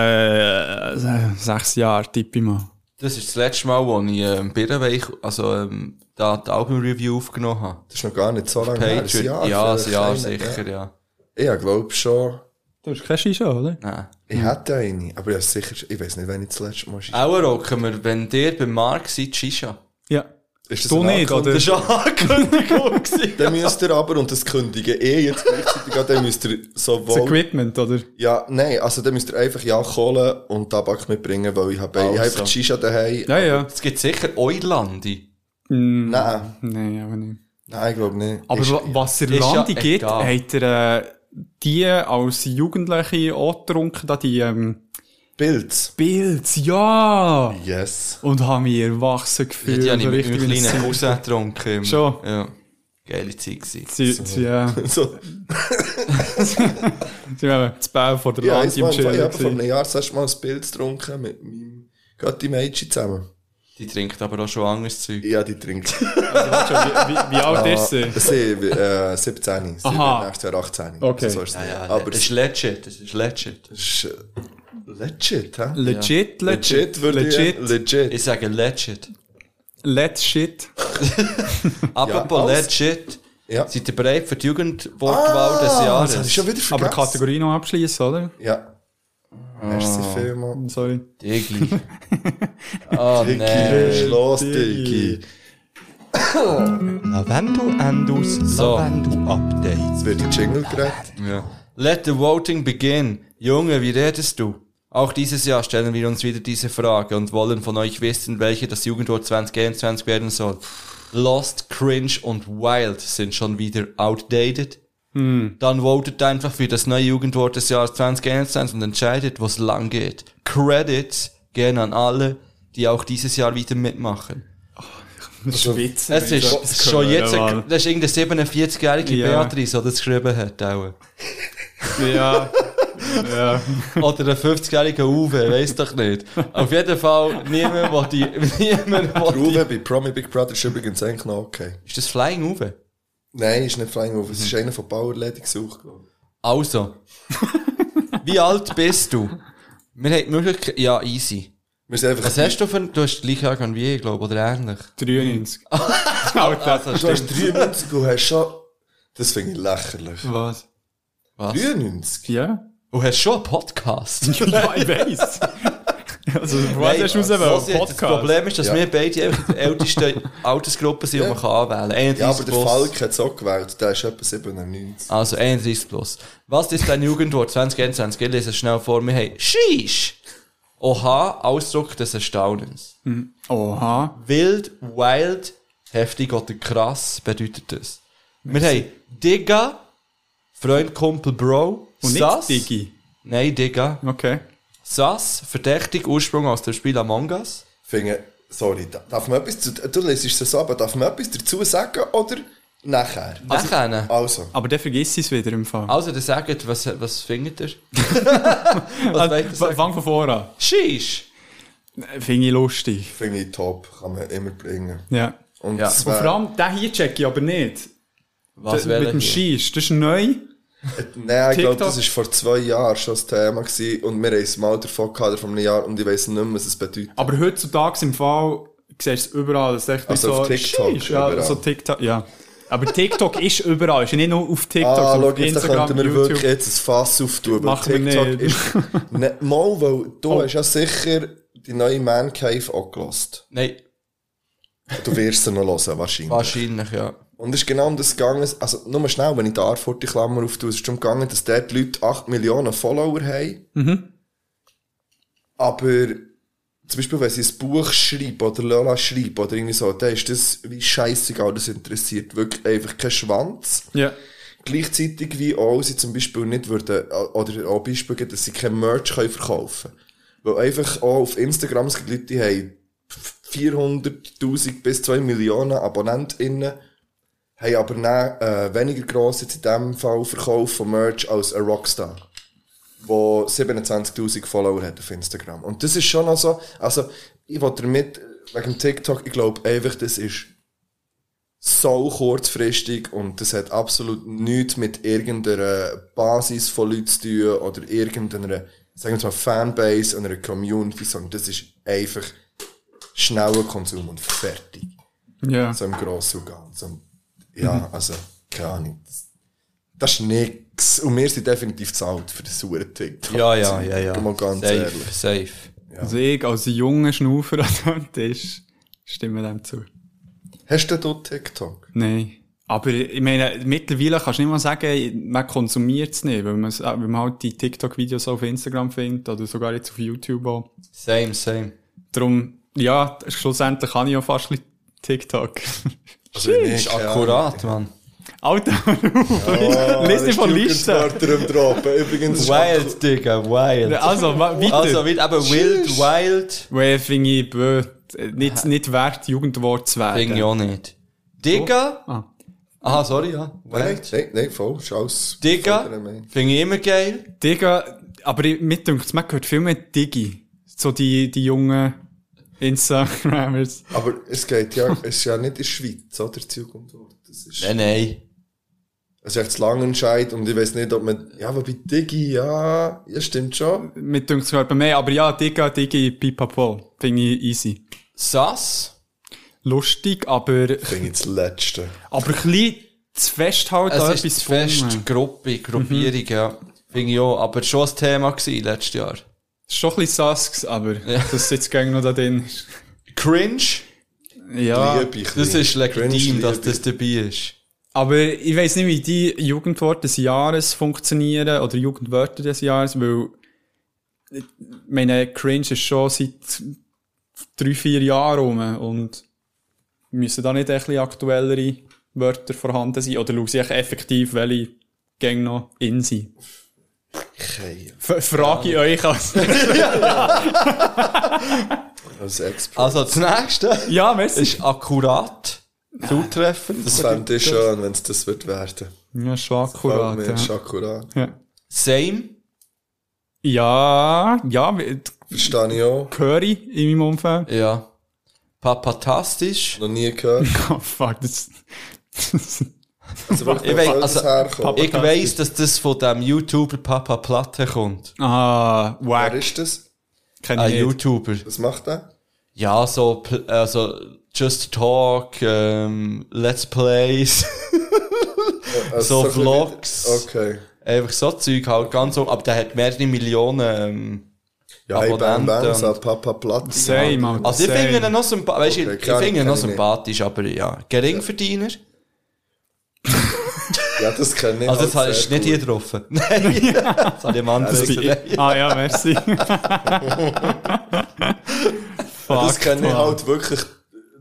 [SPEAKER 8] Äh, se- sechs Jahre, tippe ich mal.
[SPEAKER 3] Das ist das letzte Mal, wo ich ähm, Birrenweich, also ähm, da die Album-Review aufgenommen habe.
[SPEAKER 2] Das ist noch gar nicht so lange her.
[SPEAKER 3] Patriot.
[SPEAKER 2] Ein Jahr
[SPEAKER 3] ja,
[SPEAKER 2] vielleicht,
[SPEAKER 3] ein Jahr
[SPEAKER 2] kleiner, ja.
[SPEAKER 3] sicher, ja.
[SPEAKER 2] Ich glaube schon.
[SPEAKER 8] Du hast keine Shisha, oder?
[SPEAKER 3] Nein.
[SPEAKER 8] Hm.
[SPEAKER 2] Ich hätte eine, aber ich,
[SPEAKER 8] Äh,
[SPEAKER 2] sicher, ich weiß nicht, wann ich das letzte Mal Shisha (laughs)
[SPEAKER 3] Auch rocken wir, wenn ihr beim Markt seid, Shisha.
[SPEAKER 8] Ja.
[SPEAKER 2] Ist das
[SPEAKER 8] Du
[SPEAKER 2] eine
[SPEAKER 8] nicht, oder?
[SPEAKER 2] Ankündigung?
[SPEAKER 8] Das war Ankündigung.
[SPEAKER 2] Dann müsst ihr aber, und das kündigen eh jetzt gleichzeitig an, dann müsst ihr
[SPEAKER 8] Das
[SPEAKER 2] sowohl...
[SPEAKER 8] Equipment, oder?
[SPEAKER 2] Ja, nein, also dann müsst ihr einfach ja Kohle und Tabak mitbringen, weil ich habe, ich habe
[SPEAKER 3] Also.
[SPEAKER 2] einfach die Shisha daheim.
[SPEAKER 8] Ja, ja. Hm,
[SPEAKER 3] Es gibt sicher Eulandi.
[SPEAKER 2] Nein,
[SPEAKER 8] Nein, aber nicht.
[SPEAKER 2] nein, ich glaube nicht.
[SPEAKER 8] Aber
[SPEAKER 2] Ist-
[SPEAKER 8] wa- was der
[SPEAKER 3] ist ja
[SPEAKER 8] Landi gibt,
[SPEAKER 3] egal.
[SPEAKER 8] hat er äh, die als Jugendliche auch getrunken, da die ähm,
[SPEAKER 2] Pilz.
[SPEAKER 8] Pilze, ja!
[SPEAKER 2] Yes. (laughs)
[SPEAKER 8] Und haben mich erwachsen gefühlt.
[SPEAKER 3] Ich habe ja
[SPEAKER 8] so
[SPEAKER 3] mit meinem
[SPEAKER 8] richtig
[SPEAKER 3] kleinen
[SPEAKER 8] wie ein
[SPEAKER 3] Cousin getrunken. immer.
[SPEAKER 8] Schon?
[SPEAKER 3] Ja. Geile Zeit gewesen.
[SPEAKER 8] Sie, sie, ja,
[SPEAKER 2] So,
[SPEAKER 8] sie waren zu Bau vor der
[SPEAKER 2] ja,
[SPEAKER 8] Landi
[SPEAKER 2] ich
[SPEAKER 8] im
[SPEAKER 2] habe vor ich
[SPEAKER 8] Chillen.
[SPEAKER 2] habe vor einem
[SPEAKER 8] gewesen.
[SPEAKER 2] Jahr das erste Mal ein Pilz getrunken mit meinem Götti Mädchen zusammen.
[SPEAKER 3] Die trinkt aber auch schon anderes Zeug.
[SPEAKER 2] Ja, die trinkt.
[SPEAKER 8] Warte schon, Wie, wie, wie alt ist sie?
[SPEAKER 2] Ah, (laughs) Sie, äh, 17. Sie
[SPEAKER 8] Aha.
[SPEAKER 2] wird nächstes Jahr 18.
[SPEAKER 8] Okay.
[SPEAKER 2] So ist es.
[SPEAKER 3] aber
[SPEAKER 2] Aber
[SPEAKER 3] Ah, das
[SPEAKER 2] es
[SPEAKER 3] ist legit, das ist legit.
[SPEAKER 2] ist äh, legit, hä?
[SPEAKER 8] Legit, legit,
[SPEAKER 2] Legit, würde
[SPEAKER 8] legit,
[SPEAKER 2] ich. Legit.
[SPEAKER 3] Ich sage legit.
[SPEAKER 8] Let's shit.
[SPEAKER 3] Apropos
[SPEAKER 2] alles.
[SPEAKER 3] legit.
[SPEAKER 2] Ja.
[SPEAKER 3] Seid ihr bereit für die Jugendwortwahl des
[SPEAKER 2] Ah, Das
[SPEAKER 3] Jahres?
[SPEAKER 2] habe ich schon wieder vergessen.
[SPEAKER 8] Aber Kategorie noch abschließen, oder?
[SPEAKER 2] Ja. Merci
[SPEAKER 8] Ah.
[SPEAKER 2] vielmals.
[SPEAKER 8] Sorry. (laughs)
[SPEAKER 3] Digi. Oh nein.
[SPEAKER 2] Digi, los, Digi.
[SPEAKER 3] Lavendo Endus, so. Lavendo Updates.
[SPEAKER 2] Jetzt wird der Jingle gerät.
[SPEAKER 3] Ja. Let the voting begin. Junge, wie redest du? Auch dieses Jahr stellen wir uns wieder diese Frage und wollen von euch wissen, welche das Jugendwort 2021 werden soll. Lost, Cringe und Wild sind schon wieder outdated. Dann votet einfach für das neue Jugendwort des Jahres 2021 und entscheidet, wo es lang geht. Credits gehen an alle, die auch dieses Jahr wieder mitmachen.
[SPEAKER 8] Spitze.
[SPEAKER 3] Es ist schon jetzt, ein- das ist irgendeine 47-jährige
[SPEAKER 8] Ja.
[SPEAKER 3] Beatrice, die das geschrieben hat. Auch.
[SPEAKER 8] Ja. ja.
[SPEAKER 3] Oder ein 50-jähriger Uwe, weiss doch nicht. Auf jeden Fall, niemand will die, (laughs) niemand will
[SPEAKER 2] Ruhe bei Promi Big Brother ist übrigens eigentlich noch okay.
[SPEAKER 3] die. Ist das Flying Uwe?
[SPEAKER 2] Nein, ist nicht Flying Over. Es ist einer von Power Lady gesucht. glaub
[SPEAKER 3] Also. Wie alt bist du? Wir haben die Möglichkeit, ja, easy.
[SPEAKER 2] ich. Wir sind einfach.
[SPEAKER 3] Was hast du für, du hast gleich Jahrgang wie ich, glaube oder ähnlich. (laughs)
[SPEAKER 8] 93.
[SPEAKER 3] Also,
[SPEAKER 8] Alter.
[SPEAKER 2] Du hast 93 und hast schon. Das finde ich lächerlich.
[SPEAKER 8] Was?
[SPEAKER 3] Was?
[SPEAKER 2] 93?
[SPEAKER 8] Ja?
[SPEAKER 3] Du hast schon einen (laughs) Podcast.
[SPEAKER 8] ja, ich weiss. Also, was hast du raus,
[SPEAKER 3] Sosi, Das
[SPEAKER 8] ein Podcast?
[SPEAKER 3] Problem ist, dass
[SPEAKER 2] Ja.
[SPEAKER 3] wir beide einfach die (laughs) älteste Altersgruppe sind, die man kann anwählen kann.
[SPEAKER 2] Ja, aber der Falk hat es auch gewählt. Der ist etwa 97.
[SPEAKER 3] Also 31 plus. Was ist dein Jugendwort 2021? Ich lese es schnell vor mir. Hey, Sheesh! Oha, Ausdruck des Erstaunens.
[SPEAKER 8] Oha.
[SPEAKER 3] Wild, wild, heftig oder krass bedeutet das. Wir haben Digga, Freund, Kumpel, Bro,
[SPEAKER 8] Und
[SPEAKER 3] Sass.
[SPEAKER 8] nicht Digi.
[SPEAKER 3] Nein, Digga.
[SPEAKER 8] Okay.
[SPEAKER 3] Sass, verdächtig, Ursprung aus dem Spiel Among Us.
[SPEAKER 2] Finde, sorry, da- darf man etwas zu, du lässt es so, aber darf man etwas dazu sagen oder nachher?
[SPEAKER 3] Also,
[SPEAKER 2] Also,
[SPEAKER 8] Aber dann vergiss es wieder im Fall.
[SPEAKER 3] also, dann sagt, was, was findet
[SPEAKER 8] (laughs)
[SPEAKER 3] ihr? was wollt ihr
[SPEAKER 8] Also,
[SPEAKER 3] sagen?
[SPEAKER 8] fang von vorne an.
[SPEAKER 3] Sheesh!
[SPEAKER 8] Finde ich lustig.
[SPEAKER 2] finde ich top, kann man immer bringen.
[SPEAKER 8] Ja.
[SPEAKER 2] Und
[SPEAKER 3] Ja.
[SPEAKER 2] das
[SPEAKER 8] Und
[SPEAKER 2] wär-
[SPEAKER 8] vor allem, den hier check ich aber nicht.
[SPEAKER 3] Was
[SPEAKER 8] Also, mit
[SPEAKER 3] wollt ihr?
[SPEAKER 8] dem Scheiss. Das ist neu.
[SPEAKER 2] Nein, ich
[SPEAKER 8] TikTok?
[SPEAKER 2] glaube, das war vor zwei Jahren schon das Thema gewesen, und wir haben es mal davon gehabt, oder vor einem Jahr, und ich weiss nicht mehr, was es bedeutet.
[SPEAKER 8] Aber heutzutage im Fall siehst du es überall. Das ist echt
[SPEAKER 2] Also
[SPEAKER 8] so,
[SPEAKER 2] auf TikTok
[SPEAKER 8] Scheiss. Ja,
[SPEAKER 2] überall.
[SPEAKER 8] so TikTok, ja. Aber TikTok ist überall. Ist ja nicht nur auf TikTok,
[SPEAKER 2] Ah, schau,
[SPEAKER 8] sondern auf
[SPEAKER 2] jetzt da
[SPEAKER 8] Instagram,
[SPEAKER 2] könnten wir
[SPEAKER 8] YouTube.
[SPEAKER 2] wirklich jetzt ein Fass auftun, weil
[SPEAKER 8] Machen wir
[SPEAKER 2] TikTok
[SPEAKER 8] nicht. (laughs)
[SPEAKER 2] ist... ne, mal, weil du
[SPEAKER 8] Oh.
[SPEAKER 2] hast ja sicher die neue Man Cave angelassen.
[SPEAKER 3] Nein,
[SPEAKER 2] Du wirst sie noch hören, wahrscheinlich.
[SPEAKER 3] wahrscheinlich, ja.
[SPEAKER 2] Und es ist genau um das gegangen, also nur mal schnell, wenn ich da vor die Klammer auftue, es ist darum gegangen, dass dort die Leute 8 Millionen Follower haben.
[SPEAKER 8] Mhm.
[SPEAKER 2] Aber zum Beispiel, wenn sie ein Buch schreiben oder Lola schreiben oder irgendwie so, dann ist das wie scheißegal, das interessiert wirklich einfach keinen Schwanz.
[SPEAKER 8] Ja.
[SPEAKER 2] Gleichzeitig wie auch sie zum Beispiel nicht würden, äh, oder auch Beispiel gibt, dass sie kein Merch können verkaufen Weil einfach auch auf Instagram, es gibt Leute, die haben 400.000 bis 2 Millionen AbonnentInnen, haben aber nicht, äh, weniger gross jetzt in diesem Fall Verkauf von Merch als ein Rockstar, wo 27.000 Follower hat auf Instagram. Und das ist schon noch so, also ich wollte damit, wegen TikTok, ich glaube einfach, das ist so kurzfristig und das hat absolut nichts mit irgendeiner Basis von Leuten zu tun oder irgendeiner, sagen wir mal, Fanbase oder einer Community, sondern das ist einfach schneller Konsum und fertig.
[SPEAKER 8] Ja.
[SPEAKER 2] So im Großen und Ganzen. Ja,
[SPEAKER 3] Mhm.
[SPEAKER 2] also, keine Ahnung. Das, das ist nichts. Und wir sind definitiv zu alt für das saure TikTok.
[SPEAKER 3] Ja, ja, ja, ja.
[SPEAKER 2] Mal ganz
[SPEAKER 3] safe,
[SPEAKER 2] ehrlich.
[SPEAKER 3] Safe.
[SPEAKER 8] Also ich als junger Schnaufer an diesem Tisch stimme dem zu.
[SPEAKER 2] Hast du dort TikTok?
[SPEAKER 8] Nein. Aber ich meine, mittlerweile kannst du nicht mal sagen, man konsumiert es nicht, weil man, weil man halt die TikTok-Videos auf Instagram findet oder sogar jetzt auf YouTube auch.
[SPEAKER 3] Same, same.
[SPEAKER 8] Darum, ja, schlussendlich kann ich auch fast ein bisschen TikTok.
[SPEAKER 2] Also, ich
[SPEAKER 3] Ist
[SPEAKER 2] keine
[SPEAKER 3] akkurat, Mann.
[SPEAKER 8] Alter, (laughs)
[SPEAKER 2] Ahnung.
[SPEAKER 3] (laughs)
[SPEAKER 8] Liste
[SPEAKER 2] Ah, das
[SPEAKER 8] von
[SPEAKER 2] ist
[SPEAKER 8] Listen.
[SPEAKER 2] Jugendwörter am Droppen. Übrigens, ist
[SPEAKER 3] Wild, Digga, wild.
[SPEAKER 8] also, wa- weiter.
[SPEAKER 3] Also, wie eben wild, wild.
[SPEAKER 8] Weil finde ich bö, nicht, nicht wert, Jugendwort zu werden.
[SPEAKER 3] Ding ja nicht. Digga?
[SPEAKER 8] Ah.
[SPEAKER 3] Aha, sorry, ja.
[SPEAKER 2] Nein,
[SPEAKER 3] Wild.
[SPEAKER 2] nein, nein, voll. Ist alles.
[SPEAKER 3] Digga?
[SPEAKER 2] Vorder- Nein.
[SPEAKER 3] Finde ich immer geil.
[SPEAKER 8] Digga, aber ich- mir denkt, man gehört viel mehr Digi. So die, die jungen Instagramers.
[SPEAKER 2] Aber es geht ja, es ist ja nicht in der Schweiz, oder? Die Jugendwort. Das ist,
[SPEAKER 3] Nein, nein.
[SPEAKER 2] es ist echt Langenscheid und ich weiß nicht, ob man, ja, aber bei Digi, ja, ja, stimmt schon.
[SPEAKER 8] Mir denkt, es gehört mehr. Aber ja, Digga, Digi, pipapo. Finde ich easy.
[SPEAKER 3] Sass?
[SPEAKER 8] Lustig, aber,
[SPEAKER 2] Finde ich das Letzte.
[SPEAKER 8] aber ein bisschen zu fest halt an
[SPEAKER 3] Es ist
[SPEAKER 8] etwas
[SPEAKER 3] die feste
[SPEAKER 8] gefunden. Mhm.
[SPEAKER 3] Gruppe, Gruppierung, ja. Finde ich auch. Aber schon ein Thema gewesen letztes Jahr.
[SPEAKER 8] Ist Schon ein bisschen sasks, aber
[SPEAKER 3] Ja.
[SPEAKER 8] das sitzt gegen noch da drin. ist.
[SPEAKER 3] Cringe? Ah,
[SPEAKER 8] Ja.
[SPEAKER 2] Liebe ich
[SPEAKER 3] Das
[SPEAKER 2] ein
[SPEAKER 3] ist
[SPEAKER 2] bisschen.
[SPEAKER 3] legitim,
[SPEAKER 2] Cringe,
[SPEAKER 3] dass
[SPEAKER 2] liebe ich.
[SPEAKER 3] das dabei ist.
[SPEAKER 8] Aber ich weiss nicht, wie die Jugendworte des Jahres funktionieren oder Jugendwörter des Jahres, weil ich meine Cringe ist schon seit drei, vier Jahren rum und müssen da nicht ein bisschen aktuellere Wörter vorhanden sein oder schaue ich effektiv, welche Gänge noch in sind.
[SPEAKER 2] Okay,
[SPEAKER 8] F frage ich euch als...
[SPEAKER 2] als Expert.
[SPEAKER 3] Also, das nächste (laughs)
[SPEAKER 8] ja, merci.
[SPEAKER 3] ist akkurat, zutreffend,
[SPEAKER 2] das fände ich schön, wenn es das wird werden.
[SPEAKER 8] Ja, schon akkurat.
[SPEAKER 2] Akkurat. Mir ist akkurat.
[SPEAKER 8] Ja.
[SPEAKER 3] same.
[SPEAKER 8] Ja, ja, ja
[SPEAKER 2] Verstehe ich auch.
[SPEAKER 8] höre ich in meinem Umfeld.
[SPEAKER 3] Ja. Papatastisch.
[SPEAKER 2] Noch nie
[SPEAKER 3] (laughs)
[SPEAKER 2] gehört.
[SPEAKER 8] (laughs) Oh, fuck, das...
[SPEAKER 2] Also, wirklich,
[SPEAKER 3] Ich
[SPEAKER 2] wo
[SPEAKER 3] weiss,
[SPEAKER 2] soll das
[SPEAKER 3] also,
[SPEAKER 2] herkommen?
[SPEAKER 3] Ich weiss, dass das von dem YouTuber Papa Platte kommt.
[SPEAKER 8] Ah,
[SPEAKER 2] Wer
[SPEAKER 8] wack.
[SPEAKER 2] ist das? Ah,
[SPEAKER 8] Kenn
[SPEAKER 3] Ein
[SPEAKER 8] ich nicht.
[SPEAKER 3] YouTuber.
[SPEAKER 2] Was macht der?
[SPEAKER 3] Ja, so, pl- also, Just Talk, ähm, Let's Plays, (laughs)
[SPEAKER 2] Also,
[SPEAKER 3] So
[SPEAKER 2] ein bisschen
[SPEAKER 3] Vlogs.
[SPEAKER 2] wie- Okay.
[SPEAKER 3] einfach so Zeug halt ganz um. Aber der hat mehrere Millionen, ähm,
[SPEAKER 2] Ja, hey, Bam Bam,
[SPEAKER 3] Abonnenten
[SPEAKER 2] so
[SPEAKER 3] und-
[SPEAKER 2] Papa Platt.
[SPEAKER 8] Same, Mann.
[SPEAKER 3] Also, ich
[SPEAKER 8] Same.
[SPEAKER 3] finde ihn noch sympathisch, weißt du,
[SPEAKER 2] Okay,
[SPEAKER 3] ich
[SPEAKER 2] klar,
[SPEAKER 3] finde ihn noch
[SPEAKER 2] kenn ich nicht.
[SPEAKER 3] sympathisch, aber ja, Geringverdiener.
[SPEAKER 2] Ja, das kenne ich.
[SPEAKER 3] Also, das
[SPEAKER 2] halt
[SPEAKER 3] habe ich
[SPEAKER 2] sehr
[SPEAKER 3] nicht hier
[SPEAKER 2] gut.
[SPEAKER 3] getroffen. (laughs)
[SPEAKER 2] (laughs)
[SPEAKER 3] Nein, das habe ich am anderen
[SPEAKER 2] das bin
[SPEAKER 3] gesagt.
[SPEAKER 8] Ah
[SPEAKER 2] (laughs)
[SPEAKER 8] ja, merci. Fuck,
[SPEAKER 2] Das kenne ich
[SPEAKER 8] Mann.
[SPEAKER 2] halt wirklich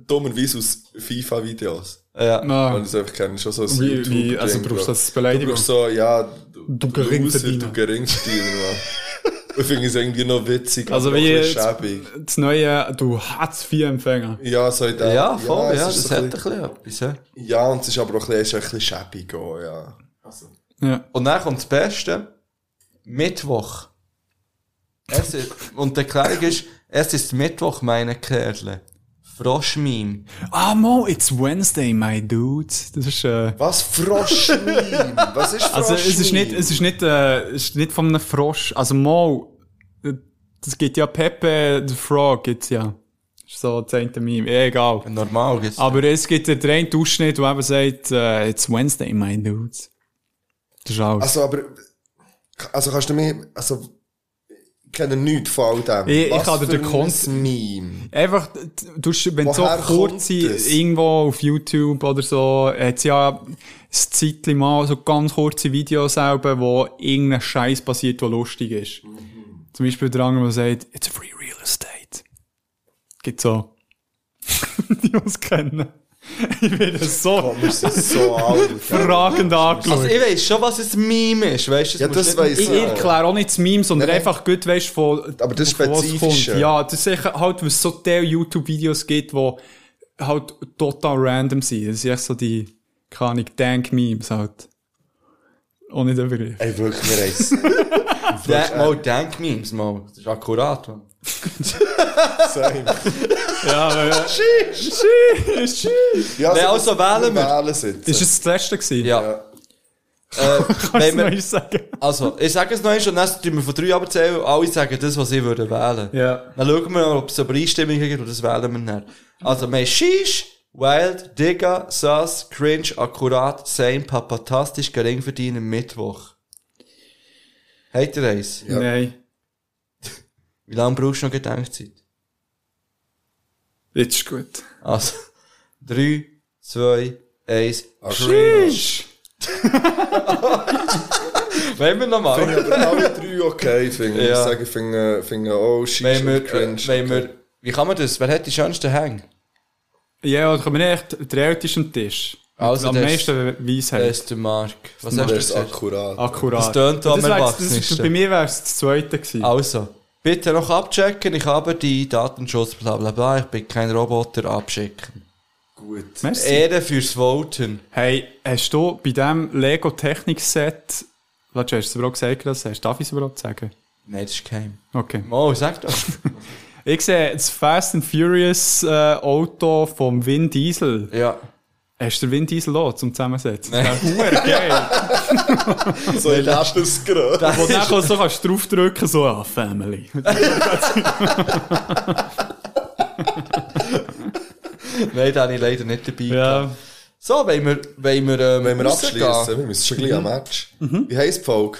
[SPEAKER 2] dummerweise aus FIFA-Videos.
[SPEAKER 3] Ja.
[SPEAKER 2] Und
[SPEAKER 8] Mann.
[SPEAKER 2] das einfach kenne ich schon so als
[SPEAKER 8] Ah, Wie, wie,
[SPEAKER 2] YouTube-Ding,
[SPEAKER 8] also brauchst du
[SPEAKER 2] bro.
[SPEAKER 8] das als
[SPEAKER 2] Du
[SPEAKER 8] Beleidigung?
[SPEAKER 2] brauchst so, ja, du,
[SPEAKER 8] Du Geringverdiener.
[SPEAKER 2] Loser, Du Geringverdiener, Mann. Ich finde es irgendwie noch witzig,
[SPEAKER 8] Also
[SPEAKER 2] aber auch
[SPEAKER 8] wie
[SPEAKER 2] ein bisschen
[SPEAKER 8] jetzt-
[SPEAKER 2] schäbig.
[SPEAKER 8] Das neue, du Hartz IV-Empfänger.
[SPEAKER 2] Ja, so in dem-
[SPEAKER 3] ja, voll,
[SPEAKER 2] es
[SPEAKER 3] ja,
[SPEAKER 2] ist
[SPEAKER 3] das
[SPEAKER 2] so
[SPEAKER 3] hat
[SPEAKER 2] ein
[SPEAKER 3] ein
[SPEAKER 2] bisschen-
[SPEAKER 3] bisschen etwas, ja.
[SPEAKER 2] Ja, und es ist aber auch ein bisschen, es ist ein bisschen schäbig auch, ja.
[SPEAKER 8] Ja.
[SPEAKER 3] Und dann kommt das Beste. Mittwoch. Es ist, und die Erklärung ist, es ist Mittwoch, meine Kerle. Froschmeme.
[SPEAKER 8] Ah, Mo, it's Wednesday, my dudes. Das ist, äh,
[SPEAKER 2] Was? Froschmeme? Was ist Froschmeme?
[SPEAKER 8] also es ist nicht, es ist nicht, äh, es ist nicht von einem Frosch. Also Mo, äh, das gibt ja Pepe the Frog, gibt's ja. Ist So, das eine Meme. Egal.
[SPEAKER 3] Normal gibt's.
[SPEAKER 8] Aber es gibt einen einen Ausschnitt, der eben sagt, äh, it's Wednesday, my dudes. Das ist alles.
[SPEAKER 2] Also, aber. Also, kannst du mir. Also. Ich kenne nichts von all dem.
[SPEAKER 8] Ich- ich kann dir
[SPEAKER 2] für
[SPEAKER 8] den
[SPEAKER 2] ein
[SPEAKER 8] Kontext-
[SPEAKER 2] Meme.
[SPEAKER 8] Einfach, du, wenn so
[SPEAKER 2] Woher
[SPEAKER 8] kurze,
[SPEAKER 2] kommt das?
[SPEAKER 8] irgendwo auf YouTube oder so, hat's ja ein Zeitchen mal so ganz kurze Videos selber, wo irgendein Scheiß passiert, der lustig ist.
[SPEAKER 2] Mhm.
[SPEAKER 8] Zum Beispiel der andere, der sagt, it's free real estate. Gibt so. (laughs) Die muss kennen. Ich werde so
[SPEAKER 2] Wir sind so
[SPEAKER 3] (laughs)
[SPEAKER 2] alt.
[SPEAKER 8] fragend angeschaut.
[SPEAKER 3] also, ich weiss schon, was ein Meme ist, weißt du?
[SPEAKER 2] Ja, das weiss
[SPEAKER 8] Ich, ich erkläre auch nicht das Meme, sondern
[SPEAKER 2] Nein, nein.
[SPEAKER 8] einfach gut, weißt von,
[SPEAKER 2] Aber das
[SPEAKER 8] von was es
[SPEAKER 2] Spezifische.
[SPEAKER 8] kommt. Ja, das ist sicher halt, weil es so der YouTube-Videos gibt, wo halt total random sind. Das sind echt so die, keine Ahnung, Dank-Memes halt. Ohne den Begriff.
[SPEAKER 2] Ey, wirklich, wir heißt.
[SPEAKER 3] Da, mal Denkmemes, mal. Das ist akkurat, man.
[SPEAKER 8] Ja, aber, ja.
[SPEAKER 2] Ja,
[SPEAKER 3] Nein, also wählen wir.
[SPEAKER 2] Wählen sitzen.
[SPEAKER 8] Ist es das letzte gewesen?
[SPEAKER 3] Ja. Äh,
[SPEAKER 8] (laughs) Kannst
[SPEAKER 3] wenn
[SPEAKER 8] du noch
[SPEAKER 3] wir,
[SPEAKER 8] eins sagen?
[SPEAKER 3] also, ich sage es noch einmal und dann tun wir von drei abzählen und alle sagen das, was ich würde wählen.
[SPEAKER 8] Ja.
[SPEAKER 3] Dann schauen wir, ob es Übereinstimmungen gibt und das wählen wir dann. Also, wir haben Shish, Wild, Digga, Sass, Cringe, Akkurat, Same, Papatastisch, Geringverdienen, Mittwoch. Habt ihr eins?
[SPEAKER 8] Nein.
[SPEAKER 3] Wie lange brauchst du noch Gedenkzeit?
[SPEAKER 8] Jetzt ist gut.
[SPEAKER 3] Also, (laughs) drei, zwei, eins.
[SPEAKER 8] Ah, Cringe!
[SPEAKER 3] Wollen wir
[SPEAKER 2] Finde
[SPEAKER 3] nochmal?
[SPEAKER 2] ich aber alle drei okay, finde ich.
[SPEAKER 3] Ja.
[SPEAKER 2] Ich sage, finde, finde, oh, shit,
[SPEAKER 3] Wollen wir,
[SPEAKER 2] cringe.
[SPEAKER 3] äh, wollen wir, wie kann man das? Wer hat die schönsten Hänge?
[SPEAKER 8] Ja, und kommen wir echt, der älteste am Tisch.
[SPEAKER 3] Also,
[SPEAKER 8] am
[SPEAKER 3] der
[SPEAKER 8] meisten
[SPEAKER 3] Der
[SPEAKER 8] Weisheit.
[SPEAKER 3] ist der Mark. Was
[SPEAKER 2] Das
[SPEAKER 3] hast du
[SPEAKER 2] ist
[SPEAKER 3] gesagt?
[SPEAKER 2] akkurat.
[SPEAKER 8] Akkurat.
[SPEAKER 3] Das tönt am
[SPEAKER 8] das wär's- das
[SPEAKER 3] erwachsensten.
[SPEAKER 8] ist, Bei mir wäre es das zweite gewesen.
[SPEAKER 3] Also, bitte noch abchecken, ich habe die Datenschutz, bla bla bla, ich bin kein Roboter, abschicken.
[SPEAKER 2] Gut.
[SPEAKER 8] Merci.
[SPEAKER 3] Ehre fürs Voten.
[SPEAKER 8] Hey, hast du bei diesem Lego Technik Set, was hast du es überhaupt gesagt, das hast? Darf ich es überhaupt sagen?
[SPEAKER 3] Nein, das ist kein.
[SPEAKER 8] Okay.
[SPEAKER 3] Oh, sag doch.
[SPEAKER 8] Ich sehe das Fast and Furious äh, Auto vom Vin Diesel.
[SPEAKER 3] (laughs) ja.
[SPEAKER 8] Hast du den Vin Diesel auch zum Zusammensetzen?
[SPEAKER 3] (laughs)
[SPEAKER 8] Das wäre verdammt geil.
[SPEAKER 2] So ein Lebensgröße.
[SPEAKER 8] Wo du nachher so kannst du draufdrücken, so, ah, Family.
[SPEAKER 3] Nein, da habe ich leider nicht dabei. gehabt.
[SPEAKER 8] ja.
[SPEAKER 3] So, wollen wir, wollen wir, ähm,
[SPEAKER 2] Wenn wir
[SPEAKER 3] rausgehen?
[SPEAKER 2] abschließen, wir müssen schon gleich am
[SPEAKER 3] Mhm.
[SPEAKER 2] Match. Wie heisst die Folge?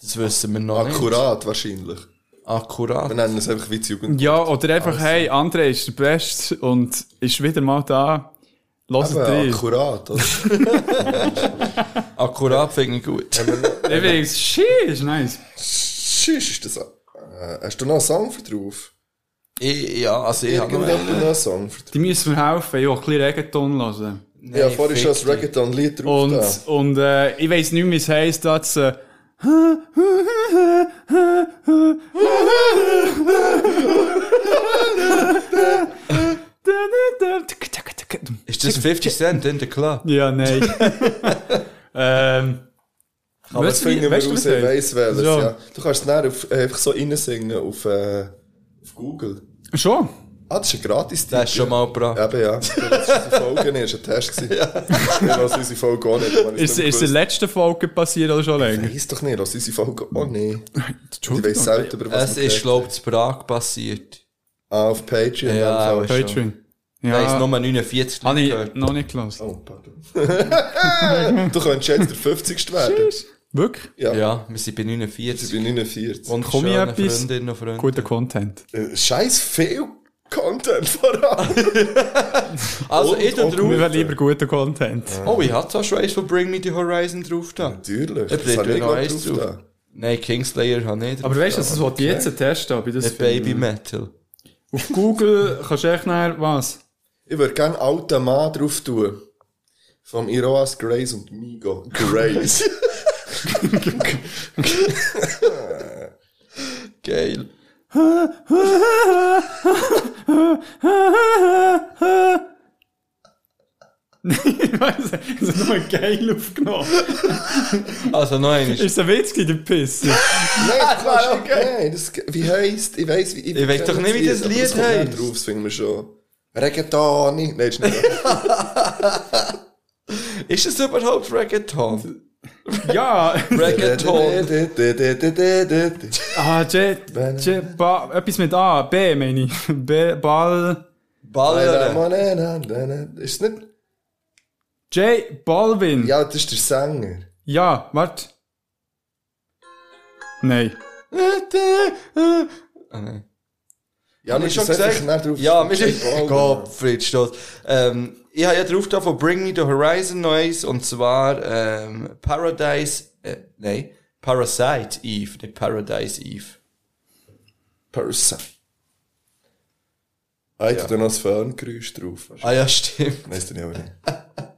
[SPEAKER 3] Das wissen wir noch
[SPEAKER 2] Akkurat wahrscheinlich.
[SPEAKER 3] nicht. Akkurat.
[SPEAKER 2] Wir nennen es einfach wie die Jugend.
[SPEAKER 8] ja, oder einfach, hey, André ist der Beste und ist wieder mal da. Lass
[SPEAKER 2] Aber
[SPEAKER 8] es dir.
[SPEAKER 2] akkurat.
[SPEAKER 3] (laughs)
[SPEAKER 2] oder?
[SPEAKER 3] Akkurat finde ich gut.
[SPEAKER 8] Übrigens, shit, ist nice.
[SPEAKER 2] Schiss, ist das. Äh, hast du noch einen Song für drauf?
[SPEAKER 3] (laughs) ich, ja, also ich habe noch
[SPEAKER 2] Irgendjemand
[SPEAKER 8] genau.
[SPEAKER 2] hat noch einen Song für drauf.
[SPEAKER 8] Die müssen mir helfen, ich will ein bisschen Reggaeton hören.
[SPEAKER 3] Nein,
[SPEAKER 2] Ja, vorhin schon das
[SPEAKER 3] fick dich.
[SPEAKER 2] Reggaeton-Lied drauf.
[SPEAKER 8] Und,
[SPEAKER 2] da.
[SPEAKER 8] und äh, ich weiß nicht, wie es heisst, dass. Äh,
[SPEAKER 3] Ist das 50 Cent in der Club?
[SPEAKER 8] ja,
[SPEAKER 2] (laughs)
[SPEAKER 8] nein. ähm,
[SPEAKER 2] Aber das finden wir raus, ich
[SPEAKER 8] heisst?
[SPEAKER 2] weiss welches.
[SPEAKER 8] Ja.
[SPEAKER 2] Ja. Du kannst es dann auf, äh, einfach so reinsingen auf, äh, auf Google.
[SPEAKER 8] Schon?
[SPEAKER 2] Ah, das ist ein gratis
[SPEAKER 3] Das ist schon mal gebracht.
[SPEAKER 2] Eben, ja. Das war unsere Folge nicht, das war ein Test.
[SPEAKER 3] (laughs)
[SPEAKER 2] gewesen. Wir hören unsere Folge auch nicht. man
[SPEAKER 8] Ist
[SPEAKER 2] nicht
[SPEAKER 8] es in
[SPEAKER 2] gewusst.
[SPEAKER 8] der letzten Folge passiert oder schon länger?
[SPEAKER 2] Ich weiss doch nicht, lass unsere Folge auch nicht. Ich
[SPEAKER 8] Entschuldigung.
[SPEAKER 2] weiss selten, über was
[SPEAKER 3] Es
[SPEAKER 2] wir
[SPEAKER 3] ist,
[SPEAKER 2] reden.
[SPEAKER 3] glaube ich, in Prag passiert.
[SPEAKER 2] Ah, auf Patreon.
[SPEAKER 3] Ja,
[SPEAKER 2] in dem Fall.
[SPEAKER 3] weißt du.
[SPEAKER 8] Patreon.
[SPEAKER 3] Ja. Da ist
[SPEAKER 8] Ja,
[SPEAKER 3] Nummer 49
[SPEAKER 8] habe
[SPEAKER 3] Leute
[SPEAKER 8] ich
[SPEAKER 3] gehört.
[SPEAKER 8] noch nicht gelesen.
[SPEAKER 2] Oh, pardon. du könntest jetzt der 50. werden.
[SPEAKER 8] Wirklich?
[SPEAKER 2] Ja.
[SPEAKER 3] Ja, wir sind bei
[SPEAKER 2] Ich
[SPEAKER 3] 49.
[SPEAKER 2] bin 49.
[SPEAKER 3] Und
[SPEAKER 8] Komm ich
[SPEAKER 3] schöne
[SPEAKER 8] etwas?
[SPEAKER 3] Freundinnen und Freunde.
[SPEAKER 8] Guter Content.
[SPEAKER 2] Äh, Scheiß viel Content
[SPEAKER 3] (laughs)
[SPEAKER 2] voran.
[SPEAKER 3] Also, ich tu
[SPEAKER 2] und-
[SPEAKER 8] Wir
[SPEAKER 3] drauf.
[SPEAKER 8] wollen lieber guten Content.
[SPEAKER 3] Oh, ich hatte auch schon eins von Bring Me the Horizon drauf da.
[SPEAKER 2] Natürlich.
[SPEAKER 3] Ich bin
[SPEAKER 2] hab
[SPEAKER 3] noch
[SPEAKER 2] gerade
[SPEAKER 3] eins
[SPEAKER 2] drauf
[SPEAKER 3] drauf.
[SPEAKER 2] da.
[SPEAKER 3] Nein, Kingslayer habe ich nicht.
[SPEAKER 8] Aber
[SPEAKER 3] drauf
[SPEAKER 8] weißt du,
[SPEAKER 3] da.
[SPEAKER 8] das wollte ich jetzt testen, ob ich das
[SPEAKER 3] Nicht Baby
[SPEAKER 8] finde.
[SPEAKER 3] Metal.
[SPEAKER 8] Auf Google kannst du echt nachher was?
[SPEAKER 2] Ich würde gerne alten Mann drauf tun. Vom Iroas Grace und Migo.
[SPEAKER 3] (laughs)
[SPEAKER 2] Grace.
[SPEAKER 3] Geil.
[SPEAKER 8] ich weiss nicht, das ist nur geil aufgenommen.
[SPEAKER 3] Also, noch eins.
[SPEAKER 8] (laughs) Ist ein Witz gewesen, der Piss?
[SPEAKER 2] Nein, das kannst du nicht. Nein, das, wie heisst, ich weiss, wie,
[SPEAKER 3] Ah, Ich weiss doch nicht, wie das
[SPEAKER 2] aber das
[SPEAKER 3] Lied
[SPEAKER 2] kommt nicht
[SPEAKER 3] heisst.
[SPEAKER 2] drauf, das finden wir schon. Reggaetoni. Nein, ist nicht wahr.
[SPEAKER 3] Ist es überhaupt
[SPEAKER 8] (laughs)
[SPEAKER 3] Reggaeton?
[SPEAKER 8] ja!
[SPEAKER 3] Reggaeton.
[SPEAKER 8] ah, J, J, ba, etwas mit A, B meine ich. B, Ball,
[SPEAKER 3] Ballere.
[SPEAKER 2] Ist es nicht?
[SPEAKER 8] J, Balvin. Ja,
[SPEAKER 2] Ja, das ist der Sänger.
[SPEAKER 8] warte. Nein.
[SPEAKER 3] Ah, nein.
[SPEAKER 2] Ja,
[SPEAKER 3] Hab
[SPEAKER 2] wir
[SPEAKER 3] ich
[SPEAKER 2] schon
[SPEAKER 3] schon gesagt?
[SPEAKER 2] gesagt. Drauf
[SPEAKER 3] Ja, wir sind.
[SPEAKER 2] Gott.
[SPEAKER 3] Gottfried Stott. Ähm, ich habe ja drauf da von Bring Me the Horizon Noise und zwar ähm, Paradise. Äh, nein, Parasite Eve, nicht Paradise Eve.
[SPEAKER 2] Person. Ah, ich ja. da noch das Ferngeräusch drauf.
[SPEAKER 3] Ah ja, stimmt.
[SPEAKER 2] Weißt du nicht, aber (laughs) nicht.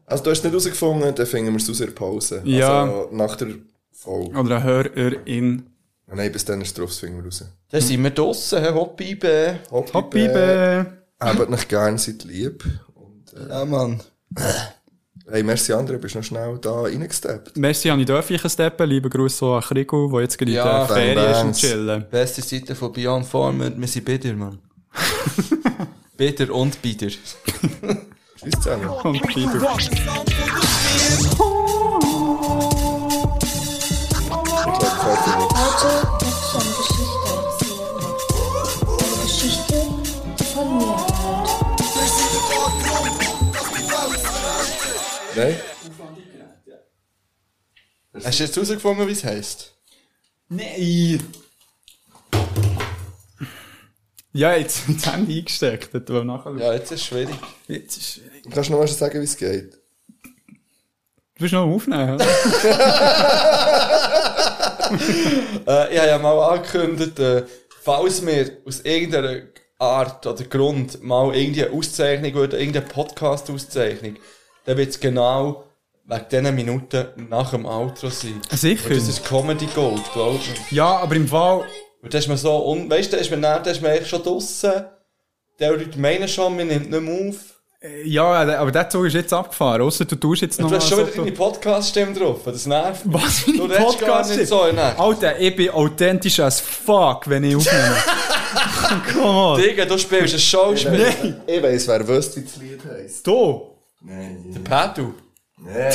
[SPEAKER 2] Also, du hast es nicht herausgefunden, dann finden wir es aus in der Pause.
[SPEAKER 8] Ja.
[SPEAKER 2] Also, nach der Folge. Ah,
[SPEAKER 8] Oder ein Hörerin.
[SPEAKER 2] Nein, bis dann ist es drauf, das finden wir raus.
[SPEAKER 3] Da sind wir draussen, hä? Hoppi, bä.
[SPEAKER 8] Happy B.
[SPEAKER 2] Habt euch gern, seid lieb. Und, äh,
[SPEAKER 3] Ja, Mann.
[SPEAKER 2] (clears throat) hey, merci André, bist noch schnell da reingesteppt.
[SPEAKER 8] Merci an die dörflichen Steppen. Liebe Grüße so an Krigo, der jetzt gerade
[SPEAKER 3] Ja,
[SPEAKER 8] in der Ferien ist und
[SPEAKER 2] Bangs.
[SPEAKER 8] chillen.
[SPEAKER 3] Beste Seite von Beyond Format, wir sind bitter, Mann. bitter und bitter.
[SPEAKER 2] Tschüss zusammen.
[SPEAKER 8] (laughs) Und Krigo.
[SPEAKER 2] Ich glaube, gefällt dir nicht.
[SPEAKER 1] Heute möchte ich eine Geschichte erzählen. Eine Geschichte von mir halt.
[SPEAKER 2] Nein?
[SPEAKER 3] Hast du jetzt herausgefunden, wie es heisst?
[SPEAKER 8] Nein! Ja, jetzt (laughs) ins Handy eingesteckt, hat er nachher.
[SPEAKER 3] Ja, jetzt ist es schwierig.
[SPEAKER 8] Jetzt ist schwierig.
[SPEAKER 2] Kannst du noch mal sagen, wie es geht?
[SPEAKER 8] Du bist noch am Aufnehmen, oder?
[SPEAKER 3] Äh, ich habe ja mal angekündigt, äh, falls wir aus irgendeiner Art oder Grund mal irgendeine Auszeichnung oder irgendeine Podcast-Auszeichnung, dann wird es genau wegen diesen Minuten nach dem Outro sein.
[SPEAKER 8] Sicher.
[SPEAKER 3] Und das ist Comedy Gold, glaub ich.
[SPEAKER 8] ja, aber im Fall.
[SPEAKER 3] Und das ist man so, un weißt du, da ist man dann, da ist man eigentlich schon draussen. Die Leute meinen schon, man nimmt nicht mehr auf.
[SPEAKER 8] Ja, aber der Zug ist jetzt abgefahren. Außer du tust jetzt
[SPEAKER 3] Du
[SPEAKER 8] noch
[SPEAKER 3] hast schon
[SPEAKER 8] so-
[SPEAKER 3] wieder deine Podcast-Stimme drauf, das nervt. mich.
[SPEAKER 8] Was für ein
[SPEAKER 3] Du redest
[SPEAKER 8] Podcast?
[SPEAKER 3] gar nicht
[SPEAKER 8] ist?
[SPEAKER 3] so, ne?
[SPEAKER 8] Alter, ich bin authentisch as fuck, wenn ich
[SPEAKER 3] (laughs)
[SPEAKER 8] aufnehme. Come on.
[SPEAKER 3] Digga, du spielst ein Schauspiel.
[SPEAKER 2] Ich weiss, wer wüsste, wie das Lied heisst.
[SPEAKER 8] Du,
[SPEAKER 3] Äh,
[SPEAKER 2] Nein.
[SPEAKER 3] Pedro.
[SPEAKER 2] Nein.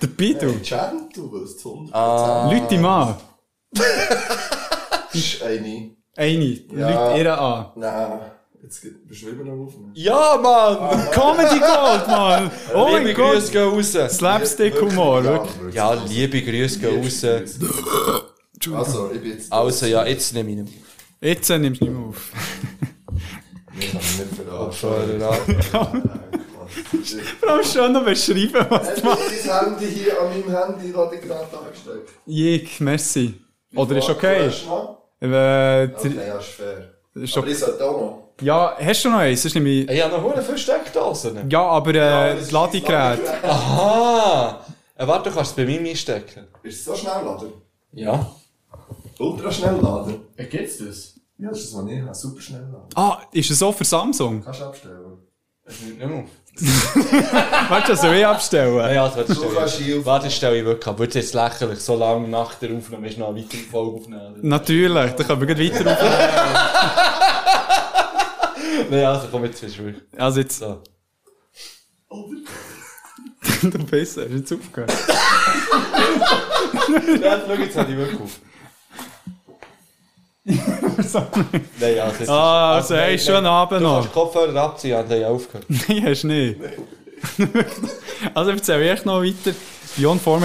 [SPEAKER 8] der Bidu.
[SPEAKER 2] Gentle wüsste 100%.
[SPEAKER 3] Ah.
[SPEAKER 8] Leute mal.
[SPEAKER 2] Ist eine.
[SPEAKER 8] Eine.
[SPEAKER 2] Ja.
[SPEAKER 8] Leute ihr an.
[SPEAKER 2] Nein. Jetzt beschreiben wir noch auf.
[SPEAKER 3] Ja, Mann!
[SPEAKER 8] Comedy Gold, Mann. Oh mein
[SPEAKER 3] Liebe Grüße
[SPEAKER 8] Gott.
[SPEAKER 3] gehen raus.
[SPEAKER 8] Slapstick-Humor, wirklich.
[SPEAKER 3] Ja, liebe Grüße
[SPEAKER 2] (laughs)
[SPEAKER 3] gehen raus.
[SPEAKER 2] Also, ich bin jetzt.
[SPEAKER 3] Also ja, jetzt nehme ich ihn.
[SPEAKER 8] Jetzt äh, nimmst du nicht mehr auf.
[SPEAKER 2] Ich kann mich nicht verarschen.
[SPEAKER 3] Vorher
[SPEAKER 8] Du kannst schon noch beschreiben, was
[SPEAKER 2] Hast du dein Handy hier an meinem Handy, das ich gerade angesteckt
[SPEAKER 8] Jig, merci. Oder ist okay? Äh,
[SPEAKER 2] Okay,
[SPEAKER 8] der-
[SPEAKER 2] ja, ist fair.
[SPEAKER 8] ist
[SPEAKER 2] Aber
[SPEAKER 8] okay.
[SPEAKER 2] ich sollte auch noch.
[SPEAKER 8] Ja, hast du noch eins? Das ist nämlich-
[SPEAKER 3] Ich habe noch verdammt viele Steckdosen.
[SPEAKER 8] Ja, aber
[SPEAKER 2] aber
[SPEAKER 8] äh,
[SPEAKER 2] das
[SPEAKER 8] das
[SPEAKER 2] ist
[SPEAKER 8] Ladegerät.
[SPEAKER 3] Aha! Äh, Warte, du kannst es bei mir einstecken.
[SPEAKER 2] Ist es so schnell laden?
[SPEAKER 3] Ja.
[SPEAKER 2] Ultra schnell laden? Ja, Äh, geht's das? Ja, das ist das, was ich habe. Super schnell laden.
[SPEAKER 8] Ah, ist es so für Samsung?
[SPEAKER 2] Kannst du abstellen.
[SPEAKER 3] Es nimmt nicht mehr auf.
[SPEAKER 8] (laughs) Weißt du, das soll ich
[SPEAKER 3] Ja,
[SPEAKER 8] abstellen?
[SPEAKER 3] ja, das
[SPEAKER 2] Du kannst
[SPEAKER 3] stelle
[SPEAKER 2] hier
[SPEAKER 3] ich.
[SPEAKER 2] auf-
[SPEAKER 3] also, Warte, das stelle ich wirklich ab. Wird jetzt lächerlich, so lange nach der Aufnahme willst du noch eine weitere Folge (laughs) aufnehmen.
[SPEAKER 8] Natürlich, dann können wir gleich weiter auf.
[SPEAKER 3] Nein, also komm jetzt bist du ruhig.
[SPEAKER 8] Also jetzt, (laughs)
[SPEAKER 3] So.
[SPEAKER 8] du Pisser, hast jetzt aufgehört.
[SPEAKER 3] Ja, schau, jetzt habe ich wirklich auf. Nein, also jetzt
[SPEAKER 8] Ah, also hey, schönen Abend
[SPEAKER 3] Du kannst die
[SPEAKER 8] noch.
[SPEAKER 3] Kopfhörer abziehen, dann habe ich
[SPEAKER 8] (laughs)
[SPEAKER 3] aufgehört.
[SPEAKER 8] Nein, hast du nicht. Also erzähl ich noch weiter. Beyond Format